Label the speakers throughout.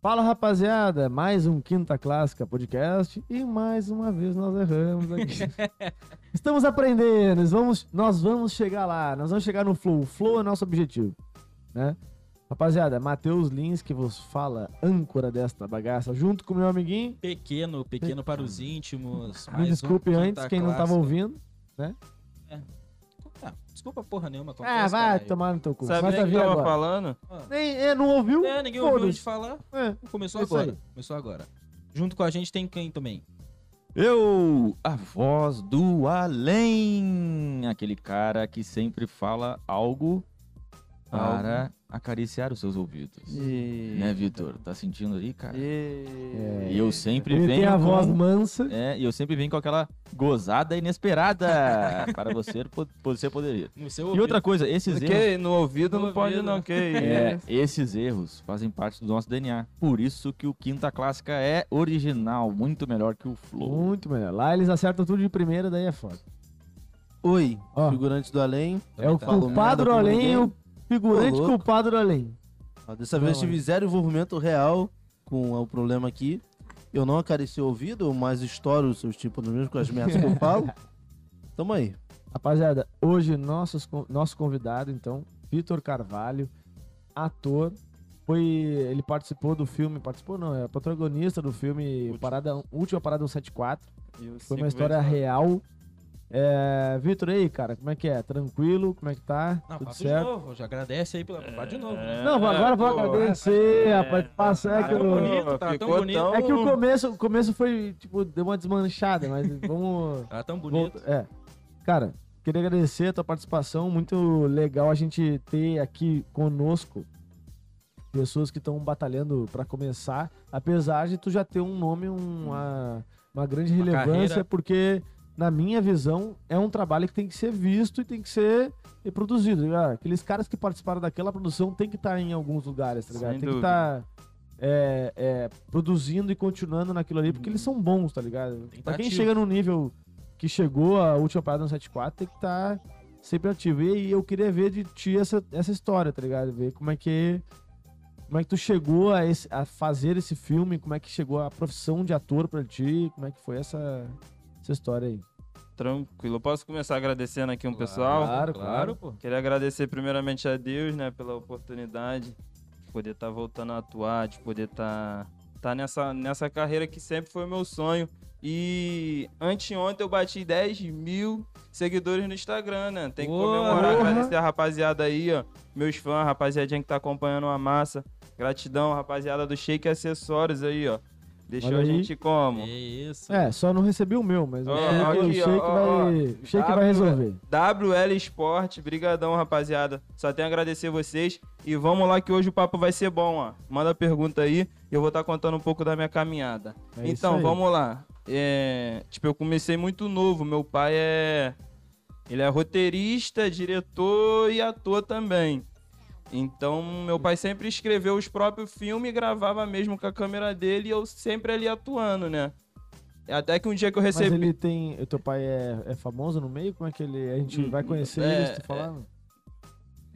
Speaker 1: Fala rapaziada, mais um Quinta Clássica Podcast e mais uma vez nós erramos aqui. Estamos aprendendo, nós vamos, nós vamos chegar lá, nós vamos chegar no flow. O flow é nosso objetivo, né? Rapaziada, Matheus Lins que vos fala, âncora desta bagaça, junto com meu amiguinho.
Speaker 2: Pequeno, pequeno para os íntimos.
Speaker 1: Me desculpe
Speaker 2: um
Speaker 1: antes,
Speaker 2: Quinta
Speaker 1: quem não
Speaker 2: Clássica.
Speaker 1: tava ouvindo.
Speaker 2: Ah, desculpa porra nenhuma.
Speaker 1: Ah,
Speaker 2: acontece,
Speaker 1: vai
Speaker 2: caralho.
Speaker 1: tomar no teu cu.
Speaker 3: Sabe
Speaker 1: Vai
Speaker 3: o que
Speaker 1: tá
Speaker 3: eu
Speaker 1: vindo
Speaker 3: tava
Speaker 1: agora.
Speaker 3: falando?
Speaker 1: Nem, é, não ouviu?
Speaker 2: É, ninguém ouviu a
Speaker 1: Foda-se.
Speaker 2: gente falar.
Speaker 1: É.
Speaker 2: Começou
Speaker 1: Isso
Speaker 2: agora.
Speaker 1: aí.
Speaker 2: Começou agora. Junto com a gente tem quem também?
Speaker 3: Eu, a voz do além. Aquele cara que sempre fala algo para acariciar os seus ouvidos. Né, Vitor? Tá sentindo aí, cara?
Speaker 1: É.
Speaker 3: E eu sempre
Speaker 1: Ele
Speaker 3: venho.
Speaker 1: tem a
Speaker 3: com-
Speaker 1: voz mansa.
Speaker 3: É, e eu sempre venho com aquela gozada inesperada para você, po- você poderia.
Speaker 2: No seu
Speaker 3: E
Speaker 2: ouvido.
Speaker 3: outra coisa, esses erros.
Speaker 4: Que no ouvido
Speaker 2: No
Speaker 4: não pode
Speaker 2: ouvido. né?
Speaker 4: não, que
Speaker 3: É,
Speaker 4: é.
Speaker 3: esses erros fazem parte do nosso DNA. Por isso que o Quinta Clássica é original, muito melhor que o Flow.
Speaker 1: Muito melhor. Lá eles acertam tudo de primeira, daí é foda.
Speaker 4: Oi,
Speaker 1: Ó.
Speaker 4: figurante do além.
Speaker 1: É o
Speaker 4: Falou
Speaker 1: culpado
Speaker 4: merda
Speaker 1: do
Speaker 4: com
Speaker 1: além e
Speaker 4: ninguém.
Speaker 1: o figurante
Speaker 4: Ô, louco.
Speaker 1: culpado do além.
Speaker 4: Ó, Dessa vez
Speaker 1: Não,
Speaker 4: tive zero envolvimento real com o problema aqui. Eu não acareci o ouvido, mas estouro os seus tipos mesmo com as merdas que eu falo. Tamo aí.
Speaker 1: Rapaziada, hoje nossos, con- nosso convidado, então, Vitor Carvalho, ator, foi ele participou do filme, participou não, é protagonista do filme Parada, um, Última Parada 174, foi uma história
Speaker 4: né?
Speaker 1: real. É, Vitor, e aí, cara, como é que é? Tranquilo? Como é que tá?
Speaker 2: Não,
Speaker 1: Tudo
Speaker 2: fala
Speaker 1: certo?
Speaker 2: de novo. Já agradece aí pela. Fala
Speaker 3: É.
Speaker 2: de novo. Né?
Speaker 1: Não, agora vou
Speaker 3: pô.
Speaker 1: agradecer, rapaz. Passa, é
Speaker 2: tá
Speaker 1: que
Speaker 2: tão
Speaker 1: eu-
Speaker 2: bonito, tá tão
Speaker 3: Ficou
Speaker 2: bonito.
Speaker 3: tão-
Speaker 1: É que o começo, o começo foi, tipo, deu uma desmanchada, mas vamos.
Speaker 2: Tá tão bonito.
Speaker 1: volta- É. Cara, queria agradecer a tua participação. Muito legal a gente ter aqui conosco pessoas que estão batalhando pra começar, apesar de tu já ter um nome, um- uma, uma grande
Speaker 2: Uma
Speaker 1: relevância,
Speaker 2: carreira.
Speaker 1: porque, na minha visão, é um trabalho que tem que ser visto e tem que ser produzido. tá ligado? Aqueles caras que participaram daquela produção tem que estar em alguns lugares, tá
Speaker 3: Sem
Speaker 1: ligado? Tem que
Speaker 3: dúvida.
Speaker 1: estar é, produzindo e continuando naquilo ali, porque eles são bons, tá ligado?
Speaker 2: Tem que
Speaker 1: Pra
Speaker 2: tá
Speaker 1: quem
Speaker 2: ativo.
Speaker 1: chega no nível que chegou a última parada no 74, tem que estar sempre ativo. E aí eu queria ver de ti essa, essa história, tá ligado? Ver como é que. Como é que tu chegou a, esse- a fazer esse filme? Como é que chegou a profissão de ator pra ti? Como é que foi essa, essa história aí?
Speaker 3: Tranquilo, posso começar agradecendo aqui um
Speaker 1: Claro, claro.
Speaker 2: Claro, pô.
Speaker 3: Queria agradecer primeiramente a Deus, né, pela oportunidade de poder estar voltando a atuar, de poder estar nessa, nessa carreira que sempre foi meu sonho. E anteontem eu bati 10 mil seguidores no Instagram, né? Tem que
Speaker 2: Porra!
Speaker 3: comemorar, agradecer a rapaziada aí, ó. Meus fãs, a rapaziadinha que tá acompanhando a massa. Gratidão, rapaziada do Shake Acessórios aí, ó. Deixou
Speaker 1: Olha
Speaker 3: a
Speaker 1: aí.
Speaker 3: gente como?
Speaker 2: É isso.
Speaker 1: É, só não recebi o meu, mas eu
Speaker 3: Ó,
Speaker 1: sei que- eu
Speaker 3: aqui,
Speaker 1: sei
Speaker 3: ó,
Speaker 1: que
Speaker 3: ó,
Speaker 1: vai- eu sei que vai
Speaker 3: W-
Speaker 1: resolver.
Speaker 3: WL Sport, brigadão, rapaziada. Só tenho a agradecer vocês e vamos lá que hoje o papo vai ser bom, ó. Manda pergunta aí, eu vou estar contando um pouco da minha caminhada.
Speaker 1: É isso
Speaker 3: então,
Speaker 1: aí.
Speaker 3: vamos lá. É, tipo, eu comecei muito novo, meu pai é ele é roteirista, diretor e ator também. Então, meu pai sempre escreveu os próprios filmes e gravava mesmo com a câmera dele e eu sempre ali atuando, né? Até que um dia que eu
Speaker 1: Mas
Speaker 3: recebi
Speaker 1: ele tem. O teu pai é, é famoso no meio? Como é que ele. A gente
Speaker 3: Hum,
Speaker 1: vai conhecer
Speaker 3: é,
Speaker 1: ele, se tu falar?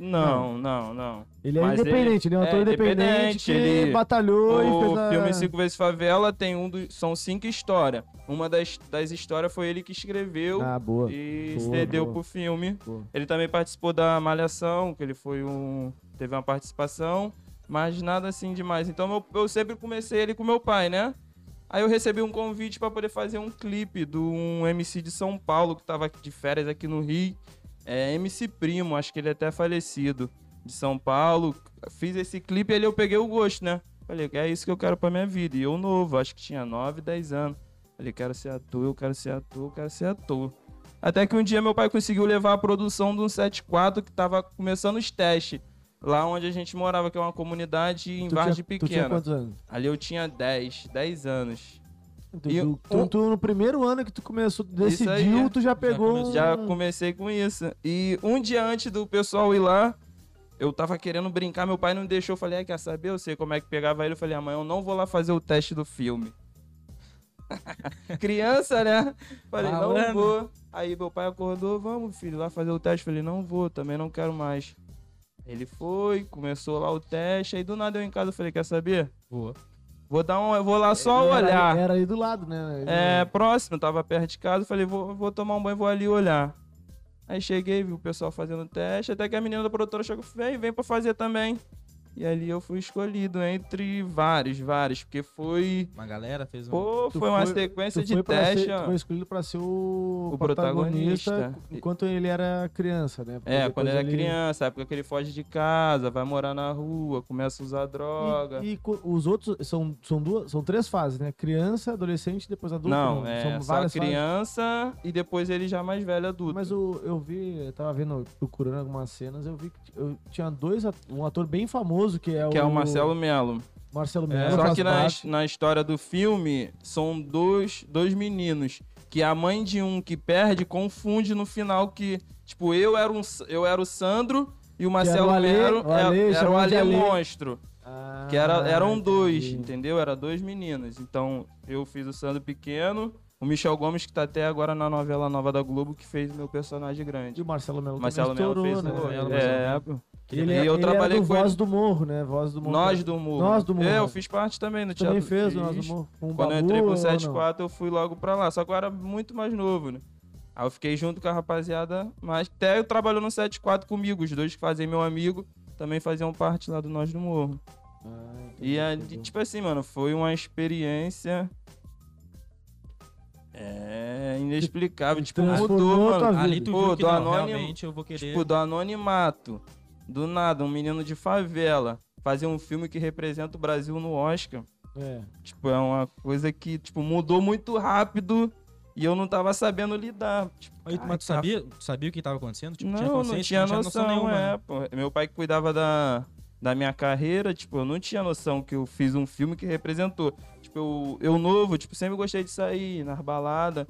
Speaker 3: Não, não, não.
Speaker 1: Ele é
Speaker 3: Mas
Speaker 1: independente, ele é um
Speaker 3: é
Speaker 1: ator independente
Speaker 3: independente,
Speaker 1: que
Speaker 3: ele-
Speaker 1: batalhou e fez
Speaker 3: O
Speaker 1: a...
Speaker 3: filme Cinco Vezes Favela tem um dos. São cinco histórias. Uma das, das histórias foi ele que escreveu
Speaker 1: Ah, boa.
Speaker 3: e
Speaker 1: boa,
Speaker 3: cedeu
Speaker 1: boa.
Speaker 3: pro filme.
Speaker 1: Boa.
Speaker 3: Ele também participou da Malhação, que ele foi um. teve uma participação, mas nada assim demais. Então eu, eu sempre comecei ele com meu pai, né? Aí eu recebi um convite pra poder fazer um clipe de um MC de São Paulo que tava de férias aqui no Rio. É MC Primo, acho que ele é até falecido, de São Paulo. Fiz esse clipe e ali eu peguei o gosto, né? Falei, é isso que eu quero pra minha vida. E eu novo, acho que tinha 9, 10 anos. Falei, quero ser ator, eu quero ser ator, eu quero ser ator. Até que um dia meu pai conseguiu levar a produção de um 74 que tava começando os testes. Lá onde a gente morava, que é uma comunidade em
Speaker 1: Tu
Speaker 3: Vargem
Speaker 1: tinha- Tu tinha
Speaker 3: Pequena.
Speaker 1: quantos anos?
Speaker 3: Ali eu tinha 10, 10 anos.
Speaker 1: Tu,
Speaker 3: E
Speaker 1: tu-
Speaker 3: um-
Speaker 1: tu- tu, no primeiro ano que tu começou, tu
Speaker 3: Isso
Speaker 1: decidiu,
Speaker 3: aí, é.
Speaker 1: tu já pegou
Speaker 2: começou-
Speaker 3: Já
Speaker 1: um-
Speaker 3: comecei com isso. E um dia antes do pessoal ir lá, eu tava querendo brincar, meu pai não deixou. Eu falei, ah, quer saber? Eu sei como é que pegava ele. Eu falei, amanhã eu não vou lá fazer o teste do filme. Criança, né? Falei, não
Speaker 2: Malandro.
Speaker 3: vou. Aí meu pai acordou, vamos, filho, lá fazer o teste. Falei, não vou, também não quero mais. Ele foi, começou lá o teste, aí do nada eu em casa falei, quer saber?
Speaker 2: Boa.
Speaker 3: Vou dar um, eu vou lá só
Speaker 1: Era-
Speaker 3: olhar.
Speaker 1: Era, aí do lado, né?
Speaker 3: É, próximo, tava perto de casa, falei, vou, vou tomar um banho, vou ali olhar. Aí cheguei, vi o pessoal fazendo teste, até que a menina da produtora chegou, vem, vem pra fazer também. E ali eu fui escolhido, entre vários, vários, porque foi...
Speaker 2: Uma galera fez um.
Speaker 3: Pô,
Speaker 1: Tu
Speaker 3: foi uma
Speaker 1: foi-
Speaker 3: sequência
Speaker 1: Tu
Speaker 3: de
Speaker 1: foi, pra
Speaker 3: teste,
Speaker 1: ser, tu
Speaker 3: ó.
Speaker 1: foi escolhido pra ser o,
Speaker 3: O
Speaker 1: protagonista,
Speaker 3: protagonista.
Speaker 1: enquanto ele era criança, né? Porque
Speaker 3: É,
Speaker 1: depois
Speaker 3: quando era
Speaker 1: ele-
Speaker 3: criança, época que ele foge de casa, vai morar na rua, começa a usar droga.
Speaker 1: E, e co- os outros são, são, duas, são três fases, né? Criança, adolescente, depois adulto.
Speaker 3: Não, é
Speaker 1: são
Speaker 3: só
Speaker 1: várias fases.
Speaker 3: criança e depois ele já mais velho adulto.
Speaker 1: Mas eu, eu vi, eu tava vendo, procurando algumas cenas, eu vi que t- eu tinha dois, at- um ator bem famoso que é
Speaker 3: que
Speaker 1: o,
Speaker 3: é o Marcelo Melo.
Speaker 1: Marcelo
Speaker 2: É,
Speaker 1: Mello.
Speaker 3: Só
Speaker 1: faz
Speaker 3: que na,
Speaker 1: parte.
Speaker 3: na história do filme, são dois, dois meninos. Que a mãe de um que perde confunde no final que, tipo, eu era, um, eu era o Sandro e o Marcelo
Speaker 1: Ale,
Speaker 3: Melo
Speaker 1: o
Speaker 3: era,
Speaker 1: Ale,
Speaker 3: era o
Speaker 1: chamava de
Speaker 3: Alê
Speaker 1: Ale.
Speaker 3: Monstro.
Speaker 1: Ah,
Speaker 3: Que era, eram dois,
Speaker 1: entendi.
Speaker 3: entendeu? Era dois meninos. Então, eu fiz o Sandro Pequeno, o Michel Gomes, que tá até agora na novela nova da Globo, que fez meu personagem
Speaker 1: E
Speaker 3: grande.
Speaker 1: o Marcelo Melo
Speaker 3: O
Speaker 1: também
Speaker 3: Marcelo Melo
Speaker 1: estourou,
Speaker 3: fez
Speaker 1: né?
Speaker 3: o...
Speaker 2: Melo,
Speaker 3: É,
Speaker 2: Marcelo
Speaker 3: pô.
Speaker 1: Ele,
Speaker 3: E
Speaker 1: é-
Speaker 3: eu
Speaker 1: ele
Speaker 3: trabalhei
Speaker 1: era do
Speaker 3: com
Speaker 1: Voz do Morro, né? Voz do Morro.
Speaker 3: Nós do Morro.
Speaker 1: Nós do Morro.
Speaker 3: É, eu fiz parte também no
Speaker 1: Tu também
Speaker 3: Teatro
Speaker 1: fez
Speaker 3: do
Speaker 1: o Nós do
Speaker 3: Fiz.
Speaker 1: Morro. com o
Speaker 3: Quando eu
Speaker 1: Babu
Speaker 3: entrei
Speaker 1: Um ou
Speaker 3: pro
Speaker 1: não?
Speaker 3: 74, eu fui logo pra lá. Só que eu era muito mais novo, né? Aí eu fiquei junto com a rapaziada, mas até eu trabalhou no 74 comigo. Os dois que fazem meu amigo também faziam parte lá do Nós do Morro.
Speaker 1: Ah, entendi,
Speaker 3: E, a-
Speaker 1: entendi.
Speaker 3: tipo assim, mano, foi uma experiência. É inexplicável. Tipo,
Speaker 1: transformou
Speaker 3: mudou,
Speaker 1: tua
Speaker 3: mano.
Speaker 1: vida.
Speaker 2: Ali tu
Speaker 3: Pô,
Speaker 2: viu que
Speaker 3: do
Speaker 2: não,
Speaker 3: anônimo-
Speaker 2: realmente eu vou querer.
Speaker 3: Tipo, do anonimato. Do nada, um menino de favela fazer um filme que representa o Brasil no Oscar.
Speaker 1: É.
Speaker 3: Tipo, é uma coisa que, tipo, mudou muito rápido e eu não tava sabendo lidar. Tipo,
Speaker 2: Aí, mas
Speaker 3: ai,
Speaker 2: tu sabia, tu sabia o que tava acontecendo? Tipo, tinha
Speaker 3: não, não
Speaker 2: consciência,
Speaker 3: tinha noção,
Speaker 2: né?
Speaker 3: é, pô. Meu pai que cuidava da, da minha carreira, tipo, eu não tinha noção que eu fiz um filme que representou. Tipo, eu, eu novo, tipo, sempre gostei de sair nas baladas.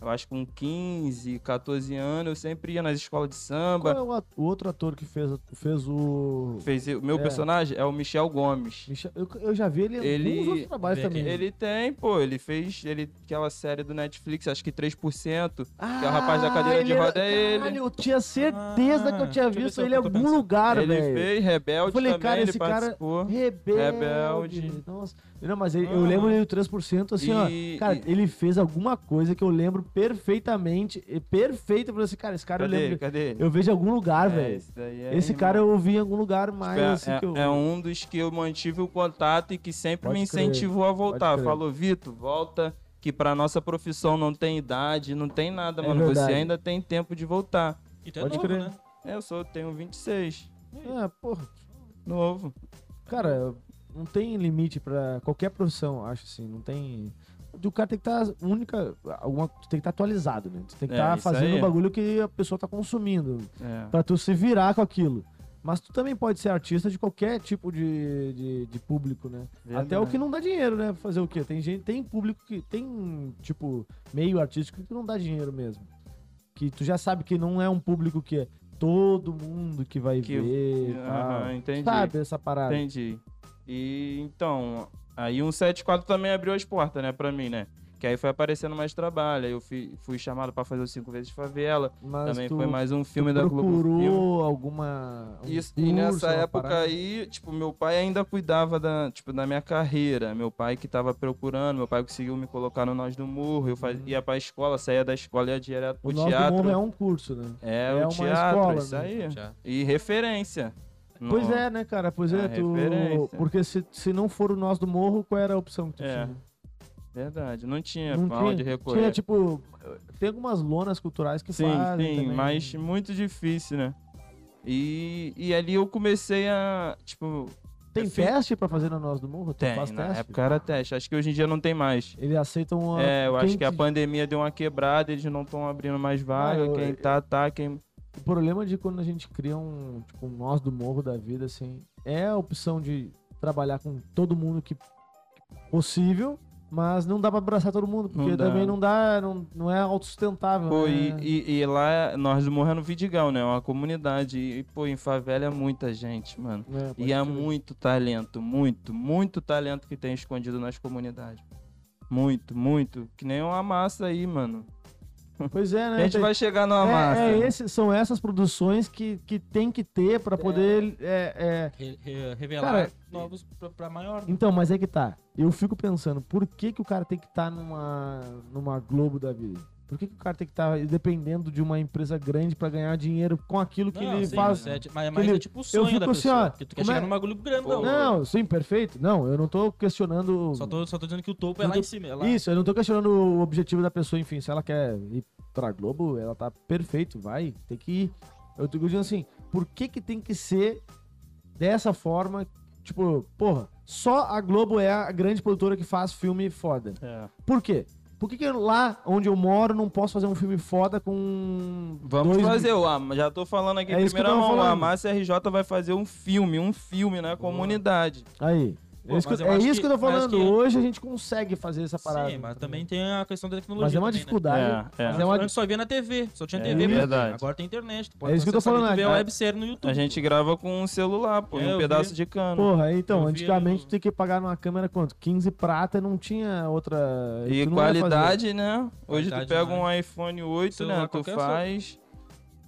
Speaker 3: Eu acho que com 15, 14 anos, eu sempre ia nas escolas de
Speaker 1: Qual
Speaker 3: samba.
Speaker 1: é o, at- o outro ator que fez, fez o.
Speaker 3: Fez, o meu
Speaker 1: É.
Speaker 3: personagem é o Michel Gomes.
Speaker 1: Michel- Eu, eu já vi ele em
Speaker 3: Ele-
Speaker 1: alguns outros trabalhos
Speaker 2: Vê aqui.
Speaker 1: também.
Speaker 3: Ele tem, pô, ele fez ele, aquela série do Netflix, acho que 3%.
Speaker 1: Ah,
Speaker 3: que é o rapaz da cadeira de
Speaker 1: ele-
Speaker 3: roda, é ele.
Speaker 1: Caralho, eu tinha certeza
Speaker 2: Ah,
Speaker 1: que eu tinha
Speaker 2: deixa eu ver
Speaker 1: visto
Speaker 2: se eu
Speaker 1: ele em
Speaker 2: tô
Speaker 1: algum
Speaker 2: pensando.
Speaker 1: lugar,
Speaker 3: ele
Speaker 1: velho.
Speaker 3: fez Rebelde
Speaker 1: Falei,
Speaker 3: também,
Speaker 1: cara,
Speaker 3: ele
Speaker 1: esse cara-
Speaker 3: participou.
Speaker 1: Rebelde.
Speaker 3: Rebelde.
Speaker 1: Nossa. Não, mas ele- eu
Speaker 3: Ah.
Speaker 1: lembro ele do 3%, assim,
Speaker 3: E-
Speaker 1: ó. Cara,
Speaker 3: e-
Speaker 1: ele fez alguma coisa que eu lembro perfeitamente. e Perfeito. Eu falei assim, cara, esse cara eu
Speaker 3: Cadê?
Speaker 1: lembro.
Speaker 3: Cadê?
Speaker 1: Eu vejo em algum lugar,
Speaker 3: É,
Speaker 1: velho.
Speaker 3: esse daí é
Speaker 1: Esse
Speaker 3: irmão.
Speaker 1: cara eu ouvi em algum lugar mais,
Speaker 3: É,
Speaker 1: assim,
Speaker 3: é-
Speaker 1: que eu...
Speaker 3: é um dos que eu mantive o contato e que sempre
Speaker 1: Pode
Speaker 3: me
Speaker 1: crer,
Speaker 3: incentivou a voltar.
Speaker 1: crer.
Speaker 3: Falou, Vitor, volta, que pra nossa profissão não tem idade, não tem nada,
Speaker 1: É
Speaker 3: mano.
Speaker 1: verdade.
Speaker 3: Você ainda tem tempo de voltar.
Speaker 2: E tu é
Speaker 1: Pode
Speaker 2: novo,
Speaker 1: crer.
Speaker 2: né?
Speaker 3: É, Eu sou, tenho 26,
Speaker 1: Ah, porra.
Speaker 3: novo.
Speaker 1: Cara, não tem limite pra qualquer profissão, eu acho assim. Não tem. O cara tem que estar única. Alguma, tu tem que estar atualizado, né? Tu tem que
Speaker 3: É,
Speaker 1: estar
Speaker 3: isso
Speaker 1: fazendo
Speaker 3: aí.
Speaker 1: o bagulho que a pessoa tá consumindo.
Speaker 3: É.
Speaker 1: Pra tu se virar com aquilo. Mas tu também pode ser artista de qualquer tipo de, de, de público, né?
Speaker 3: Verdade.
Speaker 1: Até o que não dá dinheiro, né? Fazer o quê? Tem gente, tem público que. Tem, tipo, meio artístico que não dá dinheiro mesmo. Que tu já sabe que não é um público que é todo mundo que vai
Speaker 3: Que-
Speaker 1: ver. e
Speaker 3: Aham,
Speaker 1: tal.
Speaker 3: entendi.
Speaker 1: Sabe essa parada.
Speaker 3: Entendi. E então, aí um 74 também abriu as portas, né, pra mim, né? Que aí foi aparecendo mais trabalho. Aí eu fui, fui chamado pra fazer o Cinco Vezes Favela.
Speaker 1: Mas
Speaker 3: também
Speaker 1: tu
Speaker 3: foi mais um filme da Globo
Speaker 1: procurou
Speaker 3: Filme.
Speaker 1: alguma. um
Speaker 3: Isso, e
Speaker 1: curso,
Speaker 3: nessa
Speaker 1: uma
Speaker 3: época
Speaker 1: parada?
Speaker 3: aí, tipo, meu pai ainda cuidava da, tipo, da minha carreira. Meu pai que tava procurando, meu pai conseguiu me colocar no Nós do Morro. Eu faz- ia pra escola, saía da escola e ia direto pro
Speaker 1: Uhum. O Nós do Morro
Speaker 3: teatro.
Speaker 1: é um curso, né?
Speaker 3: É,
Speaker 1: é
Speaker 3: o
Speaker 1: uma
Speaker 3: teatro,
Speaker 1: escola,
Speaker 3: isso
Speaker 1: né?
Speaker 3: aí.
Speaker 2: Já.
Speaker 3: E referência.
Speaker 1: Pois
Speaker 3: No-
Speaker 1: é, né, cara? Pois é,
Speaker 3: É,
Speaker 1: tu.
Speaker 3: referência.
Speaker 1: Porque se, se não for o Nós do Morro, qual era a opção que tu
Speaker 3: É,
Speaker 1: tinha?
Speaker 3: Verdade, não tinha
Speaker 1: Não
Speaker 3: pra onde
Speaker 1: tinha.
Speaker 3: recorrer.
Speaker 1: Tinha, tipo. Tem algumas lonas culturais que
Speaker 3: Sim,
Speaker 1: fazem.
Speaker 3: sim,
Speaker 1: também. né?
Speaker 3: mas muito difícil, né? E, e ali eu comecei a, tipo...
Speaker 1: Tem
Speaker 3: eu fiz-
Speaker 1: teste pra fazer no Nós do Morro? Tu faz
Speaker 3: Tem, na
Speaker 1: teste?
Speaker 3: época era teste. Acho que hoje em dia não tem mais.
Speaker 1: Eles aceitam a.
Speaker 3: É, eu acho
Speaker 1: quem
Speaker 3: que a
Speaker 1: te-
Speaker 3: pandemia deu uma quebrada, eles não estão abrindo mais vaga.
Speaker 1: Ah, eu-
Speaker 3: quem
Speaker 1: eu-
Speaker 3: tá, tá, quem.
Speaker 1: O problema de quando a gente cria um, tipo, um nós do morro da vida, assim, é a opção de trabalhar com todo mundo que possível, mas não dá pra abraçar todo mundo, porque
Speaker 3: Não dá.
Speaker 1: também não dá, não, não é autossustentável.
Speaker 3: Pô, e,
Speaker 1: né?
Speaker 3: e- e lá nós morrendo Vidigal, né? É uma comunidade. E, pô, em favela é muita gente, mano.
Speaker 1: É, pode
Speaker 3: E é
Speaker 1: crer.
Speaker 3: muito talento, muito, muito talento que tem escondido nas comunidades. Muito, muito. Que nem uma massa aí, mano.
Speaker 1: Pois é, né?
Speaker 3: A gente
Speaker 1: Tem-
Speaker 3: vai chegar numa massa.
Speaker 1: é, é esse- são essas produções que, que tem que ter pra poder. é, é.
Speaker 2: Re- re- revelar
Speaker 1: Cara,
Speaker 2: novos pra, pra maior.
Speaker 1: Então, mas é que tá. Eu fico pensando, por que, que o cara tem que estar numa, numa Globo da vida? Por que, que o cara tem que estar dependendo de uma empresa grande pra ganhar dinheiro com aquilo que
Speaker 2: Não,
Speaker 1: ele
Speaker 2: sim,
Speaker 1: faz?
Speaker 2: mas é, ti- mas, mas
Speaker 1: ele-
Speaker 2: é tipo o sonho
Speaker 1: fico
Speaker 2: da
Speaker 1: assim,
Speaker 2: pessoa.
Speaker 1: ó,
Speaker 2: que tu quer
Speaker 1: como
Speaker 2: chegar
Speaker 1: é-
Speaker 2: num bagulho grandão.
Speaker 1: Não, sim, perfeito. Não, eu não tô questionando.
Speaker 2: tipo- Só tô, só tô dizendo que o topo é
Speaker 1: Eu
Speaker 2: lá
Speaker 1: tô-
Speaker 2: em cima. é lá.
Speaker 1: Isso, eu não tô questionando o objetivo da pessoa, enfim, se ela quer ir pra Globo, ela tá perfeito, vai, tem que ir. Eu tô dizendo assim, por que que tem que ser dessa forma, tipo, porra, só a Globo é a grande produtora que faz filme foda.
Speaker 3: É.
Speaker 1: Por quê? Por que, que eu, lá onde eu moro não posso fazer um filme foda com
Speaker 3: Vamos
Speaker 1: dois-
Speaker 3: fazer o ah, já tô falando aqui
Speaker 1: É
Speaker 3: em
Speaker 1: isso que eu
Speaker 3: primeira
Speaker 1: tava
Speaker 3: mão,
Speaker 1: falando.
Speaker 3: a Márcia RJ vai fazer um filme, um filme na comunidade.
Speaker 1: Aí.
Speaker 2: Pô,
Speaker 1: é isso,
Speaker 2: mas
Speaker 1: que,
Speaker 2: eu
Speaker 1: é
Speaker 2: acho
Speaker 1: isso
Speaker 2: que-
Speaker 1: que eu tô
Speaker 2: mas
Speaker 1: falando.
Speaker 2: que-
Speaker 1: Hoje a gente consegue fazer essa parada.
Speaker 2: Sim, mas também tem a questão da tecnologia.
Speaker 1: Mas é uma
Speaker 2: também, né?
Speaker 1: dificuldade.
Speaker 3: É, é.
Speaker 1: Mas
Speaker 2: Antes,
Speaker 1: é uma
Speaker 2: antes só via na TV, só tinha
Speaker 3: É
Speaker 2: TV, mas
Speaker 4: verdade.
Speaker 2: agora tem internet. Tu
Speaker 1: É isso que eu tô
Speaker 2: acessar ali,
Speaker 1: falando,
Speaker 2: tu vê a
Speaker 3: né?
Speaker 2: websérie no YouTube.
Speaker 3: A gente grava com um celular, pô,
Speaker 2: Tá É,
Speaker 3: e um
Speaker 2: eu
Speaker 3: pedaço
Speaker 2: vi.
Speaker 3: de cano.
Speaker 1: Porra, então,
Speaker 2: Eu vi
Speaker 1: antigamente
Speaker 2: no-
Speaker 1: tu tinha que pagar numa câmera quanto? 15 prata e não tinha outra.
Speaker 3: E
Speaker 1: tu não ia
Speaker 3: qualidade, né? Hoje
Speaker 2: Qualidade,
Speaker 3: tu pega
Speaker 2: né?
Speaker 3: um iPhone 8,
Speaker 2: Celular
Speaker 3: né? Tu
Speaker 2: qualquer
Speaker 3: faz.
Speaker 1: fazer.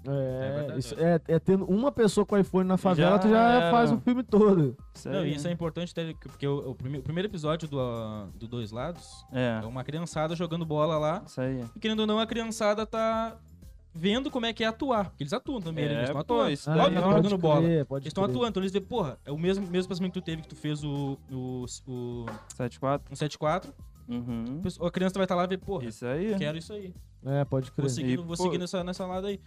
Speaker 2: É
Speaker 1: É,
Speaker 2: verdade.
Speaker 1: isso é, é tendo uma pessoa com iPhone na favela,
Speaker 3: Já
Speaker 1: tu já
Speaker 3: era.
Speaker 1: faz o filme todo.
Speaker 3: Isso
Speaker 2: Não,
Speaker 3: aí.
Speaker 2: e isso é importante, até que- porque o, o prime- o primeiro episódio do, ah, do Dois Lados
Speaker 3: É,
Speaker 2: é uma criançada jogando bola lá.
Speaker 3: isso aí.
Speaker 2: E querendo ou não, a criançada tá vendo como é que é atuar. Porque eles atuam também, né?
Speaker 3: É,
Speaker 2: eles estão
Speaker 3: pô,
Speaker 2: atuando.
Speaker 3: isso
Speaker 2: Óbvio
Speaker 3: daí
Speaker 2: que tá
Speaker 3: é
Speaker 1: Ah, pode
Speaker 2: jogando bola.
Speaker 1: crer,
Speaker 2: Eles
Speaker 1: pode
Speaker 2: estão
Speaker 1: crer.
Speaker 2: atuando, então eles vê, porra, é o mesmo, mesmo pensamento que tu teve que tu fez o, o, o
Speaker 3: 7-4.
Speaker 2: 174.
Speaker 3: Uhum.
Speaker 2: a pessoa- A criança vai estar lá e ver, porra,
Speaker 3: Isso aí.
Speaker 2: quero isso aí.
Speaker 1: É, pode
Speaker 2: Vou
Speaker 1: crer.
Speaker 2: seguir,
Speaker 3: E,
Speaker 2: vou
Speaker 3: pô-
Speaker 2: seguir nessa, nessa lado aí.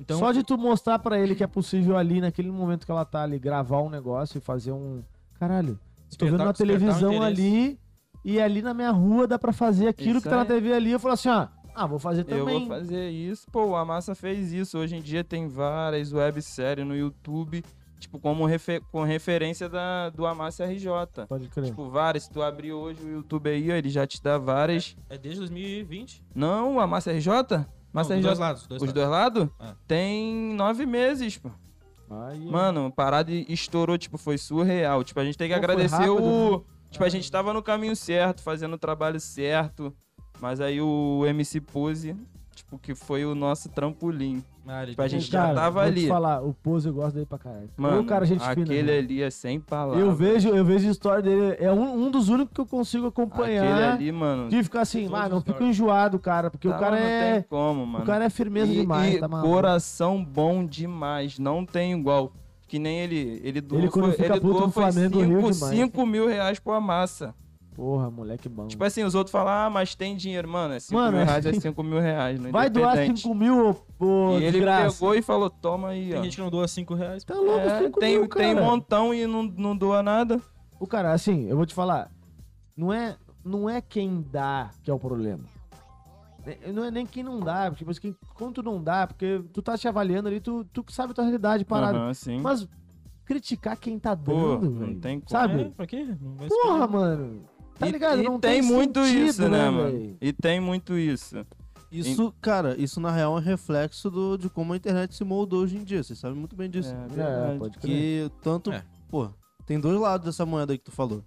Speaker 2: Então,
Speaker 1: Só de tu mostrar pra ele que é possível ali, naquele momento que ela tá ali, gravar um negócio e fazer um. Caralho, tô vendo na
Speaker 2: despertar- despertar um
Speaker 1: televisão
Speaker 2: interesse.
Speaker 1: ali e ali na minha rua dá pra fazer aquilo
Speaker 3: Isso
Speaker 1: que tá na
Speaker 3: aí.
Speaker 1: TV ali. Eu falo assim, ó, ah, vou fazer
Speaker 3: Eu
Speaker 1: também.
Speaker 3: vou fazer isso. Pô, a massa fez isso. Hoje em dia tem várias webséries no YouTube, tipo, como refe- com referência da, do Amácia RJ.
Speaker 1: Pode crer.
Speaker 3: Tipo, várias. Se tu abrir hoje o YouTube aí, ó, ele já te dá várias.
Speaker 2: É desde 2020.
Speaker 3: Não, a Márcia RJ? Márcia
Speaker 2: Não,
Speaker 3: RJ.
Speaker 2: dos dois lados. Dois
Speaker 3: Os
Speaker 2: lados.
Speaker 3: dois lados?
Speaker 2: É.
Speaker 3: Tem nove meses, pô.
Speaker 1: Aí,
Speaker 3: Mano, a parada estourou, tipo, foi surreal. Tipo, a gente tem que
Speaker 1: Pô, foi
Speaker 3: agradecer
Speaker 1: rápido, né?
Speaker 3: o. Tipo,
Speaker 2: É.
Speaker 3: a gente tava no caminho certo, fazendo o trabalho certo. Mas aí o MC Pose, tipo, que foi o nosso trampolim.
Speaker 2: Na área
Speaker 3: Tipo, a
Speaker 2: de-
Speaker 3: gente
Speaker 1: cara,
Speaker 3: já tava
Speaker 1: vou te
Speaker 3: ali.
Speaker 1: falar, o Pose eu gosto dele pra caralho.
Speaker 3: Mano,
Speaker 1: o cara, gente fina,
Speaker 3: aquele
Speaker 1: né?
Speaker 3: ali é sem palavras.
Speaker 1: Eu vejo, eu vejo a história dele. É um, um dos únicos que eu consigo
Speaker 3: Aquele
Speaker 1: acompanhar.
Speaker 3: ali, mano.
Speaker 1: De ficar assim,
Speaker 2: Todos
Speaker 1: ah, não
Speaker 2: os
Speaker 1: fico
Speaker 2: stories.
Speaker 1: enjoado, cara, porque o
Speaker 3: tá,
Speaker 1: cara
Speaker 3: não
Speaker 1: é.
Speaker 3: tem como, mano.
Speaker 1: O cara é firmeza
Speaker 3: E-
Speaker 1: demais,
Speaker 3: e
Speaker 1: tá maluco.
Speaker 3: coração bom demais, não tem igual. Que nem ele, ele doou,
Speaker 1: Ele, quando
Speaker 3: foi-
Speaker 1: fica
Speaker 3: ele
Speaker 1: puto
Speaker 3: doou
Speaker 1: no
Speaker 3: foi
Speaker 1: Flamengo, riu
Speaker 3: cinco-
Speaker 1: demais.
Speaker 3: cinco mil reais pra massa.
Speaker 1: Porra, moleque bom.
Speaker 3: Tipo assim, os outros falam, ah, mas tem dinheiro. Mano, é 5
Speaker 1: Mano,
Speaker 3: mil
Speaker 1: é
Speaker 3: reais, é
Speaker 1: assim.
Speaker 3: 5 mil reais. Não
Speaker 1: Vai doar 5 mil, ô,
Speaker 3: E ele
Speaker 1: desgraça.
Speaker 3: pegou e falou, toma aí,
Speaker 2: Tem
Speaker 3: ó.
Speaker 2: gente que não doa 5 reais.
Speaker 1: Tá louco,
Speaker 3: É,
Speaker 1: 5
Speaker 3: tem,
Speaker 1: mil, cara.
Speaker 3: tem montão e não, não doa nada.
Speaker 1: O cara, assim, eu vou te falar. Não é, não é quem dá que é o problema. É, Não é nem quem não dá, porque tipo, quem- quando tu não dá, porque tu tá te avaliando ali, tu, tu que sabe a tua realidade parada.
Speaker 3: Aham, sim.
Speaker 1: Mas criticar quem tá
Speaker 3: Pô,
Speaker 1: dando,
Speaker 3: não
Speaker 1: velho,
Speaker 3: tem como.
Speaker 1: Sabe?
Speaker 2: É, pra quê? Não vai se
Speaker 1: Porra,
Speaker 2: fuder.
Speaker 1: mano. Tá
Speaker 3: E-
Speaker 1: ligado?
Speaker 3: E,
Speaker 1: não
Speaker 3: tem, muito
Speaker 1: sentido,
Speaker 3: isso, né, mano?
Speaker 1: velho? É,
Speaker 3: E tem muito isso.
Speaker 4: Isso, cara, isso na real é um reflexo do, de como a internet se moldou hoje em dia. Vocês sabem muito bem disso.
Speaker 1: É,
Speaker 3: verdade.
Speaker 1: pode crer.
Speaker 4: que tanto.
Speaker 2: É.
Speaker 4: Pô, tem dois lados dessa moeda aí que tu falou.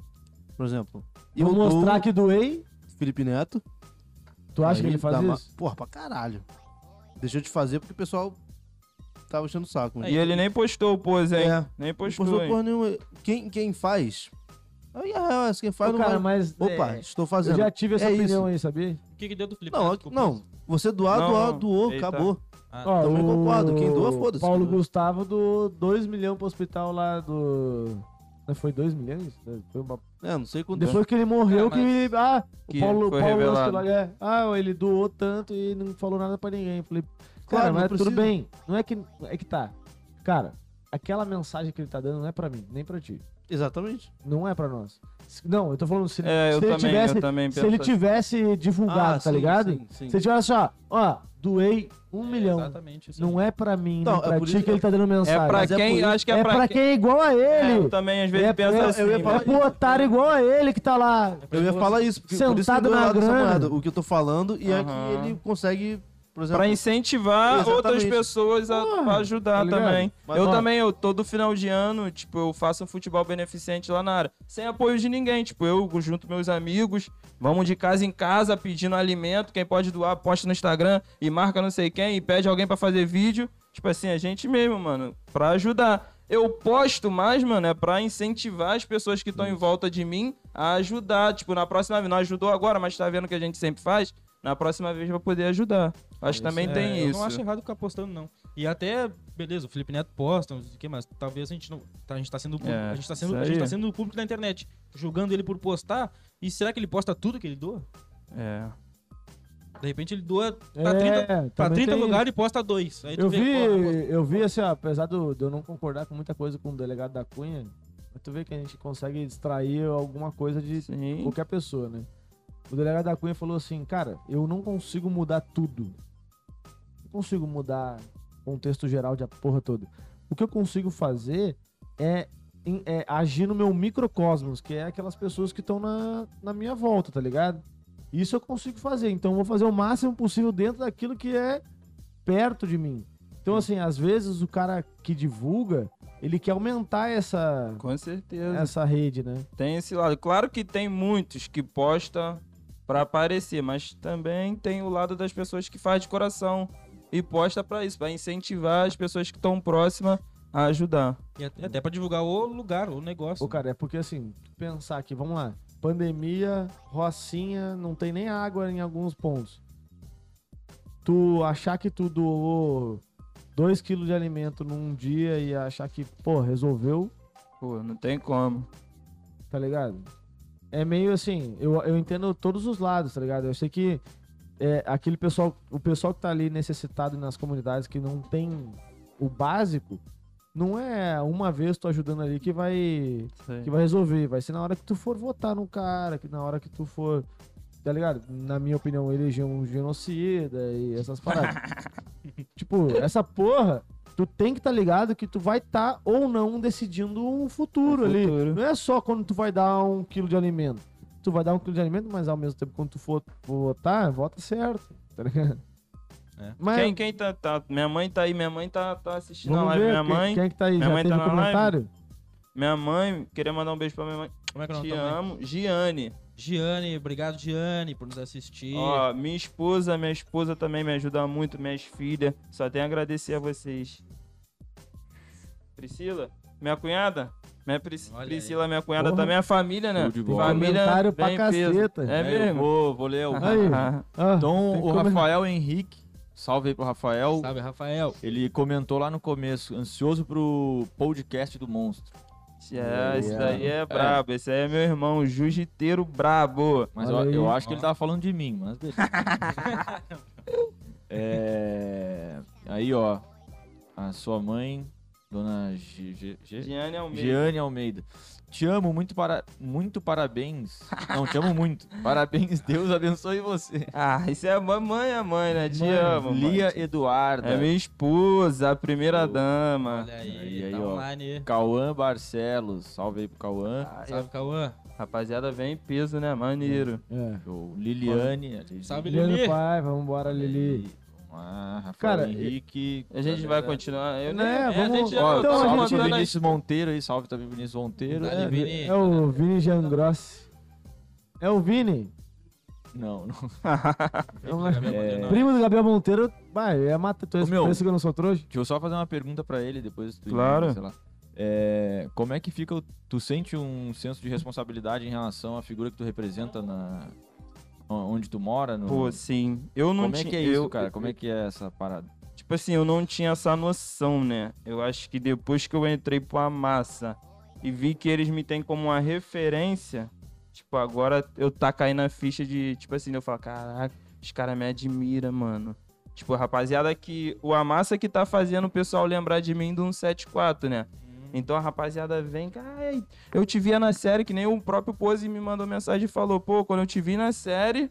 Speaker 4: Por exemplo,
Speaker 1: Eu
Speaker 4: eu
Speaker 1: vou mostrar
Speaker 4: dou
Speaker 1: que doei.
Speaker 4: Felipe Neto.
Speaker 1: Tu acha que
Speaker 4: aí
Speaker 1: ele faz
Speaker 4: dá ma-
Speaker 1: isso?
Speaker 4: Porra, pra caralho. Deixou de fazer porque o pessoal tava enchendo o saco. mas-
Speaker 3: E ele nem postou o pose, É hein?
Speaker 4: É.
Speaker 3: Nem
Speaker 4: Não
Speaker 3: postou,
Speaker 4: postou
Speaker 3: hein?
Speaker 4: porra nenhuma. Quem, quem faz. Aí a real é essa, quem
Speaker 3: um
Speaker 4: faz
Speaker 1: Ô,
Speaker 4: não
Speaker 1: cara,
Speaker 4: vai-
Speaker 1: mas.
Speaker 4: Opa,
Speaker 1: é,
Speaker 4: estou
Speaker 1: eu
Speaker 4: fazendo.
Speaker 1: já tive essa
Speaker 4: É
Speaker 1: opinião aí, sabia?
Speaker 2: O que, que deu do Felipe?
Speaker 4: Não,
Speaker 2: Neto?
Speaker 4: não. Você doar,
Speaker 3: Não,
Speaker 4: doar,
Speaker 3: não.
Speaker 4: doou,
Speaker 3: Eita.
Speaker 4: acabou.
Speaker 2: Ah,
Speaker 1: Ó,
Speaker 4: também
Speaker 1: o
Speaker 4: Então concordo, quem doa, foda-se.
Speaker 1: Paulo Gustavo doou 2 milhões pro hospital lá do. Não foi 2 milhões? Né, Foi uma-
Speaker 4: É, não sei quanto.
Speaker 1: Depois que ele morreu,
Speaker 2: É,
Speaker 1: que ele. Ah, o
Speaker 3: Que
Speaker 1: Paulo,
Speaker 3: foi
Speaker 1: Paulo
Speaker 3: revelado.
Speaker 1: Lance lá, é. Ah, ele doou tanto e não falou nada pra ninguém. Falei,
Speaker 4: Claro,
Speaker 1: cara,
Speaker 4: não
Speaker 1: mas tudo
Speaker 4: precisa.
Speaker 1: bem. Não é que. É que tá. Cara, aquela mensagem que ele tá dando não é pra mim, nem pra ti.
Speaker 4: Exatamente.
Speaker 1: Não é pra nós. Se- Não, eu tô falando se,
Speaker 3: É,
Speaker 1: se
Speaker 3: eu
Speaker 1: ele
Speaker 3: também,
Speaker 1: tivesse.
Speaker 3: eu também
Speaker 1: se
Speaker 3: penso
Speaker 1: ele
Speaker 3: assim.
Speaker 1: tivesse divulgado,
Speaker 4: Ah,
Speaker 1: tá
Speaker 4: sim,
Speaker 1: ligado?
Speaker 4: sim, sim.
Speaker 1: Se ele tivesse ó, ó, doei um
Speaker 2: é,
Speaker 1: milhão.
Speaker 2: Exatamente. Isso
Speaker 1: Não
Speaker 2: aí.
Speaker 1: é pra mim,
Speaker 4: Então,
Speaker 1: não,
Speaker 4: é
Speaker 1: pra
Speaker 4: por
Speaker 1: ti
Speaker 4: isso-
Speaker 1: que ele tá dando mensagem.
Speaker 3: É pra
Speaker 4: Mas é
Speaker 3: quem,
Speaker 4: por isso-
Speaker 3: acho que é, pra,
Speaker 1: quem é igual a
Speaker 3: É,
Speaker 1: ele.
Speaker 3: eu também às vezes
Speaker 1: É,
Speaker 3: penso
Speaker 1: eu- eu
Speaker 3: assim.
Speaker 4: ia
Speaker 1: É
Speaker 4: falar
Speaker 3: mano.
Speaker 1: pro otário igual a ele que tá lá.
Speaker 4: Eu ia falar isso. porque- por isso que
Speaker 1: Sentado
Speaker 4: eu dou
Speaker 1: na
Speaker 4: lado dessa
Speaker 1: grana.
Speaker 4: moeda, O que eu tô falando e é
Speaker 3: Aham.
Speaker 4: que ele consegue Por exemplo,
Speaker 3: Pra incentivar
Speaker 4: Exatamente.
Speaker 3: outras pessoas a
Speaker 1: Porra,
Speaker 3: a ajudar
Speaker 1: tá ligado?
Speaker 3: também.
Speaker 4: Mas,
Speaker 3: eu
Speaker 4: ó,
Speaker 3: também, eu todo final de ano, tipo, eu faço um futebol beneficente lá na área. Sem apoio de ninguém. Tipo, eu junto meus amigos, vamos de casa em casa pedindo alimento. Quem pode doar, posta no Instagram e marca não sei quem e pede alguém pra fazer vídeo. Tipo assim, a gente mesmo, mano, pra ajudar. Eu posto mais, mano, é pra incentivar as pessoas que estão em volta de mim a ajudar. Tipo, na próxima vez, não ajudou agora, mas tá vendo o que a gente sempre faz? Na próxima vez vai poder ajudar. Acho que também
Speaker 2: É,
Speaker 3: tem
Speaker 2: eu
Speaker 3: isso.
Speaker 2: não acho errado ficar postando, não. E até, beleza, o Felipe Neto posta, não sei o que, mas talvez a gente não. tá, A gente tá sendo. o público-
Speaker 3: É,
Speaker 2: a gente tá sendo,
Speaker 3: isso
Speaker 2: a gente
Speaker 3: aí.
Speaker 2: tá sendo o público da internet. Julgando ele por postar. E será que ele posta tudo que ele doa?
Speaker 3: É.
Speaker 2: De repente ele doa
Speaker 1: É,
Speaker 3: "Tá
Speaker 2: pra 30, pra
Speaker 1: também
Speaker 2: 30
Speaker 1: tem
Speaker 2: lugares e posta dois. Aí tu
Speaker 1: Eu
Speaker 2: vê,
Speaker 1: vi,
Speaker 2: porra, posta-
Speaker 1: eu vi assim, ó, apesar do- de eu não concordar com muita coisa com o delegado da Cunha, mas tu vê que a gente consegue extrair alguma coisa de
Speaker 3: Sim.
Speaker 1: qualquer pessoa, né? O delegado da Cunha falou assim, cara, eu não consigo mudar tudo. Não consigo mudar o contexto geral de a porra toda. O que eu consigo fazer é, em- é agir no meu microcosmos, que é aquelas pessoas que estão na, na minha volta, tá ligado? Isso eu consigo fazer, então eu vou fazer o máximo possível dentro daquilo que é perto de mim. Então, assim, às vezes o cara que divulga, ele quer aumentar essa,
Speaker 3: Com certeza.
Speaker 1: essa rede, né?
Speaker 3: É, Tem esse lado. Claro que tem muitos que posta pra aparecer, mas também tem o lado das pessoas que faz de coração e posta pra isso, pra incentivar as pessoas que estão próximas a ajudar.
Speaker 2: e até, até pra divulgar o lugar, o negócio.
Speaker 1: Ô, cara, é porque assim, pensar aqui, vamos lá. Pandemia, Rocinha, não tem nem água em alguns pontos. Tu achar que tu doou 2 kg de alimento num dia e achar que, pô, resolveu,
Speaker 3: Pô, não tem como.
Speaker 1: tá ligado? É meio assim, eu, eu entendo todos os lados, tá ligado? Eu sei que é, aquele pessoal, o pessoal que tá ali necessitado nas comunidades que não tem o básico, não é uma vez tu ajudando ali que vai que vai resolver. Vai ser na hora que tu for votar no cara, que na hora que tu for. Tá ligado? Na minha opinião, eleger um genocida e essas paradas. tipo, essa porra, tu tem que tá ligado que tu vai tá ou não decidindo um futuro,
Speaker 3: Um
Speaker 1: ali.
Speaker 3: futuro.
Speaker 1: Não é só quando tu vai dar um quilo de alimento. Tu vai dar um quilo de alimento, mas ao mesmo tempo, quando tu for votar, vota certo. Tá ligado?
Speaker 2: É.
Speaker 1: Mas
Speaker 3: Quem, quem tá, tá- Minha mãe tá aí, minha mãe tá, tá assistindo a
Speaker 1: vamos
Speaker 3: live.
Speaker 1: ver
Speaker 3: Minha
Speaker 1: quem,
Speaker 3: mãe.
Speaker 1: quem é que tá aí.
Speaker 3: minha
Speaker 1: Já
Speaker 3: mãe
Speaker 1: teve
Speaker 3: tá
Speaker 1: um
Speaker 3: na live.
Speaker 1: comentário?
Speaker 3: Minha mãe, queria mandar um beijo pra minha mãe.
Speaker 2: Como é que é o nome da
Speaker 3: Te
Speaker 2: tua mãe?
Speaker 3: amo. Giane.
Speaker 2: Giane, obrigado, Giane, por nos assistir.
Speaker 3: Ó, minha esposa, minha esposa também me ajuda muito, minhas filhas. Só tenho a agradecer a vocês. Priscila, minha cunhada? Minha Pris-
Speaker 2: Olha aí.
Speaker 3: Priscila, minha cunhada
Speaker 1: Porra.
Speaker 3: também, a família, né?
Speaker 5: Show de bola.
Speaker 3: Família
Speaker 1: Comentário pra
Speaker 3: vem em peso.
Speaker 1: caceta.
Speaker 3: É
Speaker 5: É, eu
Speaker 3: mesmo?
Speaker 5: Vou, vou ler algum.
Speaker 1: Aí. Ah, tem
Speaker 5: Então,
Speaker 1: que
Speaker 5: o
Speaker 1: comentar.
Speaker 5: Rafael Henrique, salve aí pro Rafael.
Speaker 2: Sabe, Rafael?
Speaker 5: Ele comentou lá no começo, ansioso pro podcast do monstro.
Speaker 3: É, esse
Speaker 1: É.
Speaker 3: daí é brabo. Esse aí é meu irmão, jiu-jiteiro brabo.
Speaker 5: Mas
Speaker 1: Olha
Speaker 5: eu,
Speaker 1: aí.
Speaker 5: eu acho que ele tava falando de mim, mas beleza. É, Aí, ó. A sua mãe, dona G... G... G-
Speaker 3: Giane é um Almeida.
Speaker 5: Giane Almeida. Te amo muito para muito parabéns. Não, te amo muito. Parabéns, Deus abençoe você.
Speaker 3: Ah, isso é a mamãe, a mãe, né? Te
Speaker 1: Mãe,
Speaker 3: amo. mãe.
Speaker 5: Lia Eduarda.
Speaker 3: É minha esposa, a primeira dama.
Speaker 2: Olha aí,
Speaker 5: Aí, aí,
Speaker 2: tá
Speaker 5: ó.
Speaker 2: online.
Speaker 5: Cauã Barcelos, salve aí pro Cauã.
Speaker 3: Ah, eu-
Speaker 2: Salve, Cauã.
Speaker 3: Rapaziada, vem em peso, né? Maneiro.
Speaker 1: É.
Speaker 5: Show. Liliane. a Lili-
Speaker 2: Salve, Lili.
Speaker 1: Liliane Paiva, vambora, Lili.
Speaker 5: Vamos lá, Rafael
Speaker 1: Cara,
Speaker 5: Henrique.
Speaker 3: A gente vai continuar. Eu nem-
Speaker 1: Né,
Speaker 3: é,
Speaker 1: vamos-
Speaker 3: a gente já
Speaker 5: Ó,
Speaker 1: Então, a
Speaker 5: salve
Speaker 1: gente-
Speaker 5: pro
Speaker 3: mandando
Speaker 5: Vinícius Monteiro aí, salve também Vinícius Monteiro.
Speaker 2: Dali,
Speaker 5: É,
Speaker 2: Vini.
Speaker 1: É o Vini Giangrossi. É o Vini,
Speaker 5: Não, não.
Speaker 1: é uma-
Speaker 2: Gabriel Monteiro, não.
Speaker 1: primo do Gabriel Monteiro. Vai, eu ia matar. Tu
Speaker 5: Ô, meu.
Speaker 1: pensa que eu não sou trouxa?
Speaker 5: Deixa eu só fazer uma pergunta pra ele depois do
Speaker 3: Claro.
Speaker 5: sei lá. É, como é que fica. o- Tu sente um senso de responsabilidade em relação à figura que tu representa na. Onde tu mora? No...
Speaker 3: Pô, sim. Eu não
Speaker 5: como é
Speaker 3: tinha.
Speaker 5: que é isso,
Speaker 3: eu-
Speaker 5: cara? Como é que é essa parada?
Speaker 3: Tipo assim, eu não tinha essa noção, né? Eu acho que depois que eu entrei pra massa e vi que eles me têm como uma referência, tipo, agora eu tá caindo a ficha de, tipo assim, eu falo, caraca, os caras me admiram, mano. Tipo, rapaziada que. O a massa que tá fazendo o pessoal lembrar de mim do 174, né? Então a rapaziada vem, ai, eu te via na série, que nem o próprio Pose me mandou mensagem e falou, pô, quando eu te vi na série,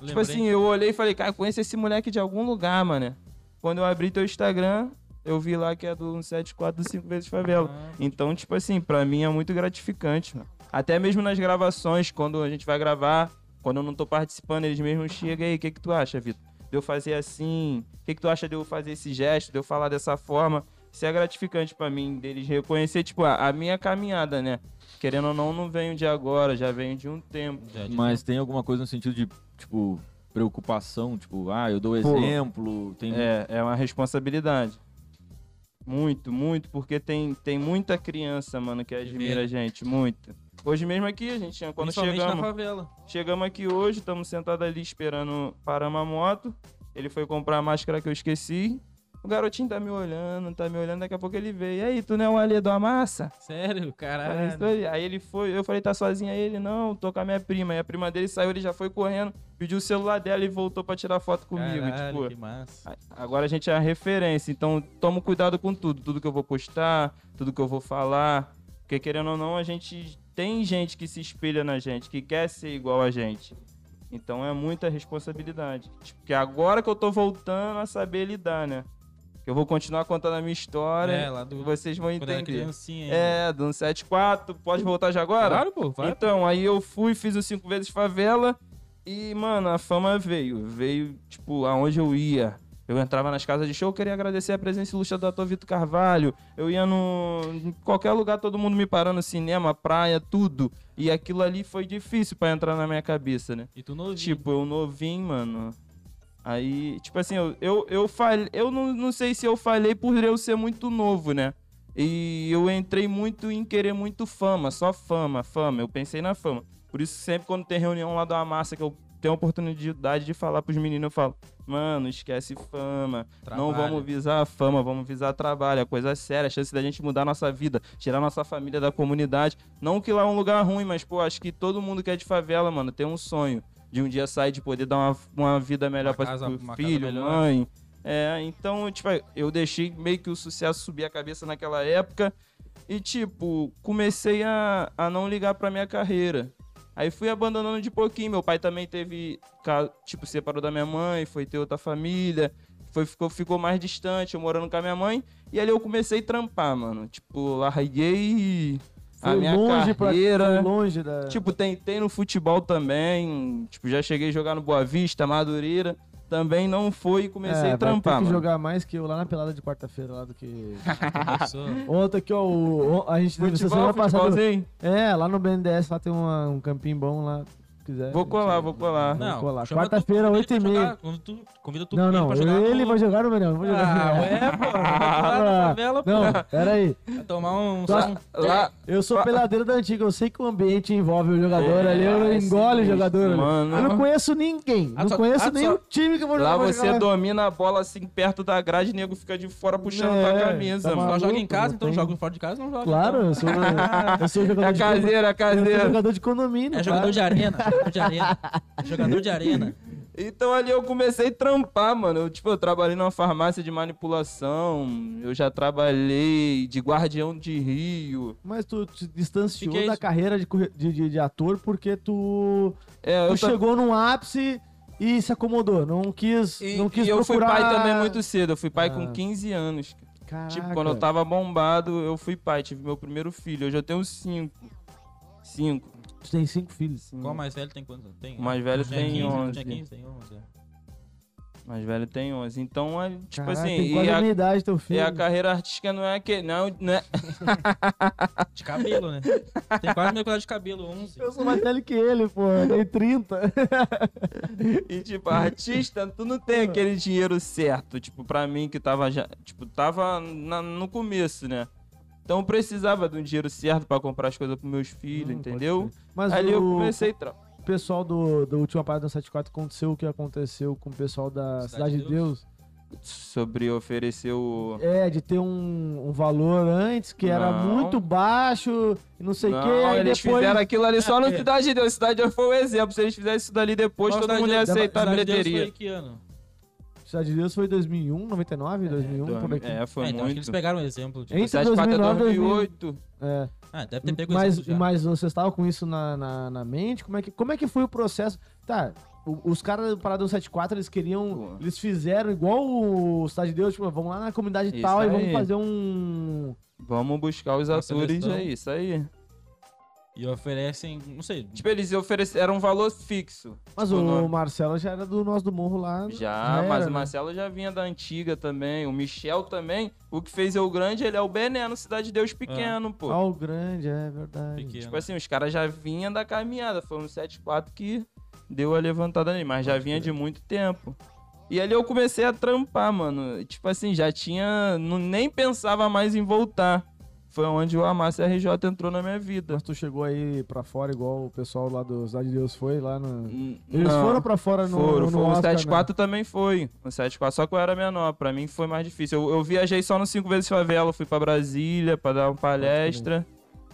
Speaker 3: Tipo
Speaker 2: Lembrei.
Speaker 3: assim, eu olhei e falei, cara, conheço esse moleque de algum lugar, mano. Quando eu abri teu Instagram, eu vi lá que é do 174 do 5 vezes favela.
Speaker 2: Ah,
Speaker 3: Então, tipo assim, pra mim é muito gratificante, mano. Até mesmo nas gravações, quando a gente vai gravar, quando eu não tô participando, eles mesmos chegam aí, o que que tu acha, Vitor? de eu fazer assim? O que, que tu acha de eu fazer esse gesto, de eu falar dessa forma? Isso é gratificante pra mim, deles reconhecer, tipo, a, a minha caminhada, né? Querendo ou não, não venho de agora, já venho de um tempo.
Speaker 2: Já,
Speaker 5: Mas tem alguma coisa no sentido de, tipo, preocupação, tipo, ah, eu dou exemplo, tem...
Speaker 3: É, é uma responsabilidade. Muito, muito, porque tem, tem muita criança, mano, que admira a gente, muito. Hoje mesmo aqui, a gente tinha, quando
Speaker 2: Principalmente
Speaker 3: chegamos,
Speaker 2: na favela.
Speaker 3: chegamos aqui hoje, estamos sentados ali esperando parar uma moto. Ele foi comprar a máscara que eu esqueci. O garotinho tá me olhando, tá me olhando, daqui a pouco ele veio. E aí, tu não é o alê do Amassa?
Speaker 2: Sério,
Speaker 3: Falei isso
Speaker 2: caralho.
Speaker 3: pra ele. Aí ele foi, eu falei, tá sozinho aí? Ele, não, tô com a minha prima. E a prima dele saiu, ele já foi correndo, pediu o celular dela e voltou pra tirar foto comigo.
Speaker 2: Caralho,
Speaker 3: tipo,
Speaker 2: que massa.
Speaker 3: a- Agora a gente é a referência, então tomo cuidado com tudo. Tudo que eu vou postar, tudo que eu vou falar. Porque querendo ou não, a gente tem gente que se espelha na gente, que quer ser igual a gente. Então é muita responsabilidade. Porque agora que eu tô voltando a saber lidar, né? Que eu vou continuar contando a minha história.
Speaker 2: É, lá do...
Speaker 3: vocês vão
Speaker 2: Quando era
Speaker 3: entender.
Speaker 2: criancinha. ainda.
Speaker 3: É, do 174, pode voltar já agora?
Speaker 2: Claro, pô, vai.
Speaker 3: Então, aí eu fui, fiz o cinco vezes favela e, mano, a fama veio. Veio, tipo, aonde eu ia. Eu entrava nas casas de show, eu queria agradecer a presença ilustre do ator Vitor Carvalho. Eu ia no. em qualquer lugar, todo mundo me parando, cinema, praia, tudo. E aquilo ali foi difícil pra entrar na minha cabeça, né?
Speaker 2: E tu novinho.
Speaker 3: Tipo, eu novinho, mano. Aí, tipo assim, eu, eu, eu falei. Eu não, não sei se eu falei por eu ser muito novo, né? E eu entrei muito em querer muito fama, só fama, fama. Eu pensei na fama. Por isso, sempre quando tem reunião lá da massa que eu tenho a oportunidade de falar pros meninos, eu falo, mano, esquece fama. Não
Speaker 2: Trabalho.
Speaker 3: vamos visar a fama, vamos visar trabalho, é coisa séria, a chance da gente mudar nossa vida, tirar nossa família da comunidade. Não que lá é um lugar ruim, mas, pô, acho que todo mundo que é de favela, mano, tem um sonho de um dia sair, de poder dar uma, uma vida melhor
Speaker 2: Uma
Speaker 3: para
Speaker 2: casa- uma casa
Speaker 3: filho,
Speaker 2: melhor.
Speaker 3: mãe. É, então, tipo, eu deixei meio que o sucesso subir a cabeça naquela época e, tipo, comecei a, a não ligar pra minha carreira. Aí fui abandonando de pouquinho. Meu pai também teve, ca- tipo, separou da minha mãe, foi ter outra família, foi, ficou, ficou mais distante, eu morando com a minha mãe. E ali eu comecei a trampar, mano. Tipo, larguei a minha carreira.
Speaker 1: pra, foi longe da.
Speaker 3: Tipo, tentei no futebol também. Tipo, já cheguei a jogar no Boa Vista, Madureira. Também não foi e comecei
Speaker 1: É,
Speaker 3: a trampar,
Speaker 1: vai ter que
Speaker 3: mano.
Speaker 1: jogar mais que eu lá na pelada de quarta-feira lá do que.
Speaker 2: Começou.
Speaker 1: Ontem aqui, ó, o- o- a gente teve essa
Speaker 3: Futebol,
Speaker 1: semana passada.
Speaker 3: futebolzinho.
Speaker 1: É, lá no BNDES, lá tem uma- um campinho bom lá. Se quiser.
Speaker 3: Vou
Speaker 1: gente,
Speaker 3: colar, vou colar.
Speaker 1: Vamos
Speaker 2: Não,
Speaker 1: colar.
Speaker 2: chama tu-
Speaker 1: Quarta-feira,
Speaker 2: ele
Speaker 1: 8 e
Speaker 2: pra
Speaker 1: meia.
Speaker 2: jogar, quando tu- Convida tu
Speaker 1: Não,
Speaker 2: ele
Speaker 1: não,
Speaker 2: pra jogar
Speaker 1: ele
Speaker 2: no-
Speaker 1: vai jogar no verão, não vou jogar.
Speaker 2: Ah, é, pô. vai lá na
Speaker 1: Ah.
Speaker 2: favela, pô.
Speaker 1: Não, peraí.
Speaker 2: Vai tomar um...
Speaker 3: Tá,
Speaker 1: Tu acha-
Speaker 2: um-
Speaker 3: Lá,
Speaker 1: Eu sou peladeiro da antiga, eu sei que o ambiente envolve o jogador
Speaker 3: É,
Speaker 1: ali, eu não
Speaker 3: esse
Speaker 1: engole o
Speaker 3: bicho,
Speaker 1: jogador ali.
Speaker 3: mano.
Speaker 1: Eu não conheço ninguém,
Speaker 2: Ah,
Speaker 1: não
Speaker 2: só-
Speaker 1: conheço
Speaker 2: ah,
Speaker 1: nem
Speaker 2: só-
Speaker 1: o time que eu vou jogar.
Speaker 3: lá
Speaker 1: vou
Speaker 3: você é
Speaker 1: jogar
Speaker 3: domina a bola assim perto da grade, o nego fica de fora puxando
Speaker 1: É,
Speaker 3: tua camisa,
Speaker 1: tá
Speaker 3: mano.
Speaker 2: Só joga em
Speaker 1: maluco,
Speaker 2: casa,
Speaker 1: não
Speaker 2: então
Speaker 1: tem-
Speaker 2: joga fora de casa, não joga.
Speaker 1: Claro,
Speaker 2: então.
Speaker 1: eu sou, eu sou jogador
Speaker 3: É
Speaker 1: de
Speaker 3: caseira, é
Speaker 1: Eu sou
Speaker 3: caseira.
Speaker 1: jogador de condomínio.
Speaker 2: É
Speaker 1: claro.
Speaker 2: jogador de arena, jogador de arena. É Jogador de arena.
Speaker 3: Então ali eu comecei a trampar, mano. Eu, tipo, eu trabalhei numa farmácia de manipulação. Eu já trabalhei de guardião de rio.
Speaker 1: Mas tu te distanciou
Speaker 2: Fiquei-
Speaker 1: da carreira de, corre- de- de- de ator porque tu,
Speaker 3: É,
Speaker 1: tu
Speaker 3: eu ta-
Speaker 1: chegou num ápice e se acomodou. Não quis,
Speaker 3: E,
Speaker 1: não quis
Speaker 3: e eu fui
Speaker 1: procurar...
Speaker 3: pai também muito cedo. Eu fui pai com
Speaker 1: Ah.
Speaker 3: 15 anos. cara.
Speaker 1: Caraca.
Speaker 3: Tipo, quando eu tava bombado, eu fui pai. Tive meu primeiro filho. Hoje eu tenho cinco. Cinco.
Speaker 1: Tu tem cinco filhos.
Speaker 2: Qual mais velho tem quantos? anos? Tem, é,
Speaker 3: O Hum. mais velho
Speaker 2: tinha
Speaker 3: tem
Speaker 2: 15,
Speaker 3: 11.
Speaker 2: Tinha 15, tem 11. é.
Speaker 3: Mais velho tem 11. Então, é, tipo
Speaker 1: Caraca,
Speaker 3: assim...
Speaker 1: tem
Speaker 3: E
Speaker 1: quase a
Speaker 3: a,
Speaker 1: minha idade teu filho.
Speaker 3: e a carreira artística não é aquele... Não, não é-
Speaker 2: De cabelo, né? Tem quase minha quantidade de cabelo, 11.
Speaker 1: Eu sou mais velho que ele, pô. Eu tenho 30.
Speaker 3: E, tipo, artista, tu não tem aquele dinheiro certo. Tipo, pra mim que tava já... Tipo, tava na- no começo, né? Então, eu precisava de um dinheiro certo pra comprar as coisas pros meus filhos,
Speaker 1: Hum,
Speaker 3: entendeu?
Speaker 1: pode Mas
Speaker 3: Ali eu
Speaker 1: o-
Speaker 3: comecei... Tra...
Speaker 1: o pessoal do, do Última Parada do 74 aconteceu o que aconteceu com o pessoal da Cidade, de Deus.
Speaker 3: Sobre oferecer o...
Speaker 1: É, de ter um, um valor antes que era
Speaker 3: Não.
Speaker 1: muito baixo e não sei o que.
Speaker 3: Não,
Speaker 1: Aí
Speaker 3: eles
Speaker 1: é depois...
Speaker 3: fizeram aquilo ali só na
Speaker 2: É.
Speaker 3: Cidade de Deus. Cidade de Deus foi o exemplo. Se eles fizessem isso dali depois,
Speaker 2: Qual
Speaker 3: todo
Speaker 2: cidade
Speaker 1: é
Speaker 3: mundo ia
Speaker 2: de-
Speaker 3: aceitar a
Speaker 2: cidade de Deus
Speaker 3: bilheteria.
Speaker 2: Foi que ano?
Speaker 1: Cidade de Deus foi 2001, 99, 2001, por aqui.
Speaker 3: É,
Speaker 2: Ah,
Speaker 3: foi
Speaker 2: então acho que eles
Speaker 3: muito.
Speaker 2: pegaram um exemplo. Tipo,
Speaker 1: Entre
Speaker 3: Cidade de Pata
Speaker 1: 2009 e um.
Speaker 3: 2008.
Speaker 1: É.
Speaker 2: ah, deve ter pego
Speaker 1: Mas,
Speaker 2: exemplo já.
Speaker 1: mas você estava com isso na, na, na mente? Como é, que, como é que foi o processo? Tá, o- os caras do Paradão 74, eles queriam.
Speaker 3: Boa.
Speaker 1: Eles fizeram igual o Cidade de Deus, tipo, vamos lá na comunidade
Speaker 3: Isso
Speaker 1: tal e
Speaker 3: aí.
Speaker 1: vamos fazer um.
Speaker 3: Vamos buscar os
Speaker 2: Uma
Speaker 3: atores é
Speaker 2: seleção.
Speaker 3: aí, isso aí.
Speaker 2: E oferecem, não sei,
Speaker 3: Tipo, eles ofereceram um valor fixo.
Speaker 1: Mas
Speaker 3: Tipo,
Speaker 1: o
Speaker 3: não-
Speaker 1: Marcelo já era do Nós do Morro lá.
Speaker 3: Já,
Speaker 1: era,
Speaker 3: mas o
Speaker 1: né?
Speaker 3: Marcelo já vinha da antiga também, o Michel também. O que fez eu grande, ele é o Beneno, Cidade de
Speaker 1: É.
Speaker 3: Deus pequeno, pô.
Speaker 1: Ah, o grande, é verdade.
Speaker 2: pequeno.
Speaker 3: Tipo assim, os caras já vinham da caminhada. Foi no 7-4 que deu a levantada ali, mas já vinha de muito tempo. E ali eu comecei a trampar, mano. Tipo assim, já tinha. não- nem pensava mais em voltar. Foi onde o Amácio RJ entrou na minha vida.
Speaker 1: Mas tu chegou aí pra fora, igual o pessoal lá do Cidade de Deus foi lá no.
Speaker 3: N-
Speaker 1: Eles
Speaker 3: não,
Speaker 1: foram pra fora no.
Speaker 3: Foram,
Speaker 1: no
Speaker 3: foram. O
Speaker 1: Oscar, né?
Speaker 3: 74 também foi. O 74, só que eu era menor. Pra mim foi mais difícil. Eu, eu viajei só no 5 vezes favela. Fui pra Brasília pra dar uma palestra.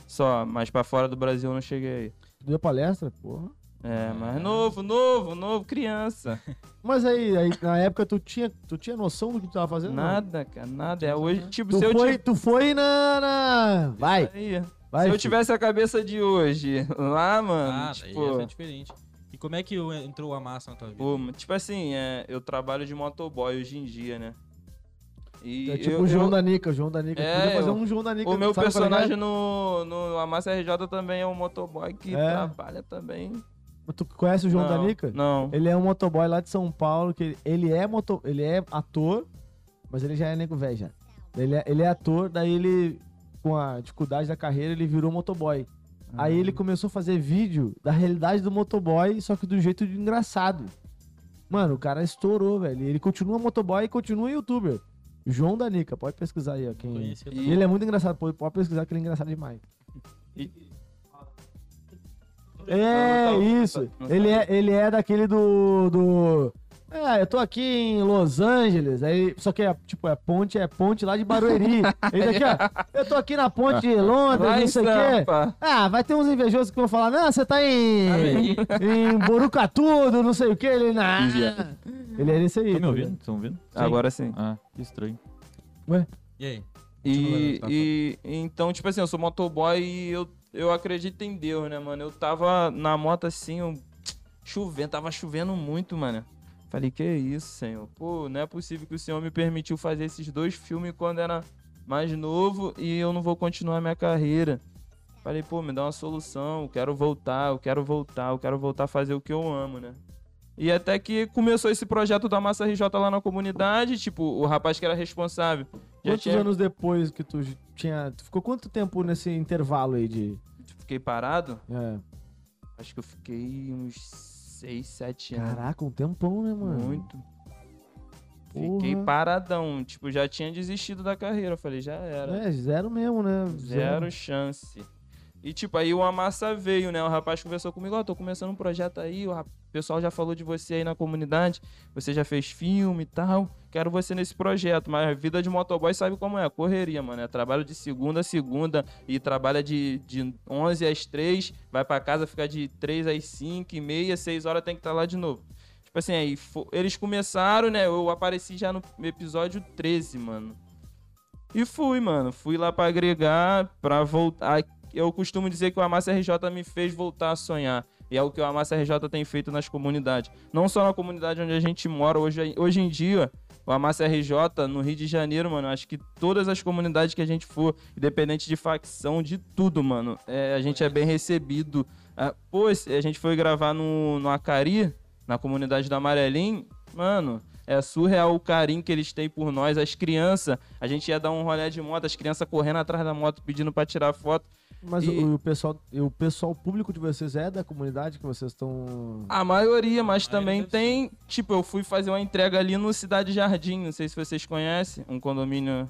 Speaker 3: Só, mas pra fora do Brasil eu não cheguei.
Speaker 1: Né? Deu palestra? Porra.
Speaker 3: É,
Speaker 1: Ah.
Speaker 3: mas novo, novo, novo, criança.
Speaker 1: Mas aí, aí, na época, tu tinha, tu tinha noção do que tu tava fazendo? não?
Speaker 3: Nada, cara, nada. É hoje, tipo,
Speaker 1: né? Tu
Speaker 3: se eu
Speaker 1: foi,
Speaker 3: tivesse.
Speaker 1: tu foi na. na- Vai,
Speaker 3: Aí,
Speaker 1: vai.
Speaker 3: se eu
Speaker 1: filho.
Speaker 3: tivesse a cabeça de hoje lá, mano,
Speaker 2: Ah, daí ia
Speaker 3: tipo.
Speaker 2: ser diferente. E como é que o- entrou a massa na tua vida?
Speaker 3: pô, tipo assim, é, eu trabalho de motoboy hoje em dia, né? E
Speaker 1: É tipo
Speaker 3: eu-
Speaker 1: o João
Speaker 3: eu-
Speaker 1: da Nica, o João da Nica.
Speaker 3: É,
Speaker 1: Podia fazer
Speaker 3: eu-
Speaker 1: um João da Nica.
Speaker 3: o meu
Speaker 1: sabe qual é?
Speaker 3: personagem no, no Amassa RJ também é um motoboy que
Speaker 1: É.
Speaker 3: trabalha também.
Speaker 1: Tu conhece o João
Speaker 3: não,
Speaker 1: da Nica?
Speaker 3: Não.
Speaker 1: Ele é um motoboy lá de São Paulo, que ele, ele é moto, ele é ator, mas ele já é nego velho já. Ele é, ele é ator, daí ele, com a dificuldade da carreira, ele virou motoboy. Aí ele começou a fazer vídeo da realidade do motoboy, só que do jeito de engraçado. Mano, o cara estourou, velho. Ele continua motoboy e continua youtuber. João da Nica, pode pesquisar aí, ó.
Speaker 2: Não
Speaker 1: Quem...
Speaker 2: conhecia
Speaker 3: E-
Speaker 1: Ele é muito engraçado, pode, pode pesquisar que ele é engraçado demais. É,
Speaker 3: Não, não tá-
Speaker 1: isso.
Speaker 3: não tá-
Speaker 1: ele, é, ele é daquele do. do... Ah, eu tô aqui em Los Angeles, aí, só que é, tipo, é ponte, é ponte lá de Barueri. Ele daqui, ó, eu tô aqui na ponte de Londres,
Speaker 3: Vai,
Speaker 1: é um não sei o quê.
Speaker 3: Sampa.
Speaker 1: Ah, vai ter uns invejosos que vão falar, não, você tá em, em Borucatudo, não sei o quê. Ele, nah. ele é esse aí.
Speaker 5: Estão me
Speaker 1: tá
Speaker 5: ouvindo?
Speaker 1: ligado?
Speaker 5: Estão ouvindo?
Speaker 3: Agora sim.
Speaker 5: Ah, que estranho.
Speaker 2: E aí?
Speaker 3: E,
Speaker 2: Continua,
Speaker 3: e- então, tipo assim, eu sou motoboy e eu, eu acredito em Deus, né, mano? Eu tava na moto assim, eu- chovendo, tava chovendo muito, mano. Falei, que isso, senhor? Pô, não é possível que o senhor me permitiu fazer esses dois filmes quando era mais novo e eu não vou continuar minha carreira. Falei, pô, me dá uma solução, eu quero voltar, eu quero voltar, eu quero voltar a fazer o que eu amo, né? E até que começou esse projeto da Massa RJ lá na comunidade, tipo, o rapaz que era responsável. já
Speaker 1: Quantos
Speaker 3: tinha-
Speaker 1: anos depois que tu tinha. Tu ficou quanto tempo nesse intervalo aí de.
Speaker 3: Fiquei parado?
Speaker 1: é,
Speaker 3: Acho que eu fiquei uns 6, 7 anos.
Speaker 1: Caraca, um tempão, né, mano?
Speaker 3: Muito. Fiquei
Speaker 1: Porra.
Speaker 3: paradão. Tipo, já tinha desistido da carreira. Eu falei, já era.
Speaker 1: É, zero mesmo, né?
Speaker 3: Zero chance. E, tipo, aí uma massa veio, né? O rapaz conversou comigo, ó, tô começando um projeto aí, o rap- o pessoal já falou de você aí na comunidade, você já fez filme e tal, quero você nesse projeto, mas a vida de motoboy sabe como é, correria, mano, é trabalho de segunda a segunda, e trabalha de, de 11 às 3, vai pra casa, fica de 3 às 5 e meia, 6 horas tem que estar lá de novo. Tipo assim, aí fo- eles começaram, né, eu apareci já no episódio 13, mano. E fui, mano. Fui lá pra agregar, pra voltar. Eu costumo dizer que o Amassa RJ me fez voltar a sonhar. E é o que o Amassa RJ tem feito nas comunidades. Não só na comunidade onde a gente mora hoje, hoje em dia. O Amassa RJ no Rio de Janeiro, mano. Acho que todas as comunidades que a gente for, independente de facção, de tudo, mano. é, a gente é bem recebido. Ah, pô, esse- a gente foi gravar no, no Acari, na comunidade do Amarelinho. Mano, é surreal o carinho que eles têm por nós, as crianças. A gente ia dar um rolê de moto, as crianças correndo atrás da moto pedindo pra tirar foto.
Speaker 1: Mas
Speaker 3: E-
Speaker 1: o, o pessoal, o pessoal público de vocês é da comunidade que vocês estão.
Speaker 3: A maioria, mas
Speaker 2: A maioria
Speaker 3: também
Speaker 2: deve
Speaker 3: tem. Tipo, eu fui fazer uma entrega ali no Cidade Jardim, não sei se vocês conhecem, um condomínio.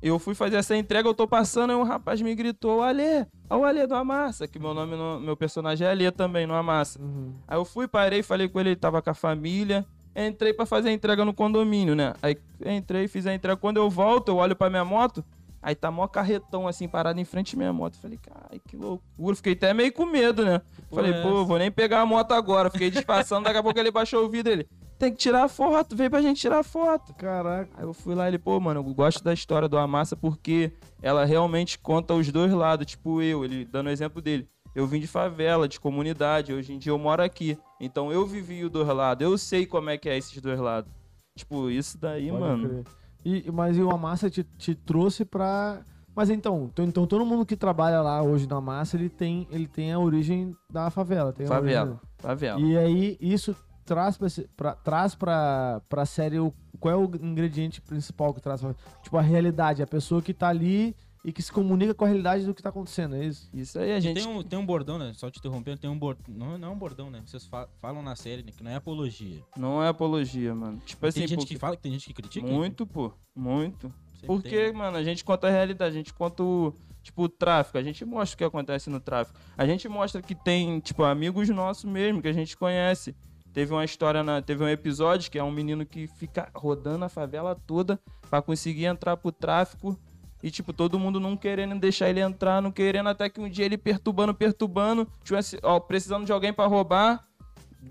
Speaker 3: Eu fui fazer essa entrega, eu tô passando, e um rapaz me gritou: Alê, olha o Alê do Amassa, que meu nome, no- meu personagem é Alê também, no Amassa. Aí eu fui, parei, falei com ele, ele tava com a família. Entrei pra fazer a entrega no condomínio, né? Aí entrei, fiz a entrega. Quando eu volto, eu olho pra minha moto, aí tá mó carretão assim, parado em frente à minha moto. Falei, cara, que loucura. Fiquei até meio com medo, né?
Speaker 2: porra
Speaker 3: Falei,
Speaker 2: é
Speaker 3: pô,
Speaker 2: essa?
Speaker 3: vou nem pegar a moto agora. Fiquei disfarçando, daqui a pouco ele baixou o vidro. Ele, tem que tirar foto, vem pra gente tirar foto.
Speaker 1: Caraca.
Speaker 3: Aí eu fui lá e ele, pô, mano, eu gosto da história do Amassa porque ela realmente conta os dois lados. Tipo eu, ele dando o exemplo dele. Eu vim de favela, de comunidade, hoje em dia eu moro aqui. Então eu vivi os dois lados, eu sei como é que é esses dois lados. Tipo, isso daí,
Speaker 1: pode
Speaker 3: mano.
Speaker 1: crer. E, mas e o Amassa te, te trouxe pra. Mas então, to- então todo mundo que trabalha lá hoje na massa, ele tem, ele tem a origem da favela. Tem a
Speaker 3: Favela. Favela.
Speaker 1: origem- E aí isso traz pra, esse- pra- traz pra, pra série o, qual é o ingrediente principal que traz. pra- Tipo, a realidade, a pessoa que tá ali e que se comunica com a realidade do que tá acontecendo, é isso?
Speaker 3: Isso aí, a
Speaker 2: E
Speaker 3: gente.
Speaker 2: Tem, um, tem um bordão, né? Só te interrompendo, tem um bordão. Não, não é um bordão, né? Vocês fa- falam na série, né? Que não é apologia.
Speaker 3: Não é apologia, mano. Tipo assim,
Speaker 2: tem gente
Speaker 3: porque-
Speaker 2: que fala, que tem gente que critica.
Speaker 3: Muito, pô. Muito.
Speaker 2: Sempre
Speaker 3: Porque,
Speaker 2: tem, né?
Speaker 3: mano, a gente conta a realidade, a gente conta o, tipo, o tráfico, a gente mostra o que acontece no tráfico. A gente mostra que tem, tipo, amigos nossos mesmo, que a gente conhece. Teve uma história, na, teve um episódio que é um menino que fica rodando a favela toda pra conseguir entrar pro tráfico. E, tipo, todo mundo não querendo deixar ele entrar, não querendo, até que um dia ele perturbando, perturbando, tivesse, ó, precisando de alguém pra roubar,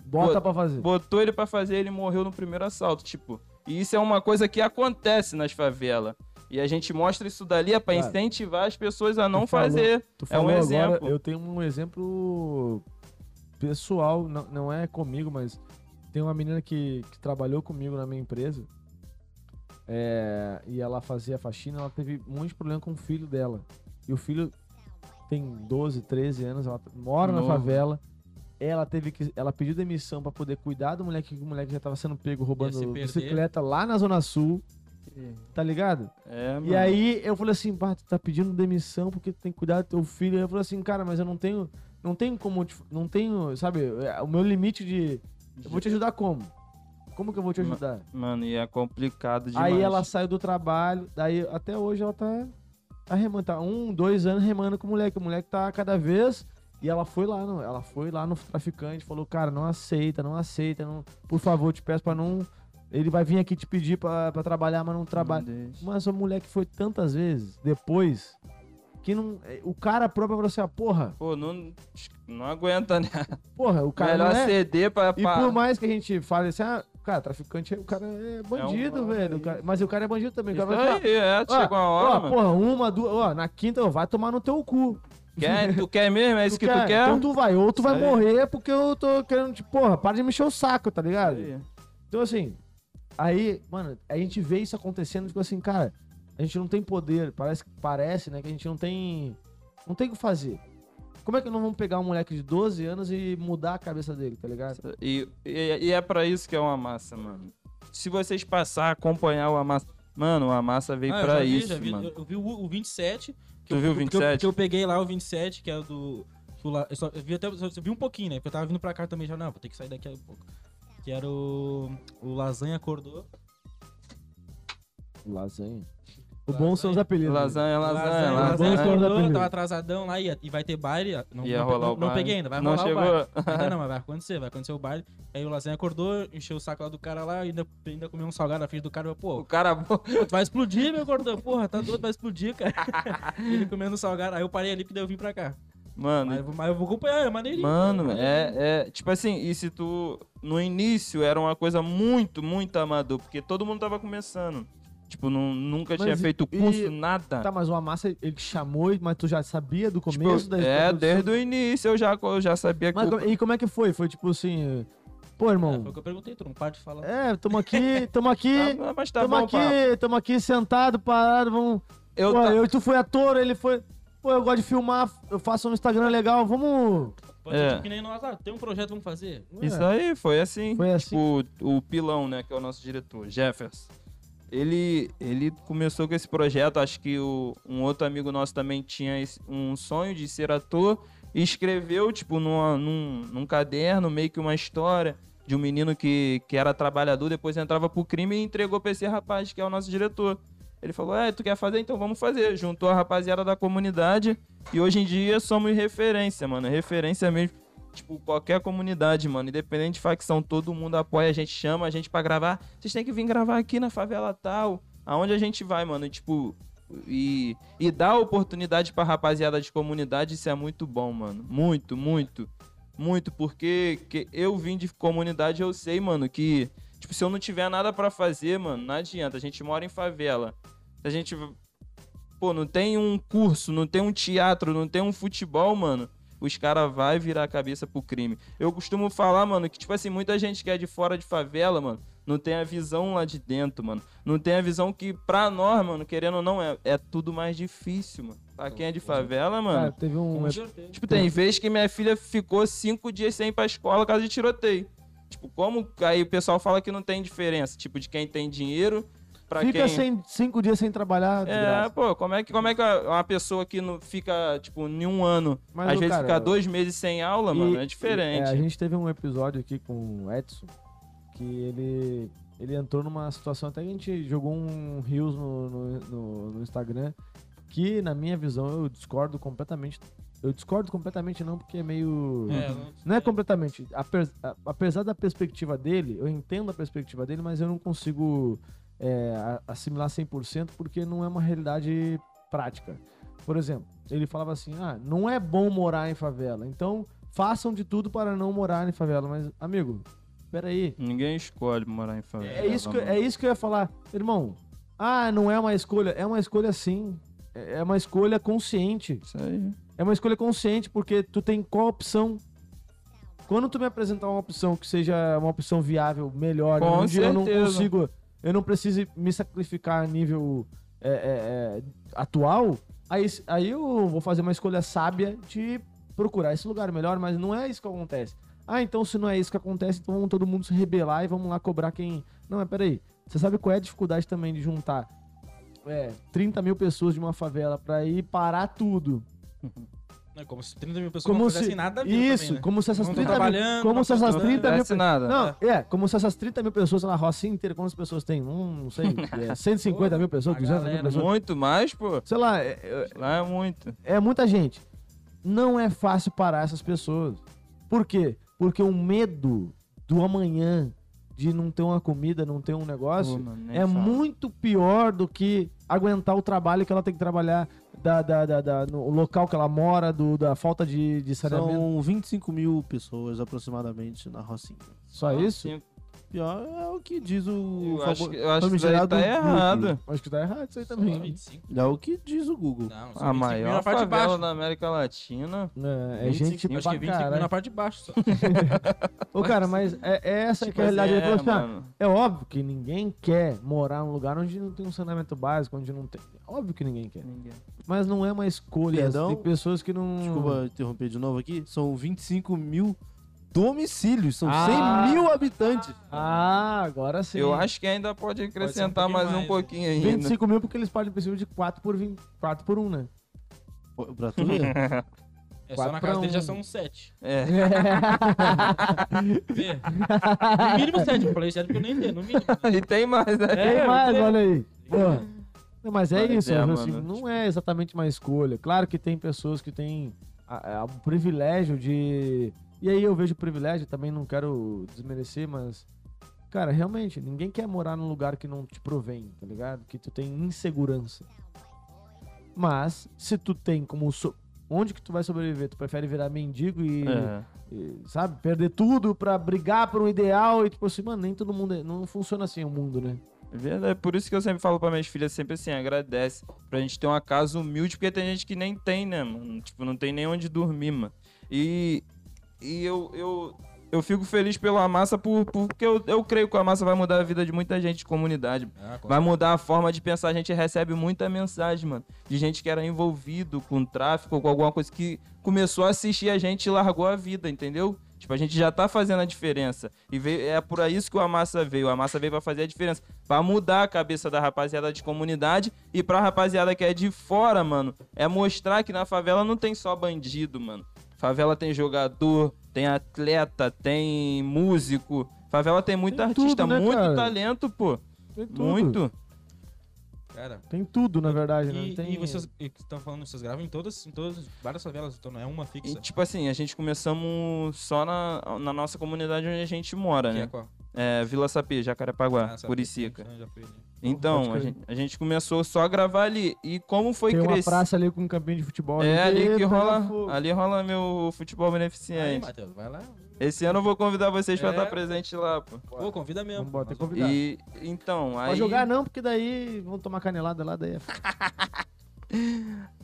Speaker 1: Bota
Speaker 3: Bo-
Speaker 1: pra fazer.
Speaker 3: botou ele pra fazer, ele morreu no primeiro assalto, tipo. E isso é uma coisa que acontece nas favelas. E a gente mostra isso dali é pra
Speaker 1: Claro.
Speaker 3: incentivar as pessoas a não
Speaker 1: Tu falou-
Speaker 3: fazer.
Speaker 1: Tu
Speaker 3: É um
Speaker 1: falou agora,
Speaker 3: exemplo.
Speaker 1: eu tenho um exemplo pessoal, não, não é comigo, mas tem uma menina que, que trabalhou comigo na minha empresa é, e ela fazia faxina, ela teve muito problema com o filho dela. E o filho tem 12, 13 anos, ela mora
Speaker 3: Novo.
Speaker 1: na favela. Ela teve que. Ela pediu demissão pra poder cuidar do moleque, que o moleque já tava sendo pego
Speaker 2: se
Speaker 1: roubando
Speaker 2: perder.
Speaker 1: bicicleta lá na Zona Sul. Tá ligado?
Speaker 3: É, mano.
Speaker 1: E aí eu falei assim, pá, tu tá pedindo demissão porque tu tem que cuidar do teu filho. Aí eu falei assim, cara, mas eu não tenho. Não tenho como. te- Não tenho, sabe, é, o meu limite de. Eu vou te ajudar como? Como que eu vou te
Speaker 3: Ma-
Speaker 1: ajudar?
Speaker 3: Mano, e é complicado demais.
Speaker 1: Aí ela saiu do trabalho, daí até hoje ela tá, tá remando, tá um, dois anos remando com o moleque. O moleque tá cada vez. E ela foi lá, não. Ela foi lá no traficante, falou, cara, não aceita, não aceita, não, por favor, te peço pra não. Ele vai vir aqui te pedir pra, pra trabalhar, mas não trabalha. Mas o moleque foi tantas vezes depois que não, eh, o cara próprio falou assim: ah, porra,
Speaker 3: Pô, não, não aguenta, né?
Speaker 1: porra, o cara.
Speaker 3: Melhor
Speaker 1: não é.
Speaker 3: ceder pra.
Speaker 1: E
Speaker 3: pra-
Speaker 1: por mais que a gente fale assim, ah, cara, traficante, o cara é bandido,
Speaker 3: maluco
Speaker 1: velho. o cara- mas o cara é bandido também. O cara
Speaker 3: um Isso
Speaker 1: vai falar,
Speaker 3: aí, é,
Speaker 1: "Ah,
Speaker 3: chegou uma hora,
Speaker 1: ó,
Speaker 3: mano.
Speaker 1: porra, uma, duas, ó, na quinta, ó, vai tomar no teu cu.
Speaker 3: Quer, tu quer mesmo? É isso
Speaker 1: Tu
Speaker 3: que tu quer?
Speaker 1: Então tu vai, ou tu vai
Speaker 3: Isso aí.
Speaker 1: morrer porque eu tô querendo, tipo, porra, para de mexer o saco, tá ligado?
Speaker 3: Aí.
Speaker 1: Então, assim, aí, mano, a gente vê isso acontecendo, ficou assim, cara, a gente não tem poder, parece, parece, né, que a gente não tem, não tem o que fazer. Como é que não vamos pegar um moleque de 12 anos e mudar a cabeça dele, tá ligado?
Speaker 3: E, e- e é pra isso que é uma massa, mano. Se vocês passar a acompanhar o Amassa. Mano, o Amassa veio
Speaker 2: Ah, eu
Speaker 3: pra
Speaker 2: já vi,
Speaker 3: isso,
Speaker 2: já vi.
Speaker 3: mano.
Speaker 2: Eu, eu vi o, o 27. Que
Speaker 3: Tu
Speaker 2: eu,
Speaker 3: viu o
Speaker 2: que eu- Que eu,
Speaker 3: 27?
Speaker 2: peguei lá o 27, que é o do. que o la- Eu, só, eu vi até. só- eu vi um pouquinho, né? Porque eu tava vindo pra cá também já. Não, vou ter que sair daqui a pouco. Que era o. O Lasanha acordou.
Speaker 1: Lasanha. O
Speaker 2: Lasanha.
Speaker 1: bom são os apelidos. né?
Speaker 3: Lasanha, lasanha,
Speaker 1: lasanha.
Speaker 3: lasanha.
Speaker 2: acordou,
Speaker 1: Lasanha.
Speaker 2: tava atrasadão lá e, e vai ter baile. Não,
Speaker 3: Ia
Speaker 2: não,
Speaker 3: rolar
Speaker 2: não,
Speaker 3: o
Speaker 2: não
Speaker 3: baile.
Speaker 2: peguei ainda, vai
Speaker 3: Não
Speaker 2: rolar o
Speaker 3: chegou.
Speaker 2: baile. Ainda não, mas vai acontecer, vai acontecer o baile. Aí o Lasanha acordou, encheu o saco lá do cara lá, ainda, ainda comeu um salgado na frente do cara. eu, Pô,
Speaker 3: O cara bom.
Speaker 2: Tu vai explodir, meu gordão. Porra, tá doido, vai explodir, cara. Ele comendo salgado. Aí eu parei ali porque daí eu vim pra cá. Mas,
Speaker 3: Mano,
Speaker 2: mas eu vou acompanhar, é maneirinho.
Speaker 3: mano,
Speaker 2: cara.
Speaker 3: é, é. Tipo assim, e se tu. No início era uma coisa muito, muito amador, porque todo mundo tava começando. Tipo, não, nunca
Speaker 1: Mas
Speaker 3: tinha
Speaker 1: e-
Speaker 3: feito curso,
Speaker 1: e-
Speaker 3: nada.
Speaker 1: Tá, mas o Amassa, ele te chamou, mas tu já sabia do
Speaker 3: Tipo,
Speaker 1: começo da
Speaker 3: é,
Speaker 1: do-
Speaker 3: desde o início eu já, eu já sabia que.
Speaker 1: Mas,
Speaker 3: o-
Speaker 1: como- e como é que foi? Foi tipo assim, pô,
Speaker 2: É, Foi
Speaker 1: irmão,
Speaker 2: o que eu perguntei, tu não para de falar.
Speaker 1: é, tamo aqui, tamo aqui,
Speaker 3: Tá, mas tá
Speaker 1: tamo
Speaker 3: bom, papo.
Speaker 1: aqui, tamo aqui sentado, parado, vamos...
Speaker 3: Eu,
Speaker 1: Pô,
Speaker 3: ta-
Speaker 1: eu e tu foi ator, ele foi. Pô, eu gosto de filmar, eu faço um Instagram legal, vamos.
Speaker 2: Pode
Speaker 3: é.
Speaker 2: ser tipo que nem nós, ah, tem um projeto, vamos fazer.
Speaker 3: Isso aí, foi assim.
Speaker 1: Foi assim.
Speaker 3: o, o Pilão, né, que é o nosso diretor, Jefferson. Ele, ele começou com esse projeto, acho que o- um outro amigo nosso também tinha esse- um sonho de ser ator e escreveu, tipo, numa- num, num caderno, meio que uma história de um menino que, que era trabalhador, depois entrava pro crime e entregou pra esse rapaz, que é o nosso diretor. Ele falou, é, tu quer fazer? Então vamos fazer. Juntou a rapaziada da comunidade e hoje em dia somos referência, mano. Referência mesmo. Tipo, qualquer comunidade, mano, independente de facção, todo mundo apoia, a gente chama a gente pra gravar. Vocês têm que vir gravar aqui na favela tal. Aonde a gente vai, mano? Tipo, e, e dar oportunidade pra rapaziada de comunidade, isso é muito bom, mano. Muito, muito. Muito, porque que eu vim de comunidade, eu sei, mano, que, tipo, se eu não tiver nada pra fazer, mano, não adianta. A gente mora em favela. Se a gente. Pô, não tem um curso, não tem um teatro, não tem um futebol, mano os caras vai virar a cabeça pro crime. Eu costumo falar, mano, que tipo assim, muita gente que é de fora de favela, mano, Não tem a visão lá de dentro, mano. Não tem a visão que, pra nós, mano, querendo ou não, é, é tudo mais difícil, mano. Pra quem é de favela,
Speaker 1: Cara,
Speaker 3: mano.
Speaker 1: teve um.
Speaker 2: Com certeza.
Speaker 3: Tipo, tem vez que minha filha ficou cinco dias sem ir pra escola por causa de tiroteio. Tipo, como. Aí o pessoal fala que não tem diferença. Tipo, de quem tem dinheiro pra
Speaker 1: Fica
Speaker 3: quem.
Speaker 1: sem, cinco dias sem trabalhar.
Speaker 3: É,
Speaker 1: desgraça.
Speaker 3: pô, como é que, como é que a- uma pessoa que não fica, tipo, em um ano,
Speaker 1: Mas,
Speaker 3: às
Speaker 1: ô,
Speaker 3: vezes
Speaker 1: cara,
Speaker 3: fica dois meses sem aula,
Speaker 1: E-
Speaker 3: mano, é
Speaker 1: é, a
Speaker 3: diferente.
Speaker 1: gente teve um episódio aqui com o Edson que ele, ele entrou numa situação. Até que a gente jogou um Reels no, no, no- no Instagram que, na minha visão, eu discordo completamente. Eu discordo completamente, não, porque é meio.
Speaker 2: É, não-
Speaker 1: Não é completamente. Aper- a- Apesar da perspectiva dele, eu entendo a perspectiva dele, mas eu não consigo é, a- assimilar 100% porque não é uma realidade prática. Por exemplo, ele falava assim: ah, não é bom morar em favela, então façam de tudo para não morar em favela. Mas, amigo, peraí.
Speaker 3: Ninguém escolhe morar em favela.
Speaker 1: É isso, que, é isso que eu ia falar. Irmão, ah, não é uma escolha. É uma escolha sim. É é uma escolha consciente.
Speaker 3: Isso aí.
Speaker 1: É uma escolha consciente, porque tu tem qual opção. Quando tu me apresentar uma opção que seja uma opção viável, melhor,
Speaker 3: Com
Speaker 1: onde eu não
Speaker 3: certeza.
Speaker 1: consigo, eu não preciso me sacrificar a nível é, é, é, atual, aí, aí eu vou fazer uma escolha sábia de procurar esse lugar melhor, mas não é isso que acontece. Ah, então se não é isso que acontece, então vamos todo mundo se rebelar e vamos lá cobrar quem. Não, mas peraí. Você sabe qual é a dificuldade também de juntar é, 30 mil pessoas de uma favela pra ir parar tudo
Speaker 2: é como se 30 mil pessoas
Speaker 1: como
Speaker 2: não
Speaker 1: se
Speaker 2: fizessem nada a vida
Speaker 1: isso,
Speaker 2: também, né?
Speaker 1: como se essas
Speaker 2: Não tão
Speaker 1: 30 mil,
Speaker 2: trabalhando,
Speaker 1: como
Speaker 2: não
Speaker 1: se essas
Speaker 2: tão
Speaker 1: 30 mil
Speaker 3: acontece nada.
Speaker 1: não, é, como se essas 30 mil pessoas sei lá, a Rocinha inteira, quantas pessoas tem? Hum, não sei, é, 150 mil pessoas,
Speaker 2: A
Speaker 1: 200 mil
Speaker 2: galera,
Speaker 1: pessoas,
Speaker 3: Muito mais, pô.
Speaker 1: sei lá, é,
Speaker 3: Lá é muito.
Speaker 1: é- é muita gente. Não é fácil parar essas pessoas. Por quê? Porque o medo do amanhã de não ter uma comida, não ter um negócio,
Speaker 3: Pô, mano, nem
Speaker 1: é
Speaker 3: fala.
Speaker 1: muito pior do que aguentar o trabalho que ela tem que trabalhar da, da, da- da- no local que ela mora, do, da falta de, de saneamento.
Speaker 4: São 25 mil pessoas aproximadamente na Rocinha.
Speaker 1: Só isso?
Speaker 3: Ah, Sim,
Speaker 4: Pior é o que diz o.
Speaker 3: Eu acho
Speaker 4: famo-
Speaker 3: que, eu acho que isso aí
Speaker 4: famigerado
Speaker 3: tá
Speaker 4: Google.
Speaker 3: errado.
Speaker 1: Acho que tá errado isso aí
Speaker 2: Só
Speaker 1: também. Ah,
Speaker 2: 25?
Speaker 4: É o que diz o
Speaker 2: Não,
Speaker 4: Google.
Speaker 2: só 25
Speaker 3: A
Speaker 2: mil
Speaker 3: maior
Speaker 2: na parte de
Speaker 3: favela
Speaker 1: né?
Speaker 2: baixo.
Speaker 3: da América Latina.
Speaker 1: É, é
Speaker 3: 25,
Speaker 1: gente
Speaker 2: Acho que é
Speaker 1: pra
Speaker 2: 25 mil
Speaker 1: caralho.
Speaker 2: na parte de baixo só.
Speaker 1: Ô, cara, mas é, é essa que é a realidade. Ele falou assim, ah,
Speaker 3: Tipo mano.
Speaker 1: é óbvio que ninguém quer morar num lugar onde não tem um saneamento básico, onde não tem... Óbvio que ninguém quer.
Speaker 3: Ninguém.
Speaker 1: Mas não é uma escolha.
Speaker 4: Perdão?
Speaker 1: Tem pessoas que não...
Speaker 4: Desculpa interromper de novo aqui. São 25 mil domicílios. São
Speaker 1: Ah.
Speaker 4: 100 mil habitantes.
Speaker 1: Ah, agora sim.
Speaker 3: Eu acho que ainda pode acrescentar
Speaker 2: pouquinho
Speaker 3: mais um
Speaker 2: mais,
Speaker 3: pouquinho ainda.
Speaker 1: 25 mil porque eles partem em princípio de 4 por, 20, 4 por 1, né?
Speaker 4: Pô, Pra tu ver.
Speaker 2: É só
Speaker 1: Quatro
Speaker 2: na
Speaker 1: pra
Speaker 2: casa dele já
Speaker 1: um.
Speaker 2: são 7.
Speaker 3: É.
Speaker 2: No mínimo 7. Eu falei 7 porque eu nem entendo, no mínimo.
Speaker 3: e tem mais, né?
Speaker 1: Tem mais,
Speaker 2: é.
Speaker 1: olha aí. Porra.
Speaker 3: Hum.
Speaker 1: Não, mas é
Speaker 3: Mas
Speaker 1: isso,
Speaker 3: é,
Speaker 1: eu acho assim,
Speaker 3: mano,
Speaker 1: não é exatamente uma escolha. Claro que tem pessoas que têm a- a- o privilégio de. E aí eu vejo privilégio, também não quero desmerecer, mas. Cara, realmente, ninguém quer morar num lugar que não te provém, tá ligado? Que tu tem insegurança. Mas, se tu tem como. so- Onde que tu vai sobreviver? Tu prefere virar mendigo e
Speaker 3: É.
Speaker 1: e, sabe, perder tudo pra brigar por um ideal e tipo assim, mano, nem todo mundo, é- não funciona assim o mundo, né?
Speaker 3: É verdade, por isso que eu sempre falo pra minhas filhas sempre assim, agradece. Pra gente ter uma casa humilde, porque tem gente que nem tem, né, mano? Tipo, não tem nem onde dormir, mano. E, e eu, eu, eu fico feliz pela massa, por, por- porque eu, eu creio que a massa vai mudar a vida de muita gente de comunidade.
Speaker 2: Ah, com
Speaker 3: Vai mudar a forma de pensar. A gente recebe muita mensagem, mano. De gente que era envolvido com tráfico, com alguma coisa que começou a assistir a gente e largou a vida, entendeu? Tipo, a gente já tá fazendo a diferença. E veio- é por isso que o Amassa veio. O Amassa veio pra fazer a diferença. Pra mudar a cabeça da rapaziada de comunidade e pra rapaziada que é de fora, mano. É mostrar que na favela não tem só bandido, mano. Favela tem jogador, tem atleta, tem músico. Favela tem muito
Speaker 1: Tem tudo,
Speaker 3: artista,
Speaker 1: né,
Speaker 3: muito
Speaker 1: cara?
Speaker 3: talento, pô.
Speaker 1: Tem tudo.
Speaker 3: Muito.
Speaker 2: Cara,
Speaker 1: Tem tudo, na verdade, né?
Speaker 2: e,
Speaker 1: Não tem...
Speaker 2: e vocês e que estão falando, vocês gravam em todas, em todas, várias favelas, então não é uma
Speaker 3: E,
Speaker 2: fixa.
Speaker 3: tipo assim, a gente começamos só na, na nossa comunidade onde a gente mora,
Speaker 2: Que é
Speaker 3: né?
Speaker 2: qual?
Speaker 3: É, Vila Sapê, Jacarepaguá,
Speaker 2: Ah, sabe,
Speaker 3: Curicica.
Speaker 2: então já foi ali.
Speaker 3: Então, a
Speaker 1: Pode crer.
Speaker 3: gente, a gente começou só a gravar ali. E como foi
Speaker 1: Tem uma
Speaker 3: crescer...
Speaker 1: praça ali com um campinho de futebol. né?
Speaker 3: É ali que
Speaker 1: Eita,
Speaker 3: rola,
Speaker 1: fogo.
Speaker 3: ali rola meu futebol
Speaker 2: Aí,
Speaker 3: beneficente.
Speaker 2: Matheus, vai lá.
Speaker 3: Esse ano eu vou convidar vocês pra
Speaker 2: É.
Speaker 3: estar presente lá, pô.
Speaker 2: Pô, convida mesmo.
Speaker 1: Vamos bota,
Speaker 2: Nós
Speaker 1: tem que
Speaker 2: vamos-
Speaker 1: convidar.
Speaker 3: E então, aí
Speaker 1: Pode jogar não, porque daí vão tomar canelada lá, daí é...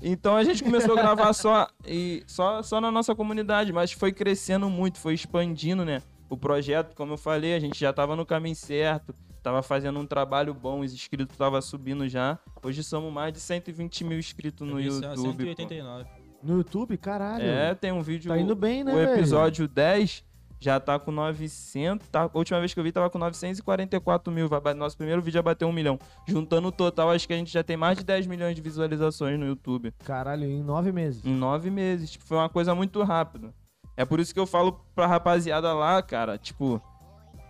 Speaker 3: Então a gente começou a gravar só, e só, só na nossa comunidade, mas foi crescendo muito, foi expandindo, né? o projeto, como eu falei, a gente já estava no caminho certo, estava fazendo um trabalho bom, os inscritos estavam subindo já. Hoje somos mais de 120 mil inscritos no
Speaker 2: Esse é
Speaker 3: YouTube. pô.
Speaker 2: 189.
Speaker 1: No YouTube, caralho.
Speaker 3: É, tem um vídeo.
Speaker 1: tá indo bem, né,
Speaker 3: o
Speaker 1: velho?
Speaker 3: episódio 10 já tá com 900. Tá, a última vez que eu vi tava com 944 mil. Vai, ba- nosso primeiro vídeo já bateu 1 milhão. Juntando o total, acho que a gente já tem mais de 10 milhões de visualizações no YouTube.
Speaker 1: Caralho, em nove meses.
Speaker 3: Em nove meses. Tipo, foi uma coisa muito rápida. É por isso que eu falo pra rapaziada lá, cara, tipo.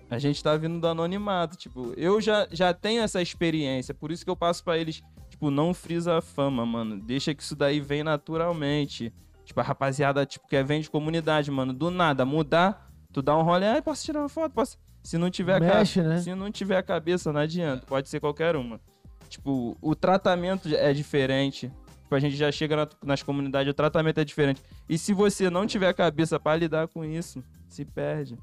Speaker 3: A gente tá vindo do anonimato, tipo, eu já, já tenho essa experiência, por isso que eu passo pra eles, tipo, não frisa a fama, mano. Deixa que isso daí vem naturalmente. Tipo, a rapaziada, tipo, que vem de comunidade, mano. Do nada, mudar, tu dá um rolê, ai, posso tirar uma foto? Posso... Se não tiver a ca-
Speaker 1: Mexe, né?
Speaker 3: Se não tiver a cabeça, não adianta. Pode ser qualquer uma. Tipo, o tratamento é diferente. Tipo, a gente já chega na- nas comunidades, o tratamento é diferente. E se você não tiver a cabeça pra lidar com isso, se perde.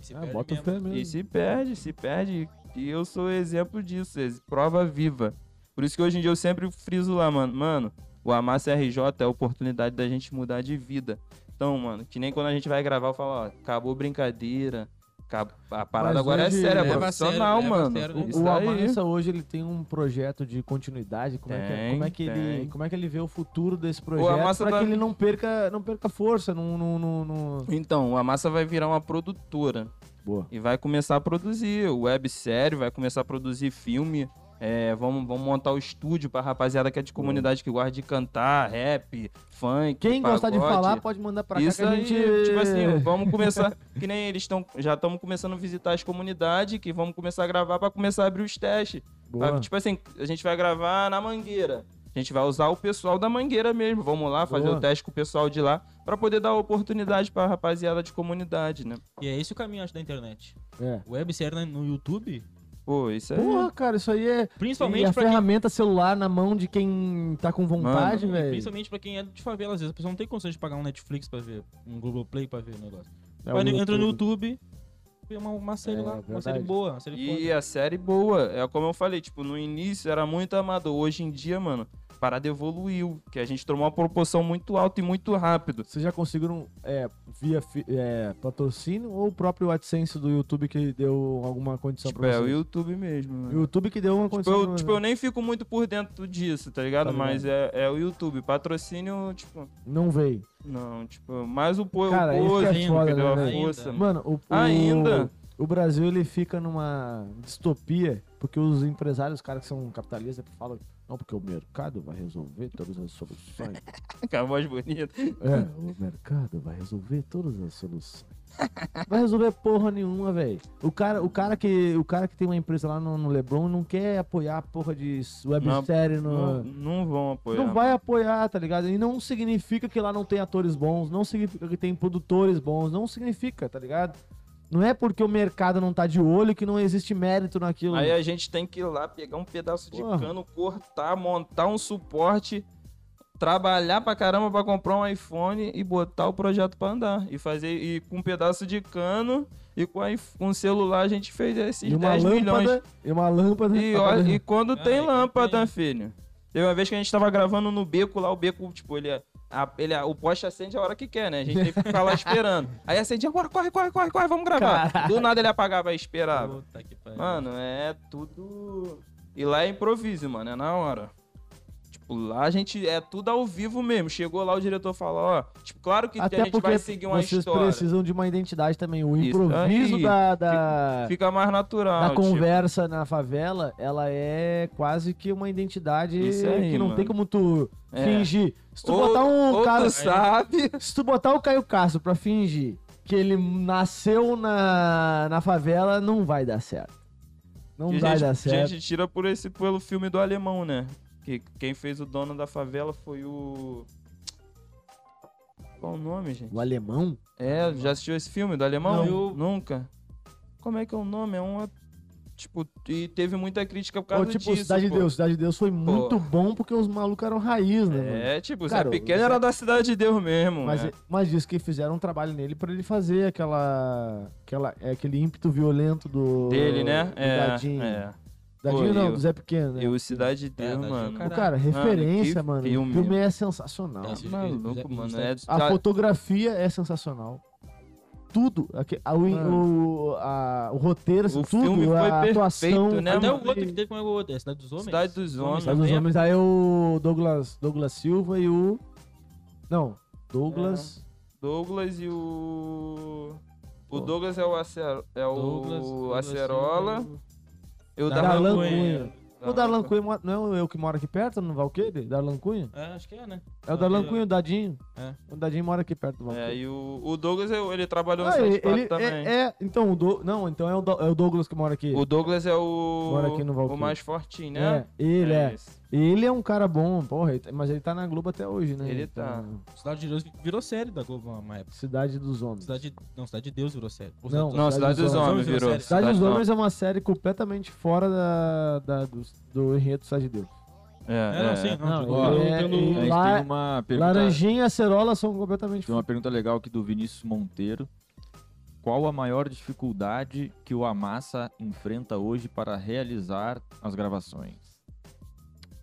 Speaker 2: Se
Speaker 1: Ah,
Speaker 2: perde
Speaker 1: bota
Speaker 2: é mesmo.
Speaker 1: fé mesmo.
Speaker 3: E se perde, se perde. E eu sou exemplo disso, ex- prova viva. Por isso que hoje em dia eu sempre friso lá, mano. Mano, o Amassa RJ é a oportunidade da gente mudar de vida. Então, mano, que nem quando a gente vai gravar, eu falo, ó, acabou brincadeira. acab- A parada
Speaker 1: Mas
Speaker 3: agora é
Speaker 1: hoje-
Speaker 3: séria, é
Speaker 1: Leva a
Speaker 3: profissional,
Speaker 2: sério, leva a
Speaker 3: mano.
Speaker 2: sério, né?
Speaker 3: Isso
Speaker 1: O
Speaker 3: aí.
Speaker 1: Amansa hoje ele tem um projeto de continuidade. Como, é, que, é-
Speaker 3: Tem,
Speaker 1: como é que ele,
Speaker 3: tem.
Speaker 1: como é que ele vê o futuro desse projeto
Speaker 3: Amassa
Speaker 1: pra
Speaker 3: tá-
Speaker 1: que ele não perca, não perca força? Não, não, não, não-
Speaker 3: Então, a massa vai virar uma produtora
Speaker 1: Boa.
Speaker 3: e vai começar a produzir websérie, vai começar a produzir filme. É, vamos, vamos montar o estúdio pra rapaziada que é de comunidade que gosta de cantar, rap, funk.
Speaker 1: Quem gostar de
Speaker 3: pagode.
Speaker 1: falar pode mandar pra
Speaker 3: Tá Isso
Speaker 1: cá que a
Speaker 3: aí,
Speaker 1: gente...
Speaker 3: tipo assim, vamos começar. que nem eles estão. Já estamos começando a visitar as comunidades, que vamos começar a gravar pra começar a abrir os testes.
Speaker 1: Boa.
Speaker 3: Tipo assim, a gente vai gravar na mangueira. A gente vai usar o pessoal da mangueira mesmo. Vamos lá fazer
Speaker 1: Boa.
Speaker 3: o teste com o pessoal de lá pra poder dar oportunidade pra rapaziada de comunidade, né?
Speaker 2: E é esse o caminho, acho, da internet.
Speaker 1: É.
Speaker 2: Websérie na- no YouTube,
Speaker 3: Pô, isso é aí.
Speaker 1: Porra, cara, isso aí é... E
Speaker 2: principalmente
Speaker 1: a
Speaker 2: pra quem...
Speaker 1: ferramenta celular na mão de quem tá com vontade,
Speaker 2: Mano,
Speaker 1: velho.
Speaker 2: Principalmente pra quem é de favela, às vezes a pessoa não tem condições de pagar um Netflix pra ver, um Globoplay pra ver o negócio.
Speaker 1: É
Speaker 2: Vai
Speaker 1: o
Speaker 2: no- entra no YouTube, vê uma, uma série
Speaker 1: É,
Speaker 2: lá, uma
Speaker 1: verdade.
Speaker 2: série boa, uma série
Speaker 3: E a série boa, é como eu falei, tipo, no início era muito amador. Hoje em dia, mano, a parada evoluiu. Que a gente tomou uma proporção muito alta e muito rápido.
Speaker 1: Vocês já conseguiram é, via fi- é, patrocínio ou o próprio AdSense do YouTube que deu alguma condição
Speaker 3: Tipo,
Speaker 1: pra
Speaker 3: é o
Speaker 1: vocês?
Speaker 3: YouTube mesmo, né?
Speaker 1: o YouTube que deu uma
Speaker 3: Tipo,
Speaker 1: condição.
Speaker 3: eu,
Speaker 1: pra-
Speaker 3: tipo, eu nem fico muito por dentro disso, tá ligado?
Speaker 1: Tá ligado.
Speaker 3: Mas é, é o YouTube. Patrocínio, tipo,
Speaker 1: Não veio.
Speaker 3: não, tipo, mais o povo
Speaker 1: Cara, isso
Speaker 3: o
Speaker 1: que é
Speaker 3: Pozo,
Speaker 1: foda,
Speaker 3: que deu a
Speaker 1: né,
Speaker 2: velho?
Speaker 3: força.
Speaker 2: Ainda.
Speaker 1: Mano, o, o-
Speaker 3: Ainda.
Speaker 1: O, Brasil ele fica numa distopia porque os empresários, os caras que são capitalistas, falam. Não, porque o mercado vai resolver todas as soluções.
Speaker 3: Com a voz bonita.
Speaker 1: é, o mercado vai resolver todas as soluções. Vai resolver porra nenhuma, velho. O cara, o, cara que- o cara que tem uma empresa lá no, no Leblon não quer apoiar a porra de websérie no.
Speaker 3: Não, não vão apoiar.
Speaker 1: é. Não vai apoiar, tá ligado? E não significa que lá não tem atores bons, não significa que tem produtores bons, não significa, tá ligado? Não é porque o mercado não tá de olho que não existe mérito naquilo.
Speaker 3: Aí é a gente tem que ir lá pegar um pedaço de
Speaker 1: Porra.
Speaker 3: cano, cortar, montar um suporte, trabalhar pra caramba pra comprar um iPhone e botar o projeto pra andar. E fazer e com um pedaço de cano e com iPh- com um celular a gente fez esses
Speaker 1: e uma
Speaker 3: 10 milhões.
Speaker 1: lâmpada, e uma lâmpada. tá
Speaker 3: E,
Speaker 1: pra
Speaker 3: olha-
Speaker 1: poder-
Speaker 3: e quando
Speaker 2: Ah, e
Speaker 3: tem
Speaker 2: quando
Speaker 3: lâmpada,
Speaker 2: tem.
Speaker 3: filho. Teve uma vez que a gente tava gravando no beco lá, o beco, tipo, ele. é- a- ele é- o poste acende a hora que quer, né? A gente teve que ficar lá esperando. Aí acendia, agora corre, corre, corre, corre, vamos gravar. Do nada ele apagava e esperava.
Speaker 2: Puta que pariu.
Speaker 3: Mano, é tudo. E lá é improviso, mano, é na hora. Tipo, lá a gente é tudo ao vivo mesmo. Chegou lá, o diretor fala, ó. Tipo, claro que a
Speaker 1: Até
Speaker 3: gente
Speaker 1: porque
Speaker 3: vai seguir uma
Speaker 1: vocês
Speaker 3: história.
Speaker 1: precisam de uma identidade também. O
Speaker 3: Isso
Speaker 1: improviso
Speaker 3: aí.
Speaker 1: da, da,
Speaker 3: Fica mais
Speaker 1: da
Speaker 3: natural. tipo.
Speaker 1: conversa na favela, ela é quase que uma identidade
Speaker 3: Isso aí,
Speaker 1: que não tem
Speaker 3: mano.
Speaker 1: como tu
Speaker 3: É.
Speaker 1: fingir. Se tu
Speaker 3: Ou-
Speaker 1: botar um
Speaker 3: ou tu
Speaker 1: cara
Speaker 3: sabe.
Speaker 1: Se tu botar o Caio Castro pra fingir que ele nasceu na, na favela, não vai dar certo. Não
Speaker 3: E a
Speaker 1: vai
Speaker 3: gente,
Speaker 1: dar
Speaker 3: A
Speaker 1: certo.
Speaker 3: gente tira por esse, pelo filme do alemão, né? Que quem fez o dono da favela foi o. Qual o nome, gente?
Speaker 1: O alemão?
Speaker 3: É, já assistiu esse filme do alemão?
Speaker 1: Não.
Speaker 3: Eu nunca. Como é que é o nome? É uma. Tipo, e teve muita crítica por
Speaker 1: Ou,
Speaker 3: causa
Speaker 1: tipo,
Speaker 3: disso.
Speaker 1: Cidade de
Speaker 3: pô.
Speaker 1: Deus. Cidade de Deus foi muito bom porque os malucos eram raiz, né, mano?
Speaker 3: É, tipo,
Speaker 1: Cara,
Speaker 3: Zé Pequeno era da Cidade de Deus mesmo.
Speaker 1: Mas, é,
Speaker 3: né?
Speaker 1: mas diz que fizeram um trabalho nele pra ele fazer aquela, aquela, é, aquele ímpeto violento do.
Speaker 3: Dele, né?
Speaker 1: do
Speaker 3: É,
Speaker 1: Dadinho.
Speaker 3: é.
Speaker 1: Dadinho
Speaker 3: Pô,
Speaker 1: não,
Speaker 3: e
Speaker 1: do
Speaker 3: o-
Speaker 1: Zé Pequeno. Né?
Speaker 3: E o É, Cidade de Deus,
Speaker 2: Dadinho,
Speaker 3: mano. Tá
Speaker 1: O
Speaker 2: cara,
Speaker 1: cara, referência,
Speaker 3: que
Speaker 1: mano.
Speaker 3: filme.
Speaker 1: O filme é sensacional.
Speaker 2: Nossa,
Speaker 3: Maluco, mano. É,
Speaker 1: A
Speaker 3: tá-
Speaker 1: fotografia é sensacional. tudo. Aque- a- o, o- a- o roteiro, assim,
Speaker 3: O
Speaker 1: tudo,
Speaker 3: filme foi
Speaker 1: a atuação.
Speaker 3: perfeito, né,
Speaker 1: foi-
Speaker 2: Até o
Speaker 3: mano?
Speaker 2: outro que teve como é o outro, é Cidade dos Homens.
Speaker 3: Cidade dos Homens.
Speaker 1: Mas os homens aí é o Douglas, Douglas Silva e o. Não, Douglas.
Speaker 3: Douglas e o. O Douglas é o, Acer... é o
Speaker 2: Douglas, Douglas
Speaker 3: Acerola.
Speaker 2: Silva,
Speaker 3: Eu
Speaker 2: Darlan
Speaker 3: Darlan
Speaker 1: Darlan
Speaker 2: Cunha.
Speaker 1: Cunha. O Darlan Cunha mo- não é eu que moro aqui perto, no Valqueire? Darlan Cunha?
Speaker 2: É, acho que é, né?
Speaker 1: É o Darlan Cunha, o Dadinho.
Speaker 2: É.
Speaker 1: O Dadinho mora aqui perto do
Speaker 3: É,
Speaker 1: Valqueire.
Speaker 3: e o, o Douglas, é o- ele trabalhou no
Speaker 1: Ah, ele,
Speaker 3: Sete Papo
Speaker 1: ele-
Speaker 3: também.
Speaker 1: é, é- então o Do- não, então é o, Do- é o Douglas que mora aqui.
Speaker 3: O Douglas é o,
Speaker 1: Mora aqui no Valkyrie.
Speaker 3: o mais fortinho, né?
Speaker 1: É, ele é.
Speaker 3: isso.
Speaker 1: Ele é um cara bom, porra, ele tá- mas ele tá na Globo até hoje, né?
Speaker 3: Ele tá.
Speaker 1: Então,
Speaker 2: Cidade de Deus virou série da Globo uma época.
Speaker 1: Cidade dos Homens.
Speaker 2: Cidade, não, Cidade de Deus virou série. Ou
Speaker 1: Não,
Speaker 3: Não, Cidade dos Homens
Speaker 2: Homens virou
Speaker 3: virou.
Speaker 2: série.
Speaker 1: Cidade dos
Speaker 3: dos
Speaker 1: Homens é uma série completamente fora da, da- do, do enredo do Cidade de Deus.
Speaker 3: É,
Speaker 2: É, não, sim, não.
Speaker 1: Não,
Speaker 2: tipo, pelo-
Speaker 5: ele
Speaker 1: é-
Speaker 5: A
Speaker 2: pelo-
Speaker 5: gente
Speaker 1: Lá-
Speaker 5: tem uma pergunta,
Speaker 1: Laranjinha e acerola são completamente
Speaker 5: tem uma pergunta legal aqui do Vinícius Monteiro. Qual a maior dificuldade que o Amassa enfrenta hoje para realizar as gravações?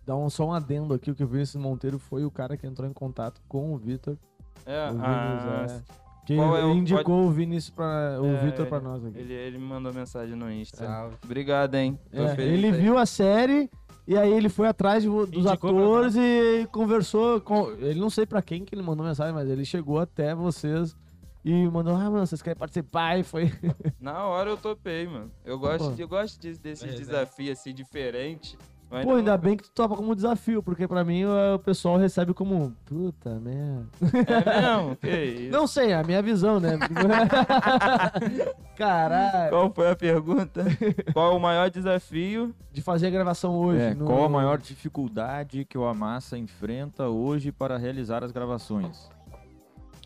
Speaker 1: Dá um, só um adendo aqui, o que o Vinícius Monteiro foi o cara que entrou em contato com o Vitor.
Speaker 3: É,
Speaker 1: o
Speaker 3: ah,
Speaker 1: Vinícius, é, que
Speaker 3: Qual é o-
Speaker 1: indicou o Vinícius pra, o
Speaker 3: É,
Speaker 1: Vitor pra nós aqui.
Speaker 3: ele, ele me mandou mensagem no Insta.
Speaker 2: Salve.
Speaker 3: Obrigado, hein? Tô
Speaker 1: Tá. É,
Speaker 3: feliz
Speaker 1: ele
Speaker 3: aí.
Speaker 1: viu a série e aí ele foi atrás de vo- dos
Speaker 2: Indicou pra
Speaker 1: atores e conversou com. Ele não sei pra quem que ele mandou mensagem, mas ele chegou até vocês e mandou: Ah, mano, vocês querem participar? E foi.
Speaker 3: Na hora eu topei, mano. Eu gosto,
Speaker 1: Pô.
Speaker 3: de- eu gosto de- desses
Speaker 2: É, né?
Speaker 3: desafios assim, diferentes. Mas
Speaker 1: Pô,
Speaker 3: não-
Speaker 1: ainda bem que tu topa como desafio, porque pra mim eh, o pessoal recebe como. Puta merda.
Speaker 3: É mesmo? Que isso?
Speaker 1: Não sei, é a minha visão, né? Caralho.
Speaker 3: Qual foi a pergunta? Qual é o maior desafio?
Speaker 1: De fazer a gravação hoje.
Speaker 5: É,
Speaker 1: no-
Speaker 5: Qual a maior dificuldade que o Amassa enfrenta hoje para realizar as gravações?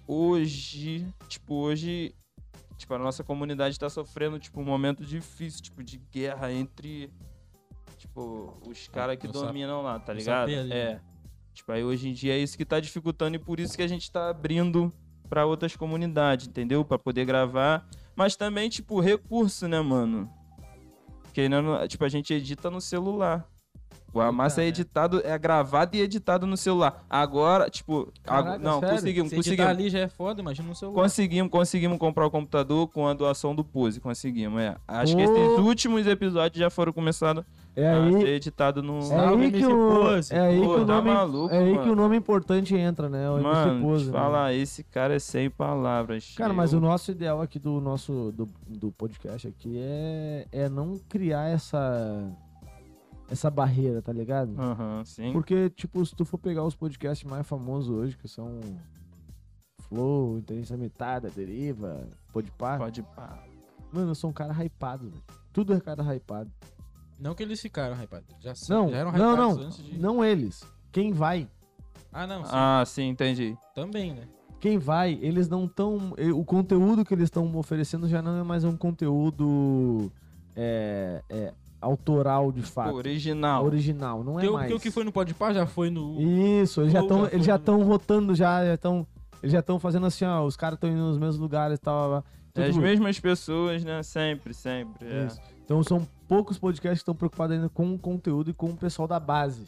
Speaker 3: Hoje, tipo, hoje, tipo, a nossa comunidade tá sofrendo, tipo, um momento difícil, tipo, de guerra entre, tipo,
Speaker 2: É,
Speaker 3: os caras que
Speaker 2: Não sabe-
Speaker 3: dominam lá, tá
Speaker 2: não
Speaker 3: ligado?
Speaker 2: sabe ali,
Speaker 3: É. Tipo, aí hoje em dia é isso que tá dificultando e por isso que a gente tá abrindo pra outras comunidades, entendeu? Pra poder gravar. Mas também, tipo, recurso, né, mano? Querendo, tipo, a gente edita no celular. O Amassa é
Speaker 2: né?
Speaker 3: editado, é gravado e editado no celular. Agora, tipo,
Speaker 1: Caraca,
Speaker 3: agu- não,
Speaker 1: sério?
Speaker 3: conseguimos,
Speaker 2: Se
Speaker 3: conseguimos.
Speaker 2: editar ali já é foda, imagina no celular.
Speaker 3: Conseguimos, conseguimos comprar o computador com a doação do Pose, conseguimos, é. Acho que
Speaker 1: Pô.
Speaker 3: esses últimos episódios já foram começados
Speaker 1: É
Speaker 3: a
Speaker 1: aí.
Speaker 3: ser editado no...
Speaker 1: É
Speaker 2: Salve,
Speaker 1: aí que
Speaker 2: MC
Speaker 1: o,
Speaker 2: Pose.
Speaker 1: é aí que
Speaker 3: Ah, Pô,
Speaker 1: o
Speaker 3: tá
Speaker 1: nome,
Speaker 3: maluco,
Speaker 1: é aí
Speaker 3: mano.
Speaker 1: que o nome importante entra, né? O MC
Speaker 3: Mano,
Speaker 1: Pose,
Speaker 3: te
Speaker 1: né?
Speaker 3: falar, esse cara é sem palavras.
Speaker 1: Cara,
Speaker 3: Eu-
Speaker 1: mas o nosso ideal aqui do nosso do, do podcast aqui é, é não criar essa essa barreira, tá ligado?
Speaker 2: Ah,
Speaker 3: Aham, sim.
Speaker 1: Porque tipo, se tu for pegar os podcasts mais famosos hoje, que são Flow, Inteligência Limitada, Deriva, Podpah,
Speaker 3: Pode pá.
Speaker 1: mano, são um cara hypado, velho. Tudo é cara hypado.
Speaker 2: Não que eles ficaram hypados. Já,
Speaker 1: Não,
Speaker 2: já eram
Speaker 1: não,
Speaker 2: hypados
Speaker 1: não,
Speaker 2: antes de...
Speaker 1: não eles. Quem vai?
Speaker 2: Ah, não, sim,
Speaker 3: Ah, sim, entendi.
Speaker 2: também, né?
Speaker 1: quem vai, eles não estão. O conteúdo que eles estão oferecendo já não é mais um conteúdo é, é, autoral de fato.
Speaker 3: Original.
Speaker 1: Original, não é
Speaker 2: Porque o-
Speaker 1: mais.
Speaker 2: porque o que foi no Pode Par já foi no...
Speaker 1: Isso, eles já
Speaker 2: Ou
Speaker 1: estão.
Speaker 2: já
Speaker 1: Eles
Speaker 2: foi
Speaker 1: já
Speaker 2: no-
Speaker 1: estão rotando, já, já estão. Eles já estão fazendo assim, ó. Os caras estão indo nos mesmos lugares e tal. blá, blá. Então,
Speaker 3: É As
Speaker 1: tipo,
Speaker 3: mesmas pessoas, né? Sempre, sempre. é.
Speaker 1: isso. Então são poucos podcasts que estão preocupados ainda com o conteúdo e com o pessoal da base.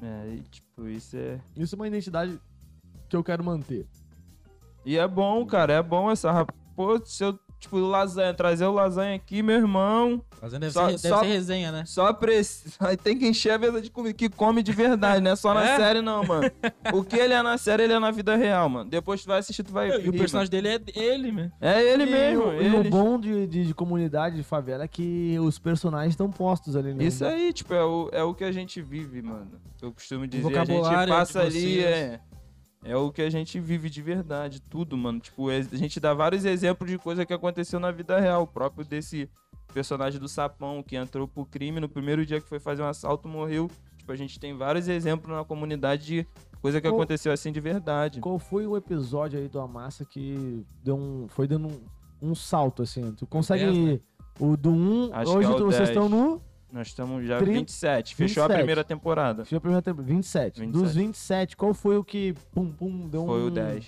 Speaker 3: É, e, tipo, isso é...
Speaker 1: Isso é uma identidade que eu quero manter.
Speaker 3: E é bom, cara, é bom essa... rap- Pô, se eu, tipo, lasanha, trazer o lasanha aqui, meu irmão...
Speaker 2: Fazendo deve,
Speaker 3: Só-
Speaker 2: ser, deve
Speaker 3: só-
Speaker 2: ser resenha, né?
Speaker 3: Só precisa. Aí tem que encher a mesa de comida. Que come de verdade, né? Só na
Speaker 2: É?
Speaker 3: série, não, mano. O que ele é na série, ele é na vida real, mano. Depois tu vai assistir, tu vai.
Speaker 2: E o
Speaker 3: rir,
Speaker 2: personagem dele é ele, né?
Speaker 3: mano. É ele
Speaker 1: E
Speaker 3: mesmo.
Speaker 1: o- E,
Speaker 3: ele...
Speaker 1: o bom de, de- de comunidade de favela é que os personagens estão postos ali, né?
Speaker 3: Isso aí, tipo, é o, é o que a gente vive, mano. Eu costumo dizer, a gente
Speaker 2: vocabulário é
Speaker 3: passa
Speaker 2: de
Speaker 3: ali,
Speaker 2: vocês.
Speaker 3: é. É o que a gente vive de verdade, tudo, mano. Tipo, é- a gente dá vários exemplos de coisa que aconteceu na vida real. O próprio desse personagem do Sapão, que entrou pro crime no primeiro dia que foi fazer um assalto, morreu. Tipo, a gente tem vários exemplos na comunidade de coisa que
Speaker 1: Qual-
Speaker 3: aconteceu assim de verdade.
Speaker 1: Qual foi o episódio aí do Amassa que deu um, foi dando um, um salto, assim? Tu consegue.
Speaker 2: dez,
Speaker 1: O do 1.
Speaker 3: né? Acho que
Speaker 1: hoje
Speaker 3: é o
Speaker 1: tu- vocês
Speaker 3: 10.
Speaker 1: estão no.
Speaker 3: Nós estamos já
Speaker 1: 30,
Speaker 3: 27, fechou a
Speaker 1: 27.
Speaker 3: primeira temporada.
Speaker 1: Foi a primeira temporada, 27.
Speaker 3: 27.
Speaker 1: Dos 27, qual foi o que. Pum, pum, deu um.
Speaker 3: Foi o 10.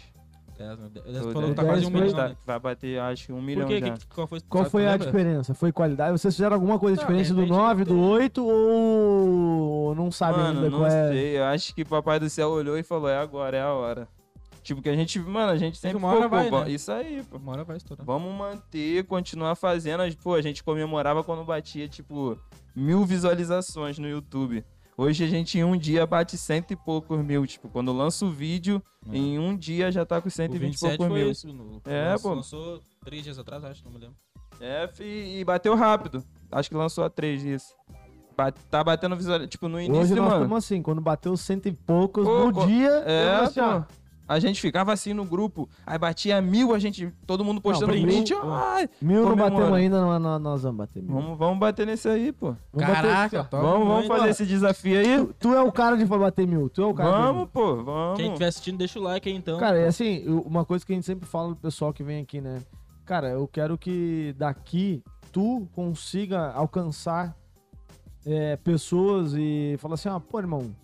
Speaker 2: É, né? Ele
Speaker 3: Foi o
Speaker 2: Hum. falou que tá
Speaker 1: 10
Speaker 2: quase um
Speaker 1: foi-
Speaker 2: milhão,
Speaker 3: Tá-
Speaker 2: né?
Speaker 3: Vai bater, acho que um
Speaker 2: Por
Speaker 3: milhão
Speaker 2: quê?
Speaker 3: já.
Speaker 2: Que- qual foi,
Speaker 1: Qual
Speaker 2: sabe,
Speaker 1: foi
Speaker 2: tu
Speaker 1: a
Speaker 2: lembra?
Speaker 1: diferença? Foi qualidade? Vocês fizeram alguma coisa
Speaker 2: Não,
Speaker 1: diferente do
Speaker 2: depende do
Speaker 1: 9, do
Speaker 2: teu-
Speaker 1: 8 ou não sabem
Speaker 3: Mano,
Speaker 1: ainda
Speaker 3: não
Speaker 1: qual é?
Speaker 3: sei. Eu acho que Papai do Céu olhou e falou: é agora, é a hora. Tipo, que a gente, mano, a gente sempre
Speaker 2: uma hora
Speaker 3: focou,
Speaker 2: vai,
Speaker 3: va-
Speaker 2: né?
Speaker 3: Isso aí, pô.
Speaker 2: Uma hora vai estourar.
Speaker 3: Vamos manter, continuar fazendo. A- Pô, a gente comemorava quando batia, tipo, mil visualizações no YouTube. Hoje a gente em um dia bate cento e poucos mil. Tipo, quando lança o vídeo,
Speaker 2: É.
Speaker 3: em um dia já tá com
Speaker 2: O
Speaker 3: 120 e
Speaker 2: 27
Speaker 3: poucos
Speaker 2: foi
Speaker 3: mil.
Speaker 2: isso. No,
Speaker 3: É,
Speaker 2: lançou-
Speaker 3: pô.
Speaker 2: Lançou três dias atrás, acho, não me lembro.
Speaker 3: É, fi- e, bateu rápido. Acho que lançou a três isso. Ba- tá batendo visualização. Tipo, no início,
Speaker 1: Hoje nós
Speaker 3: mano.
Speaker 1: estamos assim, quando bateu cento e poucos
Speaker 3: Pô,
Speaker 1: no
Speaker 3: pô,
Speaker 1: dia,
Speaker 3: É,
Speaker 1: eu assim, ó,
Speaker 3: pô. A gente ficava assim no grupo, aí batia mil, a gente, todo mundo postando
Speaker 1: Não,
Speaker 3: print.
Speaker 1: mil,
Speaker 3: Ai,
Speaker 1: mil não
Speaker 3: comemora.
Speaker 1: batemos ainda, não- não- nós vamos bater mil.
Speaker 3: vamos, vamos bater nesse aí, pô.
Speaker 1: Hum. Vamos bater-
Speaker 2: top.
Speaker 3: vamos vamos fazer esse desafio aí?
Speaker 1: tu, tu é o cara de bater mil, tu é o cara. de-
Speaker 3: Vamos, pô, vamos.
Speaker 2: Quem estiver assistindo, deixa o like aí então.
Speaker 1: Cara, é assim, eu- uma coisa que a gente sempre fala do pessoal que vem aqui, né? Cara, eu quero que daqui tu consiga alcançar é, pessoas e falar assim, ah, pô, irmão,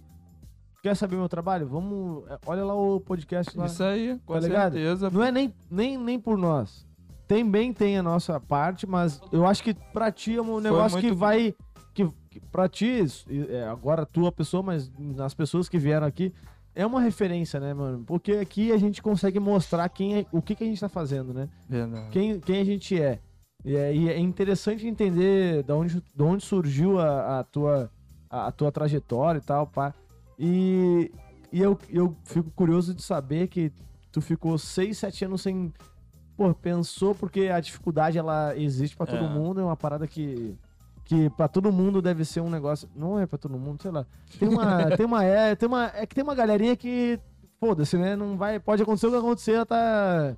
Speaker 1: quer saber meu trabalho? Vamos, é, olha lá o podcast lá.
Speaker 3: Isso aí, com
Speaker 1: Tá ligado?
Speaker 3: certeza.
Speaker 1: Não é nem, nem, nem por nós. Também tem a nossa parte, mas eu acho que pra ti é um negócio que
Speaker 3: muito-
Speaker 1: vai. Que, que pra ti, isso, e, é, agora tu, a pessoa, mas nas pessoas que vieram aqui, é uma referência, né, mano? Porque aqui a gente consegue mostrar quem é, o que, que a gente tá fazendo, né?
Speaker 3: Verdade.
Speaker 1: Quem, quem a gente é. E é, e é interessante entender da onde, da onde surgiu a, a tua, a, a tua trajetória e tal, pá. E, e eu, eu fico curioso de saber que tu ficou 6, 7 anos sem. Pô, pensou porque a dificuldade ela existe pra todo
Speaker 3: É.
Speaker 1: mundo, é uma parada que. Que pra todo mundo deve ser um negócio. Não é pra todo mundo, sei lá. Tem uma. tem uma, é, tem uma é que tem uma galerinha que. Foda-se, né? Não vai. Pode acontecer o que acontecer, ela tá.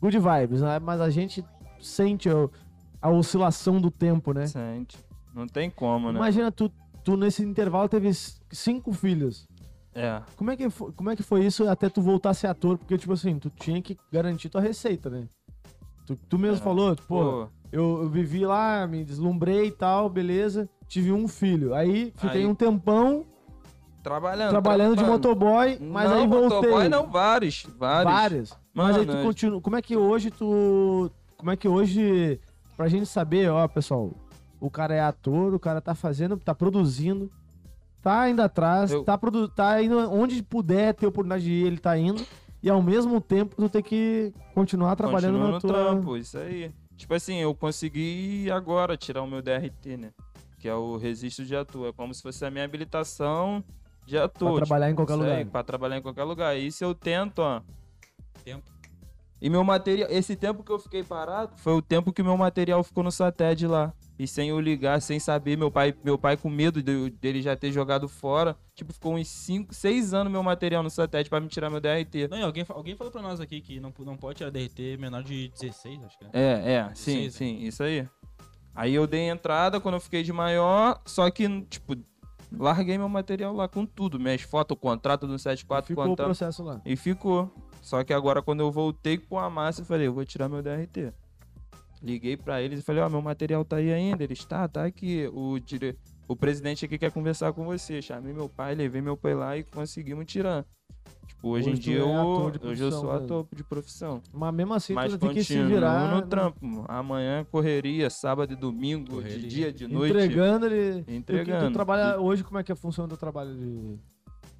Speaker 1: Good vibes, né? Mas a gente sente o- a oscilação do tempo, né?
Speaker 3: Sente. Não tem como, né?
Speaker 1: Imagina, tu, tu nesse intervalo teve c- cinco filhos.
Speaker 3: É.
Speaker 1: Como é, que foi, como é que foi isso até tu voltar a ser ator? Porque, tipo assim, tu tinha que garantir tua receita, né? Tu, tu mesmo
Speaker 3: É.
Speaker 1: falou, pô,
Speaker 3: Pô,
Speaker 1: eu, eu vivi lá, me deslumbrei e tal, beleza. Tive um filho. Aí fiquei
Speaker 3: Aí-
Speaker 1: um tempão
Speaker 3: trabalhando.
Speaker 1: trabalhando de
Speaker 3: trampando.
Speaker 1: motoboy, mas
Speaker 3: não,
Speaker 1: aí voltei.
Speaker 3: motoboy não, vários. Vários.
Speaker 1: Várias. Mas
Speaker 3: Mano,
Speaker 1: aí tu
Speaker 3: eu-
Speaker 1: continua. Como é que hoje tu. Como é que hoje. Pra gente saber, ó, pessoal, o cara é ator, o cara tá fazendo, tá produzindo, tá indo atrás,
Speaker 3: Eu-
Speaker 1: tá, produ... tá indo onde puder ter oportunidade de ir, ele tá indo. E ao mesmo tempo tu tem que continuar trabalhando
Speaker 3: Continua
Speaker 1: na
Speaker 3: no
Speaker 1: tua.
Speaker 3: trampo, isso aí. Tipo assim, eu consegui agora tirar o meu DRT, né? Que é o registro de ator. É como se fosse a minha habilitação de ator. tipo,
Speaker 1: Pra trabalhar em qualquer
Speaker 3: Isso
Speaker 1: lugar.
Speaker 3: aí, pra trabalhar em qualquer lugar. Isso eu tento, ó.
Speaker 2: Tempo.
Speaker 3: E meu material, esse tempo que eu fiquei parado, foi o tempo que meu material ficou no Sated lá. E sem eu ligar, sem saber, meu pai, meu pai com medo de- dele já ter jogado fora. Tipo, ficou uns 5, 6 anos meu material no Sated pra me tirar meu DRT.
Speaker 2: Não, e alguém, fa- alguém falou pra nós aqui que não, não pode tirar DRT menor de 16, acho que é.
Speaker 3: É, é, sim,
Speaker 2: Seis,
Speaker 3: sim, isso aí. Aí eu dei entrada quando eu fiquei de maior, só que, tipo, larguei meu material lá com tudo. Minhas fotos, o contrato do 74,
Speaker 1: Ficou o
Speaker 3: contrato.
Speaker 1: processo lá.
Speaker 3: E ficou. Só que agora, quando eu voltei com a massa, eu falei, eu vou tirar meu DRT. Liguei pra eles e falei, ó, meu material tá aí ainda. Eles, tá, tá aqui. O, dire... o presidente aqui quer conversar com você. Chamei meu pai, levei meu pai lá e conseguimos tirar. Tipo,
Speaker 1: Hoje
Speaker 3: hoje, em
Speaker 1: tu
Speaker 3: dia
Speaker 1: é
Speaker 3: eu,
Speaker 1: ator de
Speaker 3: hoje eu
Speaker 1: profissão né?
Speaker 3: sou
Speaker 1: mesmo.
Speaker 3: ator de profissão.
Speaker 1: Mas mesmo assim
Speaker 3: Mas
Speaker 1: tu tem que se
Speaker 3: continuo
Speaker 1: virar.
Speaker 3: no
Speaker 1: né?
Speaker 3: trampo. Amanhã correria, sábado e domingo, de
Speaker 2: Correria.
Speaker 3: dia, de noite.
Speaker 1: Entregando ele.
Speaker 3: Entregando.
Speaker 1: E o que Tu trabalha hoje, como é que é a função do trabalho de.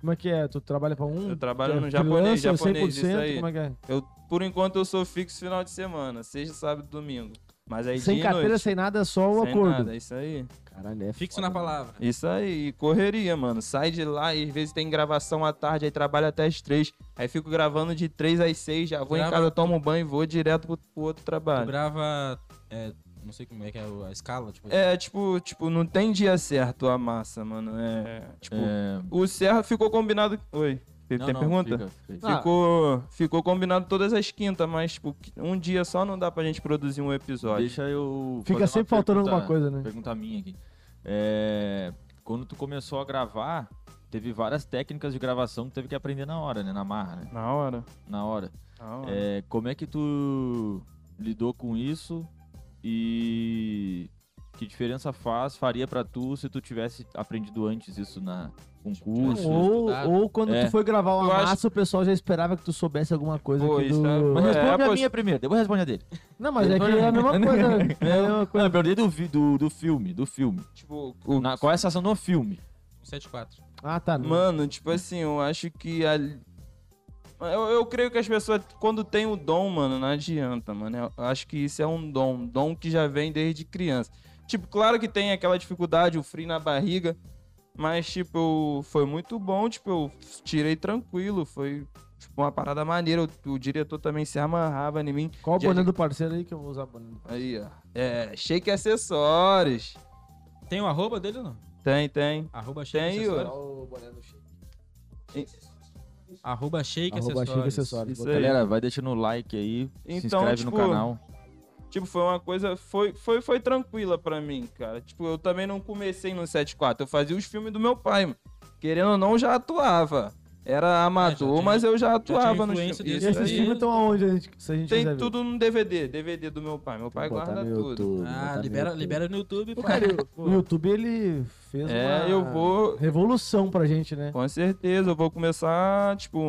Speaker 1: Como é que é? Tu trabalha pra um?
Speaker 3: Eu trabalho
Speaker 1: É
Speaker 3: no japonês,
Speaker 1: freelancer,
Speaker 3: japonês, isso aí.
Speaker 1: Como é que é?
Speaker 3: Eu, por enquanto eu sou fixo final de semana, sexta, sábado e domingo. Mas aí
Speaker 1: Sem
Speaker 3: dia e
Speaker 1: carteira,
Speaker 3: noite.
Speaker 1: sem nada, é só o
Speaker 3: Sem
Speaker 1: acordo.
Speaker 3: nada, isso aí.
Speaker 1: Caralho, é
Speaker 2: Fixo
Speaker 1: foda,
Speaker 2: na palavra.
Speaker 3: Isso aí, correria, mano. Sai de lá e às vezes tem gravação à tarde, aí trabalho até as três. Aí fico gravando de três às seis, já vou em
Speaker 2: Grava-
Speaker 3: casa, tomo um banho e vou direto pro, pro outro
Speaker 2: Tu
Speaker 3: trabalho.
Speaker 2: grava. é, não sei como é que é a escala, tipo.
Speaker 3: É, tipo, tipo, não tem dia certo a massa, mano. É, tipo,
Speaker 5: É,
Speaker 3: o Serra ficou combinado... Oi, tem
Speaker 5: não, não,
Speaker 3: pergunta?
Speaker 5: fica, fica aí.
Speaker 1: Ah.
Speaker 3: Ficou, ficou combinado todas as quintas, mas, tipo, um dia só não dá pra gente produzir um episódio.
Speaker 5: Deixa eu.
Speaker 1: Fica
Speaker 5: fazer uma
Speaker 1: sempre faltando
Speaker 5: pergunta-
Speaker 1: alguma coisa, né?
Speaker 5: Pergunta minha aqui. É, quando tu começou a gravar, teve várias técnicas de gravação que teve que aprender na hora, né? Na marra, né?
Speaker 3: Na hora.
Speaker 5: Na hora.
Speaker 3: Na hora.
Speaker 5: É, como é que tu lidou com isso e que diferença faz faria pra tu se tu tivesse aprendido antes isso na com curso?
Speaker 1: Ou,
Speaker 2: estudado.
Speaker 1: ou quando
Speaker 5: É.
Speaker 1: tu foi gravar o
Speaker 3: Eu acho-
Speaker 1: massa, o pessoal já esperava que tu soubesse alguma coisa
Speaker 3: Pô,
Speaker 1: aqui
Speaker 3: isso é-
Speaker 1: do...
Speaker 5: Mas
Speaker 3: É,
Speaker 5: responde a
Speaker 3: pois-
Speaker 5: minha primeiro, depois responde a dele.
Speaker 1: Não, mas é que é a mesma coisa. né? É a mesma
Speaker 5: Não,
Speaker 1: coisa.
Speaker 5: eu perguntei do, vi- do, do filme, do filme.
Speaker 3: Tipo, o-
Speaker 5: Na- qual é a sensação do filme?
Speaker 2: 174.
Speaker 1: Ah, tá. não.
Speaker 3: Mano, tipo assim, eu acho que a- Eu, eu creio que as pessoas, quando tem o dom, mano, não adianta, mano. Eu acho que isso é um dom. Dom que já vem desde criança. Tipo, claro que tem aquela dificuldade, o frio na barriga. Mas, tipo, eu- foi muito bom. Tipo, eu tirei tranquilo. Foi, tipo, uma parada maneira. O, o diretor também se amarrava em mim.
Speaker 1: Qual o
Speaker 3: Dia
Speaker 1: boné
Speaker 3: de-
Speaker 1: do parceiro aí que eu vou usar o boné do
Speaker 3: Aí, ó. É, shake acessórios.
Speaker 2: Tem o arroba dele ou não?
Speaker 3: Tem, tem.
Speaker 2: Arroba shake
Speaker 3: Tem,
Speaker 2: acessórios.
Speaker 1: Qual o boné do Chico?
Speaker 2: Arroba shake
Speaker 1: Arroba Chico
Speaker 2: acessórios.
Speaker 1: Acessórios.
Speaker 3: Isso
Speaker 1: Botar-
Speaker 3: aí.
Speaker 5: Galera, vai deixando o like aí, se
Speaker 3: Então,
Speaker 5: inscreve
Speaker 3: tipo,
Speaker 5: no canal.
Speaker 3: Tipo, foi uma coisa. Foi, foi, foi tranquila pra mim, cara. Tipo, eu também não comecei no 74. Eu fazia os filmes do meu pai, mano. Querendo ou não, eu já atuava. Era amador,
Speaker 2: É, tinha-
Speaker 3: mas eu já
Speaker 2: tinha
Speaker 3: atuava no filme.
Speaker 2: influência
Speaker 1: E
Speaker 2: desse
Speaker 3: Isso
Speaker 1: esses
Speaker 2: aí.
Speaker 1: filmes
Speaker 3: aí.
Speaker 1: estão aonde? a gente- Se a gente quiser
Speaker 3: Tem
Speaker 1: ver?
Speaker 3: tudo no DVD. DVD do meu pai. Meu pai
Speaker 2: tá
Speaker 1: Botar
Speaker 3: guarda
Speaker 1: no
Speaker 3: tudo.
Speaker 1: YouTube, botar
Speaker 2: Ah,
Speaker 1: no
Speaker 2: libera,
Speaker 1: YouTube.
Speaker 2: libera no YouTube,
Speaker 1: Pô,
Speaker 2: pô.
Speaker 1: cara, eu- o YouTube ele fez
Speaker 3: É,
Speaker 1: uma
Speaker 3: eu vou.
Speaker 1: revolução pra gente, né?
Speaker 3: Com certeza, eu vou começar, tipo,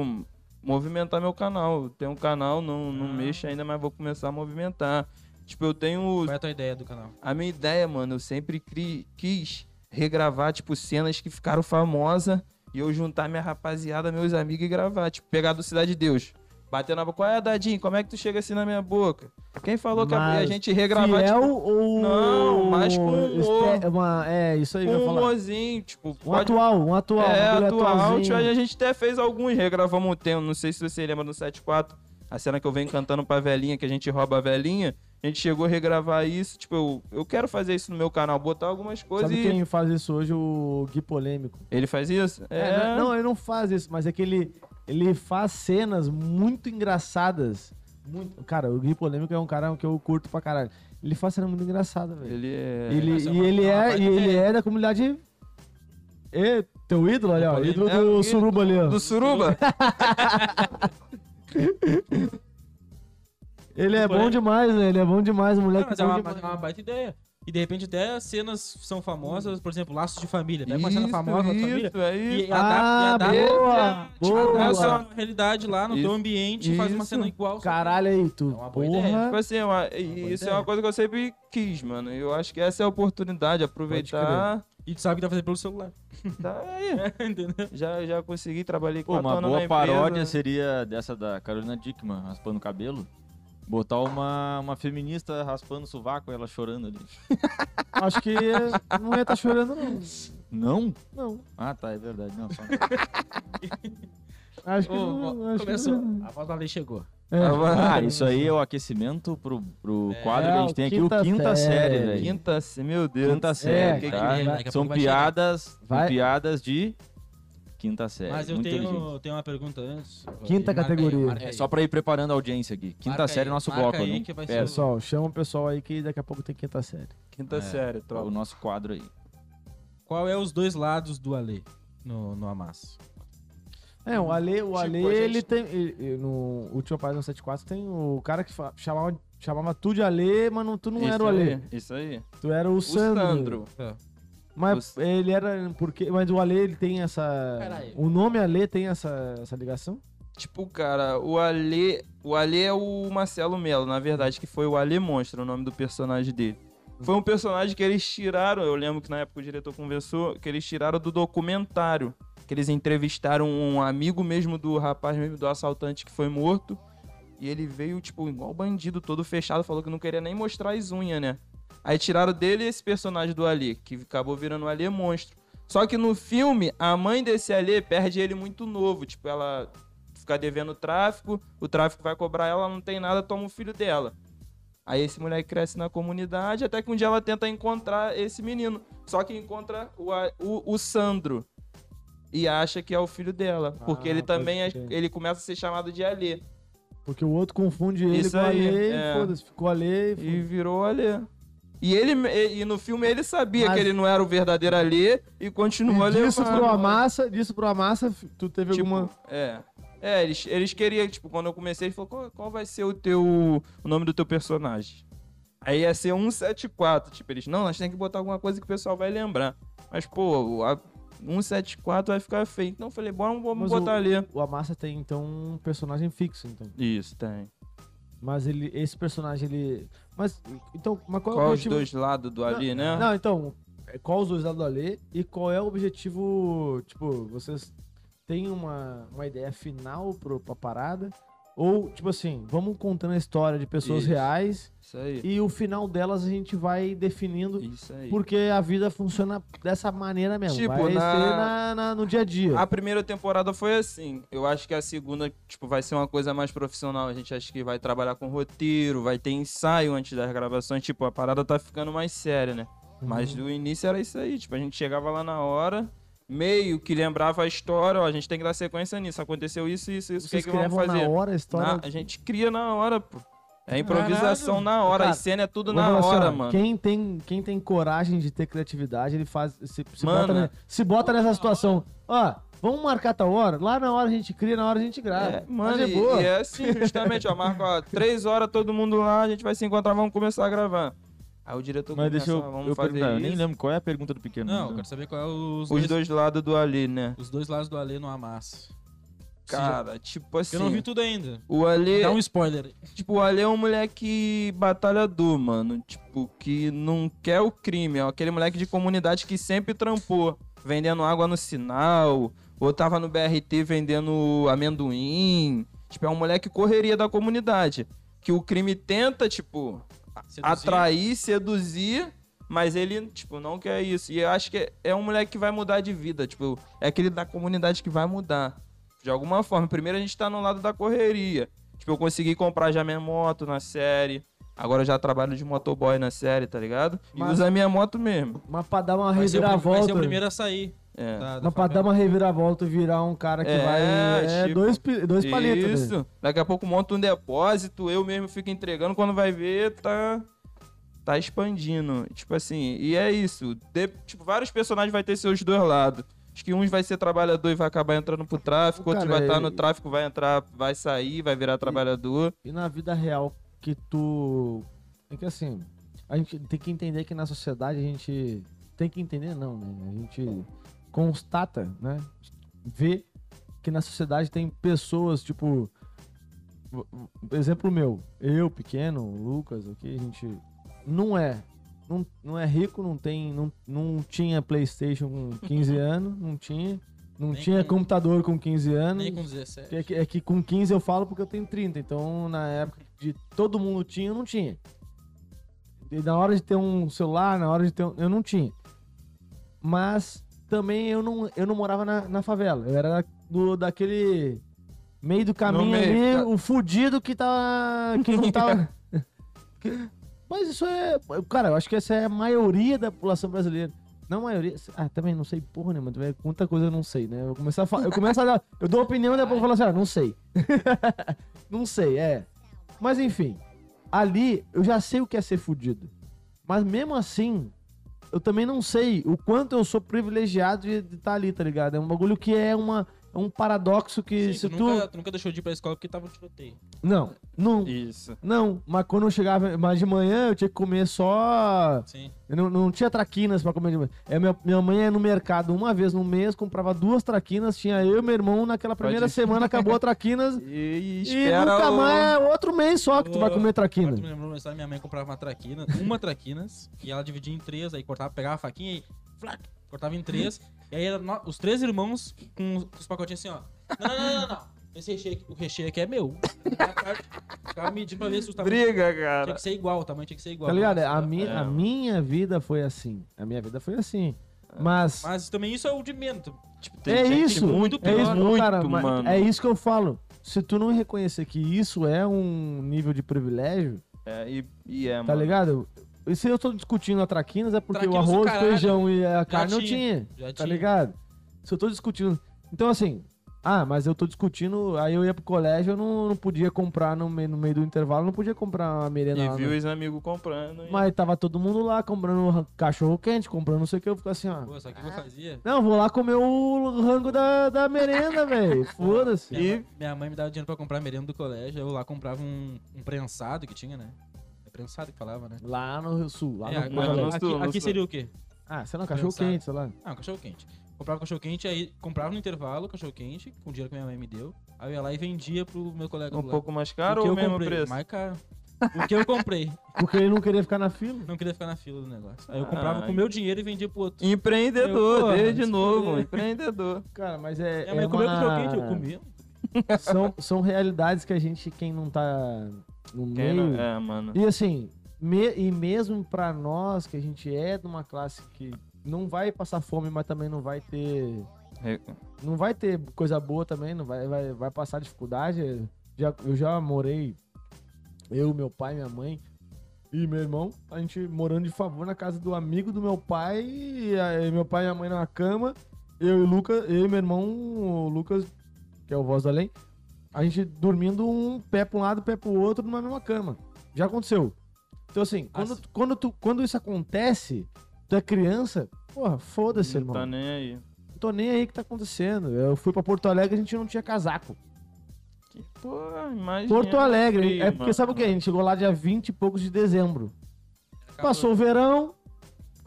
Speaker 3: movimentar meu canal. Eu tenho um canal, não, não
Speaker 2: Ah.
Speaker 3: mexo ainda, mas vou começar a movimentar. Tipo, eu tenho
Speaker 2: Qual é a tua ideia do canal?
Speaker 3: A minha ideia, mano, eu sempre cri- quis regravar, tipo, cenas que ficaram famosas e eu juntar minha rapaziada, meus amigos e gravar. Tipo, pegar do Cidade de Deus. Bater na boca. Qual é, Dadinho? Como é que tu chega assim na minha boca? Quem falou que a,
Speaker 1: Mas
Speaker 3: e a gente regravar,
Speaker 1: Fiel
Speaker 3: tipo,
Speaker 1: ou...
Speaker 3: Não, mas com humor.
Speaker 1: este- uma- É, isso aí que eu ia
Speaker 3: um
Speaker 1: falar.
Speaker 3: humorzinho, tipo...
Speaker 1: Um atual, um atual.
Speaker 3: é,
Speaker 1: um bagulho
Speaker 3: atual.
Speaker 1: atualzinho.
Speaker 3: Tipo, a gente até fez alguns, regravamos um tempo. Não sei se você lembra do 74, a cena que eu venho cantando pra velhinha, que a gente rouba a velhinha. A gente chegou a regravar isso. Tipo, eu, eu quero fazer isso no meu canal, botar algumas coisas
Speaker 1: Sabe
Speaker 3: e...
Speaker 1: quem faz isso hoje? O Gui Polêmico.
Speaker 3: Ele faz isso? É,
Speaker 1: É, não, ele não faz isso, mas é que ele, ele faz cenas muito engraçadas. Muito... Cara, o Gui Polêmico é um cara que eu curto pra caralho. Ele faz cena muito engraçada, velho.
Speaker 3: Ele é.
Speaker 1: Ele,
Speaker 2: Nossa, é
Speaker 1: e
Speaker 2: uma-
Speaker 1: ele
Speaker 2: é uma
Speaker 1: é,
Speaker 2: baita
Speaker 1: e ele
Speaker 2: ideia.
Speaker 1: é da comunidade. Ê, teu ídolo ali, ó.
Speaker 2: Polêmico.
Speaker 1: Ídolo
Speaker 3: É, o
Speaker 1: do
Speaker 3: ídolo
Speaker 1: Suruba ali, ó.
Speaker 3: Do Suruba?
Speaker 1: Ele é bom
Speaker 2: Polêmico.
Speaker 1: demais, né? Ele é bom demais, o
Speaker 2: Não,
Speaker 1: moleque.
Speaker 2: mas
Speaker 1: é
Speaker 2: é
Speaker 1: bom
Speaker 2: uma,
Speaker 1: demais.
Speaker 2: é uma baita ideia. E de repente até cenas são famosas, por exemplo, Laços de Família. Pega uma cena
Speaker 3: Isso,
Speaker 2: famosa da
Speaker 3: é isso,
Speaker 2: família
Speaker 3: é
Speaker 2: e,
Speaker 3: isso.
Speaker 2: e adapta,
Speaker 1: Ah,
Speaker 2: e adapta,
Speaker 1: boa,
Speaker 2: tipo,
Speaker 1: boa.
Speaker 2: adapta a sua realidade lá no teu
Speaker 3: Isso,
Speaker 2: ambiente e faz uma
Speaker 3: isso.
Speaker 2: cena igual. só que-
Speaker 1: Caralho aí, tu.
Speaker 2: É uma boa ideia,
Speaker 1: porra.
Speaker 3: Tipo assim, eu-
Speaker 2: boa
Speaker 3: e isso é
Speaker 2: ideia.
Speaker 3: uma coisa que eu sempre quis, mano. Eu acho que essa é a oportunidade, aproveitar.
Speaker 2: E tu sabe que dá pra fazer pelo celular.
Speaker 3: Tá aí.
Speaker 2: Entendeu?
Speaker 3: Já, já consegui, trabalhei com
Speaker 5: Pô, uma
Speaker 3: na
Speaker 5: boa
Speaker 3: empresa.
Speaker 5: paródia assim. seria dessa da Carolina Dickman, raspando o cabelo. Botar uma, uma feminista raspando o sovaco e ela chorando ali.
Speaker 1: Acho que não ia estar chorando, não.
Speaker 5: Não?
Speaker 1: Não.
Speaker 5: Ah, tá, é verdade. Não, só-
Speaker 1: Acho que
Speaker 2: Ô,
Speaker 1: não.
Speaker 2: ó,
Speaker 1: Acho que
Speaker 2: Começou.
Speaker 1: não.
Speaker 2: A voz da lei chegou.
Speaker 3: É.
Speaker 5: Ah, isso aí é o aquecimento pro, pro quadro que a
Speaker 1: o
Speaker 5: gente tem aqui,
Speaker 1: quinta
Speaker 5: o quinta série,
Speaker 1: série.
Speaker 5: velho.
Speaker 3: Quinta série, meu Deus. É,
Speaker 5: Quinta série,
Speaker 1: que
Speaker 5: tá?
Speaker 1: que-
Speaker 2: É, daqui a
Speaker 5: São
Speaker 2: pouco vai chegar.
Speaker 5: piadas, são
Speaker 1: Vai.
Speaker 5: piadas de quinta série.
Speaker 2: Mas eu
Speaker 5: é, Muito
Speaker 2: tenho,
Speaker 5: inteligente.
Speaker 2: eu tenho uma pergunta antes.
Speaker 1: Quinta
Speaker 2: Marca aí,
Speaker 1: categoria.
Speaker 2: marca
Speaker 5: É
Speaker 2: aí.
Speaker 5: só pra ir preparando a audiência aqui. Quinta
Speaker 2: Marca
Speaker 5: série
Speaker 2: aí,
Speaker 5: é nosso
Speaker 2: marca
Speaker 5: bloco,
Speaker 2: aí
Speaker 5: né?
Speaker 2: que vai
Speaker 5: Pera,
Speaker 2: ser
Speaker 1: Pessoal, chama o pessoal aí que daqui a pouco tem quinta série.
Speaker 3: Quinta série,
Speaker 5: o
Speaker 3: tropa.
Speaker 5: nosso quadro aí.
Speaker 2: Qual é os dois lados do Ale no, no amasso?
Speaker 1: É, o Ale, o
Speaker 3: Tipo,
Speaker 1: Ale
Speaker 3: a gente-
Speaker 1: ele tem. ele- ele- no último página 74 tem o cara que fa- chamava, chamava tu de Ale, mas não, tu não
Speaker 3: Isso
Speaker 1: era o
Speaker 3: aí,
Speaker 1: Ale.
Speaker 3: Isso aí.
Speaker 1: Tu era o,
Speaker 3: O Sandro.
Speaker 1: Mas ele era. Porque, mas o Ale ele tem essa.
Speaker 2: Caralho.
Speaker 1: O nome Ale tem essa, essa ligação?
Speaker 3: Tipo, cara, o Ale. O Ale é o Marcelo Melo, na verdade, que foi o Ale Monstro, o nome do personagem dele. Foi um personagem que eles tiraram, eu lembro que na época o diretor conversou, que eles tiraram do documentário. Que eles entrevistaram um amigo mesmo do rapaz mesmo, do assaltante que foi morto. E ele veio, tipo, igual bandido, todo fechado, falou que não queria nem mostrar as unhas, né? Aí tiraram dele esse personagem do Ali, que acabou virando o Ali monstro. Só que no filme, a mãe desse Ali perde ele muito novo. Tipo, ela fica devendo tráfico, o tráfico vai cobrar ela, não tem nada, toma o filho dela. Aí esse moleque cresce na comunidade, até que um dia ela tenta encontrar esse menino. Só que encontra o, a- o, o Sandro. E acha que é o filho dela.
Speaker 1: Ah,
Speaker 3: Porque ele
Speaker 1: pode
Speaker 3: também é-
Speaker 1: crer.
Speaker 3: ele começa a ser chamado de Alê.
Speaker 1: Porque o outro confunde ele
Speaker 3: Isso
Speaker 1: com o
Speaker 3: aí,
Speaker 1: Ale e
Speaker 3: é.
Speaker 1: foda-se, ficou Ale e
Speaker 3: E
Speaker 1: foda-se.
Speaker 3: virou Alê. E ele e, e no filme ele sabia
Speaker 1: Mas-
Speaker 3: que ele não era o verdadeiro Alê e continuou
Speaker 1: E
Speaker 3: Alê.
Speaker 1: disso pro Amassa, disso pro Amassa, tu teve
Speaker 3: Tipo,
Speaker 1: alguma.
Speaker 3: É. É, eles, eles queriam, tipo, quando eu comecei, ele falou, qual, qual vai ser o teu. o nome do teu personagem? Aí ia ser 174. Tipo, eles, não, nós temos que botar alguma coisa que o pessoal vai lembrar. Mas, pô, o- a 174 vai ficar feio. Então eu falei, bora vamos
Speaker 1: Mas
Speaker 3: botar ali.
Speaker 1: O Amassa tem então um personagem fixo, então.
Speaker 3: Isso, tem.
Speaker 1: Mas ele, esse personagem, ele. Mas, então, mas qual, é o
Speaker 3: Qual os
Speaker 1: objetivo?
Speaker 3: dois lados do ali, né?
Speaker 1: Não, então, é, qual os dois lados do Alê e qual é o objetivo, tipo, vocês tem uma, uma ideia final pro, pra parada? Ou, tipo assim, vamos contando a história de pessoas
Speaker 3: Isso.
Speaker 1: reais
Speaker 3: Isso aí.
Speaker 1: e o final delas a gente vai definindo
Speaker 3: Isso aí.
Speaker 1: porque a vida funciona dessa maneira mesmo.
Speaker 3: Tipo,
Speaker 1: vai
Speaker 3: na-
Speaker 1: ser na- na- no dia a dia.
Speaker 3: A primeira temporada foi assim. Eu acho que a segunda, tipo, vai ser uma coisa mais profissional. A gente acha que vai trabalhar com roteiro, vai ter ensaio antes das gravações. Tipo, a parada tá ficando mais séria, né?
Speaker 1: Uhum.
Speaker 3: Mas do início era isso aí. Tipo, a gente chegava lá na hora, meio que lembrava a história. Ó, a gente tem que dar sequência nisso. Aconteceu isso, isso, isso. O que, é
Speaker 1: Vocês
Speaker 3: que vamos
Speaker 1: criavam
Speaker 3: fazer?
Speaker 1: na hora a história.
Speaker 3: Na- a gente cria na hora, pô. É improvisação na hora.
Speaker 1: Cara,
Speaker 3: a cena é tudo
Speaker 1: Tá. Vou
Speaker 3: na
Speaker 1: falar assim,
Speaker 3: hora,
Speaker 1: ó,
Speaker 3: mano.
Speaker 1: Quem tem, quem tem coragem de ter criatividade, ele faz. Se, se
Speaker 3: Mano.
Speaker 1: bota, ne- se bota nessa situação. Ó, vamos marcar tal hora? Lá na hora a gente cria, na hora a gente grava.
Speaker 3: É, mano,
Speaker 1: Mas é
Speaker 3: e,
Speaker 1: boa.
Speaker 3: e é assim, justamente, ó, marca, ó, três horas todo mundo lá, a gente vai se encontrar, vamos começar a gravar. Aí o diretor
Speaker 5: Mas deixa
Speaker 3: começa,
Speaker 5: eu,
Speaker 3: ó, vamos
Speaker 5: eu
Speaker 3: fazer
Speaker 5: perguntar, eu nem
Speaker 3: isso.
Speaker 5: lembro qual é a pergunta do pequeno.
Speaker 2: Não, eu
Speaker 5: né?
Speaker 2: quero saber qual é os,
Speaker 3: Os dois lados do Ali, né?
Speaker 2: os dois lados do Alê no Amasso.
Speaker 3: Cara, tipo assim,
Speaker 2: Eu não vi tudo ainda.
Speaker 3: o Ali, é,
Speaker 2: Dá um spoiler.
Speaker 3: tipo, o Ali é um moleque batalhador, mano, tipo, que não quer o crime, ó, aquele moleque de comunidade que sempre trampou, vendendo água no sinal, ou tava no BRT vendendo amendoim, tipo, é um moleque correria da comunidade, que o crime tenta, tipo,
Speaker 2: Seduzir.
Speaker 3: atrair, seduzir, mas ele, tipo, não quer isso. E eu acho que é- é um moleque que vai mudar de vida, tipo, é aquele da comunidade que vai mudar. De alguma forma. Primeiro a gente tá no lado da correria. Tipo, eu consegui comprar já minha moto na série. Agora eu já trabalho de motoboy na série, tá ligado? E
Speaker 1: Mas-
Speaker 3: usa minha moto mesmo.
Speaker 1: Mas pra dar uma
Speaker 2: Vai ser, o, prim- vai
Speaker 1: reviravolta.
Speaker 2: ser o primeiro a sair.
Speaker 3: É.
Speaker 2: da- da
Speaker 1: Mas pra
Speaker 2: favela.
Speaker 1: dar uma reviravolta e virar um cara que
Speaker 3: É,
Speaker 1: vai. É,
Speaker 3: tipo,
Speaker 1: dois, pi- dois palitos. né?
Speaker 3: Isso. Daqui a pouco monta um depósito, eu mesmo fico entregando. Quando vai ver, tá. Tá expandindo. Tipo assim, e é isso. De- tipo, vários personagens vai ter seus dois lados. Acho que uns vai ser trabalhador e vai acabar entrando pro tráfico, outro
Speaker 1: Cara,
Speaker 3: vai estar
Speaker 1: é-
Speaker 3: no tráfico, vai entrar, vai sair, vai virar trabalhador.
Speaker 1: E na vida real que tu. É que assim, a gente tem que entender que na sociedade a gente. Tem que entender, não, né? A gente constata, né? Vê que na sociedade tem pessoas, tipo. v- v- Exemplo meu, eu, pequeno, o Lucas, aqui, a gente não é. Não, não é rico, não tem. Não, não tinha Playstation com 15 anos, não tinha. Não
Speaker 2: Nem
Speaker 1: tinha
Speaker 2: com-
Speaker 1: computador com 15 anos.
Speaker 2: Nem com 17.
Speaker 1: É que, é que com 15 eu falo porque eu tenho 30. Então, na época de todo mundo tinha, eu não tinha. E na hora de ter um celular, na hora de ter um, Eu não tinha. Mas também eu não, eu não morava na, na favela. Eu era do, daquele meio do caminho
Speaker 3: meio,
Speaker 1: ali,
Speaker 3: tá.
Speaker 1: o fudido que tava. que não tava. que- mas isso é. Cara, eu acho que essa é a maioria da população brasileira. Não a maioria. Ah, também não sei porra nenhuma. também Muita coisa eu não sei, né? Eu, começar a fa- eu começo a dar. Eu dou opinião e depois eu falo assim, ah, não sei. não sei, é. Mas enfim. Ali eu já sei o que é ser fudido. Mas mesmo assim, eu também não sei o quanto eu sou privilegiado de estar ali, tá ligado? É um bagulho que é uma. É um paradoxo que
Speaker 2: Sim,
Speaker 1: se
Speaker 2: tu,
Speaker 1: tu.
Speaker 2: Nunca, tu nunca deixou de ir pra escola porque tava um tiroteio.
Speaker 1: Não, não.
Speaker 3: Isso.
Speaker 1: Não, mas quando eu chegava, mas de manhã eu tinha que comer só.
Speaker 2: Sim.
Speaker 1: Eu não, não tinha traquinas pra comer de manhã. É, minha, minha mãe ia no mercado uma vez no mês, comprava duas traquinas, tinha eu e meu irmão. Naquela primeira
Speaker 3: Pode ir.
Speaker 1: semana acabou a traquinas.
Speaker 3: E,
Speaker 1: e
Speaker 3: espera
Speaker 1: nunca
Speaker 3: o-
Speaker 1: mais é outro mês só que tu vai comer
Speaker 2: Agora tu
Speaker 1: traquina.
Speaker 2: me lembrou uma história, minha mãe comprava uma traquina, uma traquinas, e ela dividia em três, aí cortava, pegava a faquinha e flac, cortava em três, e aí era no- os três irmãos com os, com os pacotinhos assim, ó. Não, não, não, não, não. Esse recheio aqui, o recheio aqui é meu. Ficava medindo pra ver se o tamanho
Speaker 3: Briga,
Speaker 2: tinha
Speaker 3: cara.
Speaker 2: que ser igual, o tamanho tinha que ser igual.
Speaker 1: Tá ligado?
Speaker 2: Mas-
Speaker 1: A, mi, a
Speaker 3: É.
Speaker 1: minha vida foi assim. A minha vida foi assim. Mas.
Speaker 2: Mas também isso é o de menos.
Speaker 3: Tipo,
Speaker 1: é
Speaker 3: gente
Speaker 1: isso,
Speaker 3: Muito
Speaker 1: é
Speaker 3: pior,
Speaker 1: isso,
Speaker 3: muito,
Speaker 1: cara, mas
Speaker 3: mano.
Speaker 1: É isso que eu falo. Se tu não reconhecer que isso é um nível de privilégio,
Speaker 3: É, e, e é,
Speaker 1: Tá
Speaker 3: mano.
Speaker 1: ligado? E se eu tô discutindo a traquinas é porque
Speaker 2: Traquinas
Speaker 1: o
Speaker 2: do
Speaker 1: arroz, o
Speaker 2: caralho.
Speaker 1: feijão e a carne eu
Speaker 2: tinha,
Speaker 1: tinha.
Speaker 2: já
Speaker 1: Tá
Speaker 2: tinha.
Speaker 1: ligado? Se eu tô discutindo. Então, assim. Ah, mas eu tô discutindo. Aí eu ia pro colégio, eu não, não podia comprar no, meio- no meio do intervalo, não podia comprar uma merenda.
Speaker 3: E
Speaker 1: lá,
Speaker 3: viu
Speaker 1: né?
Speaker 3: os amigos comprando. e-
Speaker 1: Mas tava todo mundo lá comprando cachorro quente, comprando não sei o que. Eu fico assim, ó.
Speaker 2: Pô, sabe o que eu fazia?
Speaker 1: Não, vou lá comer o rango da, da merenda, velho. Foda-se.
Speaker 2: Minha, mãe, minha mãe me dava dinheiro pra comprar merenda do colégio, eu lá comprava um, um prensado que tinha, né? É prensado que falava, né?
Speaker 1: Lá no Rio Sul, lá
Speaker 2: É,
Speaker 1: no
Speaker 2: aqui-
Speaker 1: Porto
Speaker 3: agora-
Speaker 1: Alegre.
Speaker 3: Sul,
Speaker 2: aqui,
Speaker 3: no
Speaker 2: aqui
Speaker 3: Sul.
Speaker 2: seria o quê?
Speaker 1: Ah, sei lá, cachorro quente, sei lá.
Speaker 2: Ah, um cachorro quente. Comprava cachorro quente, aí comprava no intervalo cachorro quente, com o dinheiro que minha mãe me deu. Aí eu ia lá e vendia pro meu colega
Speaker 3: Um
Speaker 2: do lado.
Speaker 3: pouco mais
Speaker 2: O
Speaker 3: caro
Speaker 2: que
Speaker 3: ou o
Speaker 2: eu
Speaker 3: mesmo
Speaker 2: comprei?
Speaker 3: preço?
Speaker 2: Mais caro. Porque eu comprei.
Speaker 1: Porque ele não queria ficar na fila.
Speaker 2: Não queria ficar na fila do negócio. Aí eu
Speaker 3: Ah,
Speaker 2: comprava com o meu dinheiro e vendia pro outro. Eu,
Speaker 3: Empreendedor,
Speaker 2: porra,
Speaker 3: desde
Speaker 2: se
Speaker 3: novo,
Speaker 2: fuder.
Speaker 3: empreendedor.
Speaker 1: Cara, mas é.
Speaker 2: Minha mãe
Speaker 1: é
Speaker 2: comeu
Speaker 1: uma-
Speaker 2: videogame, eu comi.
Speaker 1: São, são realidades que a gente, quem não tá no
Speaker 3: Quem
Speaker 1: meio.
Speaker 3: não- É, mano.
Speaker 1: E assim, me- e mesmo pra nós, que a gente é de uma classe que não vai passar fome, mas também não vai ter.
Speaker 3: Re-
Speaker 1: Não vai ter coisa boa também, não vai, vai, vai passar dificuldade. Já, eu já morei, eu, meu pai, minha mãe e meu irmão, a gente morando de favor na casa do amigo do meu pai, e aí meu pai e minha mãe na cama, eu e o Lucas, eu e meu irmão, o Lucas, que é o voz do além, a gente dormindo um pé pra um lado, pé pro outro, numa mesma cama. Já aconteceu. Então, assim, quando,
Speaker 2: Nossa.
Speaker 1: quando, tu, quando isso acontece, tu é criança, porra, foda-se,
Speaker 3: Não
Speaker 1: irmão.
Speaker 3: tá nem aí.
Speaker 1: Não tô nem aí o que tá acontecendo. Eu fui pra Porto Alegre a gente não tinha casaco.
Speaker 3: Que porra, imagina.
Speaker 1: Porto Alegre,
Speaker 3: Frio,
Speaker 1: é porque
Speaker 3: mano.
Speaker 1: sabe o que? A gente chegou lá dia 20 e poucos de dezembro. Passou o verão.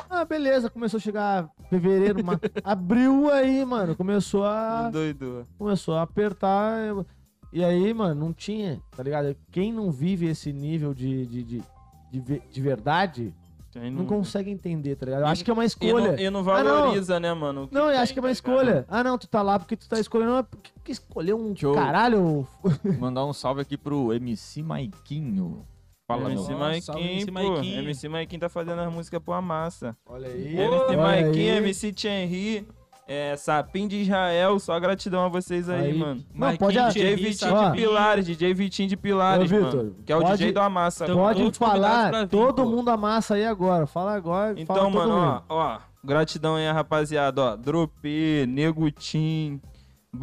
Speaker 1: Ah, beleza, começou a chegar fevereiro, mar... abril aí, mano. Começou
Speaker 3: Um
Speaker 1: a
Speaker 3: Doido.
Speaker 1: começou a apertar. eu- E aí, mano, não tinha, tá ligado? Quem não vive esse nível de, de, de, de, ve- de verdade,
Speaker 3: Quem
Speaker 1: não consegue entender, tá ligado? Eu acho que é uma
Speaker 3: E Hum. não,
Speaker 1: escolha.
Speaker 3: e não
Speaker 1: Ah, não.
Speaker 3: valoriza, né, mano? o que
Speaker 1: Não, eu
Speaker 3: tem,
Speaker 1: acho que é uma
Speaker 3: tá
Speaker 1: escolha. Ah, não, tu tá lá porque tu tá escolhendo. Ah, Por que que escolheu um
Speaker 5: Show.
Speaker 1: caralho?
Speaker 5: Mandar um salve aqui pro MC Maiquinho. Fala,
Speaker 3: Fala,
Speaker 5: meu.
Speaker 3: MC
Speaker 2: Nossa, salve,
Speaker 3: Maikin,
Speaker 2: MC
Speaker 3: pô.
Speaker 2: Maikin.
Speaker 3: MC Maikin tá fazendo as músicas por massa.
Speaker 1: Olha aí.
Speaker 3: MC Maikin, MC Chenri, é, Sapim de Israel, só gratidão a vocês aí,
Speaker 1: Aí.
Speaker 3: mano.
Speaker 1: Não, pode a-
Speaker 3: DJ Vitinho
Speaker 1: Sapim.
Speaker 3: de Pilares, DJ Vitinho de Pilares,
Speaker 1: Ô,
Speaker 3: mano,
Speaker 1: Vitor,
Speaker 3: que é o
Speaker 1: pode-
Speaker 3: DJ do Amassa.
Speaker 2: Então,
Speaker 3: mano.
Speaker 1: Pode
Speaker 2: Todos convidados pra
Speaker 1: falar,
Speaker 2: vir,
Speaker 1: todo
Speaker 2: pô.
Speaker 1: mundo amassa aí agora. Fala agora. fala
Speaker 3: Então,
Speaker 1: todo
Speaker 3: mano,
Speaker 1: mundo.
Speaker 3: ó, ó, gratidão aí, rapaziada, ó, Dropê, Negutim,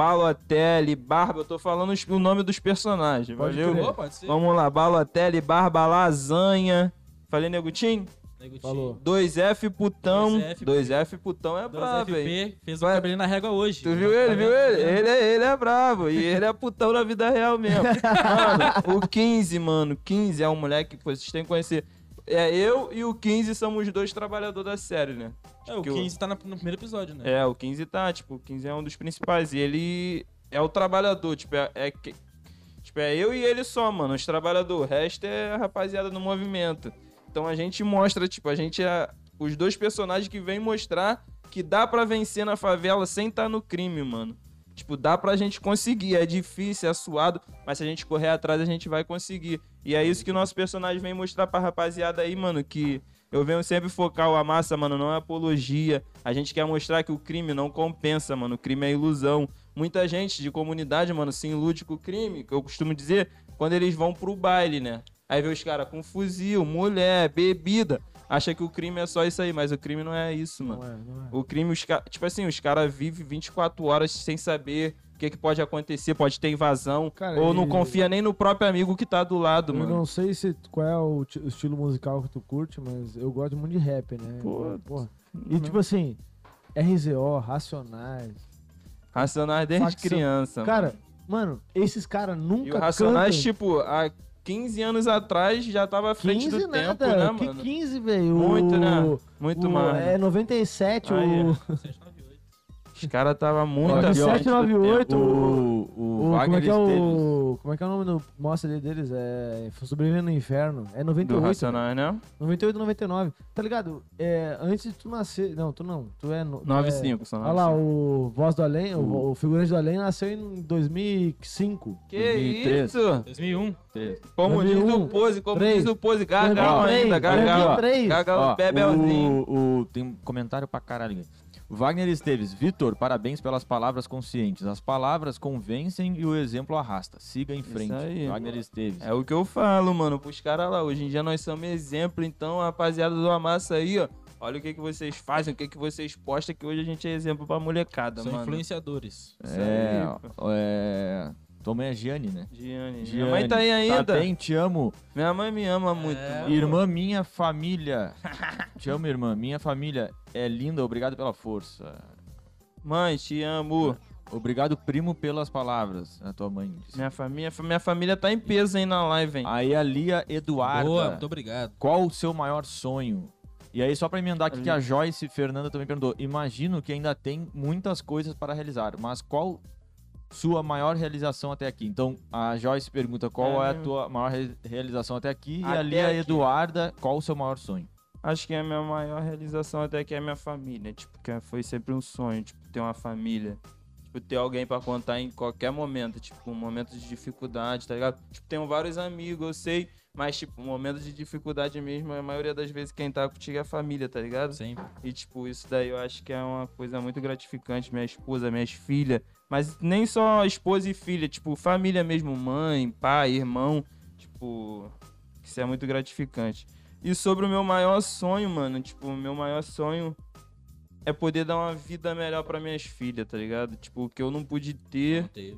Speaker 3: Balotelli, Barba, eu tô falando os- o nome dos personagens,
Speaker 1: Pode
Speaker 3: valeu?
Speaker 1: crer.
Speaker 2: Opa, pode ser.
Speaker 3: né? Vamos lá, Balotelli, Barba, Lasanha, falei Negutim?
Speaker 2: Nego
Speaker 1: Falou.
Speaker 3: 2F putão.
Speaker 2: 2F
Speaker 3: 2F putão é brabo, hein?
Speaker 2: 2FP fez o cabelinho na régua hoje.
Speaker 3: Tu viu ele,
Speaker 2: Tá
Speaker 3: viu
Speaker 2: vendo?
Speaker 3: ele? Ele é, ele é brabo. E ele é putão na vida real mesmo. Mano, o 15, mano. 15 é um moleque que vocês têm que conhecer. É, eu e o 15 somos os dois trabalhadores da série, né?
Speaker 2: É, o
Speaker 3: Que o-
Speaker 2: 15 tá na- no primeiro episódio, né?
Speaker 3: É, o 15 tá, tipo, o 15 é um dos principais. E ele é o trabalhador, tipo, é, é que- tipo, é eu e ele só, mano, os trabalhadores. O resto é a rapaziada no movimento. Então a gente mostra, tipo, a gente é os dois personagens que vêm mostrar que dá pra vencer na favela sem estar no crime, mano. Tipo, dá pra gente conseguir. É difícil, é suado, mas se a gente correr atrás, a gente vai conseguir. E é isso que o nosso personagem vem mostrar pra rapaziada aí, mano, que eu venho sempre focar o Amassa, mano, não é apologia. A gente quer mostrar que o crime não compensa, mano. O crime é ilusão. Muita gente de comunidade, mano, se ilude com o crime, que eu costumo dizer, quando eles vão pro baile, né? Aí vê os caras com fuzil, mulher, bebida. Acha que o crime é só isso aí, mas o crime não é isso, mano.
Speaker 1: Não é, não é.
Speaker 3: O crime, os ca... tipo assim, os caras vivem 24 horas sem saber o que, que pode acontecer, pode ter invasão,
Speaker 1: Cara,
Speaker 3: ou não
Speaker 1: e-
Speaker 3: confia nem no próprio amigo que tá do lado,
Speaker 1: Eu
Speaker 3: mano.
Speaker 1: não sei se, qual é o, ti- o estilo musical que tu curte, mas eu gosto muito de rap, né?
Speaker 3: Pô,
Speaker 1: Porra. E tipo assim, RZO, Racionais.
Speaker 3: Racionais desde
Speaker 1: Facção.
Speaker 3: criança.
Speaker 1: Cara, mano, esses caras
Speaker 3: Tá E
Speaker 1: nunca
Speaker 3: o Racionais,
Speaker 1: cantam.
Speaker 3: tipo, há 15 anos atrás já tava à frente
Speaker 1: 15
Speaker 3: do
Speaker 1: nada,
Speaker 3: tempo, né,
Speaker 1: que
Speaker 3: mano?
Speaker 1: 15, velho.
Speaker 3: Muito,
Speaker 1: O-
Speaker 3: né? Muito
Speaker 1: o-
Speaker 3: mais.
Speaker 1: É 97,
Speaker 3: Aí,
Speaker 1: o é.
Speaker 3: Os caras tava muito à
Speaker 5: Aqui, ó.
Speaker 3: frente do tempo.
Speaker 1: 798, o,
Speaker 5: O, o,
Speaker 1: o- como é
Speaker 5: Wagner
Speaker 1: que é
Speaker 5: Esteves.
Speaker 1: o como é que é o nome do maior CD deles? É Sobrevivendo no Inferno. É
Speaker 3: Do
Speaker 1: 98, né?
Speaker 3: Racionais, né?
Speaker 1: 98, 99. Tá ligado? É, antes de tu nascer, não, tu não, tu é no- tu é-
Speaker 3: 9-5, são
Speaker 1: Olha lá, o Voz do Além, o, o figurante do Além nasceu em 2005.
Speaker 3: Que
Speaker 5: 2003.
Speaker 3: isso?
Speaker 2: 2001.
Speaker 3: Como diz
Speaker 1: 2001,
Speaker 3: o Pose, como
Speaker 1: três.
Speaker 3: diz o Pose, gargalo
Speaker 1: Três,
Speaker 3: ainda, gargalo.
Speaker 1: três.
Speaker 3: Gargalo,
Speaker 5: Ó,
Speaker 3: bebelzinho.
Speaker 5: o, o- tem um comentário pra caralho. aqui. Wagner Esteves, Vitor, parabéns pelas palavras conscientes. As palavras convencem e o exemplo arrasta. Siga em frente.
Speaker 3: aí.
Speaker 5: Wagner Esteves.
Speaker 3: É o que eu falo, mano, pros caras lá. Hoje em dia nós somos exemplo, então, rapaziada do Amassa aí, ó. Olha o que, que vocês fazem, o que, que vocês postam, que hoje a gente é exemplo pra molecada,
Speaker 2: São
Speaker 3: mano.
Speaker 2: influenciadores.
Speaker 3: Isso
Speaker 5: É,
Speaker 3: aí, pô.
Speaker 5: é. Tua mãe é Giane, né?
Speaker 3: Gianni. Minha
Speaker 5: Gianni,
Speaker 3: mãe tá É. aí ainda.
Speaker 5: Tá bem, te amo.
Speaker 3: Minha mãe me ama muito. mano.
Speaker 5: Irmã minha família. te amo, irmã. Minha família é linda. Obrigado pela força.
Speaker 3: Mãe, te amo.
Speaker 5: Obrigado, primo, pelas palavras. A tua mãe disse.
Speaker 3: Minha família, minha família tá em peso aí na live, hein?
Speaker 5: Aí a Lia Eduarda.
Speaker 2: Boa, muito obrigado.
Speaker 5: Qual o seu maior sonho? E aí, só pra emendar aqui,
Speaker 3: Ali.
Speaker 5: que a Joyce Fernanda também perguntou. Imagino que ainda tem muitas coisas para realizar, mas qual sua maior realização até aqui. Então, a Joyce pergunta qual é,
Speaker 3: É.
Speaker 5: a tua maior re- realização até aqui. e
Speaker 3: Até
Speaker 5: ali a
Speaker 3: aqui.
Speaker 5: Eduarda, qual o seu maior sonho?
Speaker 3: Acho que é a minha maior realização até aqui é a minha família, tipo, que foi sempre um sonho, tipo, ter uma família. Tipo, ter alguém pra contar em qualquer momento, tipo, um momento de dificuldade, tá ligado? Tipo, tenho vários amigos, eu sei, mas, tipo, um momento de dificuldade mesmo, a maioria das vezes quem tá contigo é a família, tá ligado?
Speaker 2: Sempre.
Speaker 3: E, tipo, isso daí eu acho que é uma coisa muito gratificante. Minha esposa, minhas filhas. Mas nem só esposa e filha, tipo, família mesmo, mãe, pai, irmão. Tipo, isso é muito gratificante. E sobre o meu maior sonho, mano, tipo, o meu maior sonho é poder dar uma vida melhor pra minhas filhas, tá ligado? Tipo, o que eu não pude ter
Speaker 2: Não teve.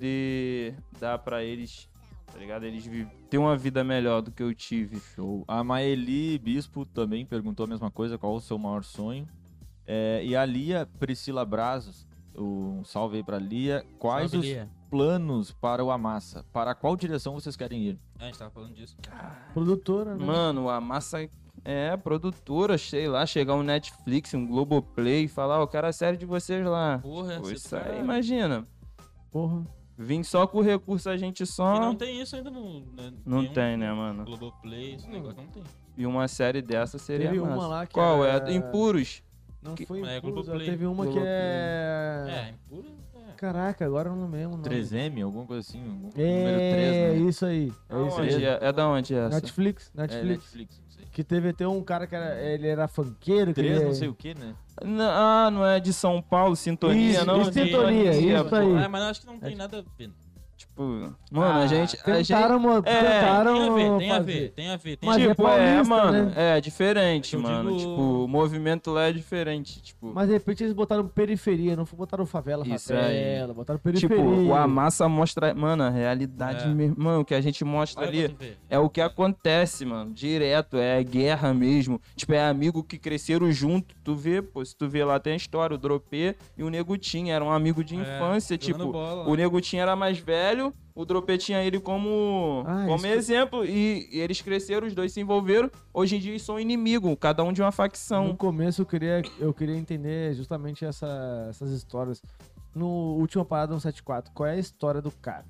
Speaker 3: poder dar pra eles, tá ligado? Eles vi- ter uma vida melhor do que eu tive.
Speaker 5: Show. A Maeli Bispo também perguntou a mesma coisa, qual o seu maior sonho. É, e a Lia Priscila Brazos, um salve aí pra Lia. Quais
Speaker 2: Sabe,
Speaker 5: os
Speaker 2: Lia?
Speaker 5: planos para o Amassa? Para qual direção vocês querem ir?
Speaker 2: Ah, A gente tava falando disso.
Speaker 1: Produtora, né?
Speaker 3: Mano, a massa é produtora, sei lá, chegar um Netflix, um Globoplay e falar, ó, cara a série de vocês lá.
Speaker 2: Porra,
Speaker 3: Pô,
Speaker 2: você
Speaker 3: isso aí,
Speaker 2: tá-
Speaker 3: imagina.
Speaker 1: Porra.
Speaker 3: Vim só com o recurso, a gente
Speaker 2: E
Speaker 3: só.
Speaker 2: não
Speaker 3: Não,
Speaker 2: tem isso ainda no. né, nenhum
Speaker 3: tem, né, mano?
Speaker 2: Globoplay, esse negócio não tem.
Speaker 3: E uma série dessa seria
Speaker 1: Teve uma
Speaker 3: massa.
Speaker 1: lá que
Speaker 3: Qual
Speaker 1: era-
Speaker 3: é? Impuros.
Speaker 1: Não
Speaker 3: Que-
Speaker 1: foi.
Speaker 2: é,
Speaker 1: incluso,
Speaker 2: Globoplay.
Speaker 1: teve uma que é...
Speaker 2: É, impura. É.
Speaker 1: Caraca, agora eu não lembro. o nome.
Speaker 5: 3M, alguma coisa assim? Algum número 3,
Speaker 1: Hum. É,
Speaker 5: né?
Speaker 1: isso aí. É isso
Speaker 3: Aonde
Speaker 1: aí.
Speaker 3: é? É da onde essa?
Speaker 1: Netflix,
Speaker 5: É,
Speaker 1: Netflix.
Speaker 5: Netflix, não sei.
Speaker 1: Que teve até um cara que era, ele era funkeiro. que
Speaker 5: 3
Speaker 1: ele-
Speaker 5: não sei o que, né?
Speaker 3: N- ah, não é de São Paulo, Sintonia,
Speaker 1: Isso,
Speaker 3: não?
Speaker 1: isso, Sintonia,
Speaker 3: Sintonia,
Speaker 1: isso
Speaker 3: pô.
Speaker 1: aí. É
Speaker 2: Ah, mas eu acho que não tem nada a ver.
Speaker 3: Tipo, mano, a
Speaker 1: Ah,
Speaker 3: gente... a gente-
Speaker 1: Tentaram, mo-
Speaker 3: É,
Speaker 1: tentaram
Speaker 2: Tem a ver, tem a
Speaker 1: fazer.
Speaker 2: ver, tem a ver. Tem a
Speaker 1: Mas
Speaker 2: ver.
Speaker 1: é
Speaker 3: Tipo, é,
Speaker 1: paulista, né?
Speaker 3: mano, é
Speaker 2: É
Speaker 3: diferente,
Speaker 2: que eu
Speaker 3: mano.
Speaker 2: digo-
Speaker 3: Tipo, o movimento lá é diferente, tipo.
Speaker 1: Mas de repente eles botaram periferia, não botaram favela,
Speaker 3: Isso
Speaker 1: favela, botaram periferia.
Speaker 3: Tipo, o a massa mostra, mano, a realidade
Speaker 2: É. assim,
Speaker 3: mesmo. Mano, o que a gente mostra
Speaker 2: Olha pra
Speaker 3: ali
Speaker 2: tu ver. Tá
Speaker 3: é o que acontece, mano. Direto, é guerra mesmo. Tipo, é amigo que cresceram junto. Tu vê, pô, se tu vê lá tem a história, o Dropê e o Negutinho eram um amigo de
Speaker 2: É,
Speaker 3: infância,
Speaker 2: jogando
Speaker 3: tipo.
Speaker 2: bola,
Speaker 3: O Negutinho era mais velho, o Dropê tinha ele como,
Speaker 1: Ah,
Speaker 3: como
Speaker 1: isso-
Speaker 3: exemplo. E, e eles cresceram, os dois se envolveram. Hoje em dia eles são inimigos, cada um de uma
Speaker 1: No
Speaker 3: facção.
Speaker 1: começo eu queria, eu queria entender justamente essa- essas histórias. No última parada 174, qual é a história do cara?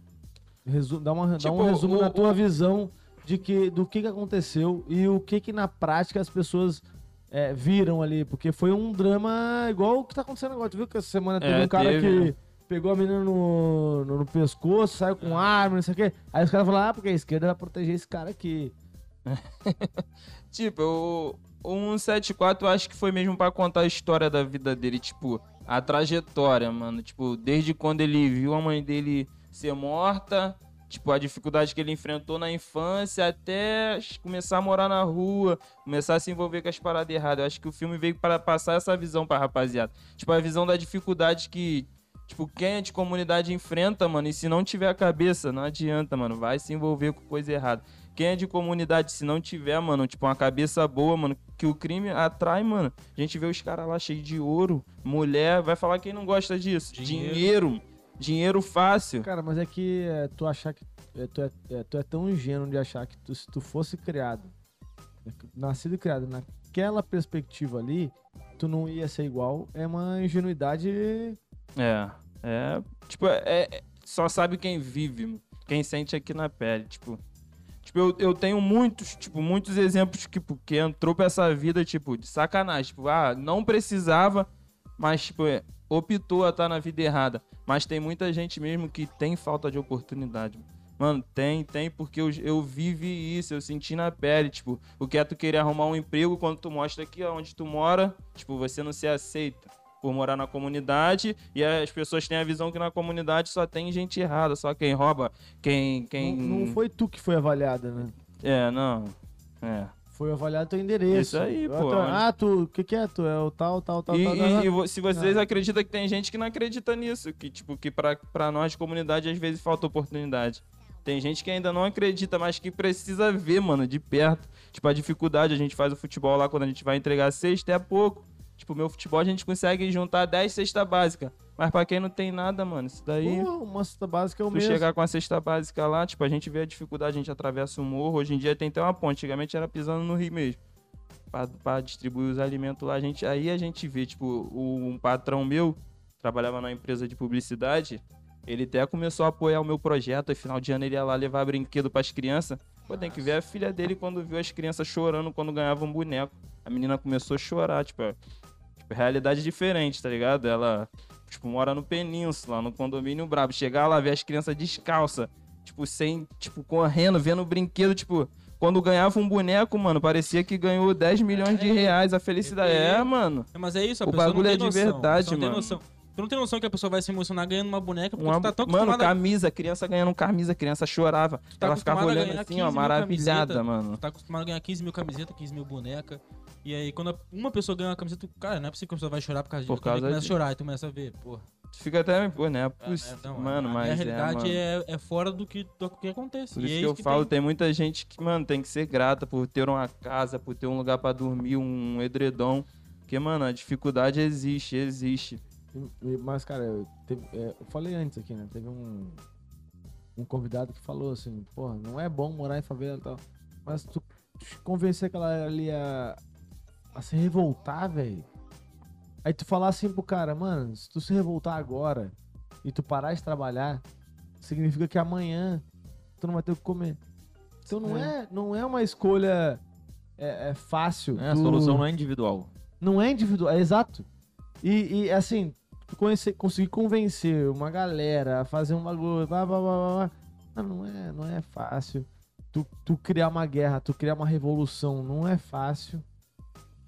Speaker 1: Resu- dá, uma- dá
Speaker 3: Tipo,
Speaker 1: um resumo
Speaker 3: o-
Speaker 1: na tua visão de que, do que, que aconteceu e o que, que na prática as pessoas é, viram ali. Porque foi um drama igual o que tá acontecendo agora. Tu viu que essa semana teve
Speaker 3: É,
Speaker 1: um cara
Speaker 3: teve.
Speaker 1: que pegou a menina no, no- no pescoço, saiu
Speaker 3: É.
Speaker 1: com arma, não sei o quê. Aí os caras falaram, ah, porque a esquerda vai proteger esse cara aqui.
Speaker 3: Tipo, eu- o 174 eu acho que foi mesmo pra contar a história da vida dele, tipo, a trajetória, mano. Tipo, desde quando ele viu a mãe dele ser morta, tipo, a dificuldade que ele enfrentou na infância, até começar a morar na rua, começar a se envolver com as paradas erradas. Eu acho que o filme veio para passar essa visão pra rapaziada. Tipo, a visão da dificuldade que. Tipo, quem é de comunidade enfrenta, mano, e se não tiver a cabeça, não adianta, mano. Vai se envolver com coisa errada quem é de comunidade, se não tiver, mano, tipo, uma cabeça boa, mano, que o crime atrai, mano. A gente vê os caras lá cheios de ouro, mulher, vai falar quem não gosta disso.
Speaker 2: Dinheiro.
Speaker 3: Dinheiro. Dinheiro, fácil.
Speaker 1: Cara, mas é que é, tu achar que. é, tu, é, é, tu é tão ingênuo de achar que tu- se tu fosse criado, nascido e criado naquela perspectiva ali, tu não ia ser igual, é uma ingenuidade.
Speaker 3: É, é, tipo, é, é- só sabe quem vive, mano. quem sente aqui na pele, tipo. Tipo, eu, eu tenho muitos, tipo, muitos exemplos que, tipo, que entrou pra essa vida, tipo, de sacanagem. Tipo, ah, não precisava, mas, tipo, é, optou a estar na vida errada. Mas tem muita gente mesmo que tem falta de oportunidade. Mano, tem, tem, porque eu, eu vivi isso, eu senti na pele, tipo, o que é tu querer arrumar um emprego quando tu mostra aqui onde tu mora, tipo, você não se aceita por morar na comunidade e as pessoas têm a visão que na comunidade só tem gente errada, só quem rouba, quem... quem...
Speaker 1: Não, não foi tu que foi avaliada, né?
Speaker 3: É, não. É.
Speaker 1: Foi avaliado teu endereço.
Speaker 3: Isso aí,
Speaker 1: Ah,
Speaker 3: pô.
Speaker 1: tu- Ah, tu. O que, que é? Tu é o tal, tal, tal,
Speaker 3: E,
Speaker 1: tal.
Speaker 3: e-
Speaker 1: tal, tal.
Speaker 3: e vo- se vocês acreditam que tem gente que não acredita nisso, que tipo, que pra, pra nós, comunidade, às vezes falta oportunidade. Tem gente que ainda não acredita, mas que precisa ver, mano, de perto. Tipo, a dificuldade, a gente faz o futebol lá quando a gente vai entregar cesta, é pouco. Tipo, meu futebol a gente consegue juntar 10 cesta básica. Mas pra quem não tem nada, mano, isso daí.
Speaker 1: Pô, uma cesta básica é o
Speaker 3: Tu
Speaker 1: mesmo.
Speaker 3: chegar com a cesta básica lá, tipo, a gente vê a dificuldade, a gente atravessa o morro. Hoje em dia tem até uma ponte, antigamente era pisando no rio mesmo. Pra, pra distribuir os alimentos lá, a gente, aí a gente vê, tipo, o- um patrão meu trabalhava na empresa de publicidade. Ele até começou a apoiar o meu projeto, e final de ano ele ia lá levar brinquedo pras crianças. Pô, tem que ver a filha dele quando viu as crianças chorando quando ganhava um boneco. A menina começou a chorar, tipo, é- tipo, realidade diferente, tá ligado? Ela, tipo, mora no Península, no condomínio brabo. Chegar lá, ver as crianças descalça, tipo, sem, tipo, correndo, vendo o brinquedo, tipo, quando ganhava um boneco, mano, parecia que ganhou 10 milhões de reais. A felicidade
Speaker 2: É.
Speaker 3: é, mano.
Speaker 2: É, Mas é isso, a
Speaker 3: O
Speaker 2: pessoa não
Speaker 3: bagulho
Speaker 2: tem
Speaker 3: é de
Speaker 2: noção,
Speaker 3: verdade,
Speaker 2: a pessoa não
Speaker 3: mano.
Speaker 2: Tem noção. Tu não tem noção que a pessoa vai se emocionar ganhando uma boneca porque
Speaker 3: Uma-
Speaker 2: tu tá tão
Speaker 3: mano,
Speaker 2: acostumada,
Speaker 3: camisa, criança ganhando camisa, criança chorava.
Speaker 2: tá
Speaker 3: Ela ficava
Speaker 2: acostumado a
Speaker 3: olhando
Speaker 2: ganhar
Speaker 3: assim, ó,
Speaker 2: 15 mil
Speaker 3: maravilhada,
Speaker 2: camiseta.
Speaker 3: mano.
Speaker 2: tu tá acostumado a ganhar 15 mil camisetas, 15 mil boneca. E aí, quando a- uma pessoa ganha uma camiseta, tu, cara, não é possível que a pessoa vai chorar por causa
Speaker 3: Por
Speaker 2: disso. Quando ele
Speaker 3: causa
Speaker 2: começa a
Speaker 3: disso.
Speaker 2: chorar e tu começa a ver, porra.
Speaker 3: Tu fica até, pô, né?
Speaker 2: Ah, né,
Speaker 3: Putz,
Speaker 2: não,
Speaker 3: mano,
Speaker 2: a-
Speaker 3: mas
Speaker 2: A
Speaker 3: é, mano.
Speaker 2: realidade é, é fora do que, do que acontece.
Speaker 3: Por
Speaker 2: E
Speaker 3: isso
Speaker 2: é
Speaker 3: que eu
Speaker 2: que
Speaker 3: falo,
Speaker 2: tem-
Speaker 3: tem... muita gente que, mano, tem que ser grata por ter uma casa, por ter um lugar pra dormir, um edredom. Porque, mano, a dificuldade existe, existe.
Speaker 1: E- e- Mas, cara, eu, teve- é, eu falei antes aqui, né? Teve um, um convidado que falou assim, porra, não é bom morar em favela e tal. Mas tu convencer aquela ali a, a se revoltar, velho. Aí tu falar assim pro cara, mano, se tu se revoltar agora e tu parar de trabalhar, significa que amanhã tu não vai ter o que comer. Então não é, não é uma escolha é, é fácil.
Speaker 5: É, a
Speaker 1: tu-
Speaker 5: solução não é individual.
Speaker 1: não é individual, é exato. E, e, assim, tu conhecer, conseguir convencer uma galera a fazer um bagulho, blá, blá, blá, blá, blá. Ah, Não, é, não é fácil. Tu, tu criar uma guerra, tu criar uma revolução, não é fácil.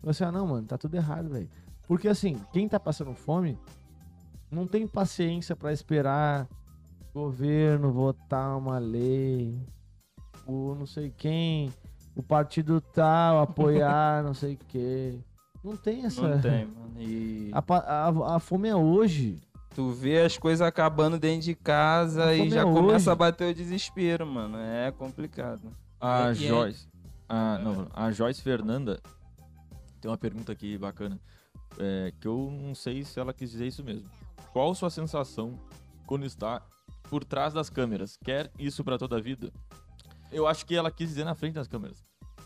Speaker 1: Você, ah, não, mano, tá tudo errado, velho. Porque assim, quem tá passando fome não tem paciência pra esperar governo votar uma lei, o não sei quem, o partido tal apoiar não sei o quê. Não tem essa.
Speaker 3: Não tem, mano. E
Speaker 1: É. A, pa- a- a fome é hoje.
Speaker 3: tu vê as coisas acabando dentro de casa e
Speaker 1: Como
Speaker 3: já
Speaker 1: é hoje?
Speaker 3: começa a bater o desespero, mano. É complicado.
Speaker 5: A
Speaker 2: É Ah. que é-
Speaker 5: Joyce. A, não, a Joyce Fernanda tem uma pergunta aqui bacana. é, que eu não sei se ela quis dizer isso mesmo. Qual sua sensação quando está por trás das câmeras? Quer isso pra toda a vida? Eu acho que ela quis dizer na frente das câmeras.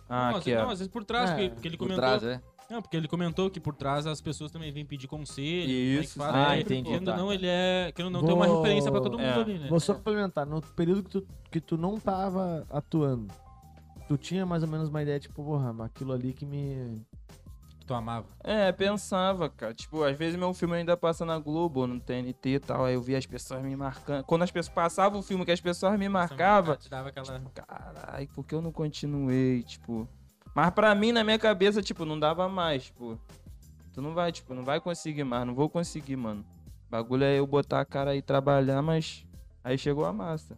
Speaker 3: Ah,
Speaker 2: não, às
Speaker 3: que
Speaker 2: vezes-
Speaker 3: é.
Speaker 2: não, às vezes por trás,
Speaker 1: É,
Speaker 2: porque, porque ele
Speaker 5: Por
Speaker 2: comentou.
Speaker 5: trás, é?
Speaker 2: Não, porque ele comentou que por trás as pessoas também vêm pedir conselho.
Speaker 3: Isso,
Speaker 2: como é que faz,
Speaker 5: ah,
Speaker 2: né?
Speaker 5: entendi,
Speaker 2: Querendo ou
Speaker 5: tá.
Speaker 2: não, ele é. Querendo ou não, tem uma
Speaker 1: Vou-
Speaker 2: referência pra todo mundo
Speaker 3: É.
Speaker 2: ali, né?
Speaker 1: Vou só complementar. No período que tu, que tu não tava atuando, tu tinha mais ou menos uma ideia, tipo, porra, mas aquilo ali que me.
Speaker 2: Que tu amava.
Speaker 3: É, pensava, cara. Tipo, às vezes meu filme ainda passa na Globo, no TNT e tal. Aí eu via as pessoas me marcando. Quando as pessoas passavam o filme que as pessoas me marcavam,
Speaker 2: Te dava aquela.
Speaker 3: Caralho, por que eu não continuei, tipo? Mas pra mim, na minha cabeça, tipo, não dava mais, tipo. Tu não vai, tipo, não vai conseguir mais, não vou conseguir, mano. O bagulho é eu botar a cara e trabalhar, mas aí chegou a massa.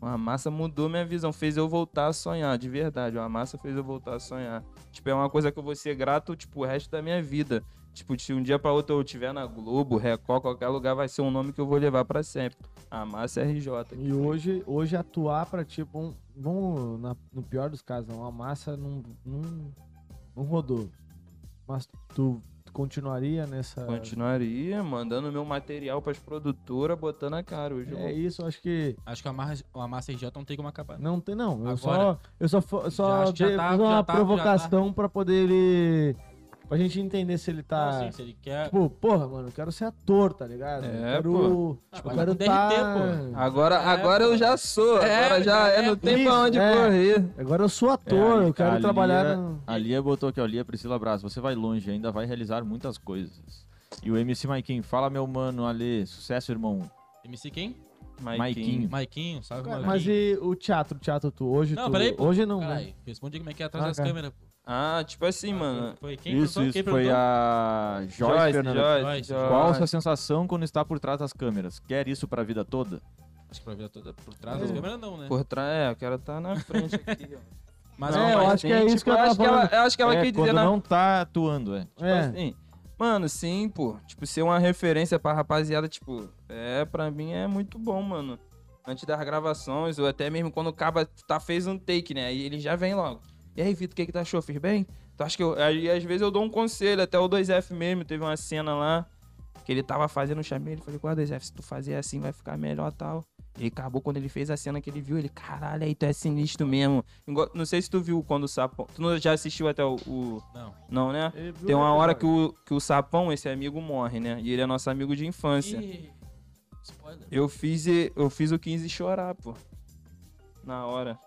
Speaker 3: A massa mudou minha visão, fez eu voltar a sonhar, de verdade. A massa fez eu voltar a sonhar. Tipo, é uma coisa que eu vou ser grato, tipo, o resto da minha vida. Tipo, se um dia pra outro eu tiver na Globo, Record, qualquer lugar, vai ser um nome que eu vou levar pra sempre. A massa é RJ.
Speaker 1: E hoje, hoje atuar pra tipo um. Vamos, na- no pior dos casos, não. A massa não, não, não rodou. Mas tu, tu continuaria nessa.
Speaker 3: Continuaria mandando meu material pras produtoras, botando a cara hoje. eu
Speaker 1: É
Speaker 3: vou-
Speaker 1: isso, eu acho que.
Speaker 2: Acho que a massa, a massa RJ não tem como acabar.
Speaker 1: Não tem, não. Eu
Speaker 2: Agora-
Speaker 1: só. Eu só, fo- só
Speaker 2: acho que já
Speaker 1: dei-
Speaker 2: tá-
Speaker 1: fiz
Speaker 2: já
Speaker 1: uma
Speaker 2: tá- já
Speaker 1: provocação pra poder ele. Pra gente entender se ele tá.
Speaker 2: Não, assim, se ele quer.
Speaker 1: Tipo, porra, mano, eu quero ser ator, tá ligado? Eu
Speaker 3: É,
Speaker 1: quero.
Speaker 3: pô.
Speaker 2: Ah,
Speaker 1: Tipo, eu
Speaker 2: vai
Speaker 1: quero
Speaker 2: pro
Speaker 1: tá...
Speaker 2: DRT, pô.
Speaker 3: Agora,
Speaker 2: É,
Speaker 3: agora eu
Speaker 2: pô.
Speaker 3: já sou,
Speaker 2: É,
Speaker 3: agora já é,
Speaker 2: é,
Speaker 3: não tem pra
Speaker 1: isso,
Speaker 3: onde
Speaker 1: é.
Speaker 3: correr.
Speaker 1: Agora eu sou ator,
Speaker 5: É, a-
Speaker 1: eu quero
Speaker 5: a
Speaker 1: trabalhar.
Speaker 5: Lia-
Speaker 1: no-
Speaker 5: A Lia botou aqui, ó, Lia Priscila Braz, você vai longe, ainda vai realizar muitas coisas. E o MC Maikin, fala meu mano, Ale, sucesso, irmão.
Speaker 2: MC quem?
Speaker 5: Maiquinho.
Speaker 2: Maiquinho, salve,
Speaker 1: Cara,
Speaker 2: Maiquinho.
Speaker 1: mas e o teatro, o teatro tu hoje?
Speaker 2: Não,
Speaker 1: tu...
Speaker 2: peraí, pô.
Speaker 1: Hoje não, né?
Speaker 2: Caralho, responde como é que é atrás
Speaker 1: Ah,
Speaker 2: das
Speaker 1: cara.
Speaker 2: câmeras, pô.
Speaker 3: Ah, tipo assim, mano.
Speaker 2: Foi quem
Speaker 5: Isso,
Speaker 2: perguntou?
Speaker 5: isso,
Speaker 2: Quem
Speaker 5: foi
Speaker 2: perguntou?
Speaker 5: a Joyce, Fernanda.
Speaker 3: Joyce,
Speaker 2: Joyce.
Speaker 3: Joyce.
Speaker 5: Qual a sua sensação quando está por trás das câmeras? Quer isso pra vida toda?
Speaker 2: Acho que pra ver toda por trás das
Speaker 3: É.
Speaker 2: câmeras, não, né?
Speaker 3: Por trás, é, eu quero estar na frente aqui, ó.
Speaker 2: Mas
Speaker 1: É,
Speaker 2: não,
Speaker 1: eu
Speaker 2: mas
Speaker 1: acho que é
Speaker 3: tem,
Speaker 1: isso
Speaker 3: tipo,
Speaker 1: que eu tava
Speaker 3: acho que ela,
Speaker 1: falando.
Speaker 3: eu acho que ela
Speaker 5: é,
Speaker 3: quis
Speaker 5: quando
Speaker 3: dizer né? na
Speaker 5: não tá atuando, é.
Speaker 3: Tipo
Speaker 1: É.
Speaker 3: assim, Mano, sim, pô. Tipo, ser uma referência pra rapaziada, tipo, é, pra mim é muito bom, mano. Antes das gravações, ou até mesmo quando o Caba tá, fez um take, né? E ele já vem logo. E aí, Vitor, o que que tu achou? Fiz bem? Tu acha que eu. Aí, às vezes eu dou um conselho, até o 2F mesmo, teve uma cena lá que ele tava fazendo, eu chamei ele, falei, guarda, Jeff, se tu fazer assim vai ficar melhor tal. Ele acabou quando ele fez a cena que ele viu, ele, caralho, aí tu é sinistro mesmo. Igual- não sei se tu viu quando o Sapão. Tu não- já assistiu até o. o-
Speaker 2: Não.
Speaker 3: Não, né?
Speaker 2: assim,
Speaker 3: Tem uma hora que o, que o Sapão, esse amigo, morre, né? E ele é nosso amigo de infância.
Speaker 2: Ih, Spoiler.
Speaker 3: Eu fiz, e- eu fiz o 15 chorar, pô. Na hora.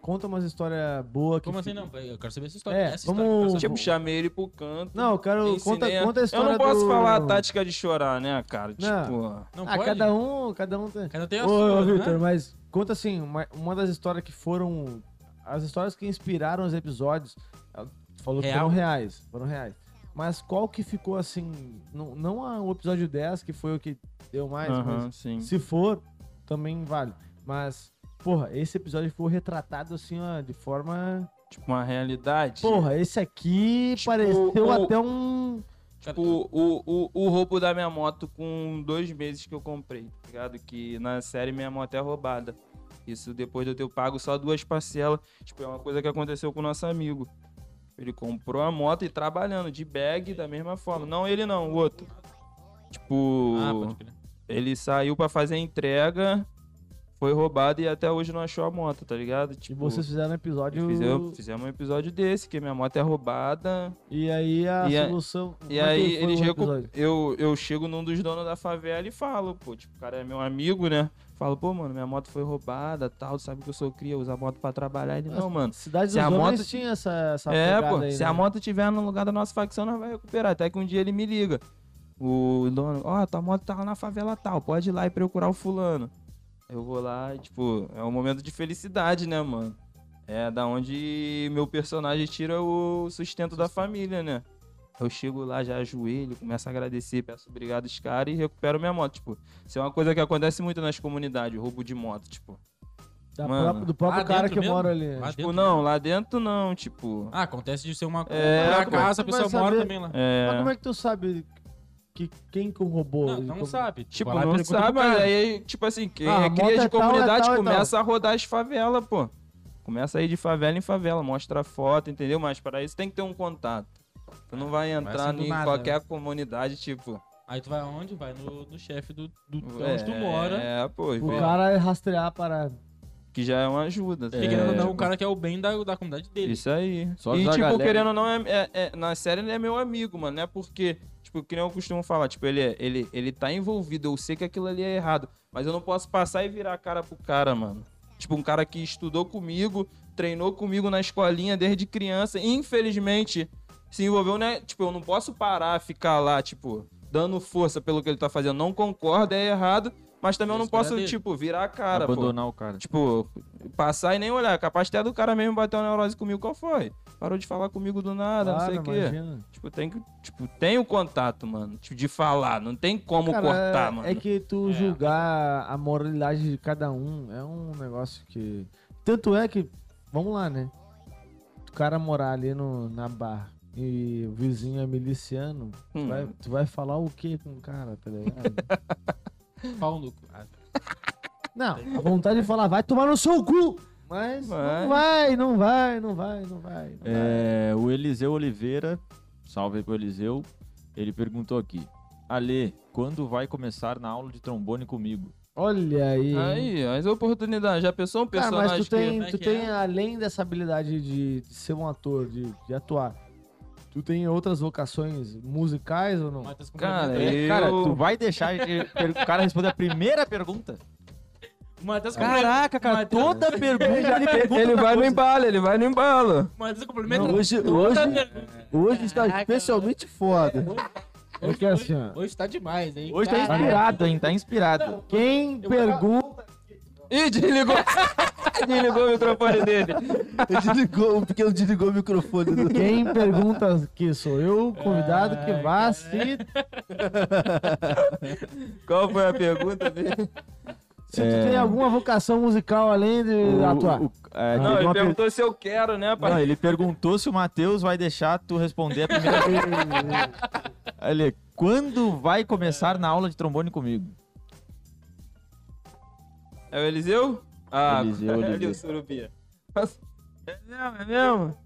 Speaker 1: Conta umas histórias boas que.
Speaker 2: Como assim
Speaker 1: fica-
Speaker 2: não? Eu quero saber essa história.
Speaker 1: É,
Speaker 2: essa
Speaker 1: vamos-
Speaker 2: história. eu quero saber.
Speaker 3: Tipo, chamei ele pro canto.
Speaker 1: Não, eu quero.
Speaker 3: ensinei
Speaker 1: Conta,
Speaker 3: a-
Speaker 1: conta a história.
Speaker 3: Eu não posso
Speaker 1: do-
Speaker 3: falar tá? a tática de chorar, né, cara?
Speaker 1: Não.
Speaker 3: Tipo.
Speaker 2: Não
Speaker 1: ah,
Speaker 2: pode?
Speaker 1: cada um. Cada um tem.
Speaker 2: Cada um tem a
Speaker 1: Ô,
Speaker 2: sua,
Speaker 1: ô,
Speaker 2: né?
Speaker 1: Vitor, mas conta assim, uma, uma das histórias que foram. As histórias que inspiraram os episódios. ah, Tu falou que
Speaker 2: Real?
Speaker 1: foram reais. Foram reais. Mas qual que ficou assim. Não, não a- o episódio 10, que foi o que deu mais,
Speaker 3: Aham,
Speaker 1: mas
Speaker 3: sim.
Speaker 1: se for, também vale. Mas, porra, esse episódio foi retratado assim, ó, de forma.
Speaker 3: Tipo, uma realidade.
Speaker 1: Porra, esse aqui
Speaker 3: Tipo,
Speaker 1: pareceu
Speaker 3: o-
Speaker 1: até um.
Speaker 3: Tipo, o, o, o roubo da minha moto com dois meses que eu comprei, tá ligado? Que na série minha moto é roubada. Isso depois de eu ter pago só duas parcelas. Tipo, é uma coisa que aconteceu com o nosso amigo. Ele comprou a moto e trabalhando de bag da mesma forma. Não ele não, o outro. Tipo,
Speaker 2: Ah, pode crer.
Speaker 3: ele saiu pra fazer a entrega, foi roubado e até hoje não achou a moto, tá ligado?
Speaker 1: E
Speaker 3: Tipo,
Speaker 1: vocês fizeram um episódio.
Speaker 3: fizemos, fizemos um episódio desse, que minha moto é roubada,
Speaker 1: E aí a
Speaker 3: E a-
Speaker 1: solução.
Speaker 3: e
Speaker 1: Como é que
Speaker 3: aí
Speaker 1: foi
Speaker 3: eles
Speaker 1: o
Speaker 3: recu...
Speaker 1: episódio?
Speaker 3: eu, eu chego num dos donos da favela e falo, pô, tipo, o cara é meu amigo, né? Falo, pô, mano, minha moto foi roubada, tal, tu sabe que eu sou cria, usa a moto pra trabalhar. Ele, não, mano.
Speaker 1: Cidade
Speaker 3: Se
Speaker 1: dos
Speaker 3: a
Speaker 1: Homens
Speaker 3: moto-
Speaker 1: tinha essa, essa
Speaker 3: é,
Speaker 1: pegada
Speaker 3: pô,
Speaker 1: aí,
Speaker 3: se
Speaker 1: né?
Speaker 3: a moto tiver no lugar da nossa facção, nós vai recuperar. Até que um dia ele me liga. O dono, ó, tua moto tá lá na favela tal, pode ir lá e procurar o fulano. Eu vou lá e, tipo, é um momento de felicidade, né, mano? É da onde meu personagem tira o sustento da família, né? Eu chego lá, já ajoelho, começo a agradecer, peço obrigado aos caras e recupero minha moto. Tipo, isso é uma coisa que acontece muito nas comunidades, roubo de moto, tipo.
Speaker 1: Da
Speaker 3: Mano.
Speaker 1: própria- do próprio
Speaker 2: Lá
Speaker 1: cara
Speaker 2: Ah, dentro
Speaker 1: que
Speaker 2: mesmo?
Speaker 1: mora ali.
Speaker 2: Lá
Speaker 3: Tipo,
Speaker 2: dentro?
Speaker 3: não, lá dentro não, tipo.
Speaker 2: Ah, acontece de ser uma
Speaker 3: É,
Speaker 2: pra
Speaker 3: pô.
Speaker 2: casa, a
Speaker 1: Tu
Speaker 2: pessoa
Speaker 1: vai
Speaker 2: mora
Speaker 1: saber.
Speaker 2: também lá.
Speaker 3: É.
Speaker 1: Mas como é que tu sabe que, quem que roubou?
Speaker 2: Não,
Speaker 1: E
Speaker 2: não
Speaker 1: como-
Speaker 2: sabe. Tu
Speaker 3: Tipo,
Speaker 2: vai lá e
Speaker 3: não
Speaker 2: pergunta pro
Speaker 3: sabe, mas
Speaker 2: cara.
Speaker 3: aí, tipo assim, quem
Speaker 1: Ah,
Speaker 3: é
Speaker 1: a
Speaker 3: cria
Speaker 1: moto
Speaker 3: de
Speaker 1: é tal, é
Speaker 3: comunidade
Speaker 1: tal, é
Speaker 3: começa a rodar as favelas, pô. Começa a ir de favela em favela, mostra a foto, entendeu? Mas para isso tem que ter um contato. Tu não vai entrar
Speaker 2: assim do
Speaker 3: em
Speaker 2: nada,
Speaker 3: qualquer comunidade, tipo.
Speaker 2: Aí tu vai aonde? Vai no, no chefe do, do de
Speaker 3: é,
Speaker 2: Então, onde tu mora.
Speaker 3: É, pô, e
Speaker 1: O
Speaker 3: vê,
Speaker 1: cara rastrear a parada.
Speaker 3: que já é uma ajuda. tá
Speaker 2: Porque
Speaker 3: ligado?
Speaker 2: querendo ou não, o cara que é o bem da, da comunidade dele.
Speaker 3: Isso aí.
Speaker 5: Só
Speaker 3: e,
Speaker 5: avisar a
Speaker 3: tipo,
Speaker 5: galera.
Speaker 3: querendo ou não, é, é- é- na série ele é meu amigo, mano. Não é porque, tipo, que nem eu costumo falar, tipo, ele, é- ele, ele tá envolvido, eu sei que aquilo ali é errado, mas eu não posso passar e virar a cara pro cara, mano. Tipo, um cara que estudou comigo, treinou comigo na escolinha desde criança, e, infelizmente se envolveu, né? Tipo, eu não posso parar, ficar lá, tipo, dando força pelo que ele tá fazendo. Não concordo, é errado, mas também eu não
Speaker 2: Esperar
Speaker 5: é
Speaker 3: posso,
Speaker 2: dele.
Speaker 3: tipo, virar a cara, pô.
Speaker 5: Abandonar o cara.
Speaker 3: Tipo, passar e nem olhar. Capaz até do cara mesmo bater uma neurose comigo, qual foi? Parou de falar comigo do nada,
Speaker 1: Claro,
Speaker 3: Ah, não sei o quê.
Speaker 1: imagina.
Speaker 3: Tipo, tem que. Tipo, tem o contato, mano. Tipo, de falar. Não tem como
Speaker 1: Cara,
Speaker 3: cortar,
Speaker 1: é-
Speaker 3: mano.
Speaker 1: É que tu
Speaker 2: É.
Speaker 1: julgar a moralidade de cada um é um negócio que. Tanto é que. Vamos lá, né? O cara morar ali no, na barra e o vizinho é miliciano, tu
Speaker 3: Hum.
Speaker 1: vai, tu vai falar o que com o cara, tá ligado?
Speaker 2: Pau no cu. Ah,
Speaker 1: Não, a vontade de falar, vai tomar no seu cu! Mas não vai, não vai, não vai, não vai. não vai.
Speaker 5: É, o Eliseu Oliveira, salve aí pro Eliseu, ele perguntou aqui. Ale, quando vai começar na aula de trombone comigo?
Speaker 1: Olha aí. hein?
Speaker 3: Aí, as oportunidades. Já pensou um
Speaker 1: Cara,
Speaker 3: personagem
Speaker 1: mas tu
Speaker 2: Como
Speaker 1: tem,
Speaker 2: é
Speaker 1: tu
Speaker 2: que
Speaker 1: tem
Speaker 2: é?
Speaker 1: além dessa habilidade de, de ser um ator, de, de atuar, tu tem outras vocações musicais ou não?
Speaker 2: mas tá se
Speaker 3: que. Cara,
Speaker 2: complementando.
Speaker 3: É, eu...
Speaker 5: É, Cara, tu vai deixar de- per- o cara responder a primeira pergunta?
Speaker 2: O Matheus complementa-
Speaker 5: Caraca, cara,
Speaker 2: Mateus-
Speaker 5: toda pergunta ele pergunta.
Speaker 3: Ele vai no embalo, ele vai no embalo.
Speaker 2: o Matheus complementa.
Speaker 4: Não, hoje-
Speaker 2: toda
Speaker 4: hoje-
Speaker 2: a pergunta.
Speaker 4: Hoje está
Speaker 2: Caraca,
Speaker 4: especialmente foda.
Speaker 1: É que assim, ó.
Speaker 2: Hoje tá demais, hein?
Speaker 5: Hoje tá
Speaker 2: Caraca.
Speaker 5: inspirado, hein? Tá inspirado.
Speaker 1: Quem
Speaker 2: Eu-
Speaker 1: pergunta.
Speaker 3: Ih, desligou. desligou o microfone dele.
Speaker 4: Ele desligou, porque ele desligou o microfone do.
Speaker 1: Quem pergunta que sou eu, o convidado que
Speaker 2: Ai,
Speaker 1: vá se,
Speaker 3: Qual foi a pergunta dele?
Speaker 1: se tu tem alguma vocação musical além de atuar.
Speaker 5: O- o- é,
Speaker 3: Não,
Speaker 5: teve
Speaker 3: ele
Speaker 5: uma per-
Speaker 3: perguntou se eu quero, né,
Speaker 5: Não,
Speaker 3: pai?
Speaker 5: ele perguntou se o Matheus vai deixar tu responder a primeira pergunta. Ale, quando vai começar na aula de trombone comigo?
Speaker 3: É o Eliseu? Ah,
Speaker 5: Eliseu,
Speaker 3: ali
Speaker 5: Eliseu.
Speaker 3: o Surubia. É mesmo, é mesmo?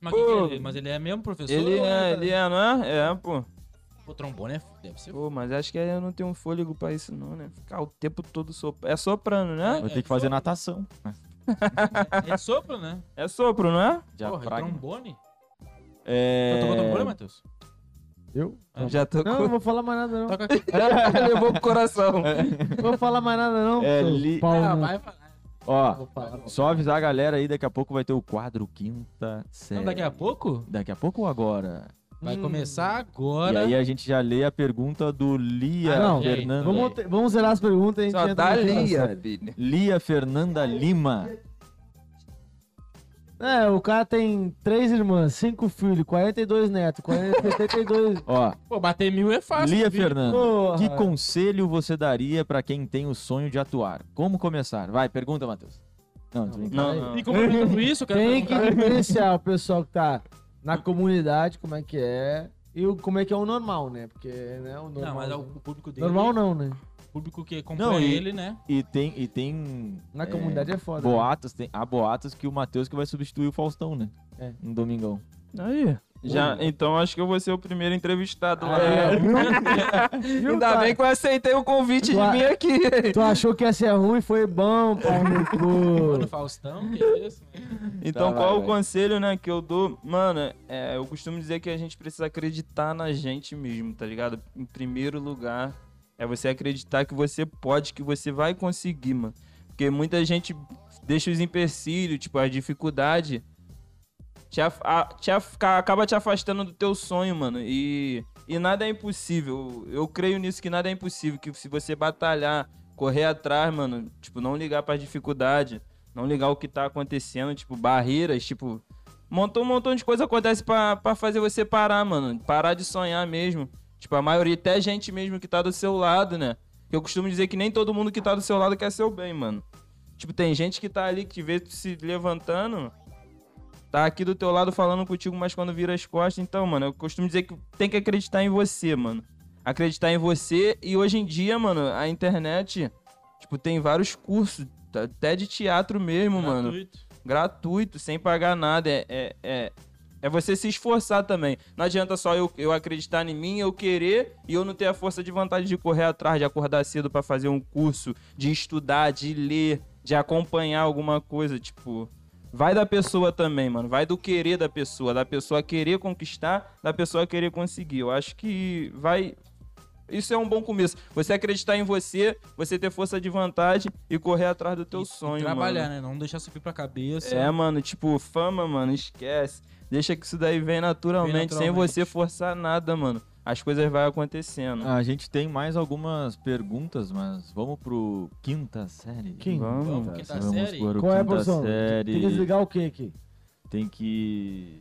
Speaker 2: Mas, quem que
Speaker 3: Pô.
Speaker 2: ele, mas ele é mesmo professor?
Speaker 3: Ele
Speaker 2: ou
Speaker 3: é,
Speaker 2: tá-
Speaker 3: ele é, não é? É, pô.
Speaker 2: O trombone é f- deve ser. f-
Speaker 3: Pô, mas acho que eu não tenho um fôlego pra isso não, né? Ficar o tempo todo sopro. É soprano, né?
Speaker 5: Vai ter que fazer natação.
Speaker 2: É sopro, né?
Speaker 3: É sopro, não é?
Speaker 5: Já
Speaker 2: Porra, é
Speaker 5: fraga.
Speaker 2: trombone?
Speaker 5: É...
Speaker 2: Já tocou trombone, Matheus?
Speaker 1: Eu? Não.
Speaker 3: Já tô
Speaker 1: Não, É. não vou falar mais nada, não.
Speaker 2: Toca aqui.
Speaker 3: Levou pro coração.
Speaker 1: Não vou falar mais nada, não.
Speaker 5: É,
Speaker 1: seu
Speaker 5: li-
Speaker 1: pau
Speaker 2: Ah,
Speaker 1: no-
Speaker 2: vai falar.
Speaker 5: Ó,
Speaker 2: Vou falar.
Speaker 5: só avisar a galera aí, daqui a pouco vai ter o quadro Quinta Série.
Speaker 2: Não, daqui a pouco?
Speaker 5: Daqui a pouco ou agora?
Speaker 2: Vai
Speaker 1: Hum.
Speaker 2: começar
Speaker 5: E
Speaker 2: agora.
Speaker 5: aí a gente já lê a pergunta do Lia
Speaker 1: Ah, não.
Speaker 5: Fernanda.
Speaker 1: Vamos, te- vamos zerar as perguntas e a gente
Speaker 3: Só tá
Speaker 1: entra na
Speaker 3: dá linha,
Speaker 1: série.
Speaker 3: Aline.
Speaker 5: Lia Fernanda Lima.
Speaker 1: É, o cara tem três irmãs, cinco filhos, 42 netos, 40, 72.
Speaker 5: Ó,
Speaker 2: Pô, bater mil é fácil.
Speaker 5: Lia
Speaker 2: viu?
Speaker 5: Fernanda.
Speaker 1: Porra.
Speaker 5: Que conselho você daria pra quem tem o sonho de atuar? Como começar? Vai, pergunta, Matheus. Não, tô brincando.
Speaker 3: Não,
Speaker 2: E complementando isso, eu quero
Speaker 1: Tem que
Speaker 2: perguntar-
Speaker 1: diferenciar o pessoal que tá na comunidade, como é que é, e o- como é que é o normal, né? Porque, né, o normal.
Speaker 2: Não, mas é
Speaker 1: né?
Speaker 2: o público dele.
Speaker 1: Normal não, né?
Speaker 2: O público que acompanha
Speaker 5: Não, e-
Speaker 2: ele, né?
Speaker 5: E tem. E tem
Speaker 1: Na
Speaker 5: é,
Speaker 1: comunidade é foda. né?
Speaker 5: boatos, tem, há boatos que o Matheus que vai substituir o Faustão, né?
Speaker 1: É.
Speaker 5: No domingão.
Speaker 3: Aí. Já, então acho que eu vou ser o primeiro entrevistado lá.
Speaker 1: É, viu? Viu,
Speaker 3: Ah, Ainda
Speaker 1: cara?
Speaker 3: bem que eu aceitei o convite
Speaker 1: Claro.
Speaker 3: de vir aqui.
Speaker 1: Tu achou que ia ser ruim, foi bom, pau no
Speaker 2: Mano,
Speaker 1: cu.
Speaker 2: Faustão, que é isso? né?
Speaker 3: Então,
Speaker 5: Tá, vai,
Speaker 3: qual o
Speaker 5: vai.
Speaker 3: conselho, né, que eu dou? Mano, é, eu costumo dizer que a gente precisa acreditar na gente mesmo, tá ligado? Em primeiro lugar, é você acreditar que você pode, que você vai conseguir, mano. Porque muita gente deixa os empecilhos, tipo, a dificuldade te af- a- te af- ca- acaba te afastando do teu sonho, mano. E, e nada é impossível. Eu creio nisso que nada é impossível. Que se você batalhar, correr atrás, mano, tipo, não ligar para dificuldade, não ligar o que tá acontecendo, tipo, barreiras, tipo. Montou um montão de coisa acontece pra pra fazer você parar, mano. Parar de sonhar mesmo. Tipo, a maioria, até gente mesmo que tá do seu lado, né? Eu costumo dizer que nem todo mundo que tá do seu lado quer seu bem, mano. Tipo, tem gente que tá ali, que vê tu se levantando, tá aqui do teu lado falando contigo, mas quando vira as costas, então, mano, eu costumo dizer que tem que acreditar em você, mano. Acreditar em você e hoje em dia, mano, a internet, tipo, tem vários cursos, tá- até de teatro mesmo, mano.
Speaker 2: Gratuito.
Speaker 3: Gratuito, sem pagar nada. É, é, é, é você se esforçar também. Não adianta só eu, eu acreditar em mim, eu querer e eu não ter a força de vontade de correr atrás, de acordar cedo pra fazer um curso, de estudar, de ler, de acompanhar alguma coisa, tipo. Vai da pessoa também, mano. Vai do querer da pessoa, da pessoa querer conquistar, da pessoa querer conseguir. Eu acho que vai. Isso é um bom começo. Você acreditar em você, você ter força de vontade e correr atrás do teu
Speaker 2: E- e
Speaker 3: sonho,
Speaker 2: Trabalhar,
Speaker 3: mano.
Speaker 2: né? Não deixar subir pra cabeça.
Speaker 3: É, mano, tipo, fama, mano, esquece. Deixa que isso daí vem naturalmente, Ah,
Speaker 2: Vem
Speaker 3: sem
Speaker 2: naturalmente.
Speaker 3: você forçar nada, mano. As coisas vão acontecendo.
Speaker 5: A gente tem mais algumas perguntas, mas vamos pro quinta série.
Speaker 1: Quem?
Speaker 3: Vamos.
Speaker 2: Vamos, quinta
Speaker 5: Vamos
Speaker 2: série.
Speaker 5: para o
Speaker 1: Qual é a
Speaker 5: quinta
Speaker 1: posição? Tem
Speaker 5: série.
Speaker 1: que desligar o quê aqui?
Speaker 5: Tem que.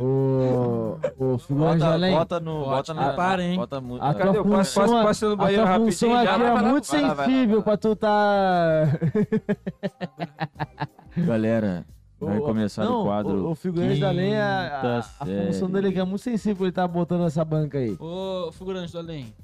Speaker 1: O. O Fulano
Speaker 5: Bota,
Speaker 1: Jalém.
Speaker 5: bota no. Bota
Speaker 2: Ótimo,
Speaker 5: na.
Speaker 2: para, hein?
Speaker 5: Bota mu-
Speaker 1: A
Speaker 5: na-
Speaker 1: tua
Speaker 3: Cadê? Eu posso-
Speaker 1: função,
Speaker 3: posso-
Speaker 1: a-
Speaker 3: posso ir no banheiro
Speaker 1: a tua
Speaker 3: rapidinho
Speaker 1: função
Speaker 3: já?
Speaker 1: aqui
Speaker 3: Vai
Speaker 1: é
Speaker 3: lá,
Speaker 1: muito
Speaker 5: vai lá, vai lá,
Speaker 1: sensível
Speaker 5: vai
Speaker 1: pra tu tá.
Speaker 5: Galera, vai
Speaker 1: O-
Speaker 5: começar
Speaker 1: não,
Speaker 5: o quadro.
Speaker 1: O, o figurante da lenha, é a, a,
Speaker 5: Quinta
Speaker 1: a função
Speaker 5: série.
Speaker 1: dele é que é muito sensível ele tá botando essa banca aí.
Speaker 2: Ô, figurante do além,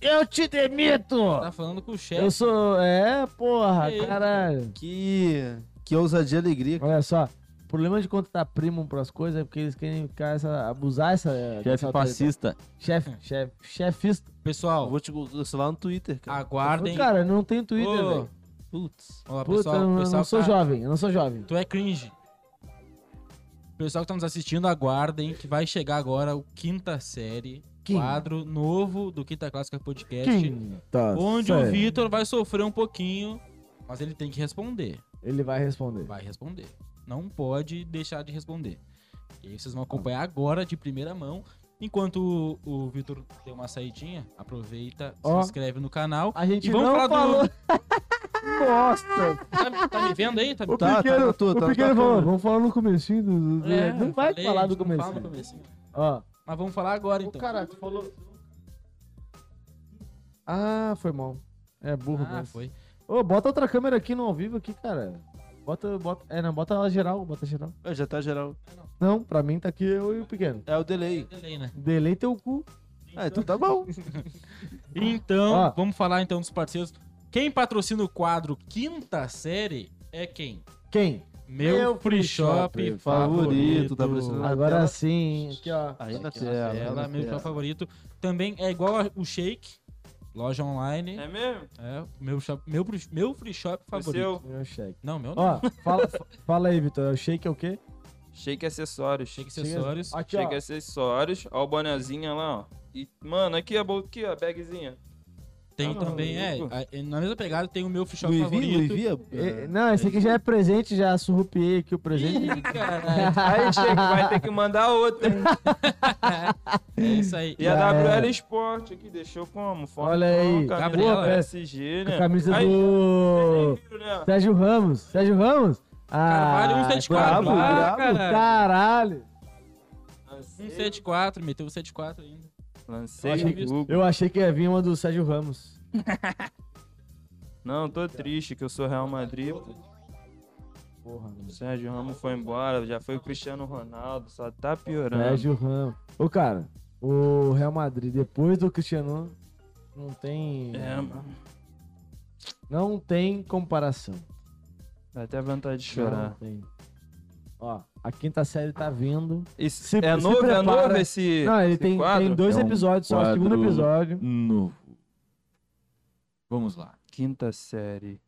Speaker 1: Eu te demito!
Speaker 2: tá falando com o
Speaker 1: Eu
Speaker 2: chefe.
Speaker 1: sou. É, porra,
Speaker 2: Que isso,
Speaker 1: caralho.
Speaker 4: Que, que ousadia e alegria.
Speaker 1: Olha só. O problema de contratar primo pras coisas é porque eles querem ficar essa, abusar essa. dessa
Speaker 5: Chefe passista.
Speaker 1: autoridade. Chefe, chefe, chefista.
Speaker 4: Eu
Speaker 2: Pessoal,
Speaker 4: vou te cancelar no Twitter, cara.
Speaker 2: aguardem.
Speaker 1: Cara, não tem Twitter,
Speaker 2: Ô,
Speaker 1: velho.
Speaker 4: Putz.
Speaker 2: Olha lá,
Speaker 1: Puta,
Speaker 2: pessoal.
Speaker 1: eu não- eu
Speaker 2: pessoal
Speaker 1: não sou
Speaker 2: tá-
Speaker 1: jovem, eu não sou jovem.
Speaker 2: Tu é cringe. Pessoal que tá nos assistindo, aguardem que vai chegar agora o quinta série,
Speaker 1: Quinta.
Speaker 2: quadro novo do Quinta Clássica Podcast,
Speaker 1: Quinta
Speaker 2: onde o
Speaker 1: série.
Speaker 2: Vitor vai sofrer um pouquinho, mas ele tem que responder.
Speaker 1: Ele vai responder.
Speaker 2: Vai responder. Não pode deixar de responder. E aí vocês vão acompanhar agora de primeira mão. Enquanto o, o Vitor deu uma saidinha, aproveita,
Speaker 1: Ó.
Speaker 2: se inscreve no canal.
Speaker 1: A gente
Speaker 2: E vamos
Speaker 1: não
Speaker 2: falar do-
Speaker 1: falou. Nossa!
Speaker 2: Tá, tá me vendo aí? Tá me...
Speaker 1: O
Speaker 4: Tá, tá
Speaker 1: pequeno,
Speaker 4: na tua,
Speaker 1: o
Speaker 4: tá na
Speaker 1: pequeno
Speaker 4: tua
Speaker 1: falou,
Speaker 4: câmera.
Speaker 1: vamos falar no comecinho do... do-
Speaker 2: É,
Speaker 1: não vai
Speaker 2: falei,
Speaker 1: falar do
Speaker 2: não fala
Speaker 1: comecinho.
Speaker 2: no comecinho.
Speaker 1: Ó,
Speaker 2: Mas vamos falar agora
Speaker 1: o
Speaker 2: então.
Speaker 1: cara, tu falou... Ah, foi mal. É burro
Speaker 2: ah,
Speaker 1: mesmo.
Speaker 2: foi.
Speaker 1: Ô, bota outra câmera aqui no ao vivo aqui, cara. Bota, bota... É, não, bota ela geral, bota geral.
Speaker 4: Ah, já tá geral.
Speaker 1: Não, pra mim tá aqui eu e o pequeno.
Speaker 4: É o delay.
Speaker 2: Delay, né?
Speaker 1: Delei teu cu.
Speaker 4: Ah, então tá bom.
Speaker 2: Então,
Speaker 1: Ó.
Speaker 2: vamos falar então dos parceiros. Quem patrocina o quadro Quinta Série é quem?
Speaker 1: Quem?
Speaker 2: Meu,
Speaker 1: Meu
Speaker 2: free
Speaker 1: free
Speaker 2: shop
Speaker 1: shop
Speaker 2: favorito.
Speaker 4: favorito, tá patrocinando Na
Speaker 1: Agora
Speaker 4: tela.
Speaker 1: sim. Aqui, ó.
Speaker 4: Aí na
Speaker 2: Aqui na
Speaker 4: tela. aí
Speaker 2: tela,
Speaker 4: na
Speaker 2: é meu
Speaker 4: tela.
Speaker 2: shop favorito. Também é igual a- o Shake, loja online.
Speaker 3: É mesmo?
Speaker 2: É, o meu, shop, meu, pri- meu free shop
Speaker 3: O
Speaker 2: favorito.
Speaker 3: seu.
Speaker 1: Meu cheque.
Speaker 2: Não, meu não.
Speaker 1: Ó, fala, fa- fala aí, Vitor. O shake é o quê?
Speaker 3: Shake Acessórios.
Speaker 2: Chega
Speaker 1: Chega-
Speaker 2: acessórios.
Speaker 1: Aqui,
Speaker 3: Shake
Speaker 1: ó.
Speaker 3: Acessórios. Ó o bonezinha lá, ó. E, mano, aqui a, bo- aqui, ó, a bagzinha.
Speaker 2: Tem
Speaker 3: Ah,
Speaker 2: também, é.
Speaker 3: maluco.
Speaker 2: a- Na mesma pegada tem o meu fichão
Speaker 4: Louis V, Louis
Speaker 2: favorito.
Speaker 4: V,
Speaker 1: É,
Speaker 4: é-
Speaker 1: não, esse aqui já é presente, já surrupiei aqui o presente.
Speaker 2: Ih, caralho.
Speaker 3: Aí, Shake, vai ter que mandar outra.
Speaker 2: É isso aí.
Speaker 3: E a
Speaker 1: Já era.
Speaker 3: WL Sport aqui, deixou como? Forma
Speaker 1: Olha aí. é.
Speaker 2: Gabriela.
Speaker 3: Gabriela PSG, né?
Speaker 1: A camisa
Speaker 3: Aí,
Speaker 1: do
Speaker 3: vocês nem viram, né?
Speaker 1: Sérgio Ramos. Sérgio Ramos? Ah,
Speaker 2: Carvalho, 174.
Speaker 1: brabo,
Speaker 2: Ah,
Speaker 1: brabo,
Speaker 2: caralho.
Speaker 1: caralho.
Speaker 2: Um 74, meteu o 74 ainda.
Speaker 3: Lancei
Speaker 2: Acho
Speaker 3: no
Speaker 2: que-
Speaker 3: Google.
Speaker 1: Eu achei que ia vir uma do Sérgio Ramos.
Speaker 3: Não, tô triste que eu sou Real Madrid. pô.
Speaker 1: Porra,
Speaker 3: O Sérgio Ramos foi embora, já foi o Cristiano Ronaldo, só tá piorando.
Speaker 1: Sérgio Ramos. Ô, cara, o Real Madrid, depois do Cristiano, não tem.
Speaker 3: É, mano.
Speaker 1: Não tem comparação.
Speaker 3: Dá até vontade de
Speaker 1: Não
Speaker 3: chorar.
Speaker 1: tem. Ó, a quinta série tá vindo.
Speaker 3: Esse-
Speaker 1: Se-
Speaker 3: é
Speaker 1: se
Speaker 3: novo, é
Speaker 1: prepara.
Speaker 3: novo esse.
Speaker 1: Não, ele
Speaker 3: esse
Speaker 1: tem,
Speaker 3: quadro?
Speaker 1: tem dois
Speaker 5: É um
Speaker 1: episódios só, o
Speaker 5: quadro-
Speaker 1: segundo episódio.
Speaker 5: Novo. Vamos lá.
Speaker 3: Quinta série.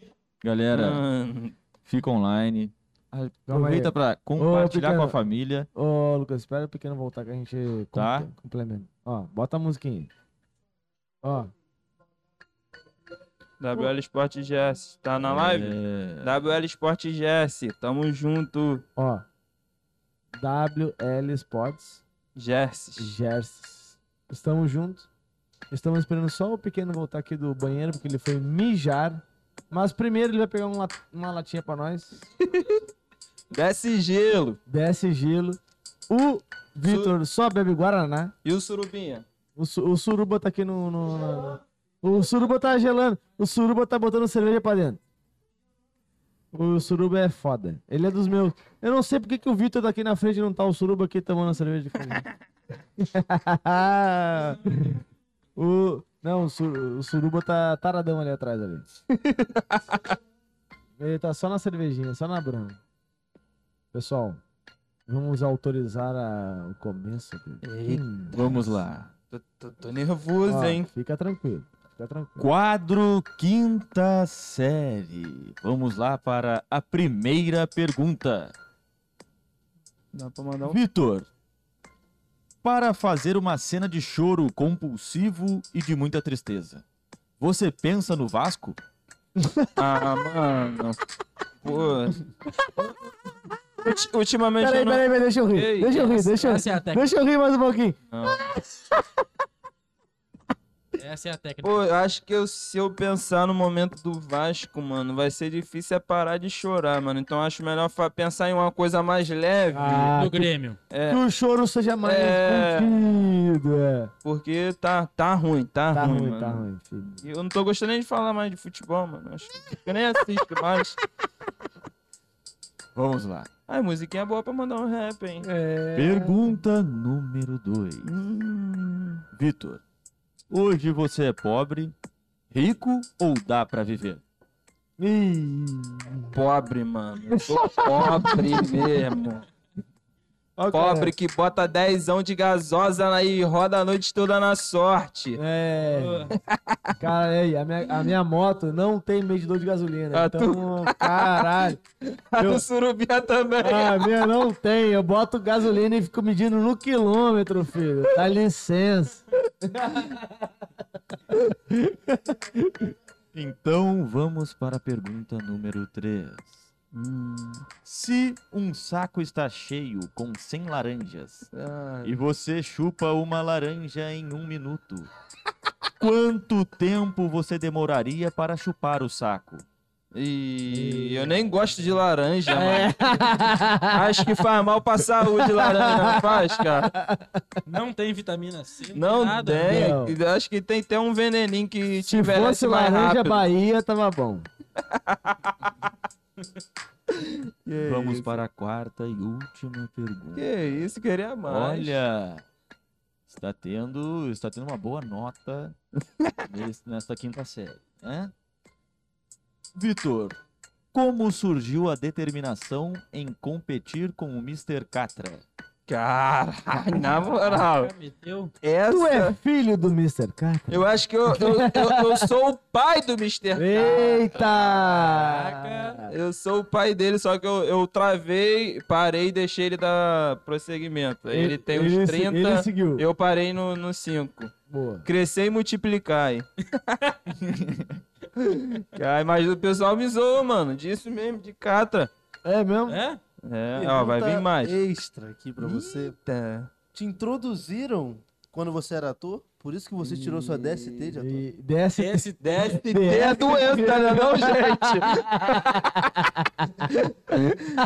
Speaker 3: Ah.
Speaker 5: Galera,
Speaker 3: Mano,
Speaker 5: fica online. Aproveita pra compartilhar com
Speaker 1: pequeno.
Speaker 5: a família.
Speaker 1: Ô, Lucas, espera um o pequeno voltar que a gente
Speaker 5: Tá.
Speaker 1: com- complementa. Ó, bota a musiquinha. aí. Ó,
Speaker 3: WL Sport GS. Tá na live?
Speaker 5: É,
Speaker 3: WL Sport GS. Tamo junto.
Speaker 1: ó. WL Sports
Speaker 3: Gerses.
Speaker 1: Jerseys. Estamos juntos. Estamos esperando só o pequeno voltar aqui do banheiro, porque ele foi mijar. Mas primeiro ele vai pegar um la- uma latinha pra nós.
Speaker 3: Desce gelo.
Speaker 1: Desce gelo. O Vitor só bebe Guaraná.
Speaker 3: E o Surubinha?
Speaker 1: O, su- o Suruba tá aqui no, no- na- no- O Suruba tá gelando. O Suruba tá botando cerveja pra dentro. O Suruba é foda. Ele é dos meus. Eu não sei porque que o Vitor daqui na frente e não tá o Suruba aqui tomando a cerveja de frente. o... Não, o, Sur- o Suruba tá taradão ali atrás ali. Ele tá só na cervejinha, só na brama. Pessoal, vamos autorizar a- o começo. do- Hum.
Speaker 5: vamos lá.
Speaker 3: Tô, tô- tô nervoso,
Speaker 1: Ó,
Speaker 3: hein?
Speaker 1: Fica tranquilo, fica tranquilo.
Speaker 5: Quadro quinta série. Vamos lá para a primeira pergunta.
Speaker 3: Dá pra mandar um.
Speaker 5: Vitor, para fazer uma cena de choro compulsivo e de muita tristeza, você pensa no Vasco?
Speaker 3: Ah, mano. Pô. Ulti- Ultimamente
Speaker 1: Peraí,
Speaker 3: eu não.
Speaker 1: peraí, peraí, deixa eu rir.
Speaker 3: Ei,
Speaker 1: deixa eu rir, deixa eu rir.
Speaker 2: Essa é a técnica.
Speaker 1: Deixa eu rir mais um pouquinho.
Speaker 3: não.
Speaker 2: Essa é a técnica.
Speaker 3: Pô, eu acho que eu- se eu pensar no momento do Vasco, mano, vai ser difícil é parar de chorar, mano. Então eu acho melhor fa- pensar em uma coisa mais leve.
Speaker 1: Ah,
Speaker 2: Do Grêmio.
Speaker 1: que o choro seja mais
Speaker 3: É.
Speaker 1: contido. É.
Speaker 3: Porque tá, tá ruim, tá,
Speaker 1: Tá
Speaker 3: ruim,
Speaker 1: ruim,
Speaker 3: mano.
Speaker 1: tá ruim, filho.
Speaker 3: E Eu não tô gostando nem de falar mais de futebol, mano. Acho que eu nem assisto mais.
Speaker 5: Vamos lá.
Speaker 3: Ai, musiquinha boa pra mandar um rap, hein?
Speaker 5: Pergunta número 2.
Speaker 3: Hum.
Speaker 5: Vitor, hoje você é pobre, rico ou dá pra viver?
Speaker 1: Ih.
Speaker 3: Pobre, mano. Eu sou pobre mesmo.
Speaker 1: Ó, cara,
Speaker 3: Pobre que bota dezão de gasosa aí e roda a noite toda na sorte.
Speaker 1: É. Cara, aí, a minha, a minha moto não tem medidor de gasolina.
Speaker 3: Ah,
Speaker 1: então, caralho.
Speaker 3: A
Speaker 1: Eu-
Speaker 3: do Surubia também.
Speaker 1: Ah, a minha não tem. Eu boto gasolina e fico medindo no quilômetro, filho. Dá licença.
Speaker 5: Então vamos para a pergunta número 3.
Speaker 3: Hum.
Speaker 5: Se um saco está cheio com 100 laranjas
Speaker 3: Ah,
Speaker 5: E você chupa uma laranja em um minuto. Quanto tempo você demoraria para chupar o saco?
Speaker 3: E eu nem gosto de laranja,
Speaker 1: É.
Speaker 3: mano. Acho que faz mal pra saúde laranja, não faz, cara.
Speaker 2: Não tem vitamina C.
Speaker 3: Não
Speaker 2: nada.
Speaker 3: tem. Acho que tem até um veneninho que te
Speaker 1: Se
Speaker 3: envelhece
Speaker 1: fosse
Speaker 3: mais
Speaker 1: laranja
Speaker 3: rápido.
Speaker 1: Bahia, tava bom.
Speaker 3: Que
Speaker 5: Vamos
Speaker 3: isso?
Speaker 5: para a quarta e última pergunta.
Speaker 3: Que isso, queria mais.
Speaker 5: Olha, está tendo, está tendo uma boa nota nesse- nesta quinta série, né? Vitor, como surgiu a determinação em competir com o Mr. Catra?
Speaker 3: Caralho, na moral.
Speaker 2: Cara, meteu.
Speaker 1: Tu é
Speaker 3: Essa.
Speaker 1: filho do Mr. K?
Speaker 3: Eu acho que eu, eu, eu, eu sou o pai do Mr. K.
Speaker 1: Eita!
Speaker 3: Caraca, eu sou o pai dele, só que eu, eu travei, parei e deixei ele dar prosseguimento. Ele, tem uns
Speaker 1: ele se-
Speaker 3: 30,
Speaker 1: Ele seguiu.
Speaker 3: eu parei no, no 5.
Speaker 1: Boa.
Speaker 3: Crescer e multiplicar. Ai, mas o pessoal me zoa, mano. Disso mesmo, de catra.
Speaker 1: É mesmo?
Speaker 2: É?
Speaker 3: É, ó, vai vir
Speaker 4: Pergunta
Speaker 3: mais.
Speaker 4: Extra aqui pra você.
Speaker 3: Eita.
Speaker 4: Te introduziram quando você era ator? Por isso que você tirou sua DST de ator.
Speaker 1: E desce.
Speaker 2: Esse
Speaker 3: DST é doença, né, não, gente?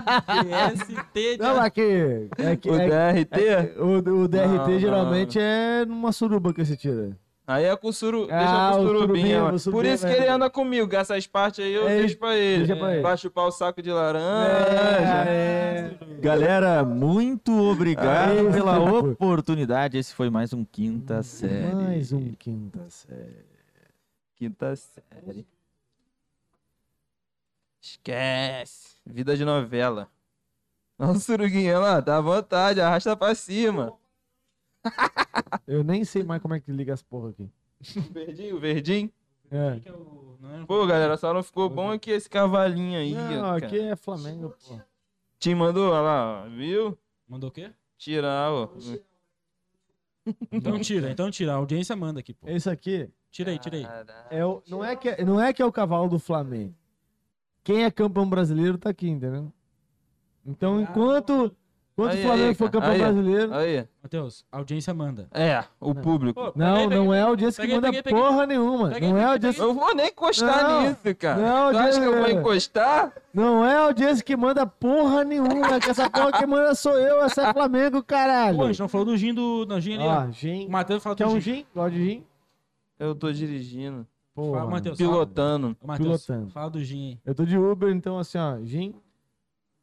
Speaker 2: DST.
Speaker 1: Não, mas que. É que,
Speaker 3: O
Speaker 1: é
Speaker 3: DRT?
Speaker 1: que- o, o DRT
Speaker 3: Não, não,
Speaker 1: geralmente é numa suruba que você tira.
Speaker 3: Aí é com o suru...
Speaker 1: Ah,
Speaker 3: deixa com
Speaker 1: o
Speaker 3: o surubinha.
Speaker 1: surubinha,
Speaker 3: mano.
Speaker 1: o
Speaker 3: Por
Speaker 1: surubinha
Speaker 3: isso que
Speaker 1: vai-
Speaker 3: ele anda comigo. Essas partes aí eu
Speaker 1: É,
Speaker 3: deixo pra ele.
Speaker 1: deixa pra ele. É.
Speaker 3: Pra chupar o saco de É, laranja.
Speaker 5: Galera, muito obrigado
Speaker 1: Aê,
Speaker 5: pela
Speaker 1: Felipe.
Speaker 5: oportunidade. Esse foi mais um Quinta Série.
Speaker 3: é.
Speaker 1: Mais um quinta série.
Speaker 3: Quinta série. Esquece. Vida de novela. Olha o suruguinha lá, dá vontade, arrasta pra cima.
Speaker 1: Eu nem sei mais como é que liga as porra aqui.
Speaker 3: Verdinho, verdinho.
Speaker 1: É.
Speaker 3: Pô, galera, só não ficou bom aqui esse cavalinho aí.
Speaker 1: Não,
Speaker 3: cara.
Speaker 1: aqui é Flamengo, pô.
Speaker 3: Te mandou, olha lá, ó, viu?
Speaker 2: Mandou o quê?
Speaker 3: Tirar, ó.
Speaker 2: Então tira, então tira. A audiência manda aqui, pô.
Speaker 1: Esse aqui
Speaker 2: Tira aí, tira aí.
Speaker 1: é o, não, é que é, não é que é o cavalo do Flamengo. Quem é campeão brasileiro tá aqui, entendeu?
Speaker 2: Ah.
Speaker 1: Então, enquanto, enquanto
Speaker 3: Aí,
Speaker 1: o Flamengo
Speaker 3: aí,
Speaker 1: for
Speaker 3: cara.
Speaker 1: campeão
Speaker 3: Aí, ó.
Speaker 1: brasileiro.
Speaker 3: Aí.
Speaker 2: Matheus, a audiência manda.
Speaker 3: É, o público.
Speaker 2: Pô,
Speaker 1: Não,
Speaker 2: peguei,
Speaker 1: não é a audiência que
Speaker 2: peguei,
Speaker 1: manda
Speaker 2: peguei, peguei.
Speaker 1: porra nenhuma.
Speaker 2: Peguei,
Speaker 1: não é a
Speaker 2: peguei,
Speaker 1: audiência,
Speaker 3: Eu vou nem encostar
Speaker 1: Não.
Speaker 3: nisso, cara.
Speaker 1: Não,
Speaker 3: tu acha que eu vou
Speaker 1: Diego.
Speaker 3: encostar?
Speaker 1: não é a audiência que manda porra nenhuma. é Que essa porra que manda sou eu, essa é Flamengo, caralho.
Speaker 2: Pô, a gente não falou do gin do. Não, gin ali, ó.
Speaker 1: Ó, gin.
Speaker 2: O Matheus fala
Speaker 1: Quer
Speaker 2: do
Speaker 1: um
Speaker 2: gin.
Speaker 1: gin? Gosta de gin?
Speaker 3: Eu tô dirigindo,
Speaker 1: Porra.
Speaker 2: Fala, Matheus.
Speaker 3: pilotando.
Speaker 2: Fala. Ô, Matheus,
Speaker 1: Pilotando.
Speaker 2: fala do gin
Speaker 1: Eu tô de Uber, então assim, ó, gin.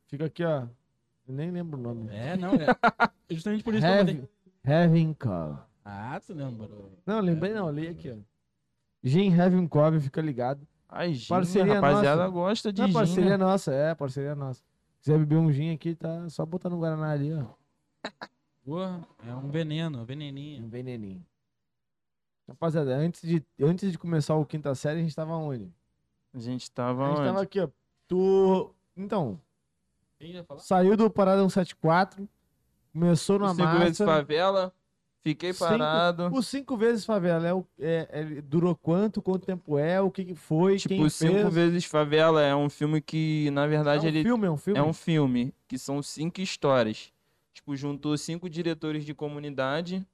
Speaker 1: Fica aqui, ó. Eu nem lembro o nome.
Speaker 2: aí. É, não, é. É Justamente por isso que eu mandei.
Speaker 1: Heavy, Heaven Call.
Speaker 2: Ah, tu lembrou.
Speaker 1: Não, lembrei não, li aqui, ó. Gin Heaven Cove, fica ligado.
Speaker 3: Ai, gente,
Speaker 1: Parceria
Speaker 3: rapaziada
Speaker 1: nossa.
Speaker 3: gosta de
Speaker 1: Não, é
Speaker 3: gin,
Speaker 1: parceria
Speaker 3: né?
Speaker 1: nossa, é, parceria nossa. Quiser beber um gin aqui, tá só botar no Guaraná ali, ó.
Speaker 2: Porra, é um veneno, um
Speaker 1: Um
Speaker 2: veneninho.
Speaker 1: veneninho. Rapaziada, antes de, antes de começar o quinta série, a gente tava onde?
Speaker 3: A gente tava
Speaker 1: a gente
Speaker 3: onde?
Speaker 1: tava aqui, ó. Tu. Então,
Speaker 2: Quem ia falar?
Speaker 1: saiu do Parada 174, começou
Speaker 3: No
Speaker 1: numa
Speaker 3: Cinco vezes
Speaker 1: massa.
Speaker 3: favela, fiquei
Speaker 1: Cinco-
Speaker 3: parado.
Speaker 1: O cinco vezes favela é, o- é- é- durou quanto? Quanto tempo é? O que, que foi? quem
Speaker 3: Tipo, Cinco
Speaker 1: fez?
Speaker 3: Vezes Favela é um filme que, na
Speaker 1: É
Speaker 3: verdade,
Speaker 1: um
Speaker 3: ele
Speaker 1: filme, é um filme.
Speaker 3: é um filme que são cinco histórias. Tipo, juntou cinco diretores de comunidade.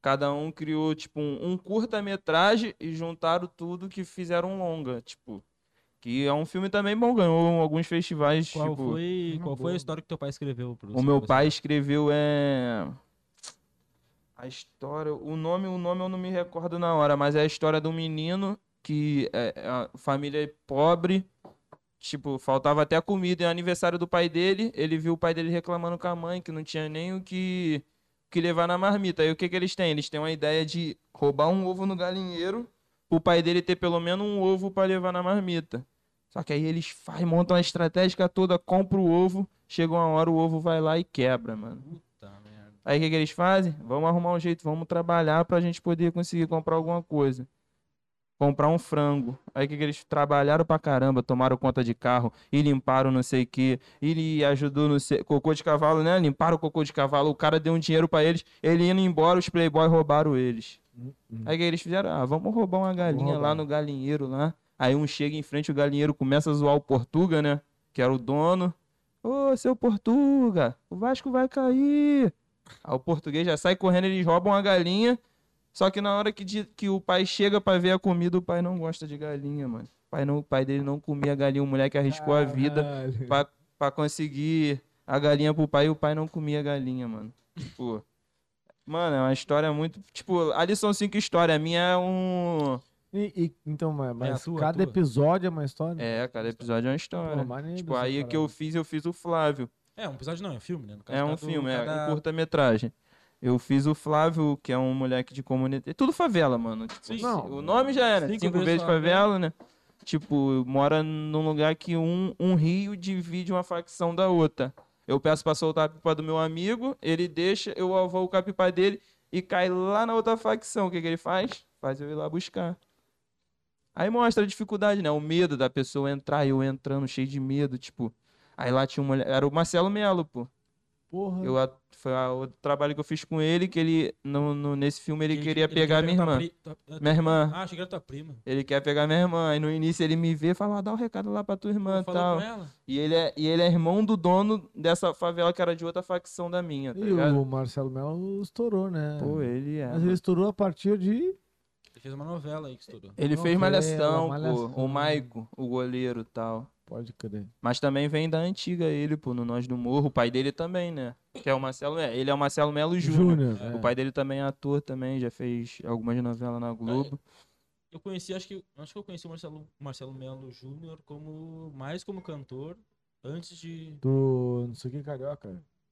Speaker 3: Cada um criou, tipo, um, um curta-metragem e juntaram tudo que fizeram um longa, tipo. Que é um filme também bom, ganhou alguns festivais,
Speaker 2: Qual
Speaker 3: tipo.
Speaker 2: foi,
Speaker 1: uma
Speaker 2: qual foi
Speaker 1: boa.
Speaker 2: a história que teu pai escreveu? pro-
Speaker 3: O meu
Speaker 2: pra você?
Speaker 3: pai escreveu é a história, o nome, o nome eu não me recordo na hora, mas é a história de um menino que é, a família é pobre, tipo, faltava até comida, e é aniversário do pai dele, ele viu o pai dele reclamando com a mãe que não tinha nem o que o que levar na marmita. Aí o que que eles têm? Eles têm uma ideia de roubar um ovo no galinheiro, o pai dele ter pelo menos um ovo para levar na marmita. Só que aí eles faz, montam a estratégia toda, compra o ovo, chega uma hora o ovo vai lá e quebra, mano.
Speaker 2: Puta merda.
Speaker 3: Aí o que, que eles fazem? Vamos arrumar um jeito, vamos trabalhar pra gente poder conseguir comprar alguma coisa. Comprar um frango. Aí o que, que eles trabalharam pra caramba, tomaram conta de carro e limparam não sei o que. Ele ajudou no cocô de cavalo, né? Limparam o cocô de cavalo, o cara deu um dinheiro pra eles, ele indo embora, os playboy roubaram eles. Aí o que eles fizeram? Ah, vamos roubar uma galinha lá
Speaker 1: roubar.
Speaker 3: no galinheiro lá. Aí um chega em frente, o galinheiro começa a zoar o Portuga, né? Que era o dono. Ô, seu Portuga, o Vasco vai cair. Aí o português já sai correndo, eles roubam a galinha. Só que na hora que, di- que o pai chega pra ver a comida, o pai não gosta de galinha, mano. O pai, não, o pai dele não comia galinha, o moleque arriscou tipo, a vida
Speaker 1: Caralho.
Speaker 3: pra, pra conseguir a galinha pro pai e o pai não comia a galinha, mano. Tipo. Mano, é uma história muito. Tipo, ali são cinco histórias. A minha é um.
Speaker 1: E- e- então, mas, mas
Speaker 2: a tua,
Speaker 1: cada
Speaker 2: a tua.
Speaker 1: episódio é uma história?
Speaker 3: É, cada episódio é uma história.
Speaker 1: maneiro
Speaker 3: Tipo,
Speaker 1: essa
Speaker 3: aí que
Speaker 1: parada.
Speaker 3: eu fiz, eu fiz o Flávio.
Speaker 2: É, um episódio não, é um filme, né? No caso,
Speaker 3: É um
Speaker 2: cada-
Speaker 3: filme, é
Speaker 2: cada-
Speaker 3: um curta-metragem. Eu fiz o Flávio, que é um moleque de comunidade. É tudo favela, mano. Tipo,
Speaker 2: Sim.
Speaker 3: se-
Speaker 1: Não.
Speaker 3: o nome já era.
Speaker 2: Cinco
Speaker 3: Cinco
Speaker 2: vezes
Speaker 3: vezes favela, né? Tipo, mora num lugar que um, um rio divide uma facção da outra. Eu peço pra soltar a pipa do meu amigo, ele deixa, eu avou com a pipa dele e cai lá na outra facção. O que, que ele faz? Faz eu ir lá buscar. Aí mostra a dificuldade, né? O medo da pessoa entrar, eu entrando cheio de medo, tipo. Aí lá tinha uma. Era o Marcelo Melo, pô.
Speaker 1: Porra.
Speaker 3: Eu, a- foi a- o trabalho que eu fiz com ele, que ele. No, no- nesse filme ele,
Speaker 2: Ele-
Speaker 3: queria
Speaker 2: ele
Speaker 3: pegar
Speaker 2: queria
Speaker 3: minha
Speaker 2: tua
Speaker 3: irmã.
Speaker 2: pri- tua- tua-
Speaker 3: Minha irmã.
Speaker 2: Ah, achei que era tua prima.
Speaker 3: Ele quer pegar minha irmã. Aí no início ele me vê e fala, "Ah, dá um recado lá pra tua irmã e
Speaker 2: Falou
Speaker 3: tal.
Speaker 2: com ela?
Speaker 3: E ele, é, e ele é irmão do dono dessa favela que era de outra facção da minha, tá
Speaker 1: E
Speaker 3: ligado?
Speaker 1: o Marcelo Melo estourou, né?
Speaker 3: Pô, ele é.
Speaker 1: Mas ele estourou a partir de.
Speaker 2: Ele fez uma novela aí que estourou.
Speaker 3: Ele
Speaker 1: Não,
Speaker 3: fez
Speaker 1: que
Speaker 3: malhação,
Speaker 1: ele é Malhação.
Speaker 3: pô. O Maico, o goleiro e tal.
Speaker 1: Pode crer.
Speaker 3: Mas também vem da antiga ele, pô, no Nós do Morro. O pai dele também, né? Que é o Marcelo. é, Ele é o Marcelo Melo Júnior.
Speaker 1: Júnior.
Speaker 3: O
Speaker 1: é.
Speaker 3: pai dele também é ator também, já fez algumas novelas na Globo.
Speaker 2: Eu conheci, acho que, acho que eu conheci o Marcelo, Marcelo Melo Júnior como, mais como cantor, antes de...
Speaker 1: Do. Não sei o que, carioca.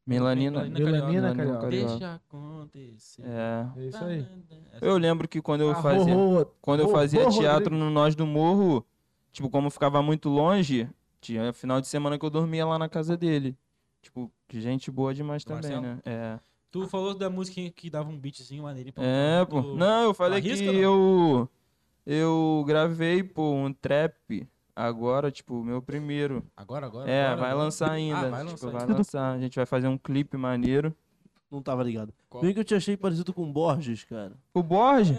Speaker 3: Melanina.
Speaker 2: Melanina
Speaker 1: Melanina
Speaker 3: Carioca.
Speaker 1: Carioca.
Speaker 3: Carioca.
Speaker 2: Deixa acontecer.
Speaker 3: É.
Speaker 1: É isso aí.
Speaker 2: Essa-
Speaker 3: Eu lembro que quando eu
Speaker 1: Ah,
Speaker 3: fazia.
Speaker 1: Rorô,
Speaker 3: Quando eu
Speaker 1: Ô,
Speaker 3: fazia
Speaker 1: ô,
Speaker 3: teatro no Nós do Morro, tipo, como ficava muito longe, tinha final de semana que eu dormia lá na casa dele. Tipo, gente boa demais
Speaker 2: Do
Speaker 3: também,
Speaker 2: Marcelo?
Speaker 3: né? É.
Speaker 2: Tu falou da música que dava um beatzinho maneiro. pra
Speaker 3: É,
Speaker 2: tu-
Speaker 3: pô.
Speaker 2: tu-
Speaker 3: Não, eu falei
Speaker 2: tá arrisca né?
Speaker 3: que
Speaker 2: ou não?
Speaker 3: eu. Eu gravei, pô, um trap agora, tipo, o meu primeiro.
Speaker 2: Agora, agora.
Speaker 3: É,
Speaker 2: agora,
Speaker 3: vai
Speaker 2: agora.
Speaker 3: lançar ainda.
Speaker 2: Ah, vai
Speaker 3: tipo,
Speaker 2: lançar
Speaker 3: vai
Speaker 2: ainda.
Speaker 3: lançar. A gente vai fazer um clipe maneiro.
Speaker 4: Não tava ligado.
Speaker 2: Qual?
Speaker 4: Bem que eu te achei parecido com o Borges, cara.
Speaker 3: O Borges?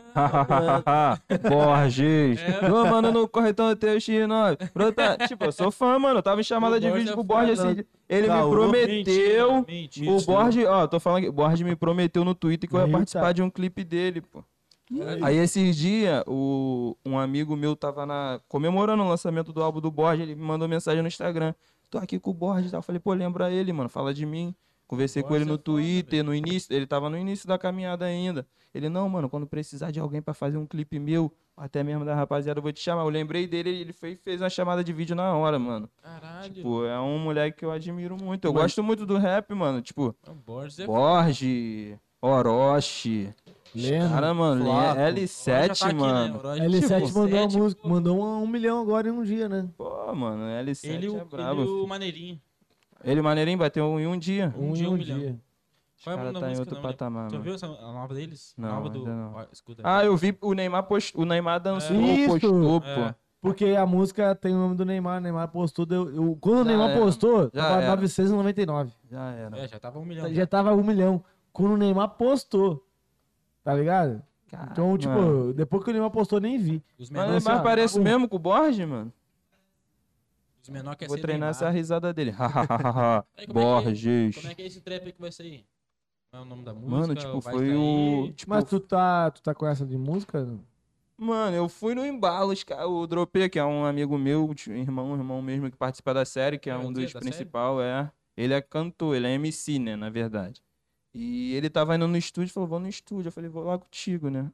Speaker 3: Borges!
Speaker 2: É.
Speaker 3: Ô, mano, no corretão TX9. Brota... Tipo, eu sou fã, mano. Eu tava em chamada
Speaker 2: O
Speaker 3: de
Speaker 2: Borges
Speaker 3: vídeo
Speaker 2: é
Speaker 3: com o Borges
Speaker 4: foda.
Speaker 3: assim. Ele
Speaker 4: Caô.
Speaker 3: me prometeu.
Speaker 2: Mentira,
Speaker 3: O Borges, ó, tô falando que o Borges me prometeu no Twitter que eu ia
Speaker 1: Eita.
Speaker 3: participar de um clipe dele, pô. Aí esses dias, o, um amigo meu tava na, comemorando o lançamento do álbum do Borges, ele me mandou mensagem no Instagram. Tô aqui com o Borges e tal. Eu Falei, pô, lembra ele, mano, fala de mim. Conversei com
Speaker 2: Borges
Speaker 3: ele no
Speaker 2: é foda,
Speaker 3: Twitter, no início, ele tava no início da caminhada ainda. Ele, não, mano, quando precisar de alguém pra fazer um clipe meu, até mesmo da rapaziada, eu vou te chamar. Eu lembrei dele, ele fez, fez uma chamada de vídeo na hora, mano.
Speaker 2: Caralho.
Speaker 3: Tipo, é um moleque que eu admiro muito. Eu gosto muito do rap, mano. Tipo,
Speaker 2: o Borges é
Speaker 3: Borges, Orochi.
Speaker 1: Leno.
Speaker 3: Cara, mano,
Speaker 4: Flaco.
Speaker 2: Agora já
Speaker 3: L7,
Speaker 2: tá aqui, né?
Speaker 3: mano.
Speaker 2: Agora já-
Speaker 1: L7
Speaker 2: tipo,
Speaker 1: mandou uma
Speaker 2: sete,
Speaker 1: música.
Speaker 2: pô.
Speaker 1: Mandou um, um milhão agora em um dia, né?
Speaker 3: Pô, mano, L7
Speaker 2: Ele, o-
Speaker 3: é
Speaker 2: ele
Speaker 3: brabo.
Speaker 2: o maneirinho.
Speaker 3: Ele, maneirinho bateu um em um dia.
Speaker 2: Um
Speaker 1: Um,
Speaker 2: dia,
Speaker 1: em
Speaker 2: um
Speaker 1: um
Speaker 2: milhão.
Speaker 1: dia.
Speaker 3: Os
Speaker 2: Qual é o
Speaker 3: cara
Speaker 2: nome da
Speaker 3: tá em
Speaker 2: música?
Speaker 3: outro
Speaker 2: Não lembro.
Speaker 3: patamar,
Speaker 2: Tu
Speaker 3: mano.
Speaker 2: viu essa, a nova deles?
Speaker 3: Não,
Speaker 2: a nova do...
Speaker 3: ainda não.
Speaker 2: Ó, escuta.
Speaker 3: Ah, eu vi o Neymar post... o Neymar dançou,
Speaker 1: Isso!
Speaker 3: postou,
Speaker 2: É.
Speaker 3: pô.
Speaker 1: Porque a música tem o nome do Neymar. O Neymar postou. deu- eu- quando o
Speaker 3: Já
Speaker 1: Neymar
Speaker 3: era.
Speaker 1: postou,
Speaker 3: Já
Speaker 1: tava
Speaker 3: era.
Speaker 1: 999.
Speaker 3: Já era.
Speaker 2: É, já tava um milhão.
Speaker 1: Já tava um milhão. Quando o Neymar postou. Tá ligado?
Speaker 3: Cara,
Speaker 1: Então, tipo,
Speaker 3: mano.
Speaker 1: depois que o Neymar postou, nem vi.
Speaker 2: Os
Speaker 3: Mas o
Speaker 2: menores
Speaker 1: assim,
Speaker 3: Neymar
Speaker 1: ó,
Speaker 3: parece
Speaker 1: acabou.
Speaker 3: mesmo com o Borges, mano?
Speaker 2: os menor quer
Speaker 3: Vou
Speaker 2: ser
Speaker 3: treinar essa
Speaker 2: Neymar.
Speaker 3: risada dele.
Speaker 2: Aí, como é que-
Speaker 3: Borges.
Speaker 2: Como é que é esse trap aí que vai sair? Qual é o nome da música?
Speaker 3: Mano, tipo,
Speaker 2: Vai
Speaker 3: foi
Speaker 2: sair?
Speaker 3: o... Tipo,
Speaker 1: Mas tu tá, tu tá com essa de música?
Speaker 3: Mano, eu fui no embalo, os ca- o Dropê, que é um amigo meu, tio- irmão, um irmão mesmo que participa da série, que é
Speaker 2: Ah,
Speaker 3: um
Speaker 2: o Zé
Speaker 3: dos
Speaker 2: da
Speaker 3: principais, é. Ele é cantor, ele é MC, né, na verdade. E ele tava indo no estúdio, falou, vou no estúdio. Eu falei, vou lá contigo, né?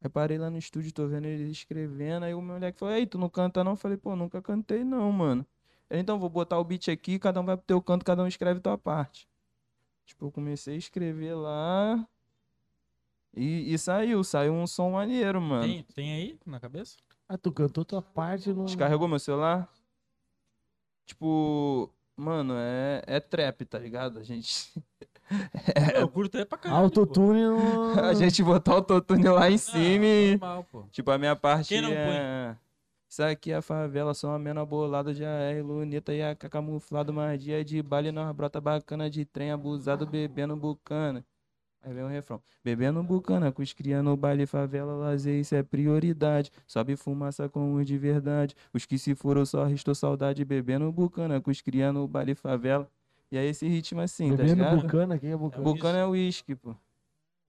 Speaker 3: Aí parei lá no estúdio, tô vendo ele escrevendo, aí o meu moleque falou, ei, tu não canta não? Eu falei, pô, nunca cantei não, mano. Ele, então, vou botar o beat aqui, cada um vai pro teu canto, cada um escreve tua parte. Tipo, eu comecei a escrever lá... E, e saiu, saiu um som maneiro, mano.
Speaker 2: Tem, tem aí na cabeça?
Speaker 1: Ah, tu cantou tua parte no.
Speaker 3: Descarregou meu celular. Tipo, mano, é, é trap, tá ligado? A gente,
Speaker 2: Pô, Eu curto é pra caralho. pô.
Speaker 1: Autotune no.
Speaker 3: a gente botar o autotune lá em
Speaker 2: Ah,
Speaker 3: cima e.
Speaker 2: normal, pô.
Speaker 3: Tipo, a minha parte
Speaker 2: Quem não
Speaker 3: é. Isso aqui é a favela, só uma mena bolada já é luneta e a camuflado, mas dia de baile nós brota bacana de trem abusado, bebendo bucana. Aí vem o refrão. Bebendo bucana, com os cria no baile, favela, lazer, isso é prioridade. Sobe fumaça com os de verdade. Os que se foram só restou saudade. Bebendo bucana, com os cria no baile, favela. E aí esse ritmo assim, tá
Speaker 1: Bebendo
Speaker 3: ligado?
Speaker 1: Bucana, quem é Bucana?
Speaker 3: Bucana é uísque, pô.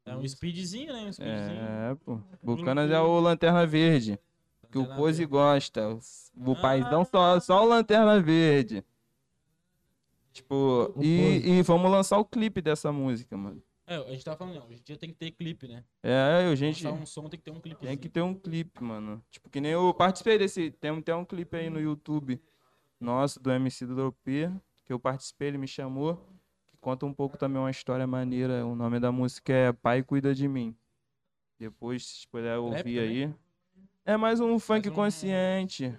Speaker 2: É um speedzinho, né? Um speedzinho.
Speaker 3: É, pô. Bucanas é o Lanterna Verde. Que o
Speaker 2: Lanterna
Speaker 3: Pose
Speaker 2: Verde. Ah,
Speaker 3: gosta. O, o paizão só, só o Lanterna Verde. Tipo,
Speaker 1: O Pose.
Speaker 3: e, e vamos lançar o clipe dessa música, mano.
Speaker 2: É, a gente tava falando, não, hoje em dia tem que ter clipe, né?
Speaker 3: É, eu,
Speaker 2: Gente,
Speaker 3: gente.
Speaker 2: um som tem que ter um clipe.
Speaker 3: Tem que ter um clipe, mano. Tipo, que nem eu participei desse. Tem, um- tem um clipe aí no YouTube nosso, do MC do Dropê, que eu participei, ele me chamou. Que conta um pouco também uma história maneira. O nome da música é Pai Cuida de Mim. Depois, se puder ouvir
Speaker 2: também?
Speaker 3: aí. É mais um funk
Speaker 2: um-
Speaker 3: consciente.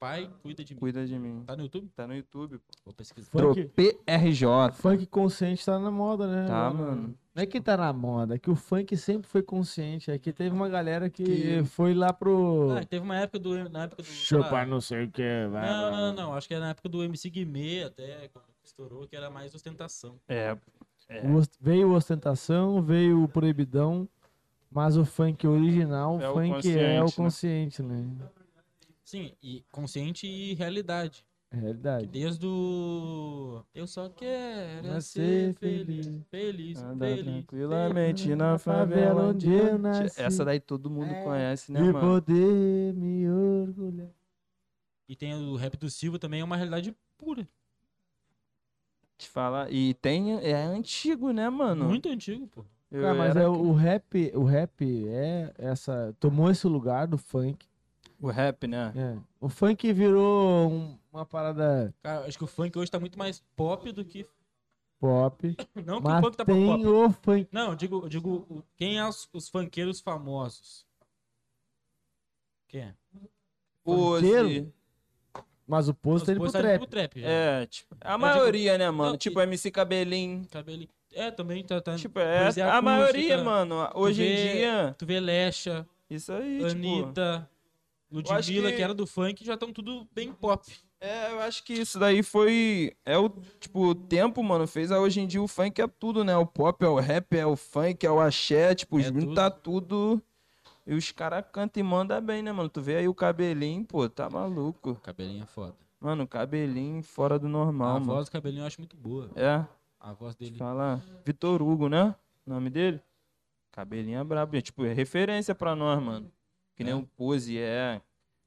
Speaker 2: Pai cuida de mim.
Speaker 3: Cuida de mim.
Speaker 2: Tá no YouTube?
Speaker 3: Tá no YouTube, pô.
Speaker 2: Vou pesquisar.
Speaker 1: Funk,
Speaker 3: PRJ.
Speaker 1: funk consciente tá na moda, né?
Speaker 3: Tá,
Speaker 1: Agora,
Speaker 3: mano.
Speaker 1: Não é que tá na moda, é que o funk sempre foi consciente. É que teve uma galera que, foi lá pro.
Speaker 2: Ah, teve uma época do. Na época do sei lá,
Speaker 1: Chupar não sei o que.
Speaker 2: Não, não, não, não. Acho que era na época do MC Guimê, até, quando estourou, que era mais ostentação.
Speaker 3: É,
Speaker 1: O ost- Veio ostentação, veio o proibidão, mas o funk original,
Speaker 3: É o
Speaker 1: funk é o
Speaker 3: consciente, né?
Speaker 1: consciente, né?
Speaker 2: Sim, e consciente e realidade.
Speaker 1: É realidade.
Speaker 2: Desde o. Eu só quero é
Speaker 1: Nascer
Speaker 2: ser feliz. Feliz, feliz.
Speaker 3: Andar
Speaker 2: feliz.
Speaker 3: tranquilamente
Speaker 1: feliz.
Speaker 3: na favela onde
Speaker 1: eu
Speaker 3: eu
Speaker 1: nasci.
Speaker 3: nasci. Essa daí todo mundo
Speaker 1: É.
Speaker 3: conhece, né,
Speaker 1: E
Speaker 3: mano?
Speaker 1: poder me orgulhar.
Speaker 2: E tem o rap do Silva também, é uma realidade pura.
Speaker 3: Te falar. E tem. É antigo, né, mano?
Speaker 2: Muito antigo, pô.
Speaker 3: Eu
Speaker 1: Cara, mas
Speaker 3: era-
Speaker 1: é, o rap, o rap é essa. Tomou esse lugar do funk.
Speaker 3: O rap, né?
Speaker 1: É. O funk virou um- uma parada
Speaker 2: Cara, acho que o funk hoje tá muito mais pop do que.
Speaker 1: pop.
Speaker 2: Não que o
Speaker 1: mas
Speaker 2: funk tá pra
Speaker 1: tem
Speaker 2: pop.
Speaker 1: o funk.
Speaker 2: Não, eu digo, eu digo o- quem é os, os funkeiros famosos? Quem é?
Speaker 1: Funkeiro? Mas o posto ele pro
Speaker 2: Os bois tá indo
Speaker 1: trap.
Speaker 2: pro trap já.
Speaker 3: É, tipo. A maioria, né, mano?
Speaker 2: Não,
Speaker 3: tipo,
Speaker 2: e-
Speaker 3: MC Cabelinho.
Speaker 2: Cabelinho. É, também tá. tá
Speaker 3: Tipo, é.
Speaker 2: poesia
Speaker 3: a
Speaker 2: acústica.
Speaker 3: maioria, mano.
Speaker 2: Tu
Speaker 3: Hoje
Speaker 2: vê-
Speaker 3: em dia.
Speaker 2: Tu vê Lecha,
Speaker 3: Isso aí, tipo.
Speaker 2: Anitta,
Speaker 3: acho
Speaker 2: Ludmilla,
Speaker 3: que-
Speaker 2: que... era do funk, já estão tudo bem pop.
Speaker 3: É, eu acho que isso daí foi. É o. Tipo, o tempo, mano, fez a hoje em dia o funk é tudo, né? O pop é o rap, é o funk, é o axé, tipo, os
Speaker 2: É
Speaker 3: gringos
Speaker 2: tudo.
Speaker 3: tá tudo. E os caras cantam e mandam bem, né, mano? Tu vê aí o cabelinho, pô, tá maluco.
Speaker 2: Cabelinho é foda.
Speaker 3: Mano, cabelinho fora do normal,
Speaker 2: a
Speaker 3: mano.
Speaker 2: voz do cabelinho eu acho muito boa.
Speaker 3: É,
Speaker 2: A voz dele.
Speaker 3: fala. Vitor Hugo, né? O nome dele? Cabelinho é brabo, é, tipo, é referência pra nós, mano. Que nem
Speaker 2: É.
Speaker 3: o Pose, é.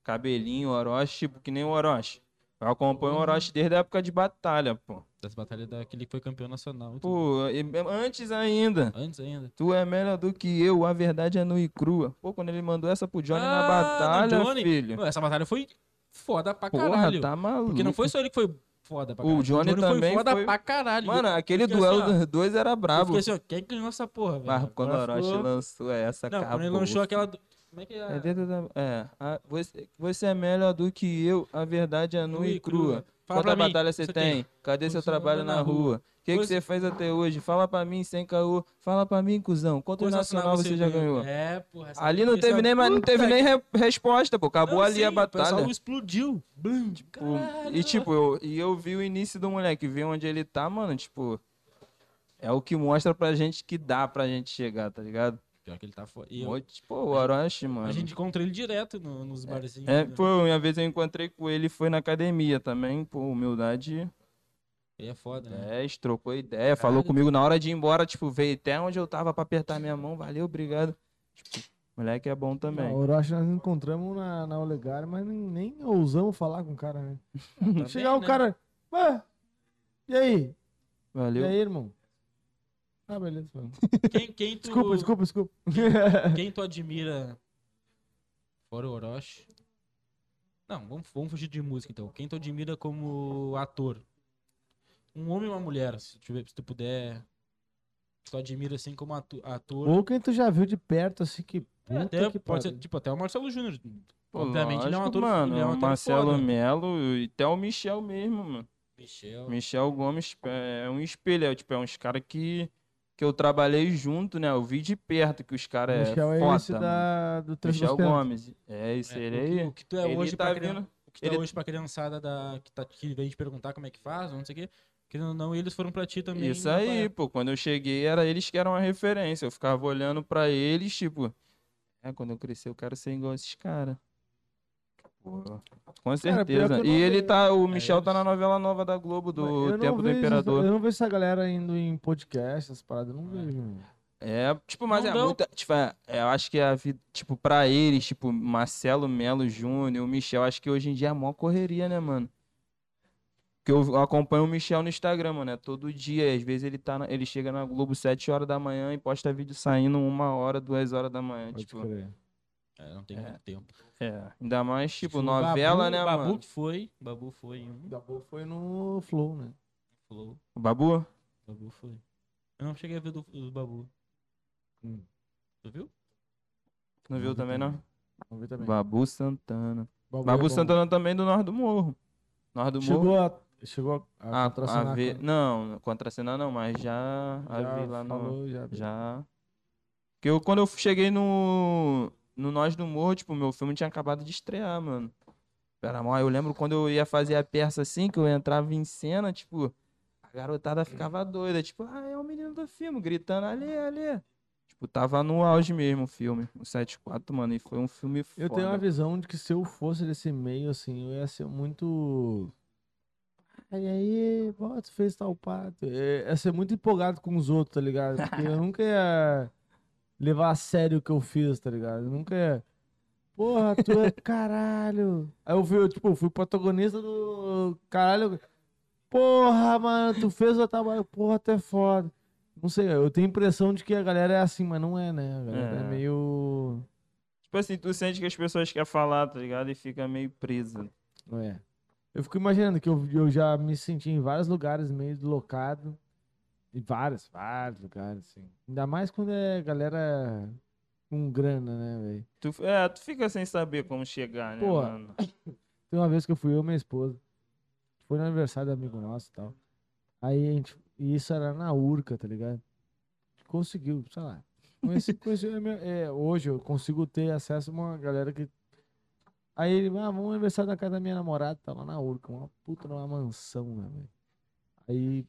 Speaker 3: Cabelinho, Orochi, tipo, que nem o Orochi. Eu acompanho o
Speaker 2: Uhum.
Speaker 3: Orochi desde a época de batalha, pô.
Speaker 2: Das batalhas daquele que foi campeão nacional. e tudo.
Speaker 3: Pô, e- antes ainda.
Speaker 2: Antes ainda.
Speaker 3: Tu é melhor do que eu, a verdade é nua e crua. Pô, quando ele mandou essa pro Johnny na
Speaker 2: Ah,
Speaker 3: batalha,
Speaker 2: do Johnny.
Speaker 3: filho.
Speaker 2: Não, Essa batalha foi foda pra
Speaker 3: Porra,
Speaker 2: caralho.
Speaker 3: tá maluco.
Speaker 2: Porque não foi só ele que foi foda pra
Speaker 3: O
Speaker 2: caralho.
Speaker 3: Johnny também
Speaker 2: foi foda
Speaker 3: foi-
Speaker 2: pra caralho.
Speaker 3: Mano,
Speaker 2: Eu
Speaker 3: aquele
Speaker 2: fiquei
Speaker 3: duelo
Speaker 2: assim, ó,
Speaker 3: dos dois era
Speaker 2: eu
Speaker 3: brabo.
Speaker 2: fiquei assim, ó, quem ganhou essa porra, velho?
Speaker 3: Mas quando o
Speaker 2: Agora
Speaker 3: Orochi
Speaker 2: ficou-
Speaker 3: lançou essa,
Speaker 2: Não,
Speaker 3: acabou.
Speaker 2: quando ele lançou aquela. do- Como é que é?
Speaker 3: É, dentro da- é, a- você, você é melhor do que eu, a verdade é nua e crua.
Speaker 2: Fala pra
Speaker 3: Quanta
Speaker 2: mim,
Speaker 3: batalha você tem? Cadê seu
Speaker 2: tá
Speaker 3: trabalho na rua? O que que
Speaker 2: Coisa-
Speaker 3: você fez até hoje? Fala pra mim, sem caô. Fala pra mim, cuzão. Quanto
Speaker 2: Coisa
Speaker 3: nacional você já ganhou?
Speaker 2: É, porra. essa
Speaker 3: Ali não
Speaker 2: aqui,
Speaker 3: teve
Speaker 2: essa-
Speaker 3: nem, mas não teve
Speaker 2: Puta
Speaker 3: nem re- resposta, pô. Acabou
Speaker 2: Não,
Speaker 3: ali
Speaker 2: sim,
Speaker 3: a
Speaker 2: um O
Speaker 3: batalha.
Speaker 2: pessoal explodiu. Blum, tipo,
Speaker 3: Pô, E tipo, eu, e eu vi o início do moleque, vi onde ele tá, mano, tipo. É o que mostra pra gente que dá pra gente chegar, tá ligado?
Speaker 2: Pior que ele tá foda. E eu-
Speaker 3: Pô, Tipo, o Orochi, mano.
Speaker 2: a gente encontrou ele direto no- nos barzinhos.
Speaker 3: É,
Speaker 2: né?
Speaker 3: pô, uma vez eu encontrei com ele, foi na academia também, pô, humildade
Speaker 2: Ele é foda, né?
Speaker 3: 10, trocou ideia, falou comigo na hora de ir embora, tipo, veio até onde eu tava pra apertar minha mão, valeu, obrigado. Tipo, moleque é bom
Speaker 1: Não,
Speaker 3: também.
Speaker 1: O Orochi nós encontramos na, na Olegário, mas nem, nem ousamos falar com o cara, né?
Speaker 2: Também,
Speaker 1: Chegar o
Speaker 2: né?
Speaker 1: cara. "Ué, e aí? E
Speaker 3: Valeu.
Speaker 1: aí, irmão? Ah, beleza. mano.
Speaker 2: né? Quem, quem tu,
Speaker 1: Desculpa, desculpa, desculpa.
Speaker 2: Quem tu admira fora o Orochi? Não, vamos, vamos fugir de música então. Quem tu admira como ator? Um homem e uma mulher, se tu, tiver- se tu puder. Tu admira assim como atu- ator.
Speaker 1: Ou quem tu já viu de perto, assim, que
Speaker 2: É,
Speaker 1: puta
Speaker 2: até,
Speaker 1: que
Speaker 2: pode ser,
Speaker 1: pariu.
Speaker 2: tipo, até o Marcelo Júnior.
Speaker 3: Pô,
Speaker 2: Obviamente ele é um
Speaker 3: lógico,
Speaker 2: ator.
Speaker 3: mano,
Speaker 2: ele é um
Speaker 3: o
Speaker 2: ator
Speaker 3: Marcelo
Speaker 2: foda.
Speaker 3: Melo e até o Michel mesmo, mano.
Speaker 2: Michel. né?
Speaker 3: Michel Gomes é um espelho, é, tipo, é uns caras que, que eu trabalhei junto, né? Eu vi de perto que os caras é
Speaker 1: Michel
Speaker 3: foda,
Speaker 1: é, esse
Speaker 3: mano.
Speaker 1: da, do Três
Speaker 3: Michel
Speaker 1: Mospelos.
Speaker 3: Gomes. É, isso
Speaker 2: É,
Speaker 3: ele
Speaker 2: o que-
Speaker 3: aí.
Speaker 2: O que tu é
Speaker 3: Ele
Speaker 2: hoje
Speaker 3: tá
Speaker 2: pra criança-
Speaker 3: vindo.
Speaker 2: o que tu é
Speaker 3: ele-
Speaker 2: hoje pra criançada da, que, tá, que vem te perguntar como é que faz, não sei o quê. Querendo ou não, eles foram pra ti também. né,
Speaker 3: Isso
Speaker 2: na tua
Speaker 3: aí,
Speaker 2: época.
Speaker 3: pô. Quando eu cheguei, era eles que eram a referência. Eu ficava olhando pra eles, tipo. É, quando eu crescer, eu quero ser igual a esses caras. Com
Speaker 1: Cara, pior
Speaker 3: certeza.
Speaker 1: que eu não
Speaker 3: e ele
Speaker 1: vejo. É
Speaker 3: tá. O Michel tá
Speaker 2: eles.
Speaker 3: na novela nova da Globo,
Speaker 1: Mas
Speaker 3: do
Speaker 1: eu não
Speaker 3: Tempo do
Speaker 1: vejo-
Speaker 3: Imperador.
Speaker 1: Eu não vejo essa galera indo em podcast, essas paradas, eu não vejo. mano.
Speaker 3: É, tipo, mas
Speaker 2: Não
Speaker 3: é
Speaker 2: dão.
Speaker 3: muita. Tipo, é, eu acho que a vida. Tipo, pra eles, tipo, Marcelo Melo Júnior, o Michel, acho que hoje em dia é a maior correria, né, mano? Porque eu acompanho o Michel no Instagram, mano, é todo dia. Às vezes ele tá na- ele chega na Globo 7 horas da manhã e posta vídeo saindo uma hora, duas horas da manhã.
Speaker 1: Pode
Speaker 3: tipo,
Speaker 1: crer.
Speaker 2: É, não tem
Speaker 3: É.
Speaker 2: muito tempo.
Speaker 3: é. Ainda mais, tipo,
Speaker 2: O
Speaker 3: novela,
Speaker 2: Babu-
Speaker 3: né,
Speaker 2: o Babu
Speaker 3: mano?
Speaker 2: que foi. Babu foi em um.
Speaker 1: Dabu foi no Flow, né?
Speaker 2: Falou.
Speaker 3: O Babu?
Speaker 2: Babu foi. Eu não cheguei a ver do, do Babu.
Speaker 1: Hum.
Speaker 2: Tu viu?
Speaker 3: Não viu também, não?
Speaker 1: Vamos ver também.
Speaker 3: Babu Santana.
Speaker 1: bagulho é
Speaker 3: Babu
Speaker 1: bom.
Speaker 3: Santana também do Norte do Morro. Norte do Morro.
Speaker 1: Chegou a. Chegou a.
Speaker 3: A,
Speaker 1: a
Speaker 3: a
Speaker 1: contracenar
Speaker 3: ver,
Speaker 1: com-
Speaker 3: não, contracenar não, mas já, a
Speaker 1: já
Speaker 3: ver lá no,
Speaker 1: falou, já-
Speaker 3: Já. Porque eu, quando eu cheguei no, no Nós do Morro, tipo, meu filme tinha acabado de estrear, mano. Era mó, eu lembro quando eu ia fazer a peça assim, que eu entrava em cena, tipo, a garotada ficava doida, tipo, ah, é o menino do filme, gritando ali, ali. Tipo, tava no auge mesmo o filme, o 74, mano, e foi um filme foda.
Speaker 1: Eu tenho uma visão de que se eu fosse desse meio, assim, eu ia ser muito. Ai, aí, bota, fez tal pato. É, Ia ser muito empolgado com os outros, tá ligado? Porque eu nunca ia levar a sério o que eu fiz, tá ligado? Eu nunca ia. Porra, tu é caralho. Aí eu fui, eu, tipo, fui protagonista do. Caralho. Porra, mano, tu fez o trabalho. Porra, tu é foda. Não sei, eu tenho a impressão de que a galera é assim, mas não é, né? A galera é
Speaker 3: É.
Speaker 1: meio.
Speaker 3: Tipo assim, tu sente que as pessoas querem falar, tá ligado? E fica meio preso.
Speaker 1: É. Eu fico imaginando que eu, eu já me senti em vários lugares meio deslocado. Em vários, vários lugares, assim. Ainda mais quando é galera com grana, né, velho?
Speaker 3: Tu, é, tu fica sem saber como chegar, né,
Speaker 1: Pô,
Speaker 3: mano?
Speaker 1: Tem uma vez que eu fui eu e minha esposa. Foi no aniversário do amigo nosso e tal. Aí a gente. E isso era na Urca, tá ligado? A gente Conseguiu, sei lá. Conheci, conheci, é, meu- é, hoje eu consigo ter acesso a uma galera que. Aí ele, ah, vamos no aniversário da casa da minha namorada, tava na Urca, uma puta numa mansão, né, velho? Aí.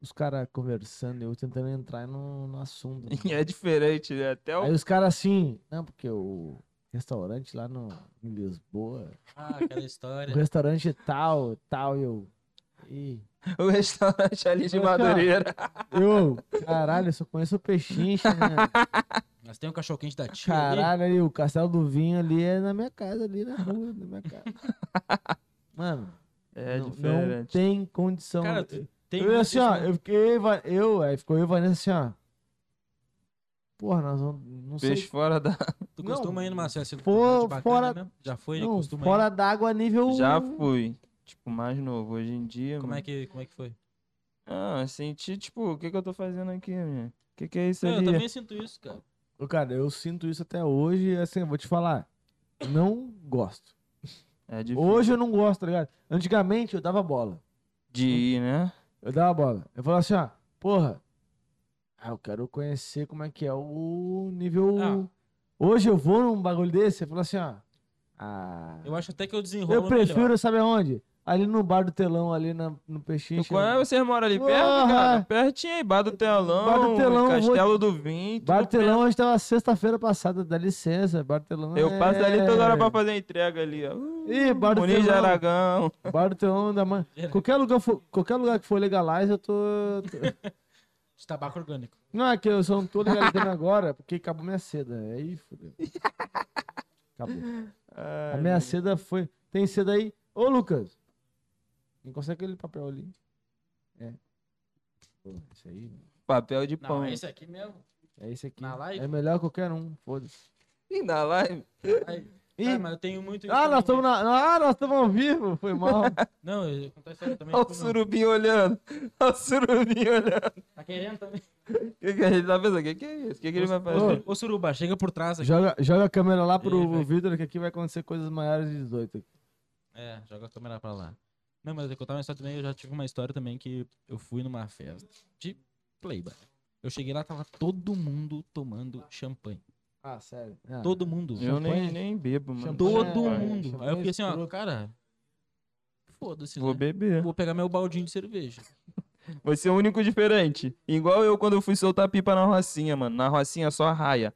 Speaker 1: Os caras conversando, eu tentando entrar no, no assunto. né?
Speaker 3: E é diferente, né? Até o
Speaker 1: Aí os caras assim, não, porque o restaurante lá no, em Lisboa
Speaker 2: Ah, aquela
Speaker 1: o
Speaker 2: história.
Speaker 1: restaurante tal, tal, e eu. Ih.
Speaker 3: O restaurante ali de
Speaker 1: Mas, cara,
Speaker 3: Madureira.
Speaker 1: Eu, caralho, eu só conheço o pechincha, né?
Speaker 2: Mas tem um cachorro quente da tia. ali.
Speaker 1: Caralho, ali, o castelo do vinho ali é na minha casa, ali na rua, na minha casa. Mano,
Speaker 3: É
Speaker 1: não, não tem condição.
Speaker 2: Cara, tu- Tem
Speaker 1: eu,
Speaker 2: muito
Speaker 1: assim,
Speaker 2: isso,
Speaker 1: ó,
Speaker 2: né?
Speaker 1: eu fiquei, va- eu, aí ficou eu e Vanessa assim, ó. Porra, nós vamos, não
Speaker 3: Peixe
Speaker 1: sei,
Speaker 3: fora da.
Speaker 2: Tu
Speaker 1: não,
Speaker 2: costuma ir numa festa de
Speaker 1: for-
Speaker 2: bacana
Speaker 1: fora-
Speaker 2: mesmo? Já foi?
Speaker 1: não,
Speaker 2: costuma
Speaker 1: fora d'água nível...
Speaker 3: Já fui. Tipo, mais novo. Hoje em dia.
Speaker 2: ir? Como é
Speaker 3: mano.
Speaker 2: que, como é que foi?
Speaker 3: Ah, senti, tipo, o que que eu tô fazendo aqui, minha? O que que é isso
Speaker 2: Não, eu
Speaker 3: ali?
Speaker 2: também sinto isso, cara.
Speaker 1: Ô, Cara, eu sinto isso até hoje, e assim, eu vou te falar, não gosto.
Speaker 3: É difícil
Speaker 1: Hoje eu não gosto, tá ligado? Antigamente eu dava bola.
Speaker 3: de ir, né?
Speaker 1: Eu dava a bola. Eu falava assim, ó, porra. Ah, eu quero conhecer como é que é o nível.
Speaker 2: Ah.
Speaker 1: Hoje eu vou num bagulho desse, eu falo assim, ó. Ah.
Speaker 2: Eu acho até que eu desenrolo
Speaker 1: Eu prefiro,
Speaker 2: melhor.
Speaker 1: sabe aonde? Ali no bar do telão, ali na- no peixinho.
Speaker 3: Tu, qual é? Vocês moram ali perto,
Speaker 1: Porra!
Speaker 3: cara? Pertinho aí, Bar do Telão,
Speaker 1: Bar do Telão, vou-
Speaker 3: Castelo do Vinho.
Speaker 1: Bar do
Speaker 3: tudo
Speaker 1: telão, hoje tava sexta-feira passada, dá licença, bar do telão.
Speaker 3: perto. Eu passo ali toda hora
Speaker 1: é-
Speaker 3: pra fazer entrega ali, ó. Uh,
Speaker 1: Ih, bar do
Speaker 3: Muniz de
Speaker 1: telão.
Speaker 3: Aragão.
Speaker 1: Bar do telão da manhã. é Qualquer lugar, for, qualquer lugar que for legalize, eu tô. tô-
Speaker 2: De tabaco orgânico.
Speaker 1: Não, é que eu só não tô legalizando agora, porque acabou minha seda. Aí fudeu. Acabou. A minha seda foi. Tem seda aí? Ô, Lucas! Não consegue aquele papel ali? É. Pô, esse aí.
Speaker 3: Papel de
Speaker 2: Não,
Speaker 3: pão.
Speaker 2: é esse aqui mesmo.
Speaker 1: É esse aqui.
Speaker 2: Na live?
Speaker 1: É melhor qualquer um, foda-se.
Speaker 3: Ih, na live.
Speaker 2: Ai,
Speaker 1: Ih!
Speaker 2: cara, É, mas eu tenho muito isso
Speaker 1: Ah, nós
Speaker 2: também.
Speaker 1: estamos na... ah, nós estamos ao vivo! Foi mal.
Speaker 2: Não, eu vou contar a história também.
Speaker 3: Olha o
Speaker 2: depois não.
Speaker 3: surubim olhando. Olha o surubim olhando.
Speaker 2: Tá querendo também?
Speaker 3: que, que a gente tá pensando? O que, que é isso? O que, que ele vai fazer?
Speaker 2: Ô, Suruba, chega por trás aqui.
Speaker 1: joga, joga a câmera lá pro
Speaker 2: Ei, É, vai.
Speaker 1: Vitor, que aqui vai acontecer coisas maiores de 18. aqui.
Speaker 2: É, joga a câmera pra lá. Não, mas eu contar uma história também, eu já tive uma história também que eu fui numa festa de playboy. Eu cheguei lá, tava todo mundo tomando champanhe.
Speaker 1: Ah, sério. Ah,
Speaker 2: Todo mundo.
Speaker 3: Tá. Eu
Speaker 1: Champanhe?
Speaker 3: nem, nem bebo, mano.
Speaker 1: Champanhe?
Speaker 2: Todo
Speaker 1: É,
Speaker 2: mundo. Aí eu fiquei assim, ó,
Speaker 1: escroto.
Speaker 2: cara, foda-se,
Speaker 3: Vou
Speaker 2: né?
Speaker 3: beber.
Speaker 2: Vou pegar meu baldinho de cerveja.
Speaker 3: Vai ser o único diferente. Igual eu quando eu fui soltar pipa na rocinha, mano. Na rocinha só raia.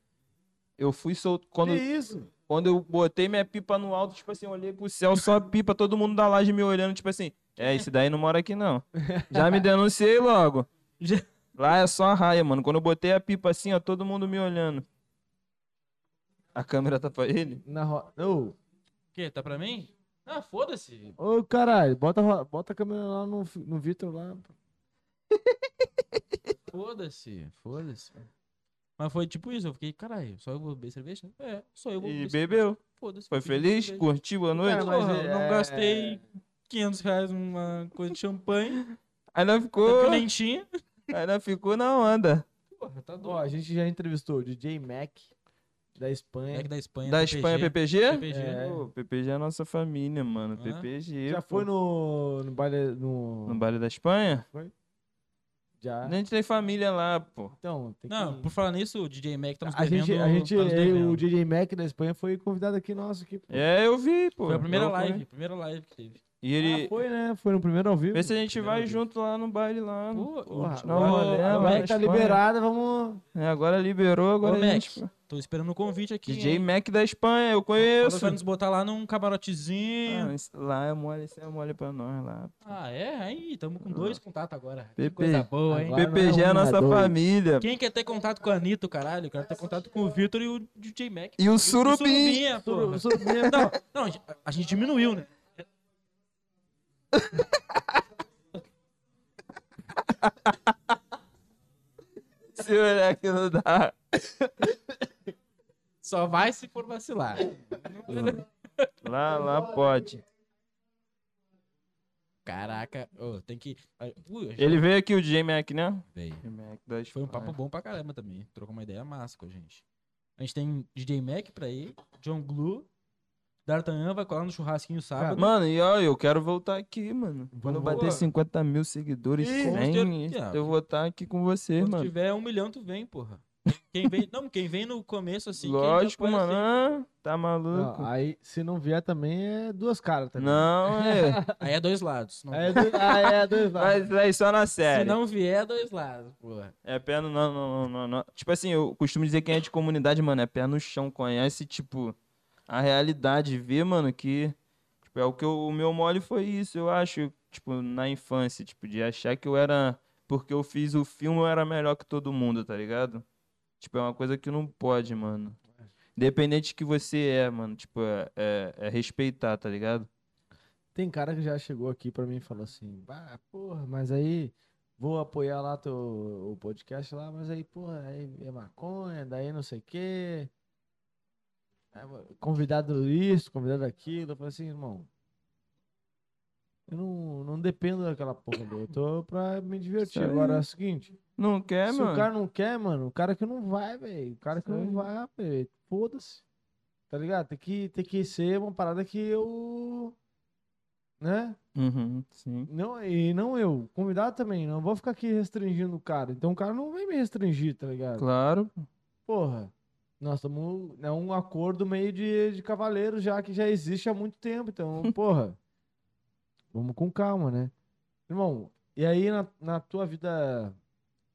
Speaker 3: Eu fui soltar. Quando,
Speaker 1: Que isso?
Speaker 3: quando eu botei minha pipa no alto, tipo assim, eu olhei pro céu, só pipa, todo mundo da laje me olhando, tipo assim. É, esse daí não mora aqui não. Já me denunciei logo.
Speaker 2: Já-
Speaker 3: Lá é só raia, mano. Quando eu botei a pipa assim, ó, todo mundo me olhando. A câmera tá pra ele?
Speaker 1: Na ro... Ô,
Speaker 2: O quê? Tá pra mim? Ah, foda-se.
Speaker 1: Ô, caralho, bota, a ro- bota a câmera lá no, Fi- no Vitor lá.
Speaker 2: Foda-se. Foda-se. Mas foi tipo isso, eu fiquei, caralho, só eu vou beber cerveja? É, só eu vou
Speaker 3: E
Speaker 2: beber
Speaker 3: bebeu.
Speaker 2: cerveja. Foda-se.
Speaker 3: Foi
Speaker 2: vou beber
Speaker 3: feliz?
Speaker 2: cerveja.
Speaker 3: Curtiu a noite?
Speaker 1: Cara, mas
Speaker 2: Porra,
Speaker 1: é-
Speaker 2: eu não
Speaker 1: é-
Speaker 2: gastei 500 reais numa coisa de champanhe,
Speaker 3: Aí não
Speaker 2: até
Speaker 1: É
Speaker 3: ficou.
Speaker 2: porque eu nem tinha.
Speaker 3: Aí não ficou na onda.
Speaker 2: Porra, tá
Speaker 1: Ó, a gente já entrevistou o DJ Mac, da É. Espanha.
Speaker 3: É
Speaker 2: Moleque da Espanha.
Speaker 3: Da
Speaker 2: PPG.
Speaker 3: Espanha, PPG?
Speaker 2: PPG.
Speaker 1: É.
Speaker 3: Pô, PPG é a nossa família, mano.
Speaker 2: Ah.
Speaker 3: PPG.
Speaker 1: Já
Speaker 3: pô.
Speaker 1: foi no, no baile. No,
Speaker 3: No baile da Espanha?
Speaker 1: já.
Speaker 3: A gente tem família lá, pô.
Speaker 1: Então, tem
Speaker 2: Não,
Speaker 1: que.
Speaker 2: por falar nisso, o DJ Mac tá nos
Speaker 1: a
Speaker 2: devendo.
Speaker 1: gente, a gente,
Speaker 2: tá nos
Speaker 1: eu, o
Speaker 2: devendo.
Speaker 1: DJ Mac da Espanha foi convidado aqui nosso aqui. pô.
Speaker 3: É, eu vi, pô.
Speaker 2: Foi a primeira
Speaker 3: Eu fui.
Speaker 2: live, a primeira live que teve.
Speaker 3: E
Speaker 1: Ah,
Speaker 3: ele.
Speaker 1: foi, né? Foi no primeiro ao vivo.
Speaker 3: Vê se a gente
Speaker 2: Primeiro
Speaker 3: vai
Speaker 2: dia.
Speaker 3: junto lá no baile lá.
Speaker 2: Pô,
Speaker 3: pô,
Speaker 1: Porra,
Speaker 3: tirar um
Speaker 1: agora-
Speaker 3: rolê lá
Speaker 1: agora
Speaker 3: na
Speaker 1: tá
Speaker 3: Espanha.
Speaker 1: liberada, vamos.
Speaker 3: É, agora liberou, agora
Speaker 2: Ô,
Speaker 3: a
Speaker 2: Mac,
Speaker 3: gente-
Speaker 2: tô esperando o convite aqui.
Speaker 3: DJ
Speaker 2: hein?
Speaker 3: tipo, Mac da Espanha, eu
Speaker 2: Fala
Speaker 3: conheço.
Speaker 2: que Vai nos botar lá num
Speaker 3: Ah,
Speaker 2: camarotezinho.
Speaker 3: isso lá é mole, isso é mole pra nós lá.
Speaker 2: Ah, é? Aí, tamo com dois contatos agora. Que
Speaker 3: PP.
Speaker 2: coisa boa, hein?
Speaker 1: Agora- não é
Speaker 3: PPG é a
Speaker 1: um,
Speaker 3: nossa
Speaker 1: é dois.
Speaker 3: família.
Speaker 2: Quem quer ter contato com a Anitta, caralho? Eu quero ter contato com o Vitor e o DJ Mac.
Speaker 3: E o Surubim.
Speaker 2: Surubinha, porra.
Speaker 1: Suru- Surubinha, não.
Speaker 2: Não, a gente- a gente diminuiu, né?
Speaker 3: Se olhar que não dá.
Speaker 2: Só vai se for vacilar.
Speaker 3: Lá, lá pode.
Speaker 2: Caraca, ô, tem que. Ui, a gente
Speaker 3: Ele veio aqui, o DJ Mac, né?
Speaker 2: veio.
Speaker 3: DJ Mac da
Speaker 2: Foi um
Speaker 3: Espanha.
Speaker 2: papo bom pra caramba também. Trocou uma ideia massa com a gente. A gente tem DJ Mac pra ir, John Glue, D'Artagnan vai colar no churrasquinho sábado.
Speaker 3: Mano, e ó, eu quero voltar aqui, mano. Quando eu
Speaker 1: Vamos
Speaker 3: bater
Speaker 2: voltar.
Speaker 3: 50 mil seguidores,
Speaker 2: Ih,
Speaker 3: 100,
Speaker 2: Mr.
Speaker 3: eu vou estar aqui com você,
Speaker 2: Quando
Speaker 3: mano.
Speaker 2: tiver um milhão, tu vem, porra. Quem vem, não, quem vem no começo assim. quem já
Speaker 3: Lógico,
Speaker 2: foi
Speaker 3: mano.
Speaker 2: assim.
Speaker 3: ah, Tá maluco?
Speaker 1: Não, aí, se não vier também, é duas caras também.
Speaker 3: Não, é.
Speaker 2: Aí é dois lados. Não
Speaker 1: Aí é, do- aí é dois lados.
Speaker 3: Mas aí só na série.
Speaker 2: Se não vier, é dois lados, porra.
Speaker 3: É pé no. Não, não, não, não, não. Tipo assim, eu costumo dizer que quem é de comunidade, mano, é pé no chão, conhece, tipo, a realidade, vê, mano, que. Tipo, é o que eu- o meu mole foi isso, eu acho, tipo, na infância, tipo, de achar que eu era. Porque eu fiz o filme, eu era melhor que todo mundo, tá ligado? Tipo, é uma coisa que não pode, mano. Independente de que você é, mano, tipo, é, é- é respeitar, tá ligado?
Speaker 1: Tem cara que já chegou aqui pra mim e falou assim: bah, porra, mas aí vou apoiar lá teu, o podcast lá, mas aí, porra, aí é maconha, daí não sei o quê. Aí, mo- convidado isso, convidado aquilo. Eu falei assim, irmão. Eu não, não dependo daquela porra ali. Eu tô pra me divertir.
Speaker 3: Isso aí.
Speaker 1: Agora é o seguinte.
Speaker 3: Não quer,
Speaker 1: Se
Speaker 3: É, mano?
Speaker 1: o cara não quer, mano, o cara que não vai, velho. O cara que não
Speaker 3: Isso
Speaker 1: vai, velho. Foda-se. Tá ligado? Tem que, tem que ser uma parada que eu. Né?
Speaker 3: Uhum, sim.
Speaker 1: Não, e não eu. Convidado também. Não vou ficar aqui restringindo o cara. Então o cara não vem me restringir, tá ligado?
Speaker 3: Claro.
Speaker 1: Porra. Nós estamos. É um acordo meio de, de cavaleiro já que já existe há muito tempo. Então, porra. Vamos com calma, né? Irmão, e aí na, na tua vida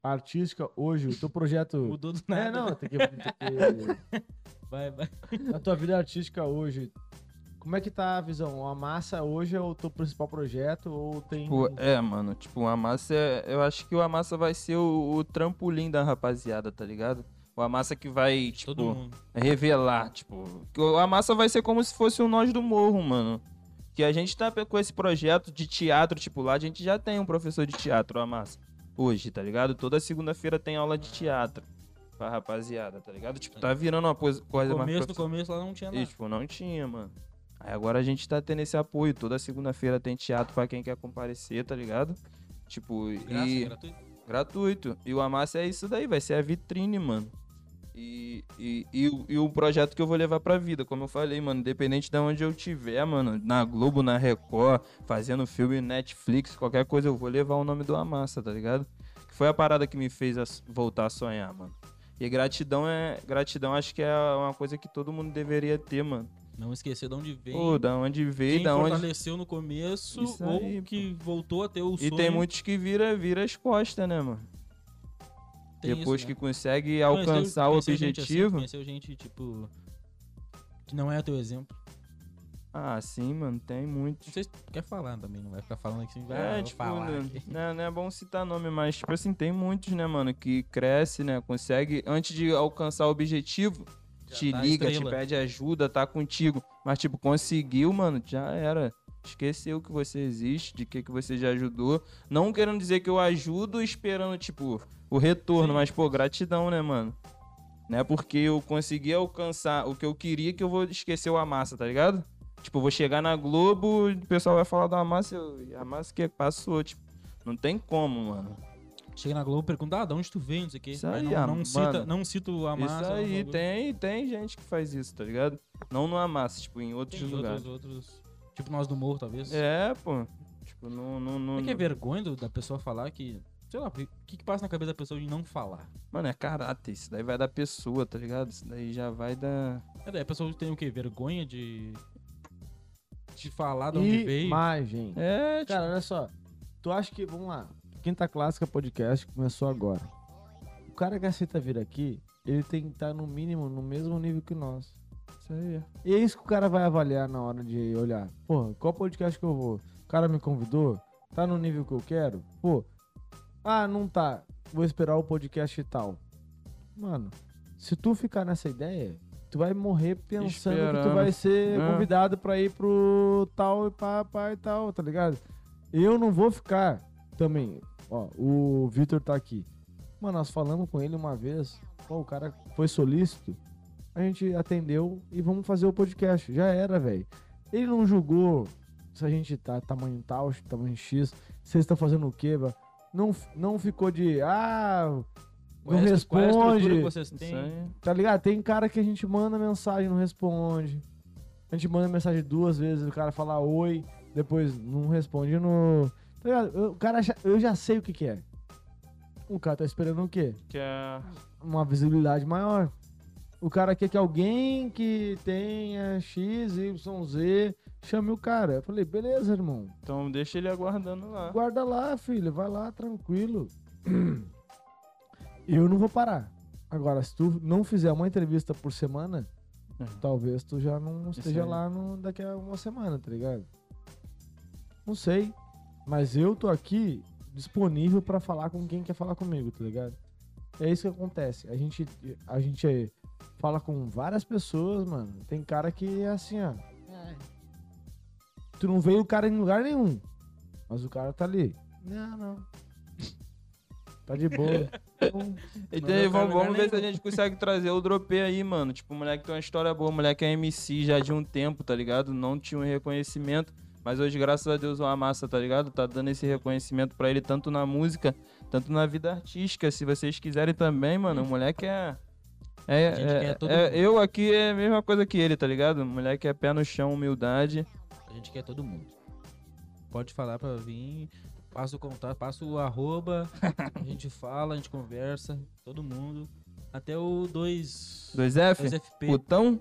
Speaker 1: artística hoje, o teu projeto.
Speaker 2: Mudou do nada.
Speaker 1: É, não, tem que, tem
Speaker 2: Vai, vai.
Speaker 1: que- Na tua vida artística hoje, como é que tá a visão? A massa hoje é o teu principal projeto ou tem... um
Speaker 3: Tipo, é, mano, tipo, o Amassa, é- eu acho que o Amassa vai ser o, o trampolim da rapaziada, tá ligado? O Amassa que vai, tipo,
Speaker 2: Todo mundo.
Speaker 3: revelar, tipo, que o Amassa vai ser como se fosse o Nós do Morro, mano. Que a gente tá pe- com esse projeto de teatro, tipo, lá a gente já tem um professor de teatro, o Amassa, hoje, tá ligado? Toda segunda-feira tem aula de teatro pra rapaziada, tá ligado? Tipo, tá virando uma coisa coisa
Speaker 2: No
Speaker 3: mais
Speaker 2: começo,
Speaker 3: profi-
Speaker 2: no começo lá não tinha
Speaker 3: e,
Speaker 2: nada.
Speaker 3: tipo, não tinha, mano. Aí agora a gente tá tendo esse apoio. Toda segunda-feira tem teatro pra quem quer comparecer, tá ligado? Tipo,
Speaker 2: Graça,
Speaker 3: e
Speaker 2: gratuito.
Speaker 3: gratuito. E o Amassa é isso daí, vai ser a vitrine, mano. E, e, e, o- e o projeto que eu vou levar pra vida, como eu falei, mano, independente de onde eu tiver, mano, na Globo, na Record, fazendo filme, Netflix, qualquer coisa, eu vou levar o nome do Amassa, tá ligado? Que foi a parada que me fez a- voltar a sonhar, mano. E gratidão é. Gratidão acho que é uma coisa que todo mundo deveria ter, mano.
Speaker 2: Não esquecer de onde vem.
Speaker 3: Pô, da onde veio,
Speaker 2: quem
Speaker 3: da onde.
Speaker 2: fortaleceu no começo
Speaker 3: Isso
Speaker 2: ou
Speaker 3: aí,
Speaker 2: que voltou a ter o
Speaker 3: E
Speaker 2: sonho.
Speaker 3: tem muitos que vira, vira as costas, né, mano?
Speaker 2: tem isso,
Speaker 3: Depois
Speaker 2: né?
Speaker 3: que consegue
Speaker 2: Conheceu-
Speaker 3: alcançar o
Speaker 2: conheceu gente assim,
Speaker 3: objetivo.
Speaker 2: Conheceu gente, tipo... Que não é teu exemplo.
Speaker 3: ah, sim, mano, tem
Speaker 2: Não
Speaker 3: muitos.
Speaker 2: sei se tu quer falar também, não vai ficar falando aqui. Vai,
Speaker 3: É,
Speaker 2: Ah, vou
Speaker 3: tipo,
Speaker 2: falar
Speaker 3: né,
Speaker 2: aqui.
Speaker 3: né, não é bom citar nome, mas, tipo assim, tem muitos, né, mano, que cresce, né, consegue, antes de alcançar o objetivo,
Speaker 2: Já
Speaker 3: te
Speaker 2: tá
Speaker 3: liga,
Speaker 2: estrela.
Speaker 3: te pede ajuda, tá contigo. Mas, tipo, conseguiu, mano, já era. Esqueceu que você existe, de que, que você já ajudou. Não querendo dizer que eu ajudo esperando, tipo, o retorno,
Speaker 2: Sim.
Speaker 3: mas, pô, gratidão, né, mano? Né, porque eu consegui alcançar o que eu queria que eu vou esquecer o Amassa, tá ligado? Tipo, eu vou chegar na Globo, o pessoal vai falar do Amassa, eu, e a Amassa que passou, tipo, não tem como, mano.
Speaker 2: Chega na Globo, pergunta, ah, de onde tu vem, não sei o quê.
Speaker 3: Isso
Speaker 2: Aí
Speaker 3: aí,
Speaker 2: não, não
Speaker 3: ah,
Speaker 2: cita,
Speaker 3: mano.
Speaker 2: não cito a massa.
Speaker 3: Isso
Speaker 2: não,
Speaker 3: aí,
Speaker 2: não-
Speaker 3: tem, tem gente que faz isso, tá ligado? Não numa massa, tipo, em outros
Speaker 2: tem
Speaker 3: lugares.
Speaker 2: outros, outros. Tipo nós do morro, talvez.
Speaker 3: É, pô. Tipo, não. não, não
Speaker 2: É que é vergonha do- da pessoa falar que. Sei lá, o que, que passa na cabeça da pessoa de não falar?
Speaker 3: Mano, é caráter. Isso daí vai da pessoa, tá ligado? Isso daí já vai da.
Speaker 2: É daí a pessoa tem o quê? Vergonha de. de falar de onde veio?
Speaker 1: Imagem.
Speaker 3: É, tipo.
Speaker 1: Cara, olha só. Tu acha que, vamos lá, Quinta Clássica Podcast começou agora. O cara que aceita vir aqui, ele tem que estar no mínimo no mesmo nível que nós.
Speaker 3: Isso aí. é.
Speaker 1: E é isso que o cara vai avaliar na hora de olhar. Porra, qual podcast que eu vou? O cara me convidou? Tá no nível que eu quero? Pô, ah, não tá. Vou esperar o podcast e tal. Mano, se tu ficar nessa ideia, tu vai morrer pensando que tu
Speaker 3: Esperando.
Speaker 1: vai ser
Speaker 3: É.
Speaker 1: convidado pra ir pro tal e pá, pá e tal, tá ligado? Eu não vou ficar também. Ó, o Vitor tá aqui. Mano, nós falamos com ele uma vez. Pô, o cara foi solícito. A gente atendeu e vamos fazer o podcast. Já era, velho. Ele não julgou se a gente tá tamanho tal, tamanho X. Vocês estão fazendo o quê, velho? Não, não ficou de. Ah, não
Speaker 2: Qual é a estru- qual é a estrutura
Speaker 1: responde.
Speaker 2: que vocês
Speaker 3: Isso
Speaker 2: têm?
Speaker 3: aí.
Speaker 1: Tá ligado? Tem cara que a gente manda mensagem e não responde. A gente manda mensagem duas vezes, o cara fala oi, depois não responde no. Tá ligado? Eu- O cara já, eu já sei o que, que é. O cara tá esperando o quê?
Speaker 3: Que é.
Speaker 1: Uma visibilidade maior. O cara quer que alguém que tenha X, Y, Z chame o cara. Eu falei, beleza, irmão.
Speaker 3: Então deixa ele aguardando lá.
Speaker 1: Guarda lá, filho. Vai lá, tranquilo. Eu não vou parar. Agora, se tu não fizer uma entrevista por semana,
Speaker 3: É.
Speaker 1: talvez tu já não esteja
Speaker 3: aí.
Speaker 1: lá no- daqui a uma semana, tá ligado? Não sei. Mas eu tô aqui disponível pra falar com quem quer falar comigo, tá ligado? É isso que acontece. A gente, a gente é- fala com várias pessoas, mano. Tem cara que é assim, ó. Tu não veio o cara em lugar nenhum. Mas o cara tá ali. Não, não. Tá de boa. Então,
Speaker 3: Então
Speaker 2: Não
Speaker 3: aí,
Speaker 2: deu pra
Speaker 3: vamos, vamos
Speaker 2: lugar
Speaker 3: ver se a gente consegue trazer o Dropê aí, mano. Tipo, o moleque tem uma história boa, o moleque é MC já de um tempo, tá ligado? Não tinha um reconhecimento. Mas hoje, graças a Deus, o Amassa, tá ligado? Tá dando esse reconhecimento pra ele, tanto na música, tanto na vida artística. Se vocês quiserem também, mano, o moleque é. É,
Speaker 2: A gente
Speaker 3: é-
Speaker 2: quer todo
Speaker 3: é-
Speaker 2: mundo.
Speaker 3: eu aqui é a mesma coisa que ele, tá ligado? O moleque é pé no chão, humildade.
Speaker 2: A gente quer todo mundo. Pode falar pra vir. Passa o contato, passa o arroba. a gente fala, a gente conversa. Todo mundo. Até o 2.
Speaker 3: 2F,
Speaker 2: 2FP.
Speaker 3: putão.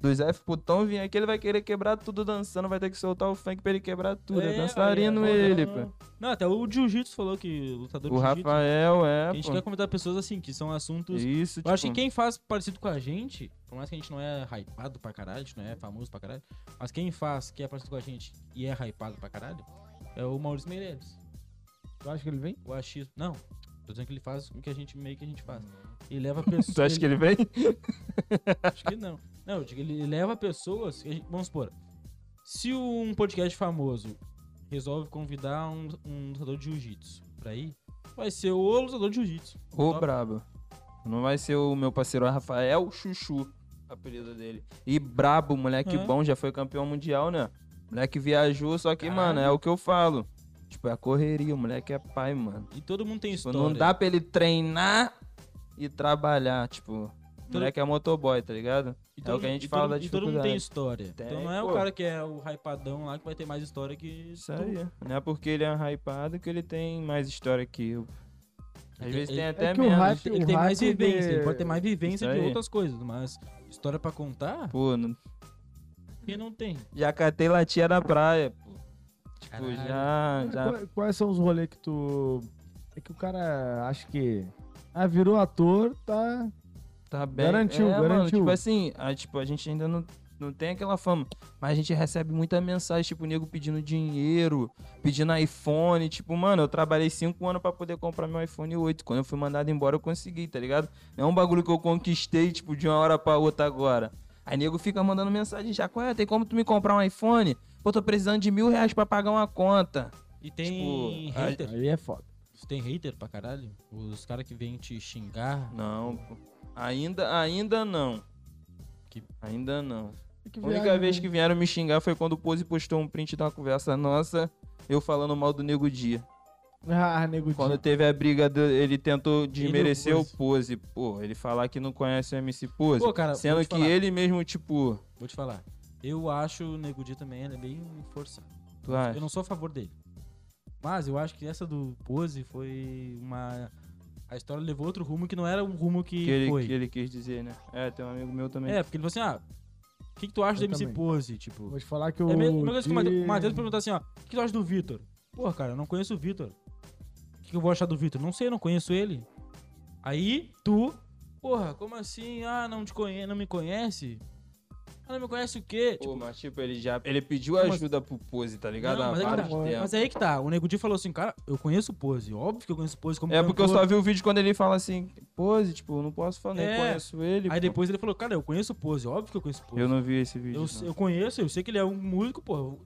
Speaker 3: 2F, putão, vem aqui, ele vai querer quebrar tudo dançando, vai ter que soltar o funk pra ele quebrar tudo. É,
Speaker 2: É,
Speaker 3: dançarino
Speaker 2: aí, é,
Speaker 3: ele,
Speaker 2: não,
Speaker 3: pô.
Speaker 2: não. Não, até o Jiu-Jitsu falou que lutador
Speaker 3: O
Speaker 2: de Jiu-Jitsu.
Speaker 3: Rafael,
Speaker 2: A
Speaker 3: é,
Speaker 2: gente
Speaker 3: pô.
Speaker 2: quer convidar pessoas assim, que são assuntos.
Speaker 3: Isso,
Speaker 2: Eu acho que
Speaker 3: tipo,
Speaker 2: quem faz parecido com a gente, por mais que a gente não é hypado pra caralho, a gente não é famoso pra caralho, mas quem faz que é parecido com a gente e é hypado pra caralho é o Maurício Meirelles.
Speaker 1: tu acha que ele vem?
Speaker 2: O achismo. Não, tô dizendo que ele faz o que a gente meio que a gente faz. Ele leva pessoas.
Speaker 3: Tu acha que ele vem?
Speaker 2: Acho que não. Não, eu digo, ele leva pessoas. que a gente- Vamos supor. Se um podcast famoso resolve convidar um, um lutador de jiu-jitsu pra ir, vai ser o lutador de jiu-jitsu.
Speaker 3: Ô,
Speaker 2: Top.
Speaker 3: brabo. Não vai ser o meu parceiro é Rafael Chuchu, apelido dele. E brabo, moleque
Speaker 2: É.
Speaker 3: bom, já foi campeão mundial, né? Moleque viajou, só que,
Speaker 2: Caralho.
Speaker 3: mano, é o que eu falo. Tipo, é a correria, o moleque é pai, mano.
Speaker 2: E todo mundo tem
Speaker 3: Tipo,
Speaker 2: história.
Speaker 3: não dá pra ele treinar e trabalhar, tipo... O
Speaker 2: Todo-
Speaker 3: moleque é motoboy, tá ligado?
Speaker 2: E
Speaker 3: É
Speaker 2: todo
Speaker 3: o que a
Speaker 2: mundo-
Speaker 3: gente
Speaker 2: e
Speaker 3: fala
Speaker 2: todo,
Speaker 3: da
Speaker 2: E todo mundo tem
Speaker 3: dificuldade.
Speaker 2: história.
Speaker 3: Tem,
Speaker 2: então não é o
Speaker 3: pô.
Speaker 2: cara que é o hypadão lá que vai ter mais história que.
Speaker 3: Isso
Speaker 2: tu.
Speaker 3: aí. Não é porque ele é hypado que ele tem mais história que eu. Às
Speaker 2: Ele-
Speaker 3: vezes
Speaker 2: ele-
Speaker 3: tem
Speaker 2: é
Speaker 3: até
Speaker 1: que o
Speaker 3: menos.
Speaker 1: hype-
Speaker 2: Ele tem
Speaker 1: O
Speaker 2: mais
Speaker 1: hype
Speaker 2: vivência,
Speaker 1: de-
Speaker 2: ele pode ter mais vivência
Speaker 3: Isso
Speaker 2: de
Speaker 3: aí.
Speaker 2: outras coisas, mas história pra contar,
Speaker 3: Pô, não-
Speaker 2: porque não tem.
Speaker 3: já catei latinha na praia, pô. Tipo,
Speaker 2: Caralho.
Speaker 3: já.
Speaker 1: Mas
Speaker 3: já...
Speaker 1: qua- Quais são os rolês que tu. É que o cara acha que. Ah, virou ator, tá.
Speaker 3: Tá bem.
Speaker 1: Garantiu,
Speaker 3: é, mano,
Speaker 1: garantiu.
Speaker 3: tipo assim, a, tipo, a gente ainda não, não tem aquela fama. Mas a gente recebe muita mensagem, tipo, nego pedindo dinheiro, pedindo iPhone. Tipo, mano, eu trabalhei cinco anos pra poder comprar meu iPhone 8. Quando eu fui mandado embora, eu consegui, tá ligado? Não é um bagulho que eu conquistei, tipo, de uma hora pra outra agora. Aí nego fica mandando mensagem já, qual é? Tem como tu me comprar um iPhone? Pô, tô precisando de mil reais pra pagar uma conta.
Speaker 2: E tem
Speaker 3: Tipo,
Speaker 2: hater.
Speaker 1: Aí é foda.
Speaker 2: Tem hater pra caralho? Os caras que vêm te xingar.
Speaker 3: Não, pô. Ainda, ainda não.
Speaker 2: Que-
Speaker 3: Ainda não.
Speaker 1: É que
Speaker 3: A única
Speaker 1: viagem,
Speaker 3: vez
Speaker 1: né?
Speaker 3: que vieram me xingar foi quando o Pose postou um print de uma conversa nossa, eu falando mal do Nego Dia.
Speaker 1: Ah, nego
Speaker 3: Quando
Speaker 1: Di.
Speaker 3: teve a briga, do- ele tentou desmerecer
Speaker 2: do
Speaker 3: o Pose. Pô, ele falar que não conhece o MC Pose.
Speaker 2: Pô, cara, vou
Speaker 3: sendo
Speaker 2: te
Speaker 3: que
Speaker 2: falar.
Speaker 3: ele mesmo, tipo.
Speaker 2: Vou te falar. Eu acho o Nego Di também, ele é bem forçado.
Speaker 3: Tu acha?
Speaker 2: Eu não sou a favor dele. Mas eu acho que essa do Pose foi uma. A história levou outro rumo que não era um rumo que,
Speaker 3: que, ele,
Speaker 2: foi.
Speaker 3: que ele quis dizer, né? É, tem um amigo meu também.
Speaker 2: É, porque ele falou assim: ah, o que, que tu acha
Speaker 1: Eu
Speaker 2: do MC
Speaker 1: também.
Speaker 2: Pose? Tipo.
Speaker 1: Vou te falar que o.
Speaker 2: É mesmo, mesma coisa que o Mate-
Speaker 1: Di-
Speaker 2: o Matheus perguntar assim, ó, o que tu acha do Vitor? Porra, cara, eu não conheço o Vitor. O que que eu vou achar do Vitor? Não sei, não conheço ele. Aí, tu, porra, como assim? Ah, não, te conhe não me conhece? Ah, não me conhece o quê?
Speaker 3: Pô,
Speaker 2: Tipo,
Speaker 3: mas tipo, ele já. Ele pediu
Speaker 2: Mas-
Speaker 3: ajuda pro Pose, tá ligado?
Speaker 2: Não,
Speaker 3: Há
Speaker 2: mas é que
Speaker 3: vários
Speaker 1: tá.
Speaker 3: tempos.
Speaker 2: mas aí que tá, o Nego Di falou assim, cara, eu conheço o Pose, óbvio que eu conheço o Pose como
Speaker 3: É porque eu
Speaker 2: cantor.
Speaker 3: só vi o vídeo quando ele fala assim, Pose, tipo, eu não posso falar,
Speaker 2: É.
Speaker 3: nem conheço ele.
Speaker 2: Aí
Speaker 3: pô.
Speaker 2: depois ele falou, cara, eu conheço o Pose, óbvio que eu conheço o Pose.
Speaker 3: Eu não vi esse vídeo.
Speaker 2: Eu,
Speaker 3: não.
Speaker 2: eu conheço, eu sei que ele é um músico, porra. eu-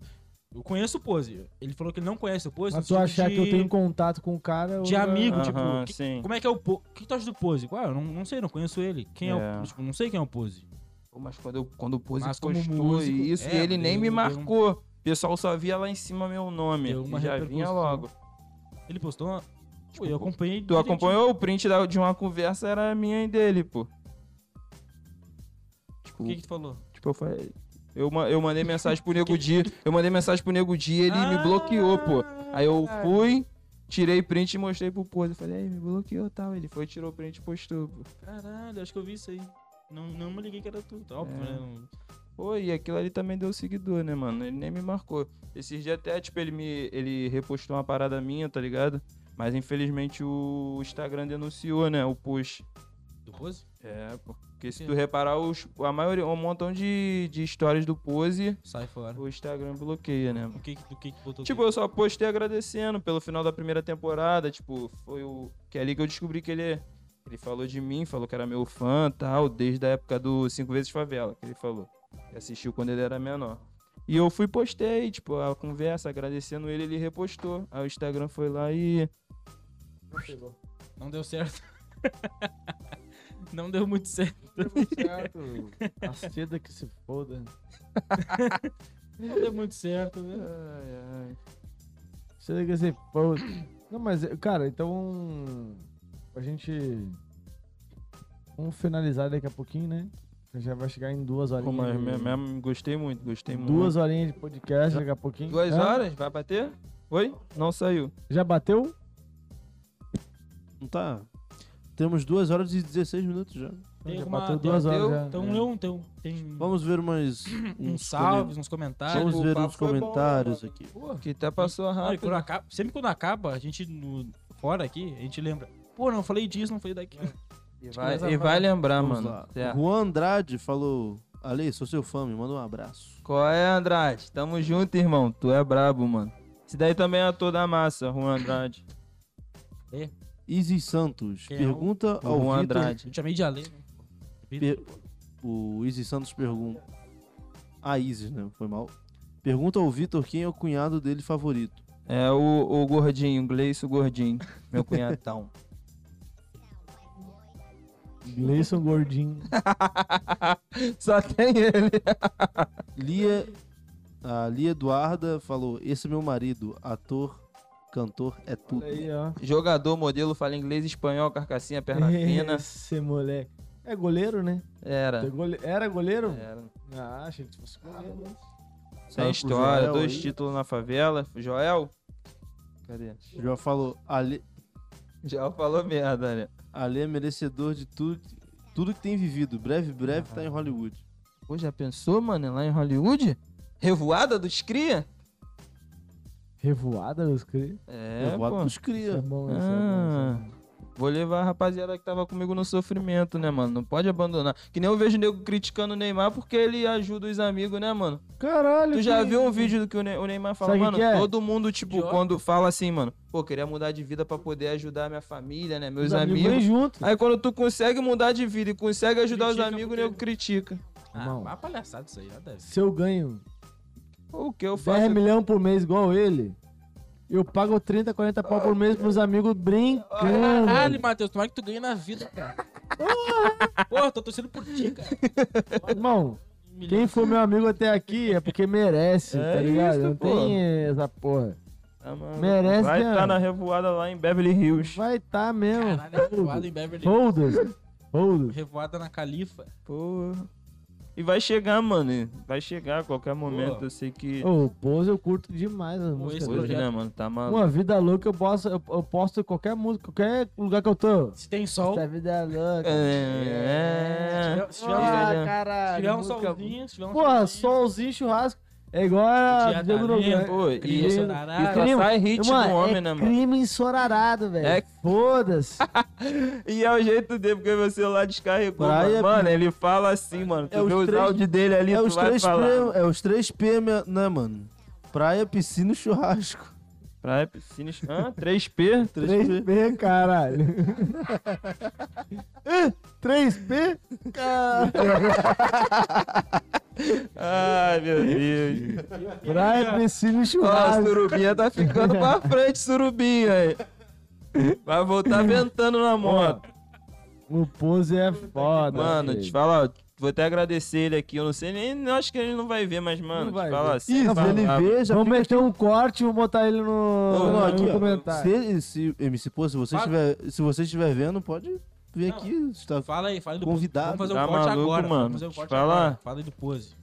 Speaker 2: Eu conheço o Pose. Ele falou que ele não conhece o Pose.
Speaker 1: Mas
Speaker 2: no
Speaker 1: tu
Speaker 2: sentido
Speaker 1: achar que eu
Speaker 2: assim, tipo de-
Speaker 1: tenho contato com o cara. eu
Speaker 2: de
Speaker 1: já-
Speaker 2: amigo,
Speaker 3: Aham,
Speaker 2: tipo, que-
Speaker 3: sim.
Speaker 2: como é que é o Pose? O que tu acha do Pose? Ah, eu não, não sei, não conheço ele. Quem é,
Speaker 3: É.
Speaker 2: o Tipo, não sei quem é o Pose.
Speaker 3: Pô, Mas quando, eu, quando o Pose
Speaker 2: Mas como
Speaker 3: postou
Speaker 2: músico,
Speaker 3: isso,
Speaker 2: é,
Speaker 3: ele
Speaker 2: mas
Speaker 3: nem
Speaker 2: deu-
Speaker 3: me
Speaker 2: deu um-
Speaker 3: marcou. O pessoal só via lá em cima meu nome.
Speaker 2: Deu uma
Speaker 3: e já vinha
Speaker 2: repercussão.
Speaker 3: logo.
Speaker 2: Ele postou uma... Pô, eu acompanhei
Speaker 3: Tipo, Tu
Speaker 2: direitinho.
Speaker 3: acompanhou o print da- de uma conversa, era minha e dele, pô. Tipo,
Speaker 2: O que que tu falou?
Speaker 3: tipo eu falei. Eu, ma- eu mandei mensagem pro Nego Di, eu mandei mensagem pro Nego Di, ele
Speaker 2: Ah!
Speaker 3: me bloqueou, pô. Aí eu fui, tirei print e mostrei pro Pose. Eu falei, aí, me bloqueou e tal. Ele foi, tirou o print e postou, pô.
Speaker 2: Caralho, acho que eu vi isso aí. Não, não me liguei que era tu. Tá Óbvio,
Speaker 3: É.
Speaker 2: né? Não-
Speaker 3: Pô, e aquilo ali também deu seguidor, né, mano? Ele nem me marcou. Esses dias até, tipo, ele me. ele repostou uma parada minha, tá ligado? Mas infelizmente o Instagram denunciou, né? O post.
Speaker 2: Do Pose?
Speaker 3: É, pô. Porque se
Speaker 2: quê?
Speaker 3: tu reparar, os, a maioria, um montão de, de stories do Pose,
Speaker 2: Sai fora.
Speaker 3: o Instagram bloqueia, né,
Speaker 2: Do
Speaker 3: mano?
Speaker 2: que que- do que que botou?
Speaker 3: Tipo, eu só postei agradecendo pelo final da primeira temporada, tipo, foi o. Que é ali que eu descobri que ele. Ele falou de mim, falou que era meu fã e tal, desde a época do Cinco Vezes Favela, que ele falou. Que assistiu quando ele era menor. E eu fui e postei, tipo, a conversa, agradecendo ele, ele repostou. Aí o Instagram foi lá e.
Speaker 2: Não deu certo. não deu muito certo.
Speaker 1: Certo. A seda que se foda.
Speaker 2: Não deu muito certo, né?
Speaker 3: Ai, ai.
Speaker 1: Seda que se foda. Não, mas, cara, então. A gente. Vamos finalizar daqui a pouquinho, né? Já vai chegar em duas horinhas.
Speaker 3: Pô,
Speaker 2: é
Speaker 3: mas
Speaker 1: de-
Speaker 3: me- mesmo gostei muito, gostei
Speaker 1: Duas
Speaker 3: muito.
Speaker 2: né?
Speaker 1: horinhas de podcast daqui a pouquinho.
Speaker 3: Duas
Speaker 4: É?
Speaker 1: Hã?
Speaker 3: horas? Vai bater? Oi? Não saiu.
Speaker 1: Já bateu?
Speaker 4: Não tá. Temos 2 horas e 16 minutos já.
Speaker 2: Tem
Speaker 1: já
Speaker 2: alguma-
Speaker 1: bateu duas
Speaker 3: bateu?
Speaker 1: horas. Já.
Speaker 2: Então,
Speaker 1: É.
Speaker 2: não, então, tem
Speaker 4: Vamos ver umas.
Speaker 3: Um
Speaker 2: uns
Speaker 4: uns
Speaker 2: salves, uns
Speaker 4: comen-
Speaker 2: comentários.
Speaker 4: Vamos
Speaker 3: Tipo, o
Speaker 4: ver
Speaker 3: papo
Speaker 4: uns
Speaker 3: foi bom,
Speaker 4: comentários
Speaker 3: mano. Tá,
Speaker 4: aqui.
Speaker 2: Pô,
Speaker 3: Que até passou
Speaker 2: Não, e
Speaker 3: rápido.
Speaker 2: quando acaba- sempre quando acaba, a gente no- fora aqui, a gente lembra. Pô, não falei disso, não falei daquilo.
Speaker 3: E vai,
Speaker 2: Mas
Speaker 3: e vai lembrar,
Speaker 4: Vamos
Speaker 3: mano. Tá.
Speaker 4: lá.
Speaker 3: Certo.
Speaker 4: Juan Andrade falou: Ale, sou seu fã, me manda um abraço.
Speaker 3: Qual é, Andrade? Tamo junto, irmão. Tu é brabo, mano. Esse daí também é ator da massa, Juan Andrade.
Speaker 4: Easy Santos
Speaker 2: Quem é o-
Speaker 4: pergunta
Speaker 3: O
Speaker 4: ao
Speaker 3: Juan
Speaker 4: Vitor-
Speaker 3: Andrade.
Speaker 2: Eu
Speaker 1: é
Speaker 2: te chamei de Ale. né?
Speaker 4: Per- O Isis Santos pergunta. A Isis, né? Foi mal. Pergunta ao Vitor quem é o cunhado dele favorito.
Speaker 3: É o, o gordinho, o Gleison Gordinho. Meu cunhatão.
Speaker 1: Gleison Gordinho.
Speaker 3: Só tem ele.
Speaker 4: Lia. A Lia Eduarda falou: Esse é meu marido, ator, cantor, é tudo.
Speaker 1: Olha aí, ó.
Speaker 3: Jogador, modelo, fala inglês, espanhol, carcassinha, perna fina.
Speaker 1: Esse moleque. É goleiro, né?
Speaker 3: Era.
Speaker 1: Gole- Era goleiro?
Speaker 3: Era.
Speaker 1: Ah, achei que fosse goleiro.
Speaker 3: Sem
Speaker 4: Sabe pro
Speaker 3: história,
Speaker 4: Joel
Speaker 3: dois
Speaker 4: aí?
Speaker 3: títulos na favela. Joel? Cadê?
Speaker 4: Joel falou: Ale,
Speaker 3: Joel falou merda, né?
Speaker 4: Ale é merecedor de tudo, tudo que tem vivido. Breve, breve tá em Hollywood.
Speaker 3: Pô, já pensou, mano? Lá em Hollywood? Revoada dos cria?
Speaker 1: Revoada, meus queridos.
Speaker 3: É,
Speaker 4: Eu
Speaker 3: pô.
Speaker 4: voto pros
Speaker 1: Isso é
Speaker 4: cria.
Speaker 1: bom, isso é bom.
Speaker 3: Ah,
Speaker 1: isso é bom.
Speaker 3: vou levar a rapaziada que tava comigo no sofrimento, né, mano? Não pode abandonar. Que nem eu vejo o nego criticando o Neymar porque ele ajuda os amigos, né, mano?
Speaker 1: Caralho.
Speaker 3: Tu já
Speaker 1: que-
Speaker 3: viu um vídeo do que o Ne- o Neymar fala,
Speaker 1: Sabe o que
Speaker 3: mano?
Speaker 1: que é?
Speaker 3: Todo mundo, tipo,
Speaker 2: Idiota.
Speaker 3: quando fala assim, mano, pô, queria mudar de vida pra poder ajudar minha família, né? Meus
Speaker 1: Os amigos vêm
Speaker 3: amigos.
Speaker 1: junto.
Speaker 3: Aí quando tu consegue mudar de vida e consegue ajudar
Speaker 2: Critica
Speaker 3: os amigos, o
Speaker 2: porque-
Speaker 3: nego critica.
Speaker 2: Ah,
Speaker 1: Irmão.
Speaker 2: uma palhaçada isso aí, já deve.
Speaker 1: Se eu ganho
Speaker 3: Pô, o que eu
Speaker 1: 10
Speaker 3: faço?
Speaker 1: milhões por mês igual ele, eu pago 30, 40 pau por mês pros amigos brincando.
Speaker 2: Caralho, Matheus, tomara que tu ganhe na vida, cara. Porra, tô torcendo por ti, cara.
Speaker 1: Irmão, quem for meu amigo até aqui é porque merece,
Speaker 3: É
Speaker 1: tá ligado?
Speaker 3: isso,
Speaker 1: Não
Speaker 3: pô.
Speaker 1: tem essa porra.
Speaker 3: Tá, mano.
Speaker 1: Merece,
Speaker 3: Vai
Speaker 1: né?
Speaker 3: estar na revoada lá em Beverly Hills.
Speaker 1: Vai tá mesmo.
Speaker 2: Caralho, é revoada em Beverly Hills.
Speaker 1: Foda-se. Foda-se.
Speaker 2: Revoada na Califa.
Speaker 3: Porra. E vai chegar, mano. Vai chegar a qualquer momento. Eu sei que.
Speaker 1: Ô, Pose eu curto demais as músicas.
Speaker 2: esse
Speaker 1: dele.
Speaker 3: Hoje,
Speaker 2: projeto.
Speaker 3: né, mano? Tá maluco.
Speaker 1: Uma vida louca, eu posto, eu, eu posto qualquer música, qualquer lugar que eu tô.
Speaker 2: Se tem sol,
Speaker 1: Essa vida é louca.
Speaker 3: É, é.
Speaker 2: Se tiver- um
Speaker 1: Ah,
Speaker 3: Olha.
Speaker 2: se
Speaker 1: caralho.
Speaker 2: tiver um
Speaker 1: música-
Speaker 2: solzinho, se tiver um
Speaker 1: Porra,
Speaker 2: solzinho.
Speaker 1: solzinho, churrasco. É igual a
Speaker 2: Dia tá
Speaker 1: Diego
Speaker 2: da
Speaker 1: Nogueira.
Speaker 2: Lembra.
Speaker 3: Pô, e, e
Speaker 2: Criança,
Speaker 1: Crime.
Speaker 2: caralho.
Speaker 3: só
Speaker 1: É. Crime.
Speaker 3: sai hit
Speaker 1: Mano,
Speaker 3: do homem, né,
Speaker 1: é
Speaker 3: mano?
Speaker 1: crime ensorarado, velho.
Speaker 3: É-
Speaker 1: Foda-se.
Speaker 3: E é o jeito dele, porque meu celular descarregou.
Speaker 4: Praia-
Speaker 3: mano. Mano, ele fala assim, mano. Tu
Speaker 4: É os
Speaker 3: vê os
Speaker 4: três-
Speaker 3: áudios dele ali,
Speaker 4: É
Speaker 3: tu
Speaker 4: os,
Speaker 3: vai
Speaker 4: 3 P,
Speaker 3: falar.
Speaker 4: é os 3P, minha- né, mano? Praia, piscina e churrasco.
Speaker 3: Praia, é piscina... Hã? 3P?
Speaker 1: 3P, caralho. Hã? 3P?
Speaker 3: Ai, meu Deus.
Speaker 1: Praia, piscina e
Speaker 3: Ó, a
Speaker 1: churrasco.
Speaker 3: surubinha tá ficando pra frente, surubinha aí. Vai voltar ventando na moto.
Speaker 1: O Pose é foda.
Speaker 3: Mano,
Speaker 1: filho.
Speaker 3: te falar, ó, vou até agradecer ele aqui. Eu não sei nem, eu acho que ele não vai ver, mas, mano,
Speaker 1: vai
Speaker 3: te falar
Speaker 1: ver.
Speaker 3: assim.
Speaker 4: Isso,
Speaker 3: fala-
Speaker 4: ele vê, já
Speaker 1: Vamos meter um corte e vou botar ele no,
Speaker 4: Não,
Speaker 1: no
Speaker 4: não, aqui, ó.
Speaker 1: comentário.
Speaker 4: Se, se, MC, pô, se você,
Speaker 2: Fala.
Speaker 4: estiver, se você estiver vendo, pode vir
Speaker 2: Não.
Speaker 4: aqui. Você tá-
Speaker 2: Fala aí, fala aí do
Speaker 4: Convidado.
Speaker 2: Vamos fazer
Speaker 3: Tá
Speaker 2: um corte
Speaker 3: maluco,
Speaker 2: agora.
Speaker 3: mano.
Speaker 2: Vamos fazer um corte
Speaker 3: Fala.
Speaker 2: agora. Fala aí do pose.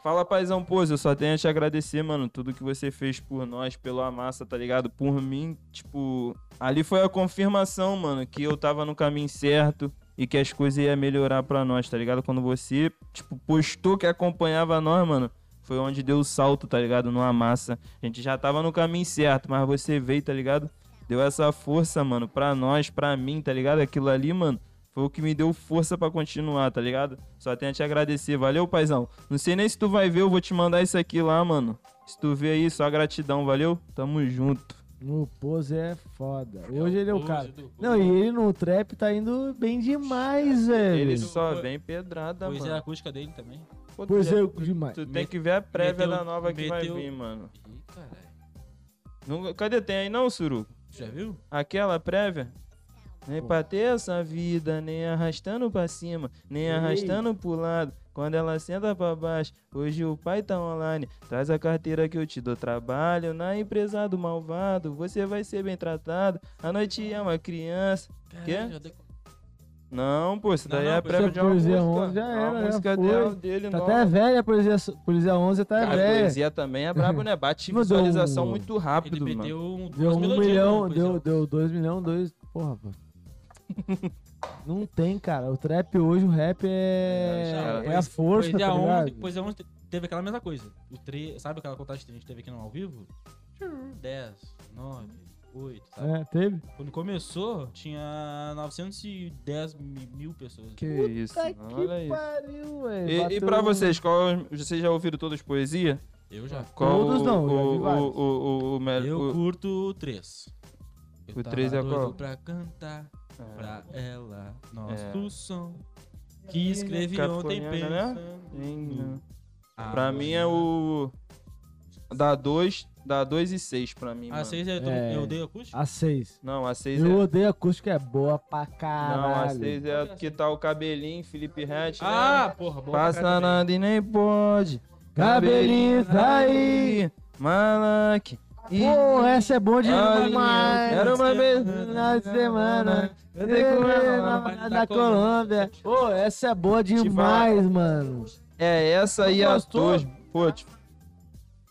Speaker 3: Fala, paizão, pô, eu só tenho a te agradecer, mano, tudo que você fez por nós, pela massa, tá ligado? Por mim, tipo, ali foi a confirmação, mano, que eu tava no caminho certo e que as coisas iam melhorar pra nós, tá ligado? Quando você, tipo, postou que acompanhava nós, mano, foi onde deu o salto, tá ligado? Numa massa. A gente já tava no caminho certo, mas você veio, tá ligado? Deu essa força, mano, pra nós, pra mim, tá ligado? Aquilo ali, mano, foi o que me deu força pra continuar, tá ligado? Só tenho a te agradecer. Valeu, paizão. Não sei nem se tu vai ver, eu vou te mandar isso aqui lá, mano. Se tu ver aí, só gratidão, valeu? Tamo junto.
Speaker 1: O Pose é foda. Hoje ele é o
Speaker 2: Pose
Speaker 1: cara.
Speaker 2: do-
Speaker 1: Não, e ele no trap tá indo bem demais,
Speaker 3: Ele
Speaker 1: velho.
Speaker 3: só vem
Speaker 1: tá
Speaker 3: pedrada,
Speaker 2: Poesia
Speaker 3: mano.
Speaker 2: é acústica dele também.
Speaker 3: Pô, tu
Speaker 1: Pois
Speaker 3: já-
Speaker 1: é, demais.
Speaker 3: Tu tem que ver a prévia
Speaker 2: meteu-
Speaker 3: da nova que vai
Speaker 2: meteu-
Speaker 3: vir, mano.
Speaker 2: Ih, caralho.
Speaker 3: Não- cadê? Tem aí não, Suru?
Speaker 2: Já viu?
Speaker 3: Aquela prévia? Nem pra ter essa vida, nem arrastando pra cima, nem arrastando pro lado. Quando ela senta pra baixo, hoje o pai tá online. Traz a carteira que eu te dou trabalho. Na empresa do malvado, você vai ser bem tratado. A noite é uma criança. Quê?
Speaker 2: Caralho, já decorou.
Speaker 3: Não, pô, isso
Speaker 2: Não,
Speaker 3: daí
Speaker 2: não,
Speaker 3: é a
Speaker 2: pô.
Speaker 3: prévia
Speaker 1: Essa
Speaker 3: de uma
Speaker 1: poesia
Speaker 3: música.
Speaker 1: onze já
Speaker 3: É uma
Speaker 1: era, já
Speaker 3: música
Speaker 1: foi.
Speaker 3: dela- dele
Speaker 1: Tá
Speaker 3: nova.
Speaker 1: até velha a Polícia, Polícia 11, tá
Speaker 3: Cara, a
Speaker 1: velha.
Speaker 3: poesia também é brabo, né? Bate
Speaker 1: Não, deu um-
Speaker 3: visualização muito
Speaker 2: Ele
Speaker 3: rápido, mano.
Speaker 2: meteu um-
Speaker 1: Deu
Speaker 2: duas
Speaker 1: um
Speaker 3: né,
Speaker 2: melodias,
Speaker 1: milhão,
Speaker 2: mano,
Speaker 1: deu,
Speaker 2: poesia.
Speaker 1: deu dois milhão, dois. Porra, pô. Não tem, cara. O trap hoje, o rap é.
Speaker 3: É, cara.
Speaker 1: É a força,
Speaker 2: Poesia
Speaker 1: tá
Speaker 2: 11,
Speaker 1: ligado?
Speaker 2: poesia 11 te- teve aquela mesma coisa. O tre... Sabe aquela contagem que a gente teve aqui no ao vivo? 10, 9, 8, sabe?
Speaker 1: É, teve?
Speaker 2: Quando começou, tinha 910 mi- mil pessoas.
Speaker 3: Que isso,
Speaker 1: Tá
Speaker 3: mano, olha
Speaker 1: que
Speaker 3: isso.
Speaker 1: pariu, velho.
Speaker 3: E, e
Speaker 1: Bateu- um
Speaker 3: pra vocês, qual, vocês já ouviram todas as poesias?
Speaker 2: Eu já.
Speaker 3: Qual
Speaker 1: Todos
Speaker 3: o-
Speaker 1: não,
Speaker 3: o,
Speaker 1: já vi vários.
Speaker 3: o, o, o, o, mel-
Speaker 2: Eu
Speaker 3: É, o-
Speaker 2: curto o 3.
Speaker 3: O três é qual?
Speaker 2: pra cantar
Speaker 3: Ah,
Speaker 2: pra ela
Speaker 3: É.
Speaker 2: nosso som. Que escrevi ontem
Speaker 3: Capricorniana, né?
Speaker 2: pensando.
Speaker 3: nem- não.
Speaker 2: Ah,
Speaker 3: Pra mim é o. Da 2 da dois e 6 pra mim.
Speaker 2: A
Speaker 3: mano.
Speaker 2: 6 eu,
Speaker 1: É.
Speaker 2: eu dei acústico?
Speaker 1: A 6.
Speaker 3: Não, a 6 é.
Speaker 1: Eu odeio acústica, é boa pra
Speaker 3: Não, a
Speaker 1: caralho.
Speaker 3: 6 é a que tá o cabelinho, Felipe Hatch.
Speaker 2: Ah,
Speaker 3: né?
Speaker 2: porra, boa.
Speaker 3: Passa nada e nem pode.
Speaker 1: Cabelinho tá aí.
Speaker 3: Malac. Ih,
Speaker 1: Pô, essa é boa
Speaker 3: Olha,
Speaker 1: demais.
Speaker 3: Era uma vez
Speaker 1: Final de semana. Na,
Speaker 3: tá
Speaker 1: na Colômbia. Pô, essa é boa demais, mano.
Speaker 3: É essa aí
Speaker 1: Não
Speaker 3: a
Speaker 1: gostou?
Speaker 3: 2. Pô, tipo,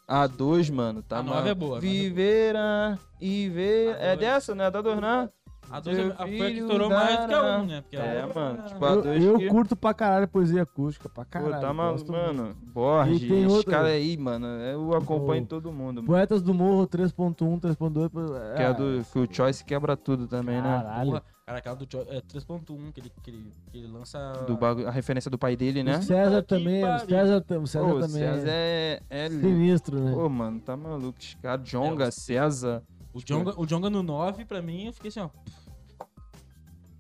Speaker 3: a 2, mano, tá
Speaker 2: A nove
Speaker 3: mal.
Speaker 2: é boa, a nove é boa.
Speaker 3: Viverá e ver.
Speaker 2: A
Speaker 3: É
Speaker 2: dois.
Speaker 3: dessa, né? Da 2, né?
Speaker 2: A 2 é,
Speaker 3: Meu
Speaker 2: a- foi a que
Speaker 3: filho
Speaker 2: estourou mais do que a
Speaker 3: dará.
Speaker 2: 1, né? Porque a
Speaker 3: É,
Speaker 2: um-
Speaker 3: mano, tipo, a
Speaker 1: Eu,
Speaker 3: 2
Speaker 1: eu
Speaker 3: que...
Speaker 1: curto pra caralho poesia acústica, pra
Speaker 3: Pô,
Speaker 1: caralho.
Speaker 3: tá maluco,
Speaker 1: gosto muito.
Speaker 3: mano. Borges,
Speaker 1: E tem
Speaker 3: esse
Speaker 1: outra-
Speaker 3: cara aí, mano, eu acompanho
Speaker 1: Pô.
Speaker 3: todo mundo, mano.
Speaker 1: Poetas do Morro 3.1, 3.2.
Speaker 3: Que, é do, que o Choice quebra tudo também, né?
Speaker 1: Caralho.
Speaker 2: Porra, Cara, aquela do Joy- é 3.1 que ele, que, ele, que ele lança.
Speaker 3: Do bagulho, a referência do pai dele, né?
Speaker 1: O César
Speaker 2: Puta que
Speaker 1: também, o
Speaker 2: pariu.
Speaker 1: César, tam- o César
Speaker 3: Pô,
Speaker 1: também.
Speaker 3: César
Speaker 1: é
Speaker 3: é... é li-
Speaker 1: sinistro, né?
Speaker 3: Pô, mano, tá maluco. Esse cara, Jonga,
Speaker 2: É, o-
Speaker 3: César...
Speaker 2: O Jonga, o Jonga no 9, pra mim, eu fiquei assim, ó.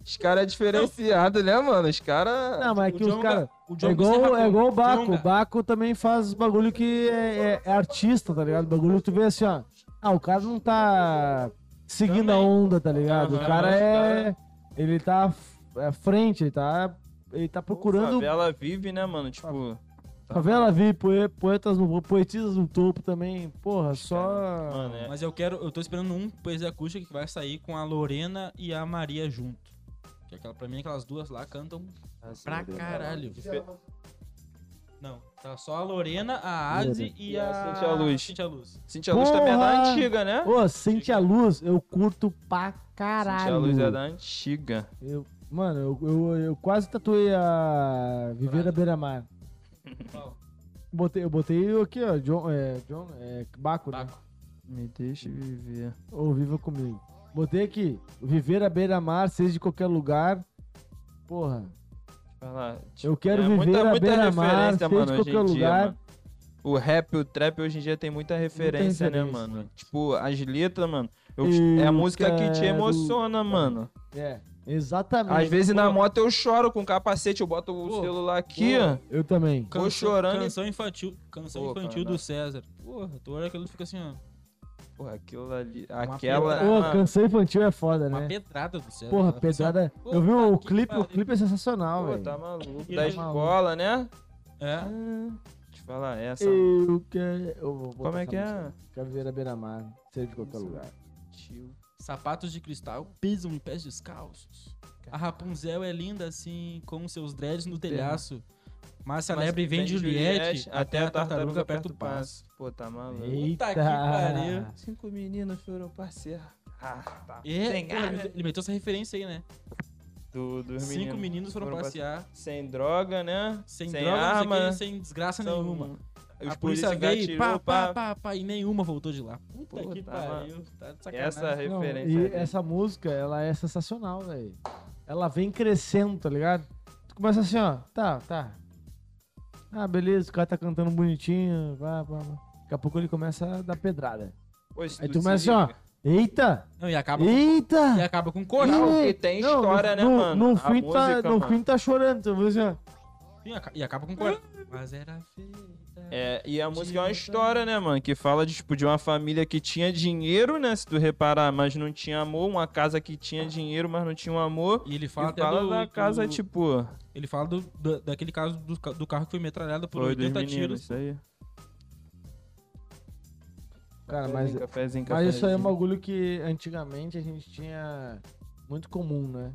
Speaker 3: Esse cara é diferenciado, né, mano? Os caras...
Speaker 1: Não, mas é
Speaker 2: o
Speaker 1: que os
Speaker 2: Djonga-
Speaker 1: caras.
Speaker 2: o
Speaker 1: É
Speaker 2: Djonga sem
Speaker 1: igual,
Speaker 2: rapão.
Speaker 1: é igual o Baco.
Speaker 2: Djonga.
Speaker 1: O Baco também faz bagulho que é, é- é artista, tá ligado? Bagulho que tu vê assim, ó. Ah, o cara não tá seguindo a
Speaker 2: Também.
Speaker 1: onda, tá ligado?
Speaker 2: Aham,
Speaker 1: o cara
Speaker 2: mas o
Speaker 1: é. Ele é tá f- à frente, ele tá. Ele tá procurando.
Speaker 3: Favela vive, né, mano? Tipo,
Speaker 1: Favela vi, poe- poetas no poetisas no topo também. Porra, só.
Speaker 4: Mano, é.
Speaker 2: Mas eu quero, eu tô esperando um poesia acústica que vai sair com a Lorena e a Maria junto. Que é aquela, pra mim, aquelas duas lá cantam
Speaker 3: Ah,
Speaker 2: pra caralho. Não, tá só a Lorena, a Asi e,
Speaker 3: E
Speaker 2: a
Speaker 3: a Cintia Luz.
Speaker 2: Cintia Luz.
Speaker 3: Cintia Luz também é da
Speaker 1: Porra!
Speaker 3: antiga, né?
Speaker 1: Ô, sente a luz, eu curto pra caralho.
Speaker 3: Cintia Luz é da antiga.
Speaker 1: Eu- mano, eu, eu, eu quase tatuei a Viver à Beira-Mar.
Speaker 2: Qual?
Speaker 1: Botei, eu botei aqui, ó, John, é, John, é, Baco, né?
Speaker 2: Baco.
Speaker 3: Me deixe viver.
Speaker 1: Ou Viva Comigo. Botei aqui, Viver à Beira-Mar, seja de qualquer lugar. Porra,
Speaker 3: Vai lá.
Speaker 1: eu quero
Speaker 3: É
Speaker 1: viver
Speaker 3: muita,
Speaker 1: à
Speaker 3: muita
Speaker 1: beira-mar,
Speaker 3: referência,
Speaker 1: seja
Speaker 3: mano,
Speaker 1: de
Speaker 3: hoje
Speaker 1: qualquer
Speaker 3: em dia,
Speaker 1: lugar.
Speaker 3: mano. O rap, o trap hoje em dia tem muita referência, né,
Speaker 1: referência,
Speaker 3: mano?
Speaker 1: mano.
Speaker 3: Tipo, as letras, mano. Eu-
Speaker 1: Eu
Speaker 3: é a música que te
Speaker 1: quero-
Speaker 3: emociona, mano.
Speaker 1: É, exatamente.
Speaker 3: Às vezes na moto eu choro com capacete, eu boto o
Speaker 2: Pô,
Speaker 3: celular aqui, ó.
Speaker 1: Eu também.
Speaker 3: Tô chorando e-
Speaker 2: Canção infantil, canção
Speaker 3: Pô,
Speaker 2: infantil
Speaker 3: cara.
Speaker 2: do César. Porra, tu olha que ele fica assim, ó.
Speaker 3: Porra, aquilo ali.
Speaker 2: Uma
Speaker 3: Aquela.
Speaker 1: Pô,
Speaker 3: ah,
Speaker 1: canção infantil é foda,
Speaker 2: Uma
Speaker 1: né?
Speaker 2: pedrada do César.
Speaker 1: Porra,
Speaker 2: Ela fica assim, ó.
Speaker 1: pedrada.
Speaker 2: Puta
Speaker 1: Eu vi o
Speaker 2: que
Speaker 1: clipe, o
Speaker 2: pariu.
Speaker 1: clipe é sensacional,
Speaker 3: Pô,
Speaker 1: velho. Ah.
Speaker 3: tá maluco.
Speaker 2: E
Speaker 3: Da
Speaker 2: ele-
Speaker 3: escola, né?
Speaker 2: É.
Speaker 3: Deixa eu falar essa. é
Speaker 1: Eu quero. eu vou botar
Speaker 3: Como é
Speaker 1: essa
Speaker 3: que é?
Speaker 1: música. Quero viver à beira-mar, seja de qualquer lugar.
Speaker 3: Tio.
Speaker 2: Sapatos de cristal pisam em pés descalços. A Rapunzel é linda assim, com seus dreads no telhaço. Mas se a
Speaker 3: Mas
Speaker 2: lebre vem de Juliette, até a tartaruga perto do passo.
Speaker 3: Pô, tá maluco.
Speaker 2: Puta que pariu.
Speaker 3: Cinco meninas foram parceiras. Ah, tá.
Speaker 2: É,
Speaker 3: Sem
Speaker 2: pô, ele
Speaker 3: nada.
Speaker 2: meteu- ele meteu essa referência aí, né?
Speaker 3: Do, dos
Speaker 2: Cinco meninos foram
Speaker 3: passear.
Speaker 2: passear,
Speaker 3: Sem droga, né?
Speaker 2: sem, droga, não sei o quê, sem desgraça
Speaker 3: são-
Speaker 2: nenhuma.
Speaker 3: Os
Speaker 2: a polícia
Speaker 3: polícia
Speaker 2: veio, e pá,
Speaker 3: gatilhou,
Speaker 2: pá,
Speaker 3: pá,
Speaker 2: pá, pá, e nenhuma voltou de lá. Puta
Speaker 3: Pô,
Speaker 2: que
Speaker 3: tá,
Speaker 2: pariu, tá de sacanagem.
Speaker 3: Essa
Speaker 1: Não,
Speaker 3: referência.
Speaker 1: e
Speaker 3: ali.
Speaker 1: essa música, ela é sensacional, velho. Ela vem crescendo, tá ligado? Tu começa assim, ó. Tá, tá. Ah, beleza, o cara tá cantando bonitinho. Vá, vá, vá. Daqui a pouco ele começa a dar pedrada.
Speaker 3: Pô, isso
Speaker 1: Aí
Speaker 3: do
Speaker 1: tu começa assim,
Speaker 3: Sirico.
Speaker 1: ó. Eita!
Speaker 2: Não, e acaba, com- e
Speaker 1: Eita!
Speaker 2: acaba com
Speaker 3: Não,
Speaker 2: coral.
Speaker 1: Ih,
Speaker 3: Tá, porque tem
Speaker 1: não, no,
Speaker 3: história, né,
Speaker 1: no-
Speaker 3: mano?
Speaker 1: No
Speaker 3: A
Speaker 1: fim, tu tá,
Speaker 3: música,
Speaker 1: no
Speaker 3: mano.
Speaker 1: fim tu tá chorando. Tu vai assim, ó.
Speaker 2: E aca- E acaba com coral. Mas era feita.
Speaker 3: É, e a música é uma história, né, mano? Que fala de, tipo, de uma família que tinha dinheiro, né? Se tu reparar, mas não tinha amor. Uma casa que tinha dinheiro, mas não tinha um amor.
Speaker 2: E ele fala
Speaker 3: Fala,
Speaker 2: até
Speaker 3: fala
Speaker 2: do,
Speaker 3: da
Speaker 2: do-
Speaker 3: casa, tipo...
Speaker 2: Ele fala do- da- daquele caso do, ca- do carro que foi metralhado por
Speaker 3: foi dos
Speaker 2: 80
Speaker 3: meninos,
Speaker 2: tiros.
Speaker 3: isso aí.
Speaker 1: Cara, mas,
Speaker 3: Cafezinho,
Speaker 1: mas isso aí é um
Speaker 3: cafezinho.
Speaker 1: bagulho que antigamente a gente tinha muito comum, né?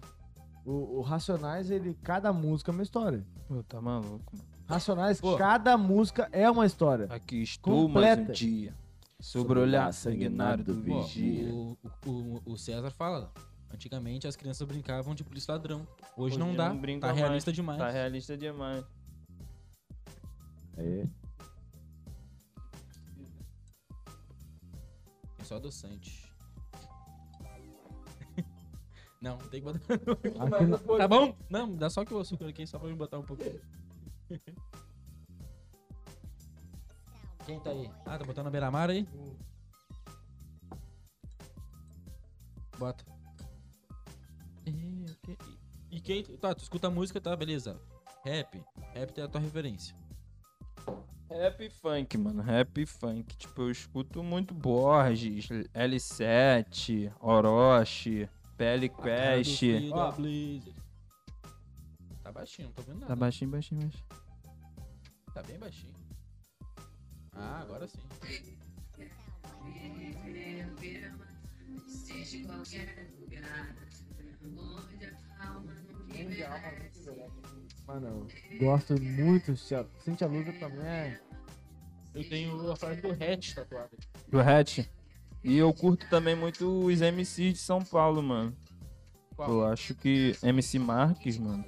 Speaker 1: O, o Racionais, ele, cada música é uma história.
Speaker 3: Pô, tá maluco, mano.
Speaker 1: Racionais,
Speaker 2: Pô.
Speaker 1: cada música é uma história.
Speaker 3: Aqui estou mais um
Speaker 1: Completa.
Speaker 3: dia. Sobre o olhar sanguinário do vigia.
Speaker 2: Pô, o, o- o César fala, antigamente as crianças brincavam de polícia ladrão. Hoje, não dá,
Speaker 3: brinca
Speaker 2: tá
Speaker 3: mais.
Speaker 2: realista demais.
Speaker 3: Tá realista demais.
Speaker 1: É.
Speaker 2: É só adoçante. Não, tem que botar.
Speaker 1: Aqui
Speaker 3: é
Speaker 1: no-
Speaker 2: Tá bom? Não, dá só que o açúcar aqui, só pra me botar um pouquinho. Quem tá aí? Ah, tá botando a beira-mar aí? Bota. E, que- e quem. Tá, tu escuta a música, tá, beleza. Rap. Rap é a tua referência.
Speaker 3: Rap e funk, mano. Rap e funk. Tipo, eu escuto muito Borges, L7, Orochi, Pele Quest.
Speaker 2: Cara do frio da
Speaker 1: Ó.
Speaker 2: Blizzard. Tá baixinho, não tô vendo nada.
Speaker 3: Tá baixinho, baixinho, baixinho.
Speaker 2: Tá bem baixinho. Ah, agora sim.
Speaker 1: Mano, eu gosto muito. se a- Sente a luz também. é-
Speaker 2: Eu tenho a frase do hatch tatuada.
Speaker 3: Do Hatch. E eu curto também muito os MCs de São Paulo, mano.
Speaker 2: Qual?
Speaker 3: Eu acho que MC Marques, mano.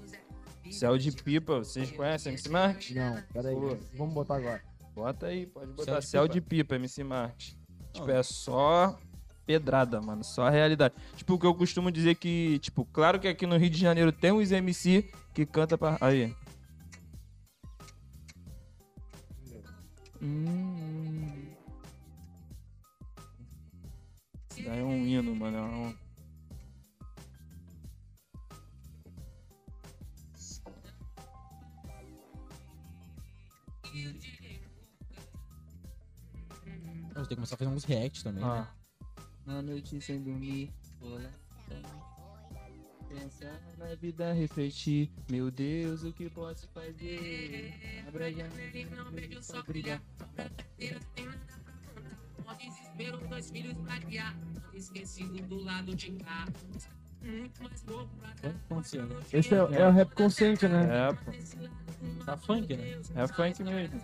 Speaker 3: Céu de Pipa, vocês conhecem MC Marques?
Speaker 1: Não, peraí.
Speaker 3: Pô.
Speaker 1: Vamos botar agora.
Speaker 3: Bota aí, pode botar
Speaker 2: Céu
Speaker 3: Céu
Speaker 2: de
Speaker 3: de,
Speaker 2: Pipa.
Speaker 3: Pipa, MC Marques. Tipo,
Speaker 2: Não.
Speaker 3: é só pedrada, mano, só realidade. Tipo, o que eu costumo dizer que, tipo, claro que aqui no Rio de Janeiro tem uns MC que canta pra... Aí. Hum. Isso daí é um hino, mano, é um...
Speaker 2: Ah, Você tem que começar a fazer uns react também, né?
Speaker 3: Na noite sem dormir, vou lá. Pensa pensar na vida, refletir. Meu Deus, o que posso fazer? Abra já.
Speaker 6: Não vejo só brilhar. Pra carteira tem nada pra contar. Mó desespero, dois filhos pra guiar. Esquecido do lado de cá. Muito mais louco pra cá.
Speaker 2: Consciente.
Speaker 1: Esse é, é o rap consciente, né?
Speaker 3: É, pô.
Speaker 1: Ah,
Speaker 2: Tá funk, né?
Speaker 3: É funk mesmo.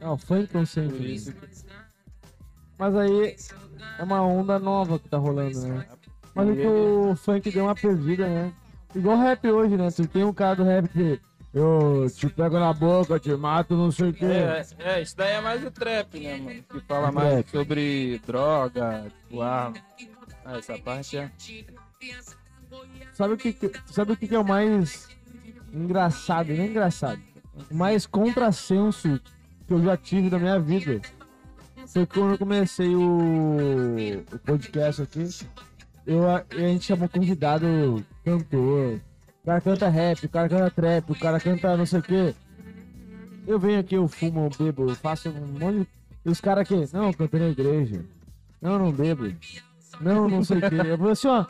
Speaker 1: Não, É funk
Speaker 3: Por
Speaker 1: consciente.
Speaker 3: isso que
Speaker 1: Mas aí é uma onda nova que tá rolando, né? Mas é que o funk deu uma perdida, né? Igual rap hoje, né? Se tem um cara do rap que eu te pego na boca, te mato, não sei o quê.
Speaker 3: É, é, isso daí é mais o trap, né, mano? Que fala mais sobre droga, tipo, arma. Ah, essa parte é.
Speaker 1: Sabe o que, que- sabe o que, que é o mais engraçado, não é engraçado, o mais contrassenso que eu já tive na minha vida? Foi quando eu comecei o, o podcast aqui. Eu, a, e a gente chamou convidado cantor. O cara canta rap, o cara canta trap, o cara canta não sei o quê. Eu venho aqui, eu fumo, eu bebo, eu faço um monte de. E os caras aqui, não, eu canto na igreja. Não, não bebo. Não, não sei o quê. Eu falei assim, ó.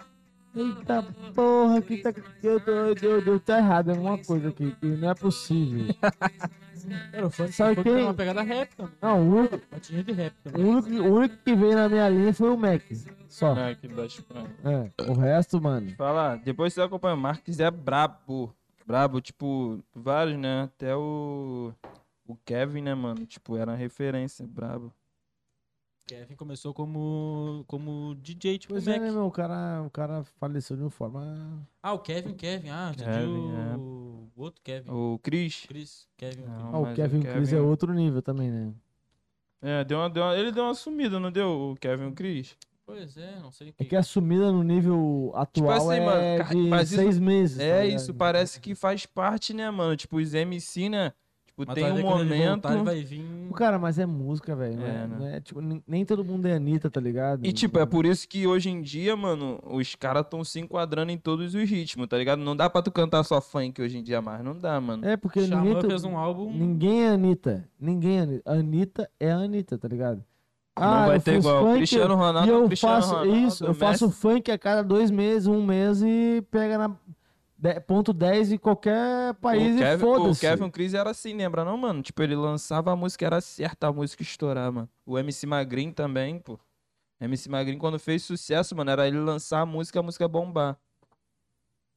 Speaker 1: Eita porra, que tá. Deu, deu, deu, deu, tá errado, é alguma coisa aqui, que não é possível.
Speaker 2: Era o funk,
Speaker 1: Sabe
Speaker 2: funk
Speaker 1: quem?
Speaker 2: era uma pegada rap também.
Speaker 1: Não, o único,
Speaker 2: Batinha de rap
Speaker 1: o
Speaker 2: também.
Speaker 1: único, o único que veio na minha linha foi o Mac. Só.
Speaker 3: Ah, aquele da Espanha.
Speaker 1: É, o resto, mano.
Speaker 3: Fala, depois você acompanha. O Marques é brabo. Brabo, tipo, vários, né? Até o. O Kevin, né, mano? Tipo, era uma referência, brabo.
Speaker 2: Kevin começou como, como DJ, tipo
Speaker 1: Pois
Speaker 2: Mac.
Speaker 1: é, né, meu? O cara, o cara faleceu de uma forma.
Speaker 2: Ah, o Kevin, Kevin. Ah, entendi
Speaker 3: Kevin,
Speaker 2: o...
Speaker 3: é.
Speaker 2: o outro Kevin.
Speaker 3: O Chris.
Speaker 2: Chris. Kevin.
Speaker 3: Não,
Speaker 1: Ah, o
Speaker 3: mas
Speaker 1: Kevin Chris é outro nível também, né?
Speaker 3: É, deu uma, deu uma- ele deu uma sumida, não deu? O Kevin o Chris?
Speaker 2: Pois é, não sei o
Speaker 1: É
Speaker 2: que.
Speaker 1: que a sumida no nível atual
Speaker 3: assim, mano,
Speaker 1: é
Speaker 3: cara,
Speaker 1: de
Speaker 3: mas isso-
Speaker 1: seis meses. tá
Speaker 3: É
Speaker 1: ligado?
Speaker 3: isso, parece que faz parte, né, mano? Tipo, os MC, né? Tipo,
Speaker 2: Mas tá
Speaker 3: tem
Speaker 2: vai
Speaker 3: um
Speaker 2: ver quando ele
Speaker 3: momento.
Speaker 2: voltar, ele vai vir...
Speaker 1: O Cara, mas é música, velho. não É,
Speaker 3: É, né?
Speaker 1: não é, tipo, nem nem todo mundo é Anitta, tá ligado?
Speaker 3: E, tipo, é por isso que hoje em dia, mano, os caras estão se enquadrando em todos os ritmos, tá ligado? Não dá pra tu cantar só funk hoje em dia mais, não dá, mano.
Speaker 1: É, porque
Speaker 2: Xamã
Speaker 1: ninguém, tu-
Speaker 2: fez um álbum...
Speaker 1: Ninguém é Anitta. Ninguém é Anitta. Anitta é a Anitta, tá ligado? Ah,
Speaker 3: não vai
Speaker 1: eu
Speaker 3: ter
Speaker 1: fiz
Speaker 3: igual.
Speaker 1: funk
Speaker 3: Cristiano Ronaldo,
Speaker 1: e eu
Speaker 3: Cristiano
Speaker 1: faço
Speaker 3: Ronaldo,
Speaker 1: isso, eu faço
Speaker 3: Messi.
Speaker 1: funk a cada dois meses, um mês e pega na de- ponto 10 em qualquer país
Speaker 3: o
Speaker 1: e
Speaker 3: Kevin, o
Speaker 1: foda-se.
Speaker 3: Kevin Chris era assim, lembra não, mano? Tipo, ele lançava a música, era certa a música estourar, mano. O MC Magrin também, pô. MC Magrin, quando fez sucesso, mano, era ele lançar a música, a música bombar.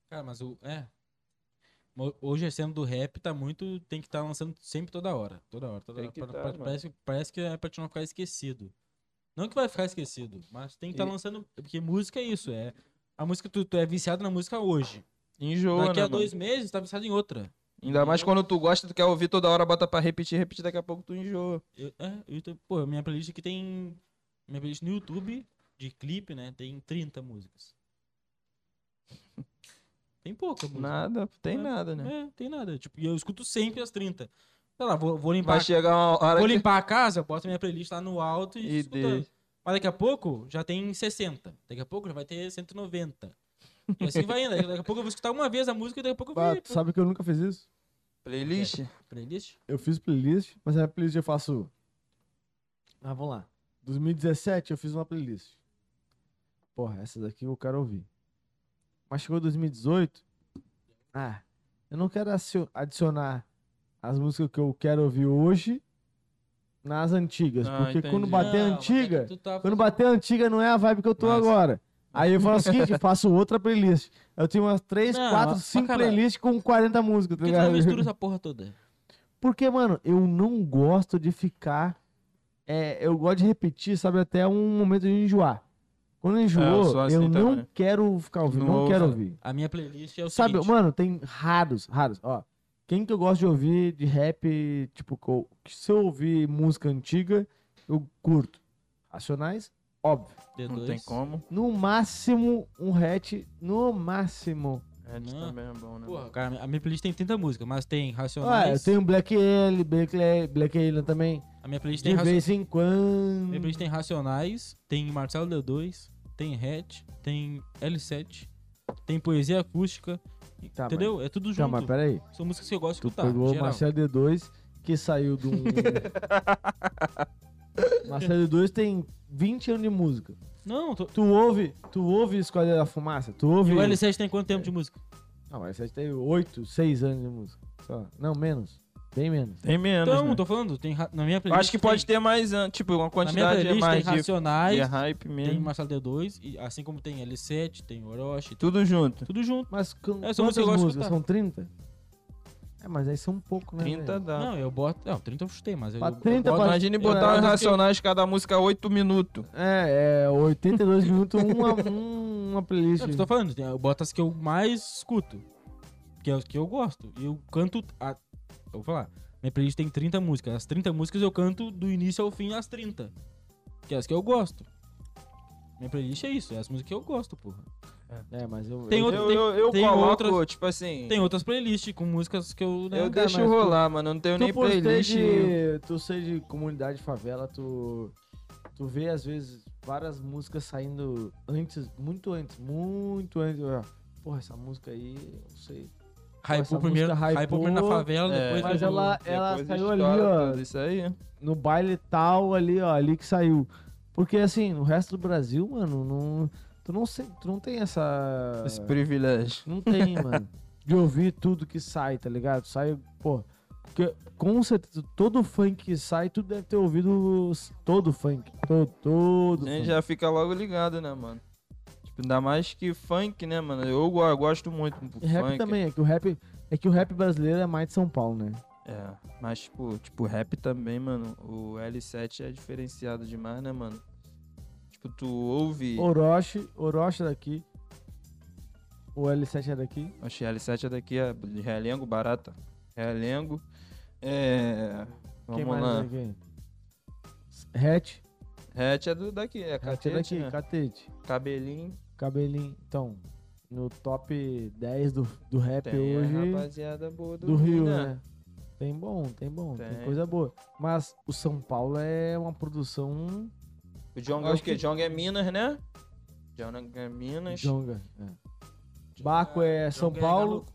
Speaker 2: Cara, mas o... É. Mo- Hoje a cena do rap tá muito... Tem que estar lançando sempre toda hora. Toda hora, toda
Speaker 3: Tem
Speaker 2: hora.
Speaker 3: que
Speaker 2: Pra-
Speaker 3: tá,
Speaker 2: pra-
Speaker 3: mano.
Speaker 2: parece, parece que é pra te não ficar esquecido. Não que vai ficar esquecido, mas tem que estar
Speaker 3: E-
Speaker 2: lançando... Porque música é isso, é... A música, tu, tu é viciado na música hoje.
Speaker 3: Enjoa,
Speaker 2: Daqui
Speaker 3: né,
Speaker 2: a dois né?
Speaker 3: mano?
Speaker 2: meses, tá viciado em outra.
Speaker 3: Ainda mais quando tu gosta, tu quer ouvir toda hora, bota pra repetir, repetir, daqui a pouco tu enjoa.
Speaker 2: Eu, é, eu tô- pô, minha playlist aqui tem. Minha playlist no YouTube de clipe, né? Tem 30 músicas. Tem pouca música.
Speaker 3: Nada, tem
Speaker 2: É.
Speaker 3: nada, né?
Speaker 2: É, tem nada. Tipo, e eu escuto sempre as 30. Sei lá, vou, vou limpar.
Speaker 3: Vai chegar uma hora
Speaker 2: Vou
Speaker 3: que...
Speaker 2: limpar a casa, boto minha playlist lá no alto e,
Speaker 3: E
Speaker 2: escutando.
Speaker 3: deixa.
Speaker 2: Mas daqui a pouco já tem 60. Daqui a pouco já vai ter 190. E assim vai indo. Daqui a pouco eu vou escutar uma vez a música e daqui a pouco eu
Speaker 1: Ah,
Speaker 2: vou.
Speaker 1: tu sabe que eu nunca fiz isso?
Speaker 3: Playlist?
Speaker 2: É, Playlist?
Speaker 1: Eu fiz playlist, mas a playlist eu faço. Ah, vamos lá. 2017 eu fiz uma playlist. Porra, essa daqui eu quero ouvir. Mas chegou 2018. Ah, eu não quero acio- adicionar as músicas que eu quero ouvir hoje nas antigas.
Speaker 3: Ah,
Speaker 1: porque
Speaker 3: entendi.
Speaker 1: quando bater a
Speaker 2: Não, mas é que
Speaker 1: antiga.
Speaker 2: tu tá
Speaker 1: Quando
Speaker 2: fazendo-
Speaker 1: bater a antiga não é a vibe que eu tô
Speaker 3: Nossa.
Speaker 1: agora. Aí eu falo o seguinte, eu faço outra playlist. Eu tenho umas 3,
Speaker 2: Não,
Speaker 1: 4,
Speaker 2: mas,
Speaker 1: 5
Speaker 2: cara,
Speaker 1: playlists com 40 músicas, tá
Speaker 2: Por que tu não
Speaker 1: ligado?
Speaker 2: mistura essa porra toda?
Speaker 1: Porque, mano, eu não gosto de ficar. é, eu gosto de repetir, sabe, até um momento de enjoar. Quando
Speaker 3: É, eu
Speaker 1: enjoou,
Speaker 3: sou
Speaker 1: eu,
Speaker 3: assim
Speaker 1: não
Speaker 3: também.
Speaker 1: quero ficar ouvindo,
Speaker 3: Não
Speaker 1: não, quero
Speaker 3: ouve.
Speaker 1: ouvir.
Speaker 2: A minha playlist é o
Speaker 1: Sabe,
Speaker 2: seguinte.
Speaker 1: mano, tem raros, raros. Ó, quem que eu gosto de ouvir de rap, tipo, que eu- que se eu ouvir música antiga, eu curto. Racionais, óbvio.
Speaker 2: D2.
Speaker 3: Não tem como.
Speaker 1: No máximo, um hatch, no máximo.
Speaker 3: É,
Speaker 2: Não.
Speaker 3: também é bom, né?
Speaker 2: Porra, cara, a minha playlist tem 30 músicas, mas
Speaker 1: Ué,
Speaker 2: tem
Speaker 1: Ah, eu
Speaker 2: Racionais.
Speaker 1: tenho Black L, Black, L- Black Alien também.
Speaker 2: A minha playlist tem
Speaker 1: De
Speaker 2: Racionais.
Speaker 1: vez em
Speaker 2: Minha
Speaker 3: Uhum.
Speaker 1: quando. Tá,
Speaker 2: playlist tem Racionais, tem Marcelo D2, tem Hatch, tem L7, tem Poesia Acústica.
Speaker 1: Tá,
Speaker 2: entendeu? É tudo
Speaker 1: Tá,
Speaker 2: junto.
Speaker 1: mas peraí.
Speaker 2: São músicas que eu gosto de
Speaker 1: Tu
Speaker 2: escutar.
Speaker 1: pegou o
Speaker 2: geral.
Speaker 1: Marcelo D2, que saiu um- do. Marcelo D2 tem 20 anos de música.
Speaker 2: Não, tô...
Speaker 1: Tu ouve, tu ouve Escolha da Fumaça, tu ouve...
Speaker 2: E o L7 tem quanto tempo de música?
Speaker 1: Não, mas você tem 8, 6 anos de música. Só. Não, menos. Bem menos.
Speaker 3: Tem menos.
Speaker 2: Então,
Speaker 3: né?
Speaker 2: tô falando, tem ra- na minha
Speaker 3: Eu
Speaker 2: playlist.
Speaker 3: Acho que pode
Speaker 2: tem.
Speaker 3: ter mais, ah, tipo, uma
Speaker 2: Na minha
Speaker 3: quantidade é
Speaker 2: playlist tem
Speaker 3: mais de,
Speaker 2: Racionais,
Speaker 3: de né? hype mesmo.
Speaker 2: tem Marcelo D2, e assim como tem L7, tem Orochi, tem
Speaker 3: Tudo junto.
Speaker 2: tudo junto.
Speaker 1: Mas com
Speaker 2: Essa música
Speaker 1: quantas
Speaker 2: eu gosto de
Speaker 1: músicas?
Speaker 2: escutar.
Speaker 1: São 30? É, mas aí são pouco, né?
Speaker 3: 30
Speaker 1: velho?
Speaker 3: dá.
Speaker 2: Não, eu boto. Não, 30 eu chutei, mas eu.
Speaker 1: Pra
Speaker 2: eu
Speaker 1: 30
Speaker 2: boto-
Speaker 1: pra-
Speaker 3: Imagine
Speaker 1: eu-
Speaker 3: botar
Speaker 1: eu-
Speaker 3: os Racionais cada música 8 minutos.
Speaker 1: É, é 82 minutos, uma, um- uma playlist.
Speaker 2: Não, É eu tô falando, tem- eu boto as que eu mais escuto. Que é as que eu gosto. E eu canto. A... Eu vou falar. Minha playlist tem 30 músicas. As 30 músicas eu canto do início ao fim as 30. Que é as que eu gosto. Minha playlist é isso, é as músicas que eu gosto, porra.
Speaker 1: É, mas eu...
Speaker 2: Tem
Speaker 1: eu-
Speaker 2: outro-
Speaker 3: eu eu, eu
Speaker 2: tem
Speaker 3: coloco,
Speaker 2: outras-
Speaker 3: tipo assim.
Speaker 2: Tem outras playlists com músicas que eu. né,
Speaker 3: eu
Speaker 1: dá,
Speaker 3: deixo
Speaker 1: mas tu-
Speaker 3: rolar, mano. Eu não tenho
Speaker 1: tu
Speaker 3: nem
Speaker 1: por ser
Speaker 3: playlist.
Speaker 1: de- tu ser de comunidade de favela, tu, tu vê às vezes várias músicas saindo antes, muito antes, muito antes. ó. Porra, essa música aí, não sei. Essa
Speaker 2: Hypou primeiro,
Speaker 1: música hypou,
Speaker 2: hypou primeiro na favela,
Speaker 3: é,
Speaker 2: depois.
Speaker 1: Mas
Speaker 2: eu-
Speaker 1: ela, ela
Speaker 3: Depois
Speaker 1: saiu ali,
Speaker 3: estoura
Speaker 1: ó,
Speaker 3: tudo Isso aí.
Speaker 1: no baile tal ali, ó, ali que saiu. Porque assim, no resto do Brasil, mano, não, tu, não se- tu não tem essa.
Speaker 3: Esse privilégio.
Speaker 1: Não tem, mano. De ouvir tudo que sai, tá ligado? Sai, pô. Porque com certeza, todo funk que sai, tu deve ter ouvido os- todo funk. Todo, todo.
Speaker 3: A gente
Speaker 1: funk.
Speaker 3: já fica logo ligado, né, mano? Tipo, ainda mais que funk, né, mano? Eu, go- eu gosto muito do
Speaker 1: E rap
Speaker 3: funk.
Speaker 1: também, é que o rap. É que o rap brasileiro é mais de São Paulo, né?
Speaker 3: É, mas tipo, tipo, rap também, mano. O L7 é diferenciado demais, né, mano? Tipo, tu ouve.
Speaker 1: Orochi, Orochi é daqui. O L7 é daqui.
Speaker 3: Oxe, L7 é daqui, é de Realengo, barata. Realengo. É.
Speaker 1: Quem
Speaker 3: Vamos
Speaker 1: mais é
Speaker 3: lá.
Speaker 1: daqui? Hatch.
Speaker 3: Hatch é do daqui, é
Speaker 1: Hatch é
Speaker 3: catete,
Speaker 1: daqui,
Speaker 3: né?
Speaker 1: Catete.
Speaker 3: Cabelinho.
Speaker 1: Cabelinho. Então, no top 10 do, do rap
Speaker 3: Tem um, é, a
Speaker 1: hoje.
Speaker 3: rapaziada boa do,
Speaker 1: do Rio, né? Tem bom, tem bom, tem.
Speaker 3: Tem.
Speaker 1: coisa boa. Mas o São Paulo é uma produção
Speaker 3: O Jong é
Speaker 1: Acho
Speaker 3: o quê?
Speaker 1: que-
Speaker 3: Jong é Minas, né? Jong é Minas.
Speaker 1: jonga. É. Baco é São Paulo,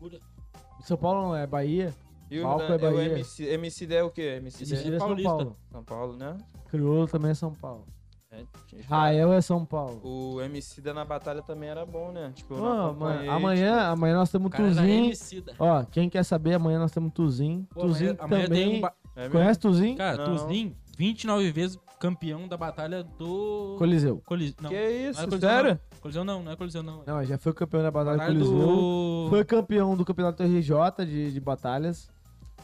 Speaker 1: São Paulo não é Bahia,
Speaker 3: E o,
Speaker 1: Balco
Speaker 3: né,
Speaker 1: é
Speaker 3: e o
Speaker 1: Bahia.
Speaker 3: MC, MC é o quê? MC
Speaker 1: Isso
Speaker 3: é
Speaker 1: é São
Speaker 2: paulista.
Speaker 1: Paulo.
Speaker 3: São Paulo, né?
Speaker 1: Crioulo também é São Paulo.
Speaker 3: É, gente,
Speaker 1: Rael é São Paulo.
Speaker 3: O MC da na batalha também era bom, né? Tipo, eu
Speaker 1: Ô,
Speaker 3: não
Speaker 1: mano,
Speaker 3: acompanhei,
Speaker 1: amanhã, amanhã nós temos
Speaker 2: O cara é era
Speaker 1: Tuzinho.
Speaker 2: Emicida.
Speaker 1: Ó, quem quer saber, amanhã nós temos Tuzinho.
Speaker 2: Pô,
Speaker 1: Tuzinho
Speaker 2: amanhã- amanhã
Speaker 1: também.
Speaker 2: tem um ba-
Speaker 3: tipo, é
Speaker 1: Conhece Tuzinho?
Speaker 2: Cara,
Speaker 3: Não.
Speaker 2: Tuzlin, 29 vezes campeão da batalha do.
Speaker 1: Coliseu.
Speaker 2: Coliseu. Não,
Speaker 3: mesmo? Que isso,
Speaker 2: não é colisão,
Speaker 3: sério?
Speaker 2: não. Coliseu não, não é coliseu não.
Speaker 1: Não, já foi campeão da batalha do
Speaker 2: Batalha
Speaker 1: Coliseu.
Speaker 2: do.
Speaker 1: Foi campeão do campeonato RJ de, de batalhas.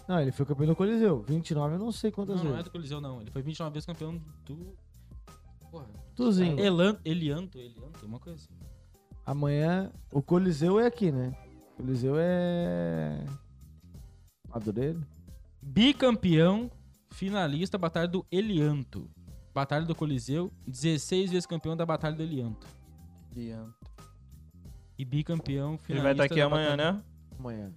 Speaker 1: Não, ele foi campeão do Coliseu. 29, eu não sei quantas
Speaker 2: Não, não é
Speaker 1: vezes.
Speaker 2: do Coliseu não. Ele foi 29 vezes campeão do. Porra.
Speaker 1: Tuzinho.
Speaker 2: Elan... Elianto, Elianto, uma coisa assim.
Speaker 1: Amanhã o Coliseu é aqui, né? Coliseu é. Madureira?
Speaker 2: Bicampeão, finalista, batalha do Elianto. Batalha do Coliseu, 16 vezes campeão da batalha do Elianto.
Speaker 3: Ele
Speaker 2: E bicampeão, finalista.
Speaker 3: vai estar aqui
Speaker 2: da
Speaker 3: amanhã,
Speaker 2: batalha-
Speaker 3: né?
Speaker 1: Amanhã.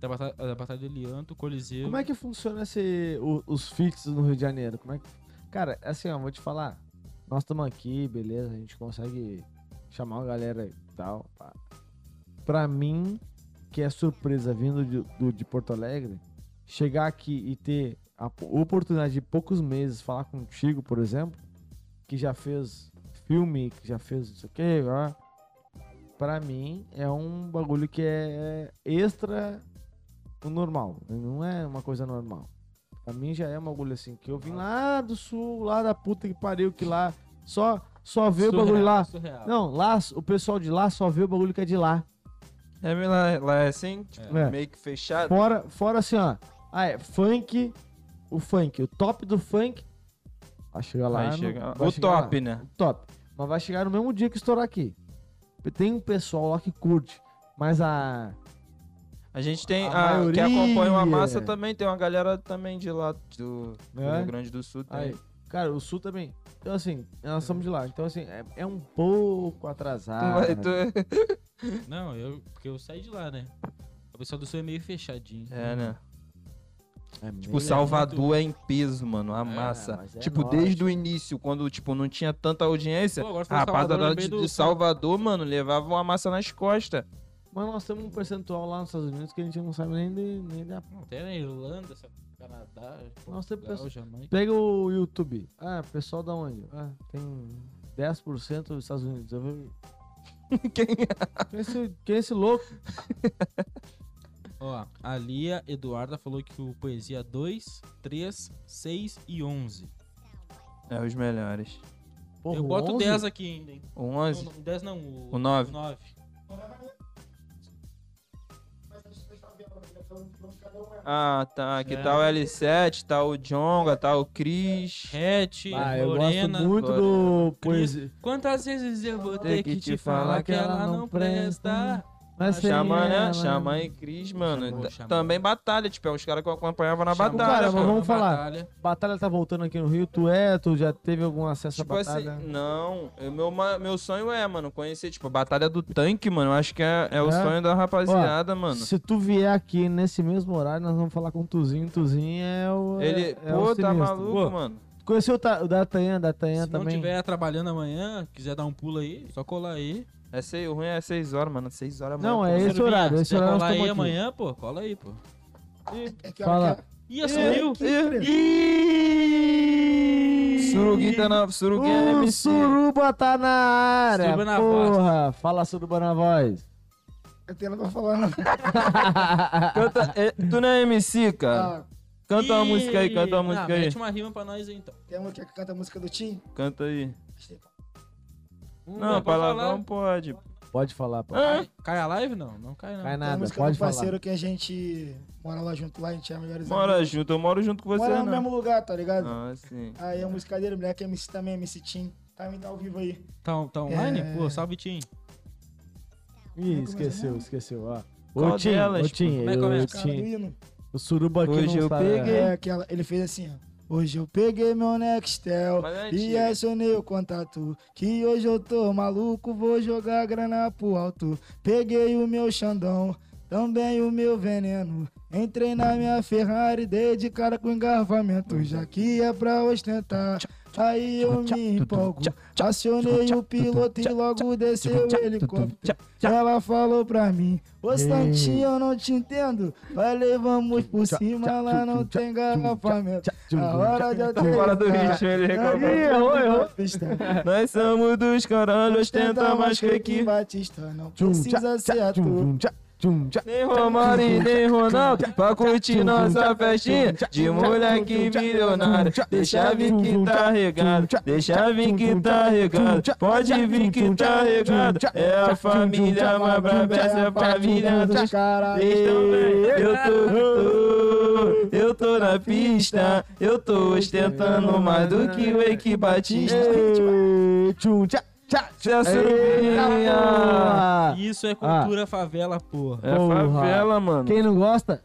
Speaker 2: Da batalha, da batalha do Elianto, Coliseu.
Speaker 1: Como é que funciona esse, o- os fixos no Rio de Janeiro? Como é que... Cara, assim, ó, vou te falar. Nós estamos aqui, beleza, a gente consegue chamar uma galera e tal. Pá. Pra mim, que é surpresa vindo de, do- de Porto Alegre, chegar aqui e ter a po- oportunidade de poucos meses falar contigo, por exemplo, que já fez filme, que já fez não sei o quê, ó. pra mim é um bagulho que é extra o normal. Não é uma coisa normal. Pra mim já é um bagulho assim, que eu vim lá do sul, lá da puta que pariu, que lá só, só vê o bagulho lá.
Speaker 2: Surreal.
Speaker 1: Não, lá, o pessoal de lá só vê o bagulho que é de lá.
Speaker 3: É meio lá, lá é assim, tipo,
Speaker 1: É.
Speaker 3: meio que fechado.
Speaker 1: Fora, fora assim, ó. Ah, é. Funk. O funk. O top do funk. Vai chegar lá.
Speaker 3: Vai
Speaker 1: no-
Speaker 3: chegar-
Speaker 1: vai
Speaker 3: o
Speaker 1: chegar
Speaker 3: top,
Speaker 1: lá.
Speaker 3: né?
Speaker 1: Top. Mas vai chegar no mesmo dia que estourar aqui. Tem um pessoal lá que curte. Mas a.
Speaker 3: A gente tem.
Speaker 1: A
Speaker 3: A que
Speaker 1: maioria.
Speaker 3: acompanha a massa também, tem uma galera também de lá do, do
Speaker 1: É?
Speaker 3: Rio Grande do Sul. Tem.
Speaker 1: Aí. Cara, o sul também. Então, assim, nós somos de lá. Então, assim, é, é um pouco
Speaker 3: Tu
Speaker 1: atrasado.
Speaker 3: Então
Speaker 1: né?
Speaker 3: vai- tu-
Speaker 2: Não, eu, porque eu saí de lá, né? O pessoal do Sul é meio fechadinho.
Speaker 3: É, né?
Speaker 1: É meio-
Speaker 3: Tipo, Salvador é em peso, mano, a massa.
Speaker 1: mas é
Speaker 3: tipo,
Speaker 1: nóis.
Speaker 3: desde o início, quando, tipo, não tinha tanta audiência,
Speaker 2: Pô, agora foi
Speaker 3: a
Speaker 2: Salvador,
Speaker 3: rapaziada
Speaker 2: lembrei
Speaker 3: de,
Speaker 2: do-
Speaker 3: de Salvador, mano, levava uma massa nas costas.
Speaker 1: Mas nós temos um percentual lá nos Estados Unidos que a gente não sabe nem, de, nem da
Speaker 2: Não, Até na Irlanda, essa- Canadá,
Speaker 1: Nossa,
Speaker 2: Portugal,
Speaker 1: pessoal-
Speaker 2: Jamaica.
Speaker 1: Pega o YouTube. Ah, pessoal da onde? Ah, tem. 10% dos Estados Unidos. Eu falei,
Speaker 3: Quem
Speaker 1: quem é esse, quem é esse louco?
Speaker 2: Ó, a Lia Eduarda falou que o Poesia 2, 3, 6 e 11.
Speaker 3: é? É os melhores. Um
Speaker 1: Porra,
Speaker 2: eu
Speaker 1: o
Speaker 2: boto
Speaker 1: 11?
Speaker 2: 10 aqui ainda, hein?
Speaker 3: O
Speaker 2: Não,
Speaker 3: 11.
Speaker 2: não, 10 não, o,
Speaker 3: O nove.
Speaker 2: o nove.
Speaker 3: Ah, tá. Aqui tá o L7, tá o Jonga, tá o Chris.
Speaker 2: Hatch,
Speaker 1: Ah, eu
Speaker 2: Lorena.
Speaker 1: gosto muito do poesia.
Speaker 2: Quantas vezes eu vou ter que te falar que ela não presta?
Speaker 1: Mas é, sem
Speaker 3: Xamã, né?
Speaker 1: ela-
Speaker 3: Xamã e Cris, mano.
Speaker 2: Xamã,
Speaker 3: Tá-
Speaker 2: Xamã.
Speaker 3: Também batalha, tipo, é os caras que eu acompanhava na
Speaker 2: Xamã,
Speaker 3: batalha.
Speaker 1: Cara, mas
Speaker 3: pô.
Speaker 1: vamos falar.
Speaker 2: batalha.
Speaker 1: Batalha tá voltando aqui no Rio. Tu é, tu já teve algum acesso
Speaker 3: Tipo
Speaker 1: à
Speaker 3: assim,
Speaker 1: batalha?
Speaker 3: não, eu- meu, ma- meu sonho é, mano, conhecer, tipo, a Batalha do Tanque, mano. Eu acho que é, é o
Speaker 1: É?
Speaker 3: sonho da rapaziada, mano.
Speaker 1: Se tu vier aqui nesse mesmo horário, nós vamos falar com o Tuzinho. Tuzinho é o.
Speaker 3: Ele,
Speaker 1: é, é
Speaker 3: pô,
Speaker 1: o
Speaker 3: tá
Speaker 1: sinistro.
Speaker 3: maluco,
Speaker 1: Pô,
Speaker 3: mano.
Speaker 1: Conheceu o, Ta- o Datanhan, Datanhan
Speaker 2: Se não
Speaker 1: também.
Speaker 2: tiver trabalhando amanhã, quiser dar um pulo aí, só colar aí.
Speaker 3: É sei, o ruim é 6 horas, mano. 6 horas, mano.
Speaker 1: Não, é
Speaker 2: Quero
Speaker 1: esse
Speaker 2: vir,
Speaker 1: horário,
Speaker 2: se
Speaker 1: esse
Speaker 2: quiser
Speaker 1: horário nós
Speaker 2: colar aí
Speaker 1: estamos aqui.
Speaker 2: amanhã, pô, cola aí, pô.
Speaker 7: É
Speaker 1: Fala.
Speaker 2: Ih,
Speaker 1: É
Speaker 2: assumiu.
Speaker 3: Surugui tá na. Surugui é
Speaker 1: O
Speaker 3: MC.
Speaker 1: Suruba tá na área.
Speaker 2: Suruba na
Speaker 1: Porra, fala Suruba na voz.
Speaker 7: Eu tenho nada pra falar. não.
Speaker 3: Canta, é, tu não é MC, cara?
Speaker 7: Ah,
Speaker 3: Canta uma música aí, canta uma
Speaker 2: Ih,
Speaker 3: música
Speaker 2: ah,
Speaker 3: aí.
Speaker 2: Mete um- uma rima pra nós aí, então.
Speaker 7: Tem um que canta a música do Tim?
Speaker 3: Canta aí.
Speaker 2: Hum,
Speaker 3: Não,
Speaker 2: pode falar.
Speaker 3: palavrão pode.
Speaker 1: Pode falar, pô.
Speaker 2: Cai, cai a live? Não, não cai não.
Speaker 1: Cai
Speaker 7: Ah, Tem a
Speaker 1: nada,
Speaker 7: música
Speaker 1: pode
Speaker 7: do parceiro
Speaker 1: falar.
Speaker 7: que a gente mora lá junto, lá a gente é melhores
Speaker 3: Mora
Speaker 7: amigos.
Speaker 3: junto, eu moro junto né? com você,
Speaker 7: Mora no
Speaker 3: não.
Speaker 7: mesmo lugar, tá ligado?
Speaker 3: Ah, sim.
Speaker 7: Aí a música dele, moleque, MC também, MC Tim. Também tá ao vivo aí.
Speaker 2: Tá, tá online?
Speaker 7: É.
Speaker 2: Pô, salve, Tim.
Speaker 7: né?
Speaker 1: Ih, esqueceu, esqueceu, ó. Ô
Speaker 3: Qual Tipo,
Speaker 1: Tim,
Speaker 3: delas,
Speaker 1: ô
Speaker 3: pô?
Speaker 1: Tim,
Speaker 2: Como é que começa?
Speaker 1: o
Speaker 7: Os caras do
Speaker 1: Tim,
Speaker 7: hino.
Speaker 1: o Suruba aqui
Speaker 3: Hoje
Speaker 1: não
Speaker 3: eu
Speaker 1: tá-
Speaker 3: peguei.
Speaker 7: É, aquela, ele fez assim, ó. Hoje eu peguei meu Nextel
Speaker 3: Mas é
Speaker 7: e
Speaker 3: antiga.
Speaker 7: acionei o contato. Que hoje eu tô maluco, vou jogar grana pro alto. Peguei o meu Xandão, também o meu veneno. Entrei na minha Ferrari, dei de cara com engarrafamento. Já que é pra ostentar, aí eu me empolgo. Acionei o piloto e logo
Speaker 1: É
Speaker 7: desceu
Speaker 1: um
Speaker 7: o helicóptero. Ela falou pra mim: Ô Santinho, eu não te entendo. Valeu, vamos por cima, lá não tem engarrafamento. A hora de
Speaker 3: Fora do
Speaker 7: aterrissar.
Speaker 3: lixo, ele
Speaker 7: Aí,
Speaker 3: recobra.
Speaker 7: errou, errou. Pista.
Speaker 3: Ah, Nós somos dos caralhos, tenta mais que aqui.
Speaker 7: Batista não
Speaker 1: Tchum,
Speaker 7: precisa ser ator.
Speaker 1: tchum, tchá, tchum, tchá.
Speaker 3: Nem Romário e nem Ronaldo pra curtir nossa festinha de moleque milionário. Deixa vir que tá regado, deixa vir que tá regado. Pode vir que tá regado. É a família mais brava, essa é a família dos
Speaker 7: caras.
Speaker 3: Vocês tão bem? Eu tô, tô, eu tô na pista, eu tô ostentando mais do que o Eike Batista.
Speaker 1: Ei, tchum, tchá, tchá.
Speaker 3: Se é a surubinha.
Speaker 1: Ah,
Speaker 2: Isso é cultura favela, porra.
Speaker 3: É
Speaker 1: Porra.
Speaker 3: favela, mano.
Speaker 1: Quem não gosta,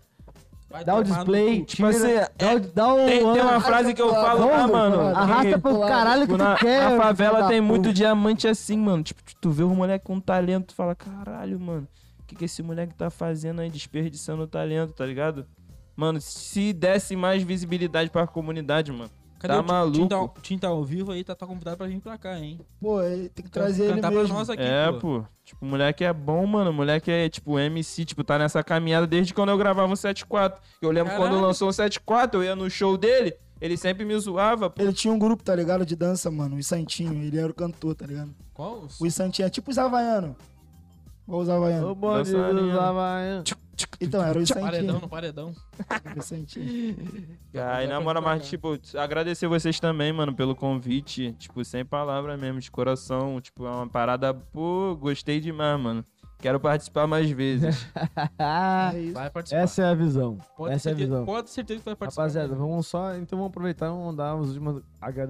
Speaker 2: Vai
Speaker 1: dá o
Speaker 2: tomar no
Speaker 1: display,
Speaker 2: cu.
Speaker 3: Tipo assim,
Speaker 1: tira, dá o- dá o...
Speaker 3: Tem, tem uma
Speaker 1: ano.
Speaker 3: frase que eu falo lá,
Speaker 1: Vamos,
Speaker 3: mano.
Speaker 1: Arrasta
Speaker 3: que-
Speaker 1: pro caralho que
Speaker 3: na,
Speaker 1: tu quer.
Speaker 3: na favela
Speaker 1: filho
Speaker 3: tem
Speaker 1: da
Speaker 3: muito
Speaker 1: puta.
Speaker 3: diamante assim, mano. Tipo, tu- tu vê um moleque com talento, tu fala, caralho, mano, o que, que esse moleque tá fazendo aí, desperdiçando o talento, tá ligado? Mano, se desse mais visibilidade pra comunidade, mano.
Speaker 2: Cadê
Speaker 3: tá
Speaker 2: o Tim? Tim tá-
Speaker 3: maluco.
Speaker 2: Tim tá ao vivo aí, tá, tá convidado pra vir pra cá, hein? Então,
Speaker 7: Pô, ele tem que trazer ele
Speaker 2: Cantar pra nós
Speaker 7: mesmo.
Speaker 2: aqui,
Speaker 3: é,
Speaker 2: pô.
Speaker 3: pô. Tipo, o moleque é bom, mano. O moleque é, tipo, MC, tipo, tá nessa caminhada desde quando eu gravava um 7-4. Eu lembro quando
Speaker 2: Caralho.
Speaker 3: lançou o 7-4, eu ia no show dele, ele sempre me zoava, pô.
Speaker 7: Ele tinha um grupo, tá ligado? De dança, mano. O Santinho, ele era o cantor, tá ligado?
Speaker 2: Qual? os-
Speaker 7: O Santinho é tipo os Havaiano. Ou os Havaiano.
Speaker 1: Ô, bonde dos
Speaker 3: Dançarina.
Speaker 1: Havaianos.
Speaker 7: Então, era o
Speaker 2: Paredão né?
Speaker 7: Santinho.
Speaker 2: no paredão.
Speaker 7: O Santinho.
Speaker 1: é
Speaker 3: Cara, e na
Speaker 2: Vai
Speaker 3: moral,
Speaker 2: pra
Speaker 3: mas, tipo, agradecer vocês também, mano, pelo convite. Tipo, sem palavras mesmo, de coração. Tipo, é uma parada, pô, gostei demais, mano. Quero participar mais vezes.
Speaker 1: Ah,
Speaker 7: É isso.
Speaker 2: Vai participar.
Speaker 1: Essa é a visão.
Speaker 2: pode,
Speaker 1: Essa é a
Speaker 2: certeza,
Speaker 1: visão.
Speaker 2: pode certeza que vai participar.
Speaker 1: Rapaziada, vamos só. Então vamos aproveitar e vamos dar os últimos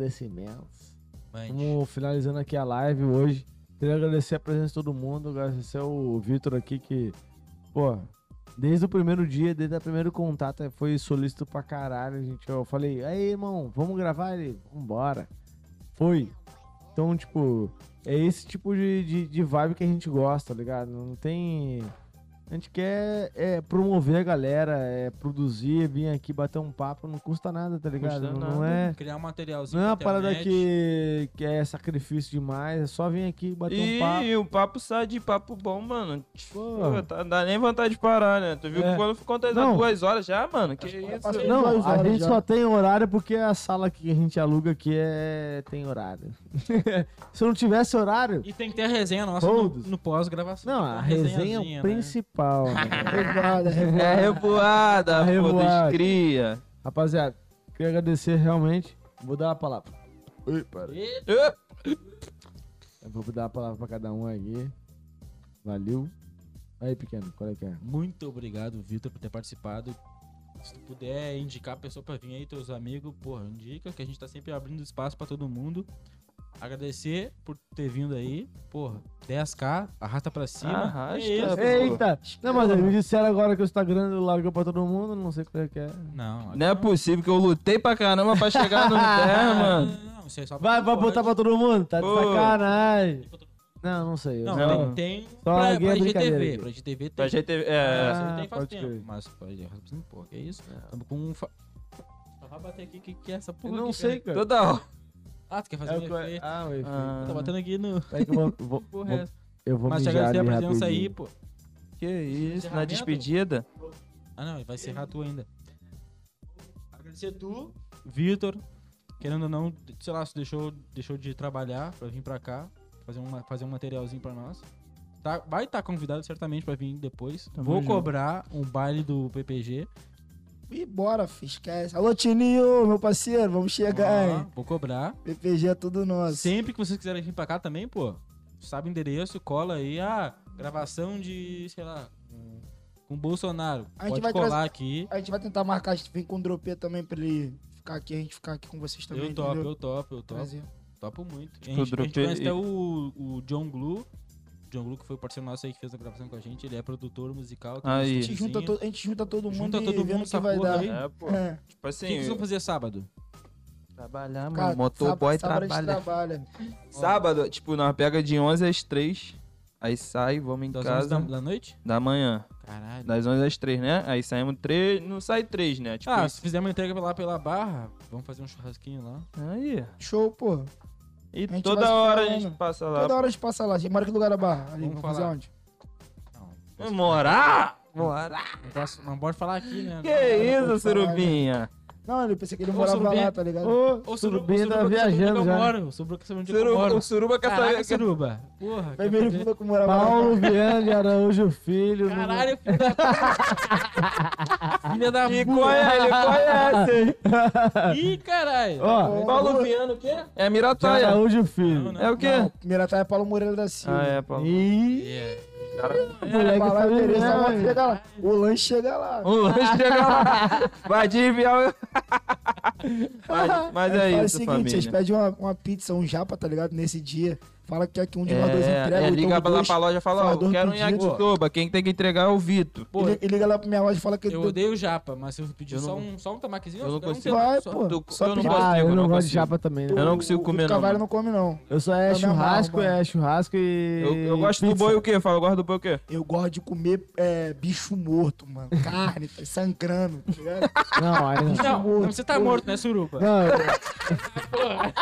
Speaker 1: agradecimentos.
Speaker 2: Mãe,
Speaker 1: Vamos finalizando aqui a live hoje. Queria agradecer a presença de todo mundo, agradecer o Vitor aqui que, pô, desde o primeiro dia, desde o primeiro contato, é, foi solícito pra caralho, gente. Eu falei, aí, irmão, vamos gravar ele? Vambora. Foi. Então, tipo, é esse tipo de, de, de vibe que a gente gosta, tá ligado? Não tem. A gente quer é, promover a galera, é, produzir, vir aqui bater um papo, não custa nada, tá ligado?
Speaker 3: Custa
Speaker 1: não,
Speaker 3: nada.
Speaker 1: não é.
Speaker 2: Criar um materialzinho.
Speaker 1: Não é uma
Speaker 2: pra
Speaker 1: parada
Speaker 2: internet.
Speaker 1: que, que é sacrifício demais, é só vir aqui bater um papo.
Speaker 3: E o papo sai de papo bom, mano.
Speaker 1: Pô.
Speaker 3: Pô, tá- dá nem vontade de parar, né? Tu viu
Speaker 1: É.
Speaker 3: que quando ficou até
Speaker 1: Não.
Speaker 3: duas horas já, mano? Que
Speaker 7: passa-
Speaker 3: isso?
Speaker 1: Não,
Speaker 7: Duas
Speaker 1: a
Speaker 7: horas
Speaker 1: gente
Speaker 7: já.
Speaker 1: só tem horário porque a sala que a gente aluga aqui é... tem horário. Se não tivesse horário.
Speaker 2: E tem que ter a resenha nossa no,
Speaker 1: Todos.
Speaker 2: no pós-gravação.
Speaker 1: Não,
Speaker 2: Tem uma
Speaker 1: a resenha é
Speaker 2: resenhazinha,
Speaker 1: o
Speaker 2: né?
Speaker 1: principal. né?
Speaker 7: Revoada, revoada.
Speaker 3: É revoada,
Speaker 1: É
Speaker 3: pô,
Speaker 1: revoada.
Speaker 3: dos cria.
Speaker 1: Rapaziada, queria agradecer realmente. Vou dar a palavra. Ui, pera.
Speaker 2: E-
Speaker 3: Ê,
Speaker 1: Eu vou dar a palavra pra cada um aqui. Valeu. Aí, pequeno, qual é que é?
Speaker 2: Muito obrigado, Vitor, por ter participado. Se tu puder indicar a pessoa pra vir aí, teus amigos, porra, indica que a gente tá sempre abrindo espaço pra todo mundo. Agradecer por ter vindo aí. Porra, 10k, arrasta pra cima.
Speaker 3: Arrasta,
Speaker 2: É isso.
Speaker 3: pô.
Speaker 1: Eita! Não, mas eles me disseram agora que o Instagram largou pra todo mundo, não sei qual é que é.
Speaker 2: Não,
Speaker 3: Não é possível que eu lutei pra caramba pra chegar no 10,
Speaker 2: não,
Speaker 3: mano.
Speaker 2: não, não, isso é só
Speaker 1: Vai,
Speaker 2: quem
Speaker 1: vai
Speaker 2: pode.
Speaker 1: botar pra todo mundo? Tá de
Speaker 3: Pô.
Speaker 1: sacanagem. Não, não sei. eu
Speaker 2: Não,
Speaker 1: só-
Speaker 3: Não.
Speaker 2: tem, tem
Speaker 1: alguém
Speaker 2: pra,
Speaker 1: é
Speaker 2: pra
Speaker 1: brincadeira
Speaker 2: IGTV.
Speaker 1: aqui.
Speaker 2: Pra IGTV tem.
Speaker 3: Pra gente. É.
Speaker 1: Ah,
Speaker 2: Ah, tem faz
Speaker 1: pode
Speaker 2: tempo.
Speaker 1: crer.
Speaker 2: Mas, pode, pô, que é isso? Tamo com um. Fa... Só vai bater aqui, que que é essa
Speaker 1: Eu
Speaker 2: porra?
Speaker 1: não
Speaker 2: aqui,
Speaker 1: sei, cara.
Speaker 3: Toda hora.
Speaker 2: cara? Ah, tu quer fazer
Speaker 1: É
Speaker 2: um
Speaker 1: o que-
Speaker 2: efeito?
Speaker 1: Ah, o efeito.
Speaker 3: Ah.
Speaker 2: Tá batendo aqui no.
Speaker 1: Peraí que eu vou- vou- vou-
Speaker 2: Porra, é essa?
Speaker 1: Eu vou
Speaker 2: Mas te
Speaker 1: mijar
Speaker 2: agradecer a
Speaker 1: ali
Speaker 2: presença aí,
Speaker 1: rapidinho.
Speaker 2: pô.
Speaker 3: Que isso, na
Speaker 2: Encerramento?
Speaker 3: despedida?
Speaker 2: Ah, não, vai encerrar tu ainda. Agradecer tu, Vitor. Querendo ou não, sei lá, se deixou, deixou de trabalhar pra vir pra cá, fazer, uma, fazer um materialzinho pra nós. Tá, vai estar convidado certamente pra vir depois.
Speaker 3: Tamo
Speaker 2: Vou
Speaker 3: junto.
Speaker 2: cobrar um baile do PPG.
Speaker 7: E bora, fi, esquece. Alô, Tininho, meu parceiro, vamos chegar,
Speaker 2: Vamos lá,
Speaker 7: hein?
Speaker 2: Vou cobrar.
Speaker 7: PPG é tudo nosso.
Speaker 2: Sempre que vocês quiserem vir pra cá também, pô, sabe o endereço, cola aí. Ah, gravação de, sei lá, com- com o Bolsonaro.
Speaker 7: A gente
Speaker 2: Pode
Speaker 7: vai
Speaker 2: colar
Speaker 7: trazer-
Speaker 2: aqui.
Speaker 7: A gente vai tentar marcar, a gente vem com o Dropê também pra ele ficar aqui, a gente ficar aqui com vocês também.
Speaker 2: eu topo,
Speaker 7: entendeu?
Speaker 2: eu topo, eu topo.
Speaker 7: Prazer.
Speaker 2: Topo muito. A
Speaker 3: eu
Speaker 2: gente, a gente
Speaker 3: dropei-
Speaker 2: conhece até o, o John Glue. John Glue, que foi o parceiro nosso aí que fez a gravação com a gente. Ele é produtor musical. tem um
Speaker 3: Aí.
Speaker 7: A gente, junta
Speaker 2: estúdiozinho.
Speaker 7: to- a gente junta todo mundo
Speaker 2: Junta
Speaker 7: e
Speaker 2: todo
Speaker 7: vendo
Speaker 2: mundo,
Speaker 7: o que vai
Speaker 2: sacou?
Speaker 7: dar.
Speaker 2: Aí-
Speaker 3: É, pô.
Speaker 7: É.
Speaker 3: Tipo
Speaker 2: O que que
Speaker 3: assim.
Speaker 2: vocês vão fazer sábado?
Speaker 3: Trabalhar,
Speaker 7: Cara,
Speaker 3: mano. Motoboy
Speaker 7: sábado- sábado a gente
Speaker 3: trabalha.
Speaker 7: trabalha.
Speaker 3: Sábado, tipo, nós pega de 11 às 3. Aí sai, vamos em
Speaker 2: Das horas Então, da,
Speaker 3: casa.
Speaker 2: da noite?
Speaker 3: Da manhã.
Speaker 2: Caralho.
Speaker 3: Das 11 às 3, né? Aí saímos 3. Não sai 3, né? Tipo,
Speaker 2: Ah,
Speaker 3: ah,
Speaker 2: se fizer uma entrega lá pela barra, vamos fazer um churrasquinho lá.
Speaker 3: aí.
Speaker 7: Show, pô.
Speaker 3: E
Speaker 7: gente vai
Speaker 3: toda
Speaker 7: se
Speaker 3: hora a
Speaker 7: falando.
Speaker 3: gente passa lá.
Speaker 7: Toda hora a gente passa lá. A gente mora em que lugar da barra? Ali,
Speaker 2: Vamos
Speaker 7: vamos fazer
Speaker 2: falar.
Speaker 7: onde?
Speaker 2: Não,
Speaker 3: Hum, Morar? Morar?
Speaker 2: não, posso- não pode falar aqui, né?
Speaker 3: Que
Speaker 7: não
Speaker 3: isso,
Speaker 7: pode falar,
Speaker 3: surubinha?
Speaker 7: Não, eu pensei que ele
Speaker 2: Ô,
Speaker 7: morava
Speaker 2: Surubim.
Speaker 7: lá, tá
Speaker 1: Ô,
Speaker 7: ligado?
Speaker 2: Ô,
Speaker 1: o
Speaker 2: Suruba,
Speaker 1: Surubim tá viajando
Speaker 2: já. é Eu
Speaker 1: já.
Speaker 2: moro. Suruba, que você onde Tipo, eu
Speaker 3: Suruba-
Speaker 2: moro.
Speaker 3: o tá suruba quer
Speaker 2: Caraca,
Speaker 3: saber. quer-
Speaker 2: Suruba. Porra. quer
Speaker 7: Vermelho
Speaker 2: fazer-
Speaker 7: falou que morava lá.
Speaker 1: Paulo Viana de Araújo Filho. não-
Speaker 2: Caralho, filha da puta. Filha da
Speaker 3: E
Speaker 2: puta.
Speaker 3: qual é? Ele conhece.
Speaker 2: Ih,
Speaker 3: é
Speaker 2: caralho.
Speaker 7: Tá
Speaker 1: Ó,
Speaker 3: Paulo Viano, o quê? É
Speaker 1: de
Speaker 3: Mirataia.
Speaker 1: Araújo
Speaker 2: Não,
Speaker 1: Filho.
Speaker 2: não.
Speaker 3: É o quê?
Speaker 7: Não, primeira tá é Paulo Moreira da Silva.
Speaker 3: Ah, é, Paulo.
Speaker 1: Ih,
Speaker 2: Yeah.
Speaker 1: o moleque
Speaker 7: Falar
Speaker 1: tá
Speaker 7: o endereço, a moto
Speaker 1: vivendo. né?
Speaker 7: chega lá. O lanche chega lá.
Speaker 3: O lanche chega lá. Vai desviar. o- mas, mas
Speaker 7: Aí
Speaker 3: é
Speaker 7: fala
Speaker 3: isso,
Speaker 7: o seguinte, eles
Speaker 3: família.
Speaker 7: pedem uma, uma pizza, um japa, tá ligado? Nesse dia. Fala que quer que um de nós dois entrega.
Speaker 3: É, é,
Speaker 7: ou então
Speaker 3: liga lá
Speaker 7: dois.
Speaker 3: pra loja e fala, ó,
Speaker 7: fala
Speaker 3: eu
Speaker 7: dois
Speaker 3: quero um
Speaker 7: pedidos.
Speaker 3: yakisoba, quem tem que entregar é o Vitor.
Speaker 2: Pô,
Speaker 7: E li- e liga lá pra minha loja e fala que
Speaker 2: eu odeio japa, mas se eu pedir
Speaker 3: Eu
Speaker 2: só,
Speaker 3: não-
Speaker 2: um, só um tamaquezinho,
Speaker 3: eu não
Speaker 2: quero um
Speaker 3: consigo.
Speaker 2: temaco
Speaker 7: Vai,
Speaker 2: só.
Speaker 7: pô.
Speaker 3: Tu-
Speaker 7: só
Speaker 3: eu não
Speaker 7: pedir.
Speaker 3: gosto
Speaker 1: Ah, eu não
Speaker 3: não
Speaker 1: gosto de
Speaker 3: consigo.
Speaker 1: japa também,
Speaker 3: Eu
Speaker 1: não.
Speaker 3: não consigo
Speaker 7: O- o
Speaker 3: comer, não,
Speaker 7: Cavalho
Speaker 3: mano.
Speaker 7: não come, não.
Speaker 1: Eu só é
Speaker 7: Eu me amarro,
Speaker 1: churrasco,
Speaker 7: mano.
Speaker 1: é churrasco e.
Speaker 3: Eu, eu gosto do
Speaker 1: pizza.
Speaker 3: boi o quê? Fala, eu gosto do boi o quê?
Speaker 7: Eu gosto de comer é, bicho morto, mano. Carne, tá sangrando, tá ligado?
Speaker 1: Não, aí não.
Speaker 2: Não, não, você tá morto, né, suruba?
Speaker 1: Não, eu-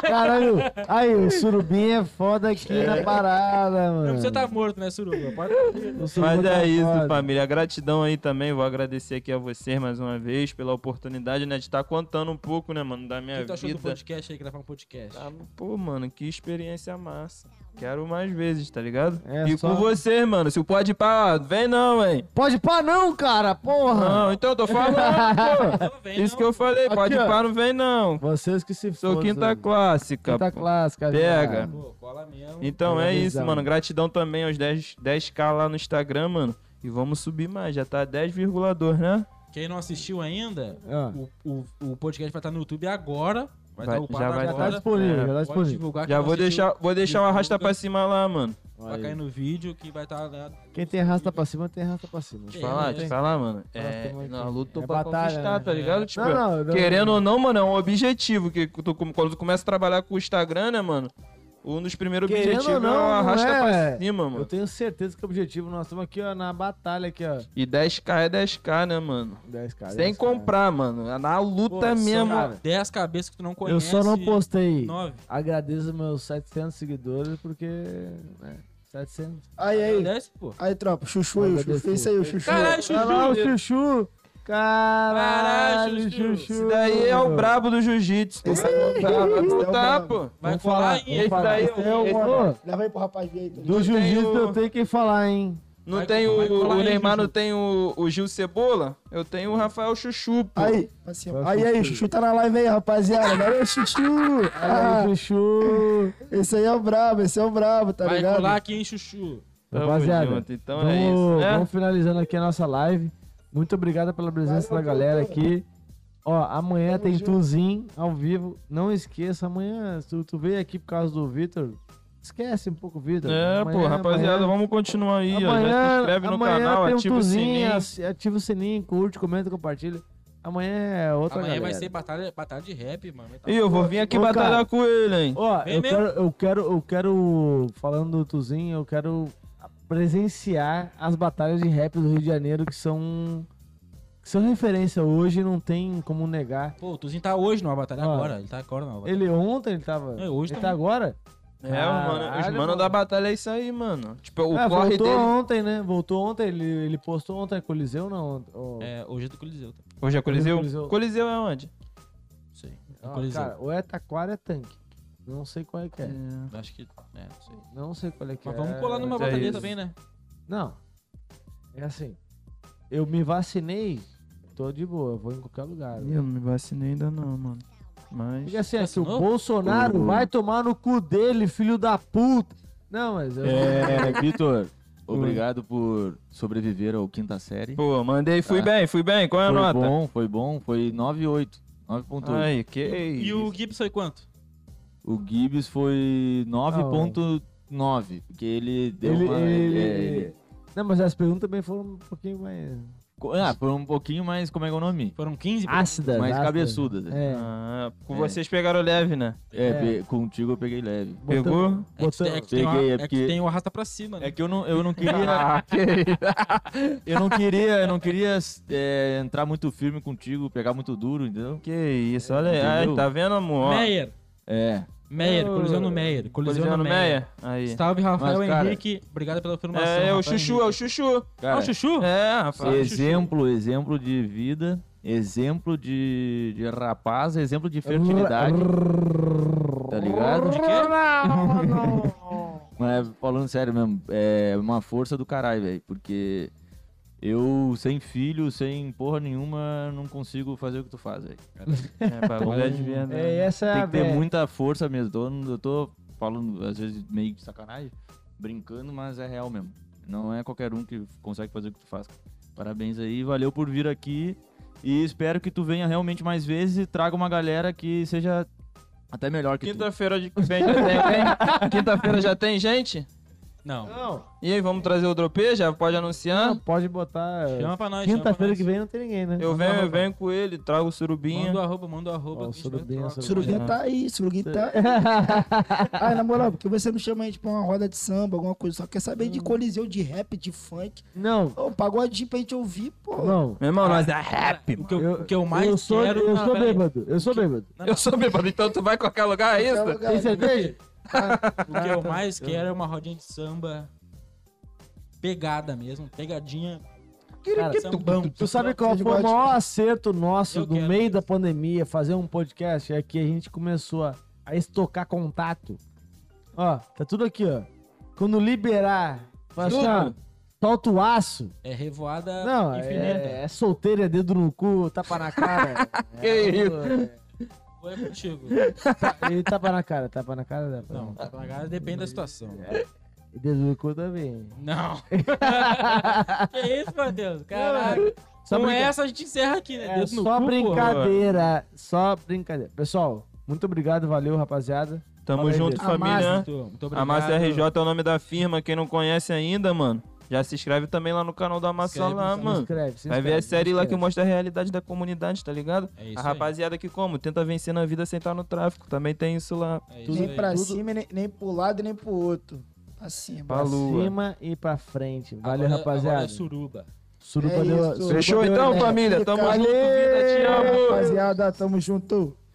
Speaker 1: Caralho, aí o surubim é foda aqui na parada,
Speaker 2: Não,
Speaker 1: mano.
Speaker 2: você tá morto, né, suruba? Pode...
Speaker 1: O surubim
Speaker 3: Mas
Speaker 1: tá
Speaker 3: é isso,
Speaker 1: foda.
Speaker 3: família. Gratidão aí também. Vou agradecer aqui a vocês mais uma vez pela oportunidade, né, de estar contando um pouco, né, mano, da
Speaker 2: O
Speaker 3: minha
Speaker 2: que tu achou do
Speaker 3: vida.
Speaker 2: podcast aí, gravar um podcast?
Speaker 3: Ah, Pô, mano, que experiência massa. Quero mais vezes, tá ligado?
Speaker 1: É,
Speaker 3: e
Speaker 1: só-
Speaker 3: com vocês, mano. Se o pode pá, vem não, hein?
Speaker 1: Pode pá, não, cara, porra.
Speaker 3: Não, então eu tô falando, pô.
Speaker 2: Não vem,
Speaker 3: Isso
Speaker 2: não.
Speaker 3: que eu falei, pode
Speaker 1: ó.
Speaker 3: pá, não vem não.
Speaker 1: Vocês que se
Speaker 3: Sou
Speaker 1: fodam.
Speaker 3: quinta clássica.
Speaker 1: Quinta
Speaker 3: pô.
Speaker 1: clássica.
Speaker 3: Pega.
Speaker 1: já.
Speaker 2: Pô, cola mesmo.
Speaker 3: Então é
Speaker 1: Parabéns,
Speaker 3: isso, mano.
Speaker 1: mano.
Speaker 3: Gratidão também aos 10, 10k lá no Instagram, mano. E vamos subir mais, já tá 10,2, né?
Speaker 2: Quem não assistiu ainda,
Speaker 1: Ah,
Speaker 2: o, o, o podcast vai estar no YouTube agora. Vai
Speaker 3: Vai-
Speaker 2: estar upado
Speaker 3: já
Speaker 1: Já
Speaker 3: vai
Speaker 1: tá
Speaker 2: agora.
Speaker 1: disponível,
Speaker 3: É,
Speaker 1: já tá
Speaker 2: Pode
Speaker 1: disponível.
Speaker 2: divulgar que
Speaker 3: Já
Speaker 2: não
Speaker 3: vou
Speaker 2: assistiu,
Speaker 3: deixar, vou deixar o arrasta pra
Speaker 2: divulga.
Speaker 3: cima lá, mano.
Speaker 2: Vai cair no vídeo que vai tá, né? estar...
Speaker 1: Quem tem rasta pra cima, tem rasta pra cima.
Speaker 2: Que
Speaker 3: Falar,
Speaker 2: isso,
Speaker 3: te
Speaker 2: hein?
Speaker 3: falar, mano. É,
Speaker 1: Arrasta
Speaker 3: na
Speaker 1: aqui.
Speaker 3: luta
Speaker 1: É
Speaker 3: pra
Speaker 1: batalha,
Speaker 3: conquistar,
Speaker 1: né?
Speaker 3: tá ligado? Tipo,
Speaker 1: não, não,
Speaker 3: querendo ou não, mano, é um objetivo que tu, quando tu começa a trabalhar com o Instagram, né, mano? Um dos primeiros
Speaker 1: Querendo ou
Speaker 3: objetivos
Speaker 1: não,
Speaker 3: é o
Speaker 1: não
Speaker 3: arrasta
Speaker 1: é-
Speaker 3: pra cima,
Speaker 1: Eu
Speaker 3: mano.
Speaker 1: tenho certeza que o objetivo, nós estamos aqui, ó, na batalha aqui, ó.
Speaker 3: E 10k é 10k, né, mano?
Speaker 1: 10k.
Speaker 3: Sem
Speaker 1: 10K.
Speaker 3: comprar, mano. É Na luta
Speaker 1: Pô,
Speaker 3: mesmo.
Speaker 1: cara,
Speaker 2: 10 cabeças que tu não
Speaker 1: Eu
Speaker 2: conhece.
Speaker 1: só não postei.
Speaker 2: nove.
Speaker 1: Agradeço meus 700 seguidores, porque... Né, 700.
Speaker 7: Aí, aí.
Speaker 2: Desce, pô.
Speaker 7: Aí, tropa, chuchu aí, o chuchu. Isso aí, o chuchu.
Speaker 2: Caralho,
Speaker 1: Olha lá o
Speaker 2: Chuchu.
Speaker 1: Chuchu! Caralho,
Speaker 2: Caralho, Chuchu.
Speaker 1: Chuchu!
Speaker 3: Esse daí é o brabo do jiu-jitsu. Tu
Speaker 7: Esse
Speaker 3: vai voltar, vai
Speaker 7: esse é o
Speaker 3: voltar,
Speaker 7: brabo.
Speaker 3: pô.
Speaker 2: Vai
Speaker 1: Vamos
Speaker 2: falar
Speaker 1: falar,
Speaker 2: aí.
Speaker 1: vamos falar.
Speaker 3: daí é
Speaker 1: Esse é
Speaker 3: o-
Speaker 1: o...
Speaker 3: esse-
Speaker 1: Pô,
Speaker 7: Leva aí pro rapaz ver aí. tá?
Speaker 1: do jiu-jitsu
Speaker 3: tenho-
Speaker 1: eu tenho que falar, hein?
Speaker 3: Não
Speaker 2: Vai-
Speaker 3: tem
Speaker 2: vai
Speaker 3: o,
Speaker 2: falar
Speaker 3: o
Speaker 2: aí,
Speaker 3: Neymar,
Speaker 2: Juju.
Speaker 3: não tem o, o Gil Cebola. Eu tenho o Rafael Chuchu, pô.
Speaker 7: Aí, pra cima.
Speaker 1: Vai,
Speaker 7: aí, aí,
Speaker 1: chuchu.
Speaker 7: chuchu tá na live aí, rapaziada. Valeu, chuchu. Ah,
Speaker 1: Olha aí, Chuchu!
Speaker 7: esse aí é o brabo, esse é o brabo, tá
Speaker 2: Vai
Speaker 7: ligado?
Speaker 2: colar aqui, hein, Chuchu.
Speaker 3: Tamo
Speaker 1: Rapaziada,
Speaker 3: junto, então
Speaker 1: vamos,
Speaker 3: é isso, né?
Speaker 1: vamos finalizando aqui a nossa live. Muito obrigado pela presença
Speaker 7: Valeu,
Speaker 1: da galera
Speaker 7: doutor.
Speaker 1: aqui. Ó, amanhã
Speaker 7: Tamo
Speaker 1: tem
Speaker 7: junto.
Speaker 1: Tuzin ao vivo. Não esqueça, amanhã, se tu, tu veio aqui por causa do Vitor, esquece um pouco o Vitor.
Speaker 3: É,
Speaker 1: Amanhã-
Speaker 3: pô, rapaziada,
Speaker 1: amanhã-
Speaker 3: vamos continuar aí, ó. Já se
Speaker 1: Amanhã,
Speaker 3: inscreve no
Speaker 1: amanhã
Speaker 3: canal,
Speaker 1: tem um
Speaker 3: ativa o
Speaker 1: Tuzinho,
Speaker 3: sininho.
Speaker 1: aci- ativa o sininho, curte, comenta, compartilha. Amanhã é outra
Speaker 2: Amanhã vai
Speaker 1: galera.
Speaker 2: ser batalha, batalha de rap, mano. Tá
Speaker 3: Ih, eu vou vir aqui
Speaker 1: Ô, cara.
Speaker 3: batalhar com ele, hein.
Speaker 1: Ó,
Speaker 2: Vem
Speaker 1: eu
Speaker 2: mesmo.
Speaker 1: quero, eu quero, eu quero, falando do Tuzinho, eu quero presenciar as batalhas de rap do Rio de Janeiro que são, que são referência hoje, não tem como negar.
Speaker 2: Pô, o Tuzinho tá hoje numa batalha
Speaker 1: Ó.
Speaker 2: agora. Ele tá agora numa batalha.
Speaker 1: Ele ontem ele tava,
Speaker 2: É, hoje
Speaker 1: ele
Speaker 2: tá-
Speaker 1: tá agora?
Speaker 3: É, mano, os
Speaker 1: Caralho,
Speaker 3: mano
Speaker 1: mano.
Speaker 3: da batalha é isso aí, mano. Tipo, o
Speaker 1: É,
Speaker 3: corre
Speaker 1: voltou
Speaker 3: dele...
Speaker 1: ontem, né? Voltou ontem, ele, ele postou ontem Coliseu não? Ó,
Speaker 2: É, hoje é do Coliseu. Tá?
Speaker 3: Hoje é Coliseu?
Speaker 1: Coliseu.
Speaker 3: Coliseu é onde?
Speaker 2: Não sei.
Speaker 1: ó,
Speaker 2: Do Coliseu.
Speaker 1: cara, ou é taquara ou é tanque. Não sei qual é que é.
Speaker 2: Acho que. É, não sei.
Speaker 1: Não sei qual é que
Speaker 2: Mas
Speaker 1: é.
Speaker 2: vamos colar numa
Speaker 3: mas é
Speaker 2: batalha
Speaker 3: isso.
Speaker 2: também, né?
Speaker 1: Não. É assim. Eu me vacinei, tô de boa, eu vou em qualquer lugar.
Speaker 3: Ih, Eu não me vacinei ainda não, mano. Mas...
Speaker 1: Porque assim, é que o
Speaker 2: Vacinou?
Speaker 1: Bolsonaro vai tomar no cu dele, filho da puta. Não, mas eu.
Speaker 5: É, Vitor, obrigado por sobreviver ao quinta série.
Speaker 3: Pô, mandei, fui
Speaker 5: Tá.
Speaker 3: bem, fui bem. Qual é a
Speaker 5: foi
Speaker 3: nota?
Speaker 5: bom, foi bom, foi 9,8. 9,8.
Speaker 3: Ai, que
Speaker 2: E o Gibbs foi quanto?
Speaker 5: O Gibbs foi 9,9. Porque ele deu
Speaker 1: Ele-
Speaker 5: uma.
Speaker 1: ele-
Speaker 5: é, ele-
Speaker 1: Não, mas as perguntas também foram um pouquinho mais.
Speaker 5: Co- Ah, foi um pouquinho mais. Como é que é o nome?
Speaker 2: Foram 15?
Speaker 1: Ácidas.
Speaker 5: Mais
Speaker 1: ácidas.
Speaker 5: cabeçudas. né?
Speaker 1: É.
Speaker 3: Ah, com
Speaker 5: É.
Speaker 3: vocês pegaram leve, né?
Speaker 5: É,
Speaker 1: É.
Speaker 5: pe- contigo eu peguei leve.
Speaker 1: Botamos-
Speaker 3: Pegou?
Speaker 2: É que, tem- é que tem uma-
Speaker 5: Peguei, é
Speaker 2: é que
Speaker 5: porque-
Speaker 2: tem o arrasta pra cima, né?
Speaker 5: É que eu não, eu não
Speaker 3: Ah,
Speaker 1: Ah,
Speaker 5: queria. eu não queria, eu não queria é, entrar muito firme contigo, pegar muito duro, entendeu?
Speaker 3: Que isso, olha aí. Ai,
Speaker 5: Entendeu?
Speaker 3: tá vendo, amor? Ó,
Speaker 2: Meyer.
Speaker 5: É.
Speaker 2: Meyer,
Speaker 3: Eu-
Speaker 2: colisão no Meyer. Colisão,
Speaker 3: Coliseu
Speaker 2: no
Speaker 3: no
Speaker 2: Meyer.
Speaker 3: Meia. tá Aí.
Speaker 2: Salve, Rafael
Speaker 5: Mas, cara-
Speaker 2: Henrique. Obrigado pela afirmação.
Speaker 3: É, é o
Speaker 2: Rafael
Speaker 3: Chuchu,
Speaker 2: Henrique.
Speaker 3: é o Chuchu.
Speaker 2: Ah,
Speaker 5: Cara,
Speaker 2: o Chuchu?
Speaker 3: É, rapaz.
Speaker 5: exemplo, exemplo de vida, exemplo de, de rapaz, exemplo de fertilidade. tá ligado?
Speaker 2: De quê?
Speaker 5: Mas falando sério mesmo, é uma força do caralho, velho. Porque eu, sem filho, sem porra nenhuma, não consigo fazer o que tu faz, velho. Então,
Speaker 3: É, bagulho é de verdade.
Speaker 1: É, essa é
Speaker 5: Tem
Speaker 1: a
Speaker 5: que ter
Speaker 1: velha.
Speaker 5: muita força mesmo. Tô- eu tô falando, às vezes, meio de sacanagem, brincando, mas é real mesmo. Não é qualquer um que consegue fazer o que tu faz. cara. Parabéns aí, valeu por vir aqui. E espero que tu venha realmente mais vezes e traga uma galera que seja até melhor que tu.
Speaker 3: Quinta-feira de que vem já tem alguém? Quinta-feira já tem gente?
Speaker 2: Não.
Speaker 1: Não,
Speaker 3: E aí, vamos trazer o dropê? Já pode anunciar?
Speaker 1: não, pode botar.
Speaker 2: Chama pra nós. chama pra
Speaker 1: Quinta-feira
Speaker 2: nós.
Speaker 1: que vem não tem ninguém, né?
Speaker 3: Eu
Speaker 2: Manda
Speaker 3: venho, eu
Speaker 2: arroba.
Speaker 3: venho com ele, trago o surubinha.
Speaker 2: Manda o arroba, manda o arroba.
Speaker 1: Ó,
Speaker 2: que a
Speaker 1: o
Speaker 2: gente vai
Speaker 1: surubinha,
Speaker 2: trocar.
Speaker 1: o
Speaker 7: Surubinha tá aí, surubinha tá aí. Ah, na moral, por que você não chama a gente pra uma roda de samba, alguma coisa? Só quer saber
Speaker 3: Hum.
Speaker 7: de coliseu, de rap, de funk.
Speaker 1: Não,
Speaker 7: Ô, pagodinho pra gente ouvir, pô.
Speaker 1: não.
Speaker 3: Meu irmão, nós é rap.
Speaker 2: O que, eu, o que eu mais
Speaker 1: eu sou,
Speaker 2: quero... tá,
Speaker 1: Eu
Speaker 2: Não,
Speaker 1: sou
Speaker 2: pera aí.
Speaker 1: bêbado, eu sou bêbado.
Speaker 3: Eu sou bêbado, então tu vai em qualquer lugar, é isso?
Speaker 1: Tem cerveja?
Speaker 2: O que eu mais quero é uma rodinha de samba pegada mesmo, pegadinha.
Speaker 1: Cara,
Speaker 2: sambão.
Speaker 1: é um Tu sabe qual
Speaker 7: Vocês
Speaker 1: foi o
Speaker 7: gostam?
Speaker 1: maior acerto nosso
Speaker 2: Eu
Speaker 1: no
Speaker 2: quero
Speaker 1: meio
Speaker 2: isso.
Speaker 1: da pandemia fazer um podcast? É que a gente começou a, a estocar contato. Ó, tá tudo aqui, ó. Quando liberar, fala assim, ó,
Speaker 3: Tudo.
Speaker 1: solta o aço.
Speaker 2: É revoada
Speaker 1: Não,
Speaker 2: infinita.
Speaker 1: é, é solteiro, é dedo no cu, tapa na cara.
Speaker 3: Que
Speaker 1: é,
Speaker 3: isso?
Speaker 1: tudo,
Speaker 2: Ou é contigo.
Speaker 1: é, e tapa na cara, tapa na cara. Tapa.
Speaker 2: Não, tá pra cara, depende da situação.
Speaker 1: E dedo no cu também.
Speaker 2: É. Não. que isso, Matheus? Caralho.
Speaker 1: é Só
Speaker 2: Com
Speaker 1: brinca-
Speaker 2: essa a gente encerra aqui, né?
Speaker 1: É,
Speaker 2: Dedo no
Speaker 1: só
Speaker 2: cu, pô.
Speaker 1: brincadeira, só brincadeira. Pessoal, muito obrigado, valeu, rapaziada.
Speaker 3: Tamo
Speaker 1: Fala aí,
Speaker 3: junto,
Speaker 1: Deus.
Speaker 3: família. né?
Speaker 2: Muito, muito
Speaker 3: A
Speaker 2: obrigado.
Speaker 3: Márcia RJ é o nome da firma, quem não conhece ainda, mano. Já se inscreve também lá no canal da Maçã
Speaker 2: Inscreve,
Speaker 3: lá,
Speaker 2: se
Speaker 1: Se
Speaker 3: mano.
Speaker 1: inscreve, se
Speaker 3: Vai ver a
Speaker 1: inscreve, se
Speaker 3: série lá que
Speaker 1: inscreve.
Speaker 3: mostra a realidade da comunidade, tá ligado?
Speaker 2: É isso
Speaker 3: A
Speaker 2: aí.
Speaker 3: rapaziada que como? Tenta vencer na vida sem estar no tráfico. Também tem isso lá.
Speaker 2: É isso
Speaker 7: Nem
Speaker 2: aí.
Speaker 7: pra cima, nem, nem pro lado, nem pro outro. Pra cima.
Speaker 1: Pra
Speaker 3: Falou. lua.
Speaker 1: cima e pra frente. Valeu,
Speaker 2: Agora-
Speaker 1: rapaziada.
Speaker 2: Agora é suruba.
Speaker 1: Suruba
Speaker 7: É
Speaker 1: deu-
Speaker 7: isso.
Speaker 1: suruba
Speaker 3: Fechou
Speaker 1: deu-
Speaker 3: então,
Speaker 7: né?
Speaker 3: família? Tamo
Speaker 7: Fica
Speaker 3: junto, vida. Te amo.
Speaker 7: Rapaziada, tamo junto.